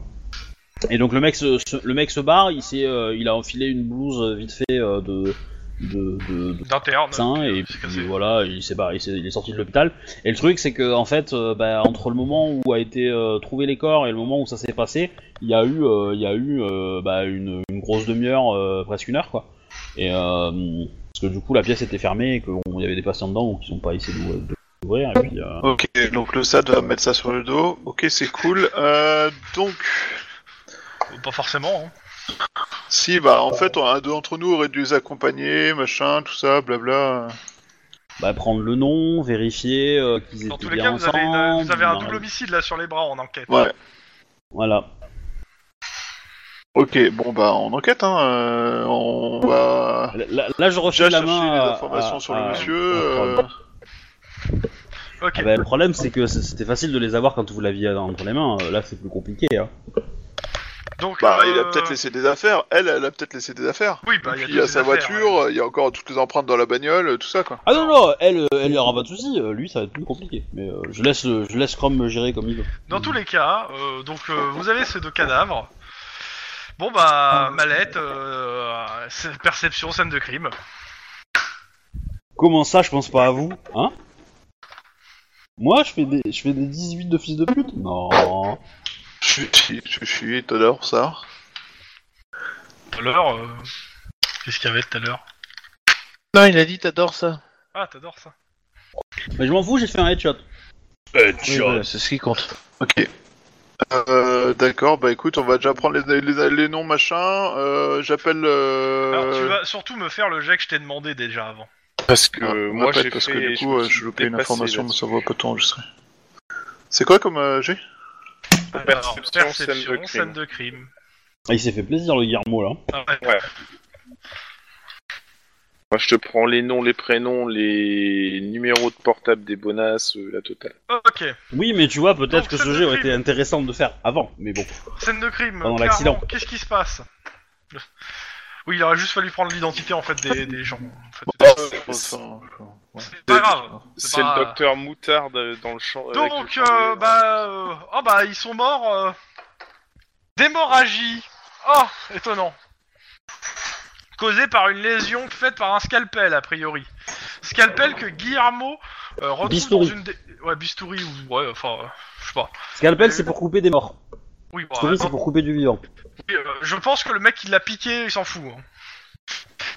Et donc le mec se, se- le mec se barre, il s'est euh, il a enfilé une blouse euh, vite fait euh, de de, de, de
D'interne.
médecin, et
C'est
puis
cassé.
voilà, il s'est barré, il s'est- il est sorti de l'hôpital. Et le truc, c'est que en fait, euh, bah, entre le moment où a été euh, trouvé les corps et le moment où ça s'est passé, il y a eu, euh, il y a eu euh, bah, une, une grosse demi-heure, euh, presque une heure, quoi. Et euh, parce que du coup, la pièce était fermée et qu'il y avait des patients dedans ou qui sont pas essayé d'ou- d'ou- d'ouvrir. Et puis, euh,
Ok, donc le SAD va mettre ça sur le dos. Ok, c'est cool. Euh, donc,
Pas forcément. Hein.
si, bah en fait, on, un deux entre nous aurait dû les accompagner, machin, tout ça, blabla.
bah, prendre le nom, vérifier euh, qu'ils étaient
Dans tous les
bien
cas, vous
ensemble.
avez, une- vous avez un
bah,
double homicide là sur les bras en enquête.
Ouais.
Voilà.
Ok, bon bah on enquête, hein. euh, on va
Là, là, je refais
déjà
la
chercher
main.
des
à-
informations
à-
sur le
à-
monsieur.
à-
euh,
Ok.
Ah bah, le problème, c'est que c- c'était facile de les avoir quand vous l'aviez entre les mains. euh, Là, c'est plus compliqué. hein.
Donc,
bah
euh,
il a peut-être laissé des affaires, elle, elle a peut-être laissé des affaires.
Oui, bah,
Et puis,
il
il y a
toutes
sa
les affaires,
voiture,
ouais.
il y a encore toutes les empreintes dans la bagnole, tout ça quoi.
Ah non, non, elle, euh, elle aura pas de soucis. euh, Lui, ça va être plus compliqué. Mais euh, je laisse, euh, je laisse Chrome me gérer comme il veut.
Dans tous les cas, euh, donc euh, vous avez ces deux cadavres. Bon bah, mallette, euh, c'est- perception, scène de crime.
Comment ça, je pense pas à vous, hein Moi, je fais des, je fais des 18 de fils de pute Non.
Je suis, je suis, t'adores ça.
Tout à l'heure, euh, qu'est-ce qu'il y avait tout à l'heure
non, il a dit t'adores ça.
Ah, t'adores ça.
Mais je m'en fous, j'ai fait un headshot.
Oui, bah, voilà, c'est ce qui compte.
Ok. Euh, D'accord, bah écoute, on va déjà prendre les, les, les noms machin. Euh, J'appelle. euh,
Alors tu vas surtout me faire le jet que je t'ai demandé déjà avant.
Parce que
Ah,
moi,
m'appelle
j'ai
parce
fait-
que du
me
coup, euh,
suis
je loupais une
dépassé
information, mais
là-dessus.
ça va pas tout enregistrer. C'est quoi comme euh, G
Alors,
Perception, scène de crime.
scène de crime.
Ah, il s'est fait plaisir, le Guillermo, là.
Ah ouais.
Moi, je te prends les noms, les prénoms, les numéros de portable des bonasses, euh, la totale.
Ok,
Oui, mais tu vois, peut-être
Donc,
que
ça
ce
me
jeu aurait
fait-
été intéressant de faire avant. Mais bon.
scène de crime.
Pendant
clairement,
l'accident.
Qu'est-ce qui se passe Oui, il aurait juste fallu prendre l'identité en fait des, des gens. en fait.
Euh,
Enfin, ouais.
C'est pas grave. Euh, c'est
C'est
pas-
le docteur Moutarde euh, dans le champ. avec le
Donc,
champ
euh,
des-
bah, euh, oh bah, ils sont morts euh, d'hémorragie. Oh, étonnant. Causée par une lésion faite par un scalpel, a priori. Scalpel que Guillermo euh, retrouve
Bistouri.
dans une... dé- Ouais, bistouri, ou... Ouais, enfin, euh, je sais pas.
Scalpel, c'est pour couper des morts.
Oui, bah, bon,
Scalpel,
attends,
c'est pour couper du vivant.
oui, euh, je pense que le mec qui l'a piqué, il s'en fout. hein.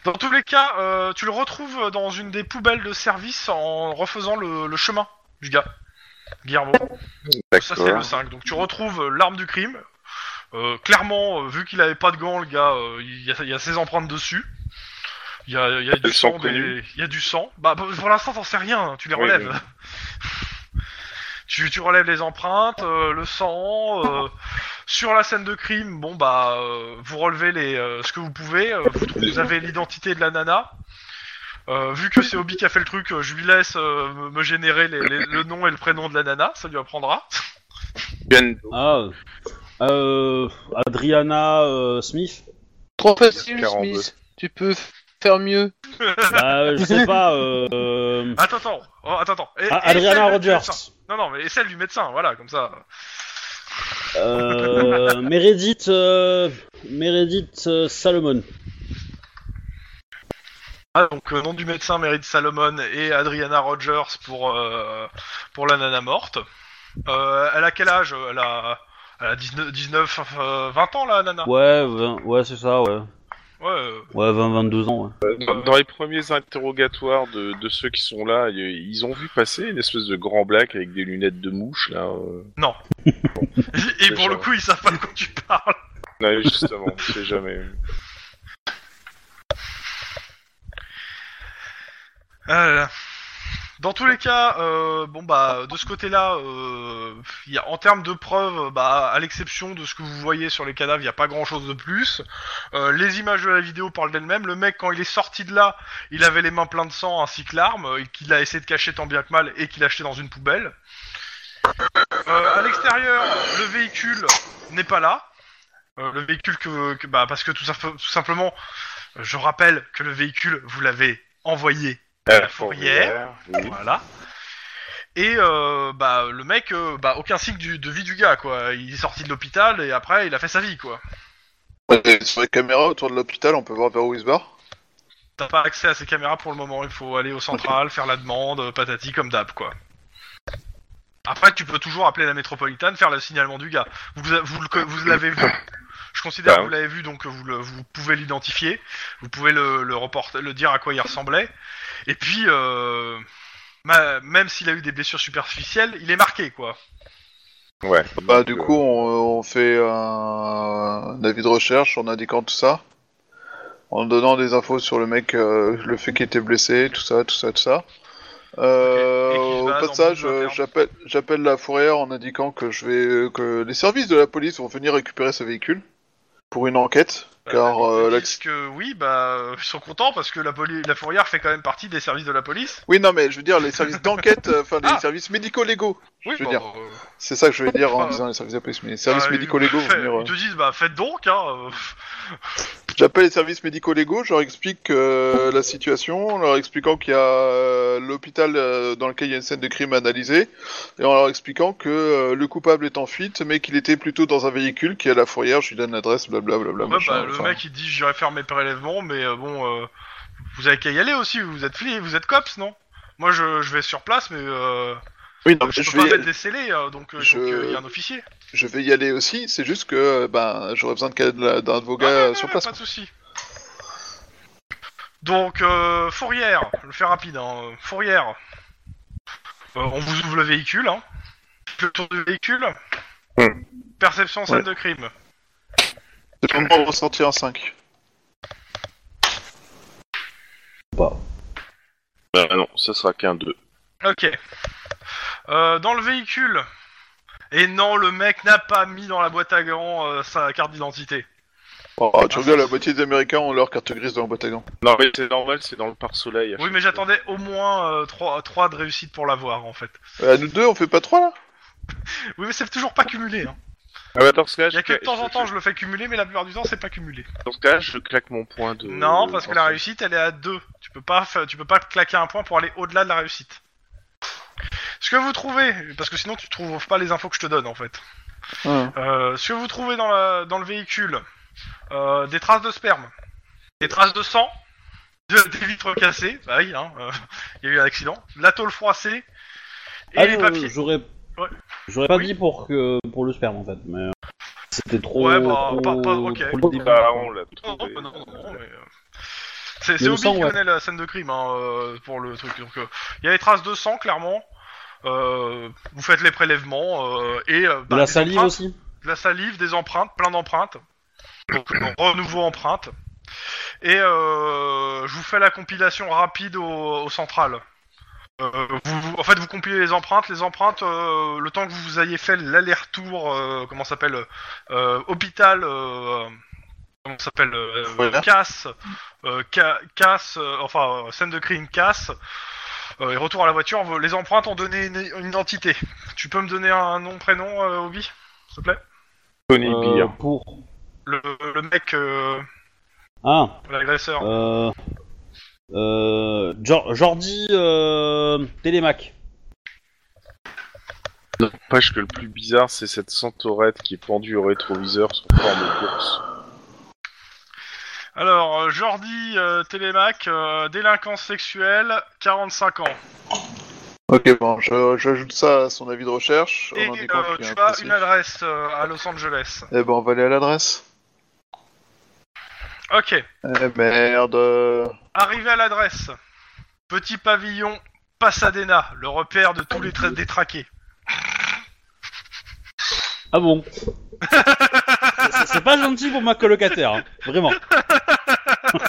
Dans tous les cas, euh, tu le retrouves dans une des poubelles de service en refaisant le, le chemin du gars, Guillermo. Ça, c'est le 5. Donc, tu retrouves euh, l'arme du crime. Euh, clairement, euh, vu qu'il avait pas de gants, le gars, euh, il y, a- il y a ses empreintes dessus. Il y a, il y a du
Elles sont
sang. des-
connues.
Il y a du sang. Bah, pour- pour l'instant, t'en sais rien. hein. Tu les
Oui,
relèves.
oui.
tu, tu relèves les empreintes, euh, le sang. euh, sur la scène de crime, bon bah, euh, vous relevez les, euh, ce que vous pouvez. euh, vous, trouvez- vous avez l'identité de la nana. Euh, vu que c'est Obi qui a fait le truc, euh, je lui laisse euh, me- me générer les- les- le nom et le prénom de la nana. Ça lui apprendra.
Ah, euh, Adriana euh, Smith
Trop facile,
42.
Smith. Tu peux f- faire mieux.
Bah, je sais pas. euh, euh,
Attends, attends, oh, attends, attends. Et-
Ah,
et celle
Adriana
du médecin.
Rogers.
Non, non, mais et celle du médecin, voilà, comme ça.
Euh, Meredith, euh, Meredith euh, Salomon.
Ah, donc euh, nom du médecin, Meredith Salomon et Adriana Rogers pour, euh, pour la nana morte. Euh, elle a quel âge Elle a, elle a 19, 19, euh, 20 ans, la nana
Ouais, vingt- ouais, c'est ça, ouais.
Ouais, euh,
Ouais, 20, 22 ans. ouais.
euh, Dans, dans les premiers interrogatoires de, de ceux qui sont là, y- ils ont vu passer une espèce de grand black avec des lunettes de mouche, là. euh.
et, et pour le coup, ils savent pas de quoi tu parles.
Ouais, justement, je sais jamais.
Ah là là. Dans tous les cas, euh, bon bah de ce côté-là, euh, il y a- en termes de preuves, bah, à l'exception de ce que vous voyez sur les cadavres, il n'y a pas grand-chose de plus. Euh, les images de la vidéo parlent d'elles-mêmes. Le mec, quand il est sorti de là, il avait les mains pleines de sang ainsi que l'arme, euh, et qu'il a essayé de cacher tant bien que mal et qu'il a acheté dans une poubelle. Euh, à l'extérieur, le véhicule n'est pas là. Euh, le véhicule que, que- bah, parce que tout, simple- tout simplement, euh, je rappelle que le véhicule, vous l'avez envoyé
À
la fourrière.
oui.
voilà. Et euh, bah le mec, euh, bah aucun signe du- de vie du gars quoi. Il est sorti de l'hôpital et après il a fait sa vie quoi.
Ouais, Sur les caméras autour de l'hôpital, on peut voir vers où il se barre.
T'as pas accès à ses caméras pour le moment. Il faut aller au central, faire la demande, euh, patati comme d'hab quoi. Après tu peux toujours appeler la métropolitaine, faire le signalement du gars. Vous a- vous, le co- vous l'avez vu. Je considère
Bah,
que vous l'avez vu donc vous, le- vous pouvez l'identifier. Vous pouvez le le, reporter, le dire à quoi il ressemblait. Et puis euh, ma- même s'il a eu des blessures superficielles, il est marqué quoi.
Ouais.
Bah, du coup, on, on fait un, un avis de recherche en indiquant tout ça, en donnant des infos sur le mec, euh, le fait qu'il était blessé, tout ça, tout ça, tout ça. Euh,
Ok, et qu'il
au
va dans
passage,
le milieu
euh,
interne.
j'appelle, j'appelle la fourrière en indiquant que je vais, euh, que les services de la police vont venir récupérer ce véhicule pour une enquête, car
Euh,
euh,
ils
la-
disent que oui, bah, euh, ils sont contents parce que la, poli- la fourrière fait quand même partie des services de la police.
oui, non, mais je veux dire les services d'enquête, euh, enfin les
Ah.
services médico-légaux.
Oui, bah, euh,
Je veux dire, C'est ça que je vais dire
Ah.
en disant les services de la police, mais les services médico-légaux vont venir. euh,
Ils te disent, bah, faites donc, hein. euh,
J'appelle les services médico-légaux, je leur explique euh, la situation, en leur expliquant qu'il y a euh, l'hôpital euh, dans lequel il y a une scène de crime analysée, et en leur expliquant que euh, le coupable est en fuite, mais qu'il était plutôt dans un véhicule qui est à la fourrière, je lui donne l'adresse, blablabla.
ouais,
machin,
bah, le
enfin.
mec, il dit, j'irai faire mes prélèvements, mais euh, bon, euh, vous avez qu'à y aller aussi, vous êtes flics, vous êtes cops, non Moi, je, je vais sur place, mais euh,
Oui, non, mais
je,
je,
peux pas
vais,
mettre des scellés, euh, donc euh, il faut
Je-
qu'il y ait un officier.
je vais y aller aussi, c'est juste que euh, ben, j'aurais besoin de quel- d'un de vos gars
Ah Ouais, ouais,
euh,
ouais,
sur
ouais,
place.
Pas de souci. Donc, euh, fourrière, je le fais rapide, hein, fourrière. Euh, on vous ouvre le véhicule, hein. Le tour du véhicule.
Hmm.
Perception scène de crime.
C'est pour moi ressortir un 5.
Bah, non, ça sera qu'un 2.
Ok. Euh, dans le véhicule. Et non, le mec n'a pas mis dans la boîte à gants euh, sa carte d'identité.
Oh, tu
Ah,
rigoles,
ça,
la moitié des Américains ont leur carte grise dans la boîte à gants.
Non, mais c'est normal, c'est dans le pare-soleil. à
Oui,
chaque
mais
fois.
j'attendais au moins euh, trois 3 de réussite pour l'avoir, en fait.
Euh, nous deux, on fait pas trois là
Oui, mais c'est toujours pas cumulé. Hein.
Ah, bah, dans ce cas,
Il y a que
je,
de temps en
je-
temps, je le fais cumuler, mais la plupart du temps, c'est pas cumulé.
dans ce cas, je claque mon point de.
Non, parce que la réussite, elle est à 2. Tu peux pas, fa- tu peux pas claquer un point pour aller au-delà de la réussite. Ce que vous trouvez, parce que sinon tu trouves pas les infos que je te donne en fait.
Ouais.
Euh, ce que vous trouvez dans, la- dans le véhicule, euh, des traces de sperme, des traces de sang, de- des vitres cassées, bah oui, hein, euh, il y a eu un accident, la tôle froissée et
Ah,
les
je-
papiers.
J'aurais
Ouais.
j'aurais pas
Oui.
dit pour, que, pour le sperme en fait, mais euh, c'était trop.
Ouais, bah,
trop-
pas- pas- ok.
trop le débat.
Bah, on l'a
Non,
trouvé.
non, non, non, mais, euh, c'est
le
c'est Obi
sang,
qui
ouais.
connaît la scène de crime hein, euh, pour le truc. Donc, euh, il y a des traces de sang, clairement. Euh, vous faites les prélèvements euh, et euh, bah,
la
des
salive
empreintes-
aussi.
de la salive, des empreintes, plein d'empreintes. Donc, euh, renouveau empreintes. Et euh, je vous fais la compilation rapide au, au central. Euh, vous- vous- en fait, vous compilez les empreintes. Les empreintes, euh, le temps que vous ayez fait l'aller-retour, euh, comment ça s'appelle euh, Hôpital. euh, comment ça s'appelle euh,
Voilà.
Casse. euh, ca- casse. euh, enfin, euh, scène de crime, casse. euh, et retour à la voiture. vous- Les empreintes ont donné une, une identité. Tu peux me donner un nom, prénom, euh, Obi S'il te plaît
Tony
Euh,
Beer.
pour
le, le mec, euh,
ah,
l'agresseur.
euh, euh, Jor- Jordi euh, Télémac.
N'empêche que le plus bizarre, c'est cette centaurette qui est pendue au rétroviseur sous forme de course.
Alors, euh, Jordi euh, Télémac, euh, délinquance sexuelle, 45 ans.
Ok, bon, je- j'ajoute ça à son avis de recherche.
Et
Oh, On en est
euh,
compte qu'il y a un
tu as
principe.
une adresse euh, à Los Angeles.
Eh ben, on va aller à l'adresse.
Ok,
Eh merde. euh.
arrivé à l'adresse. Petit pavillon Pasadena, le repère de tous les tra- détraqués.
Ah bon C'est- C'est pas gentil pour ma colocataire, hein, vraiment.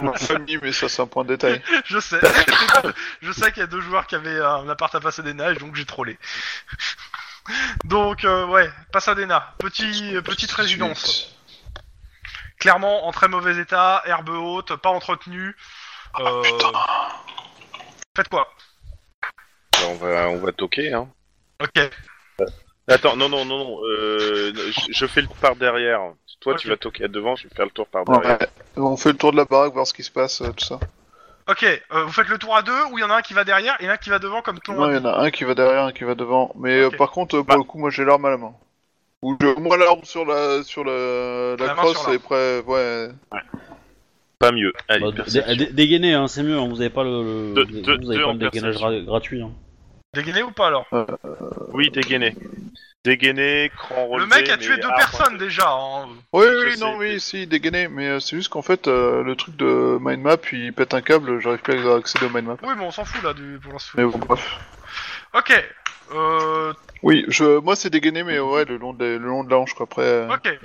Ma famille, mais ça, c'est un point de détail.
Je sais, je sais qu'il y a deux joueurs qui avaient un appart à Pasadena, et donc j'ai trollé. Donc, euh, ouais, Pasadena, petit, euh, petite résidence. clairement en très mauvais état, herbe haute, pas entretenue. Euh... Faites quoi
Bah, on, va, on va toquer, hein.
Ok.
Attends, non, non, non, non. euh, je, je fais le tour par derrière. Toi, tu
Ok.
vas toquer à devant, je vais faire le tour par derrière.
Ouais. On fait le tour de la baraque, voir ce qui se passe, euh, tout ça.
Ok, euh, vous faites le tour à deux ou il y en a un qui va derrière et un qui va devant comme ton.
Non, il y en a un qui va derrière, un qui va devant. Mais
Ok. Bah.
euh, par contre, euh, pour le coup, moi j'ai l'arme à la main. Ou je... moi l'arme sur la sur la, la
La main
crosse
sur l'arme.
et prêt, ouais.
Pas mieux. Allez,
Bah,
perception.
dé- dé- dégainer, hein, c'est mieux. hein, vous avez pas le, le-
Deux-
vous
deux-
avez
deux
pas
en
le dégainage
perception.
gra- gratuit. hein.
Dégainé ou pas alors
Oui, dégainé. Dégainé, cran relevé.
Le mec a
mais
tué deux
arme.
personnes déjà. hein.
Oui,
Je
oui,
sais.
non, oui, si, dégainé. Mais euh, c'est juste qu'en fait, euh, le truc de mind map, il pète un câble, j'arrive plus à accéder au mind map.
Oui, mais on s'en fout là du pour l'instant.
Mais bon, bref.
Ok. Euh,
Oui, je, moi c'est dégainé, mais ouais, le long de, le long de la hanche, quoi. Après, euh,
ok.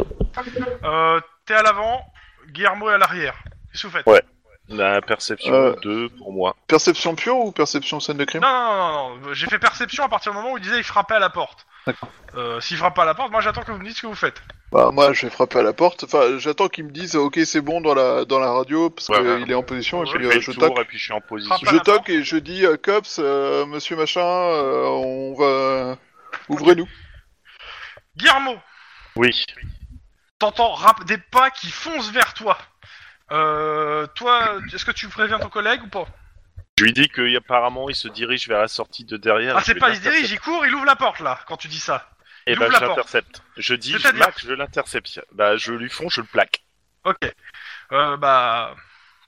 Euh, T'es à l'avant, Guillermo est à l'arrière. Qu'est-ce que vous faites
Ouais. La perception
Euh.
2 pour moi.
perception pure ou perception scène de crime
Non, non, non, non, non. J'ai fait perception à partir du moment où il disait il frappait à la porte. Euh, S'il frappe pas à la porte, moi j'attends que vous me dites ce que vous faites.
Bah, moi je vais frapper à la porte. Enfin, j'attends qu'ils me disent, ok, c'est bon dans la dans la radio parce
Ouais,
qu'il
ouais.
est en position
Ouais,
et
Je
puis
fais
euh,
le
je
tour
tape.
et puis je suis en position.
Frappe à
Je
la porte.
toque et je dis euh, Cops, euh, monsieur machin, euh, on va. Ouvrez-nous.
Guillermo,
Oui.
t'entends rap- des pas qui foncent vers toi. Euh, toi, est-ce que tu préviens ton collègue ou pas
Je lui dis qu'apparemment, il se dirige vers la sortie de derrière.
Ah,
et je
c'est
vais
pas, il se
l'intercepter.
dirige, il court, il ouvre la porte là, quand tu dis ça.
Eh
Il
ben,
ouvre
je
la porte.
l'intercepte. Je dis,
C'est-à-dire
Max, je l'intercepte. Bah, je lui fonds, je le plaque.
Ok. Euh, bah.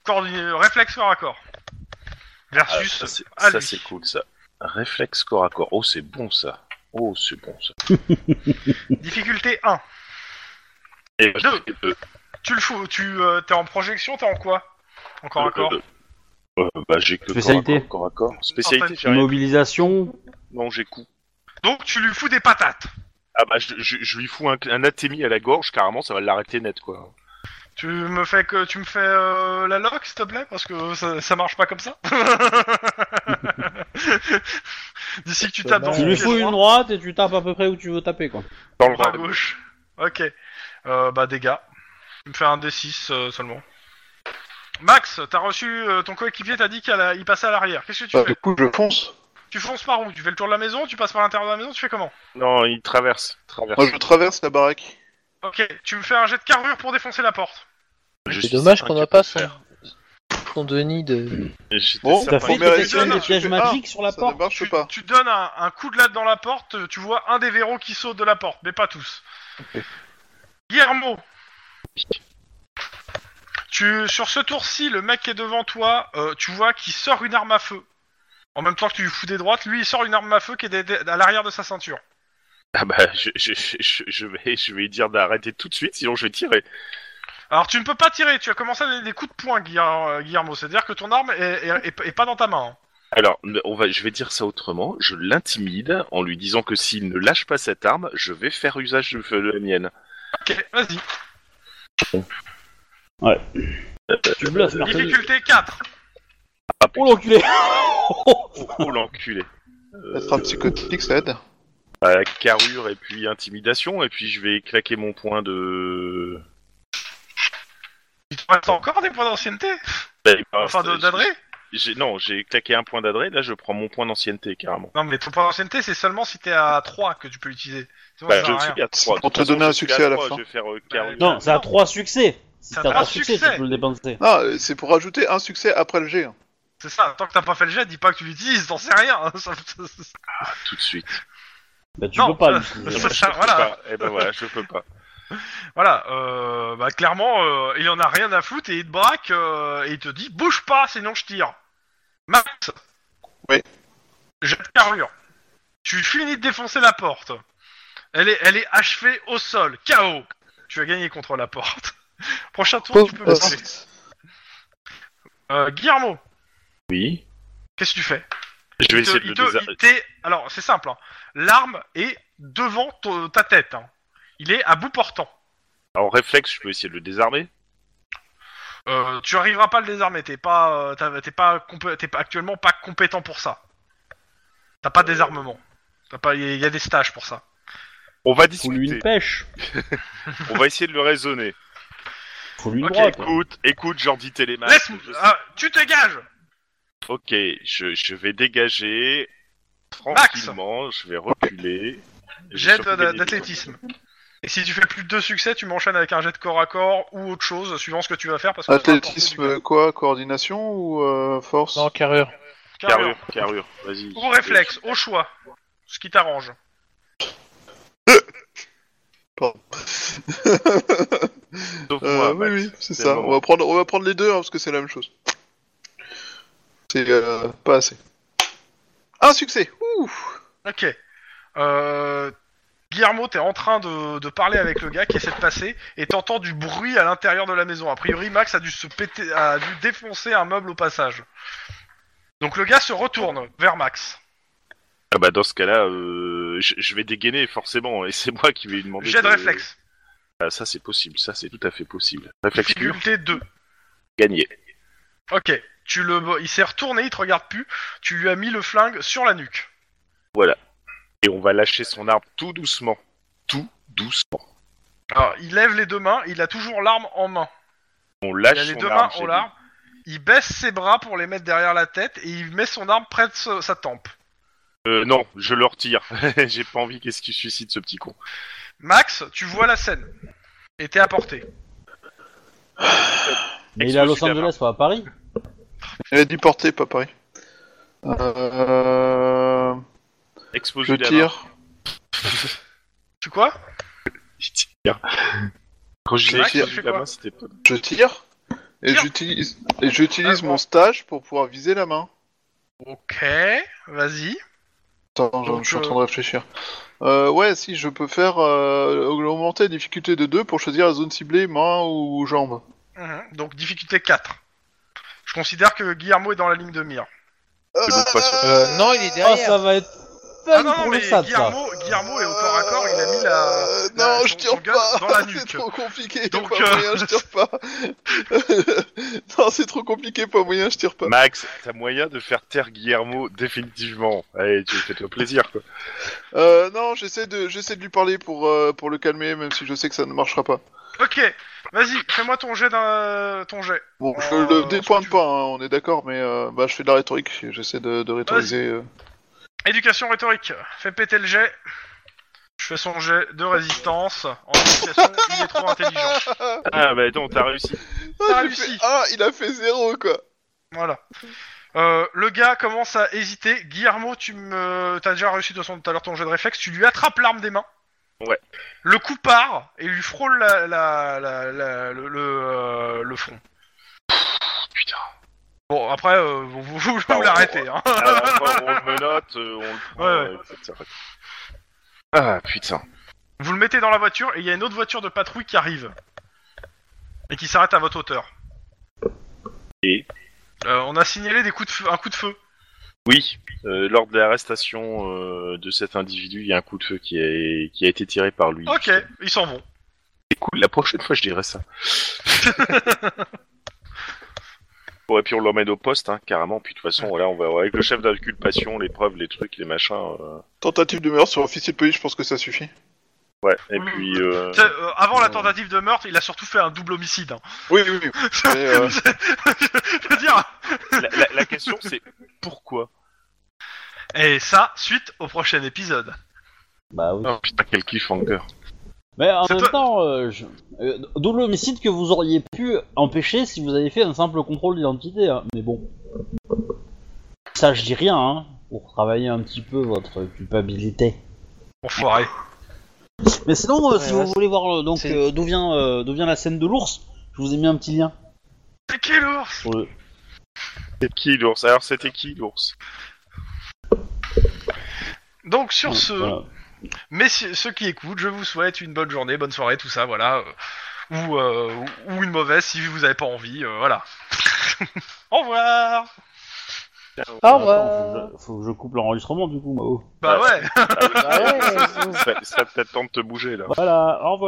coordonné- réflexe corps à corps.
Ah,
Versus.
ça, c'est-
à
ça,
lui.
c'est cool, ça. Réflexe corps à corps. Oh, c'est bon, ça. Oh, c'est bon, ça.
difficulté 1.
Et ben, je
Deux.
fais deux.
Tu le fous, tu euh, t'es en projection, t'es en quoi Encore à corps
Euh, euh, euh, bah, j'ai que
Spécialité.
corps à corps, corps à corps. Spécialité, j'ai rien.
Mobilisation.
Non, j'ai coup.
Donc tu lui fous des patates.
Ah bah, je, je- je lui fous un, un atémi à la gorge, carrément, ça va l'arrêter net, quoi.
Tu me fais que tu me fais euh, la lock s'il te plaît parce que ça, ça marche pas comme ça. D'ici que tu tapes dans
Tu
son
lui
pied
fous
droit.
une droite et tu tapes à peu près où tu veux taper quoi.
Dans le
Bras
bras.
gauche. Ok. Euh, bah dégâts. Tu me fais un D6 euh, seulement. Max, t'as reçu euh, ton coéquipier t'a dit qu'il allait- il passait à l'arrière. Qu'est-ce que tu
Bah,
fais
du coup, je fonce.
Tu fonces par où Tu fais le tour de la maison Tu passes par l'intérieur de la maison Tu fais comment
Non, il traverse. traverse.
Moi, je traverse la baraque.
Ok. Tu me fais un jet de carrure pour défoncer la porte.
Je
C'est
suis
dommage
certain
qu'on hein. n'a
qu'il peut
pas son,
le faire.
son Denis de.
J'étais
Bon,
certain
t'as fait
qu'il
Mais
Tu
elle
donnes-
réussit,
le piège
fait
magique sur la
ça
porte.
ne marche
tu,
pas.
tu donnes un, un coup de latte dans la porte, tu vois un des verrous qui saute de la porte, mais pas tous. Guillermo tu, Sur ce tour-ci, le mec qui est devant toi, euh, tu vois qu'il sort une arme à feu. En même temps que tu lui fous des droites, lui il sort une arme à feu qui est des- des- à l'arrière de sa ceinture.
Ah bah, je, je, je, je- je vais, je vais dire d'arrêter tout de suite, sinon je vais tirer.
Alors tu ne peux pas tirer, tu as commencé à donner des coups de poing, Guilla- Guillermo. C'est-à-dire que ton arme est, est- est- est pas dans ta main. hein.
Alors, on va, je vais dire ça autrement. Je l'intimide en lui disant que s'il ne lâche pas cette arme, je vais faire usage de de la mienne.
Ok, vas-y.
Tu bluffes, mercenaire.
Difficulté 4.
Oh l'enculé
Oh l'enculé.
Être un psychotique, ça aide.
À carrure et puis intimidation, et puis je vais claquer mon point de.
Il te reste encore des points d'ancienneté
Ah,
Enfin, de- d'adré
bah, J'ai- Non, j'ai claqué un point d'adresse, là je prends mon point d'ancienneté carrément.
Non, mais ton point d'ancienneté, c'est seulement si t'es à 3 que tu peux l'utiliser. Sinon, ça
Bah,
sert
je
à rien.
suis à 3.
Pour te donner un succès à la fin.
Je vais faire euh, carrure.
Bah,
Non, ça a trois succès Si
Ça
t'as
a
trois
trois
succès,
succès.
tu peux le dépenser.
Ah, c'est pour ajouter un succès après le G. hein.
C'est ça, tant que t'as pas fait le jet, dis pas que tu l'utilises, t'en sais rien. Ça- ça- ça-
tout de suite.
Bah tu
Non,
peux pas
euh,
l'utiliser.
ça-
Je
ça-
peux
voilà,
pas. Eh ben voilà, je peux pas.
voilà euh, bah, clairement, euh, il en a rien à foutre et il te braque euh, et il te dit bouge pas, sinon je tire. Max
Oui.
Jet de carrure. Tu finis de défoncer la porte. Elle est, elle est achevée au sol, KO. Tu as gagné contre la porte. Prochain tour, tu peux
Pauvre
passer. Euh, Guillermo,
Oui.
qu'est-ce que tu fais
Je vais
Il te-
essayer de
il
le
te-
désar-
il t'est- Alors, c'est simple. hein. L'arme est devant to- ta tête. hein. Il est à bout portant.
En réflexe, je peux essayer de le désarmer.
Euh, tu arriveras pas à le désarmer. T'es pas, euh, t'as- t'es pas, compé- t'es pas- actuellement pas compétent pour ça. T'as
Euh.
pas de désarmement. T'as pas, il y, a- il y a des stages pour ça.
On va
Faut lui une
discuter.
pêche
On va essayer de le raisonner.
Faut lui une
Ok,
droite
Écoute, écoute, Jordi Télémaque.
Laisse,
Bah, je sais-
ah, tu dégages.
Ok, je, je vais dégager tranquillement, je vais reculer. J'ai
Jet
surtout
d'a-
gagné des
d'athlétisme. Et si tu fais plus de deux succès, tu m'enchaînes avec un jet de corps à corps ou autre chose, suivant ce que tu vas faire, parce que ça sera porté
Athlétisme, quoi Coordination ou euh, force
Non, carrure.
du-
points. Carrure, carrure, vas-y.
Ou réflexe, au choix. Ce qui t'arrange.
Pardon.
Sauf
Euh,
moi, Max.
oui, oui, c'est
C'est
ça.
le
On va, prendre, on va prendre les deux hein, parce que c'est la même chose. C'est euh, pas assez. Un succès Ouh
Ok. Euh, Guillermo, t'es en train de, de parler avec le gars qui essaie de passer et t'entends du bruit à l'intérieur de la maison. A priori, Max a dû se péter, a dû défoncer un meuble au passage. Donc le gars se retourne vers Max.
Ah bah dans ce cas-là, euh, je, je vais dégainer forcément, et c'est moi qui vais lui demander.
Jet de
que-
réflexe.
Ah, ça c'est possible, ça c'est tout à fait possible. Réflexe pur,
Difficulté 2.
gagné.
Ok. Tu le, il s'est retourné, il te regarde plus. Tu lui as mis le flingue sur la nuque.
Et on va lâcher son arme tout doucement. Tout doucement.
Alors, il lève les deux mains. Il a toujours l'arme en main.
On
Il a
lâche
les
Ah, son
deux
arme.
mains
j'ai
en
dit.
l'arme. Il baisse ses bras pour les mettre derrière la tête et il met son arme près de sa- sa tempe.
Euh, non, je le retire. j'ai pas envie qu'est-ce qu'il suicide ce petit con.
Max, tu vois la scène. Et t'es à portée.
Mais il est à Los
Explosif
Angeles, pas à Paris
Il a dit porter, pas pareil. Euh,
Expose
je tire.
Tu quoi
Quand je l'ai
Max, tu
explosé
fais
la
quoi
main, c'était pas.
Je tire. Et
Tire.
j'utilise et j'utilise
Ah,
mon stage pour pouvoir viser la main.
Ok, vas-y.
Attends, je-
Donc,
je suis en
euh,
train de réfléchir. Euh, ouais, si je peux faire euh, augmenter la difficulté de 2 pour choisir la zone ciblée, main ou jambe.
Mhm. Donc difficulté 4. Je considère que Guillermo est dans la ligne de mire.
Ah,
bon poids sur-
Euh, non, il est
Ah,
derrière.
ça va être
Ah
fun
non, non,
pour le
mais
SAD, ça
Guillermo, Guillermo est au corps à corps, il a mis la...
Euh,
la-
non,
son-
je
son
tire
gun
pas.
dans la
C'est
nuque.
trop compliqué.
Donc,
pas
euh,
moyen, je tire pas. non, c'est trop compliqué. Pas moyen, je tire pas.
Max, t'as moyen de faire taire Guillermo définitivement. Allez, tu fais toi plaisir quoi.
Euh, non, j'essaie de, j'essaie de lui parler pour euh, pour le calmer, même si je sais que ça ne marchera pas.
Ok, vas-y, fais-moi ton jet d'un... ton jet.
Bon, je
Euh,
le dépointe
tu-
pas, hein, on est d'accord, mais euh, bah, je fais de la rhétorique, j'essaie de, de rhétoriser. euh.
Éducation rhétorique, fais péter le jet. Je fais son jet de résistance. En éducation, il est trop intelligent.
Ah bah non, t'as réussi.
T'as
Ah, j'ai
réussi.
fait- ah, il a fait zéro, quoi
Voilà. Euh, le gars commence à hésiter. Guillermo, tu me, t'as déjà réussi de son tout à l'heure ton jeu de réflexe. Tu lui attrapes l'arme des mains.
Ouais.
Le coup part et lui frôle la, la, la- la- le, le, euh, le front.
putain.
Bon après, euh, vous, vous, vous
Ah, on-
l'arrêtez. Hein.
Ah, d'accord, on le menote, euh, on le prend,
Ouais,
etc. Ah putain.
Vous le mettez dans la voiture et il y a une autre voiture de patrouille qui arrive. et qui s'arrête à votre hauteur.
Et
Euh, on a signalé des coups de feu- un coup de feu.
Oui, euh, lors de l'arrestation euh, de cet individu, il y a un coup de feu qui a, qui a été tiré par lui.
Ok, ils s'en vont.
C'est cool, la prochaine fois je dirai ça. bon, et puis on l'emmène au poste, hein, carrément. Puis de toute façon, voilà, on va avec le chef d'inculpation, les preuves, les trucs, les machins. euh,
Tentative de meurtre sur officier de police, je pense que ça suffit.
Ouais, et puis. euh,
Tu sais, euh, avant la
euh,
tentative de meurtre, il a surtout fait un double homicide. hein.
Oui, oui, oui. Mais, euh,
Je veux dire,
la, la- la question c'est pourquoi
et ça, suite au prochain épisode.
Bah oui.
Oh putain, quel cliffhanger.
Mais en
C'est
même
pas-
temps, euh, je... euh, d'où l'homicide que vous auriez pu empêcher si vous aviez fait un simple contrôle d'identité. hein. Mais bon. Ça, je dis rien, hein, pour travailler un petit peu votre culpabilité.
Enfoiré.
Mais sinon, euh, si
Ouais,
vous
là,
voulez voir euh, donc
c'est-
euh, d'où vient, euh, d'où vient la scène de l'ours, je vous ai mis un petit lien.
C'est qui l'ours
Sur le...
C'est qui l'ours Alors c'était qui l'ours
Donc sur ce,
Voilà.
messieurs, ceux qui écoutent, je vous souhaite une bonne journée, bonne soirée, tout ça, voilà. euh, ou, euh, ou ou une mauvaise si vous n'avez pas envie, euh, voilà. au revoir
Au
Attends,
revoir.
faut, que je... faut que je coupe l'enregistrement du coup, Mao.
Bah ouais
Ah oui,
Ah ouais,
ça, ça peut-être temps de te bouger là.
Voilà, au revoir.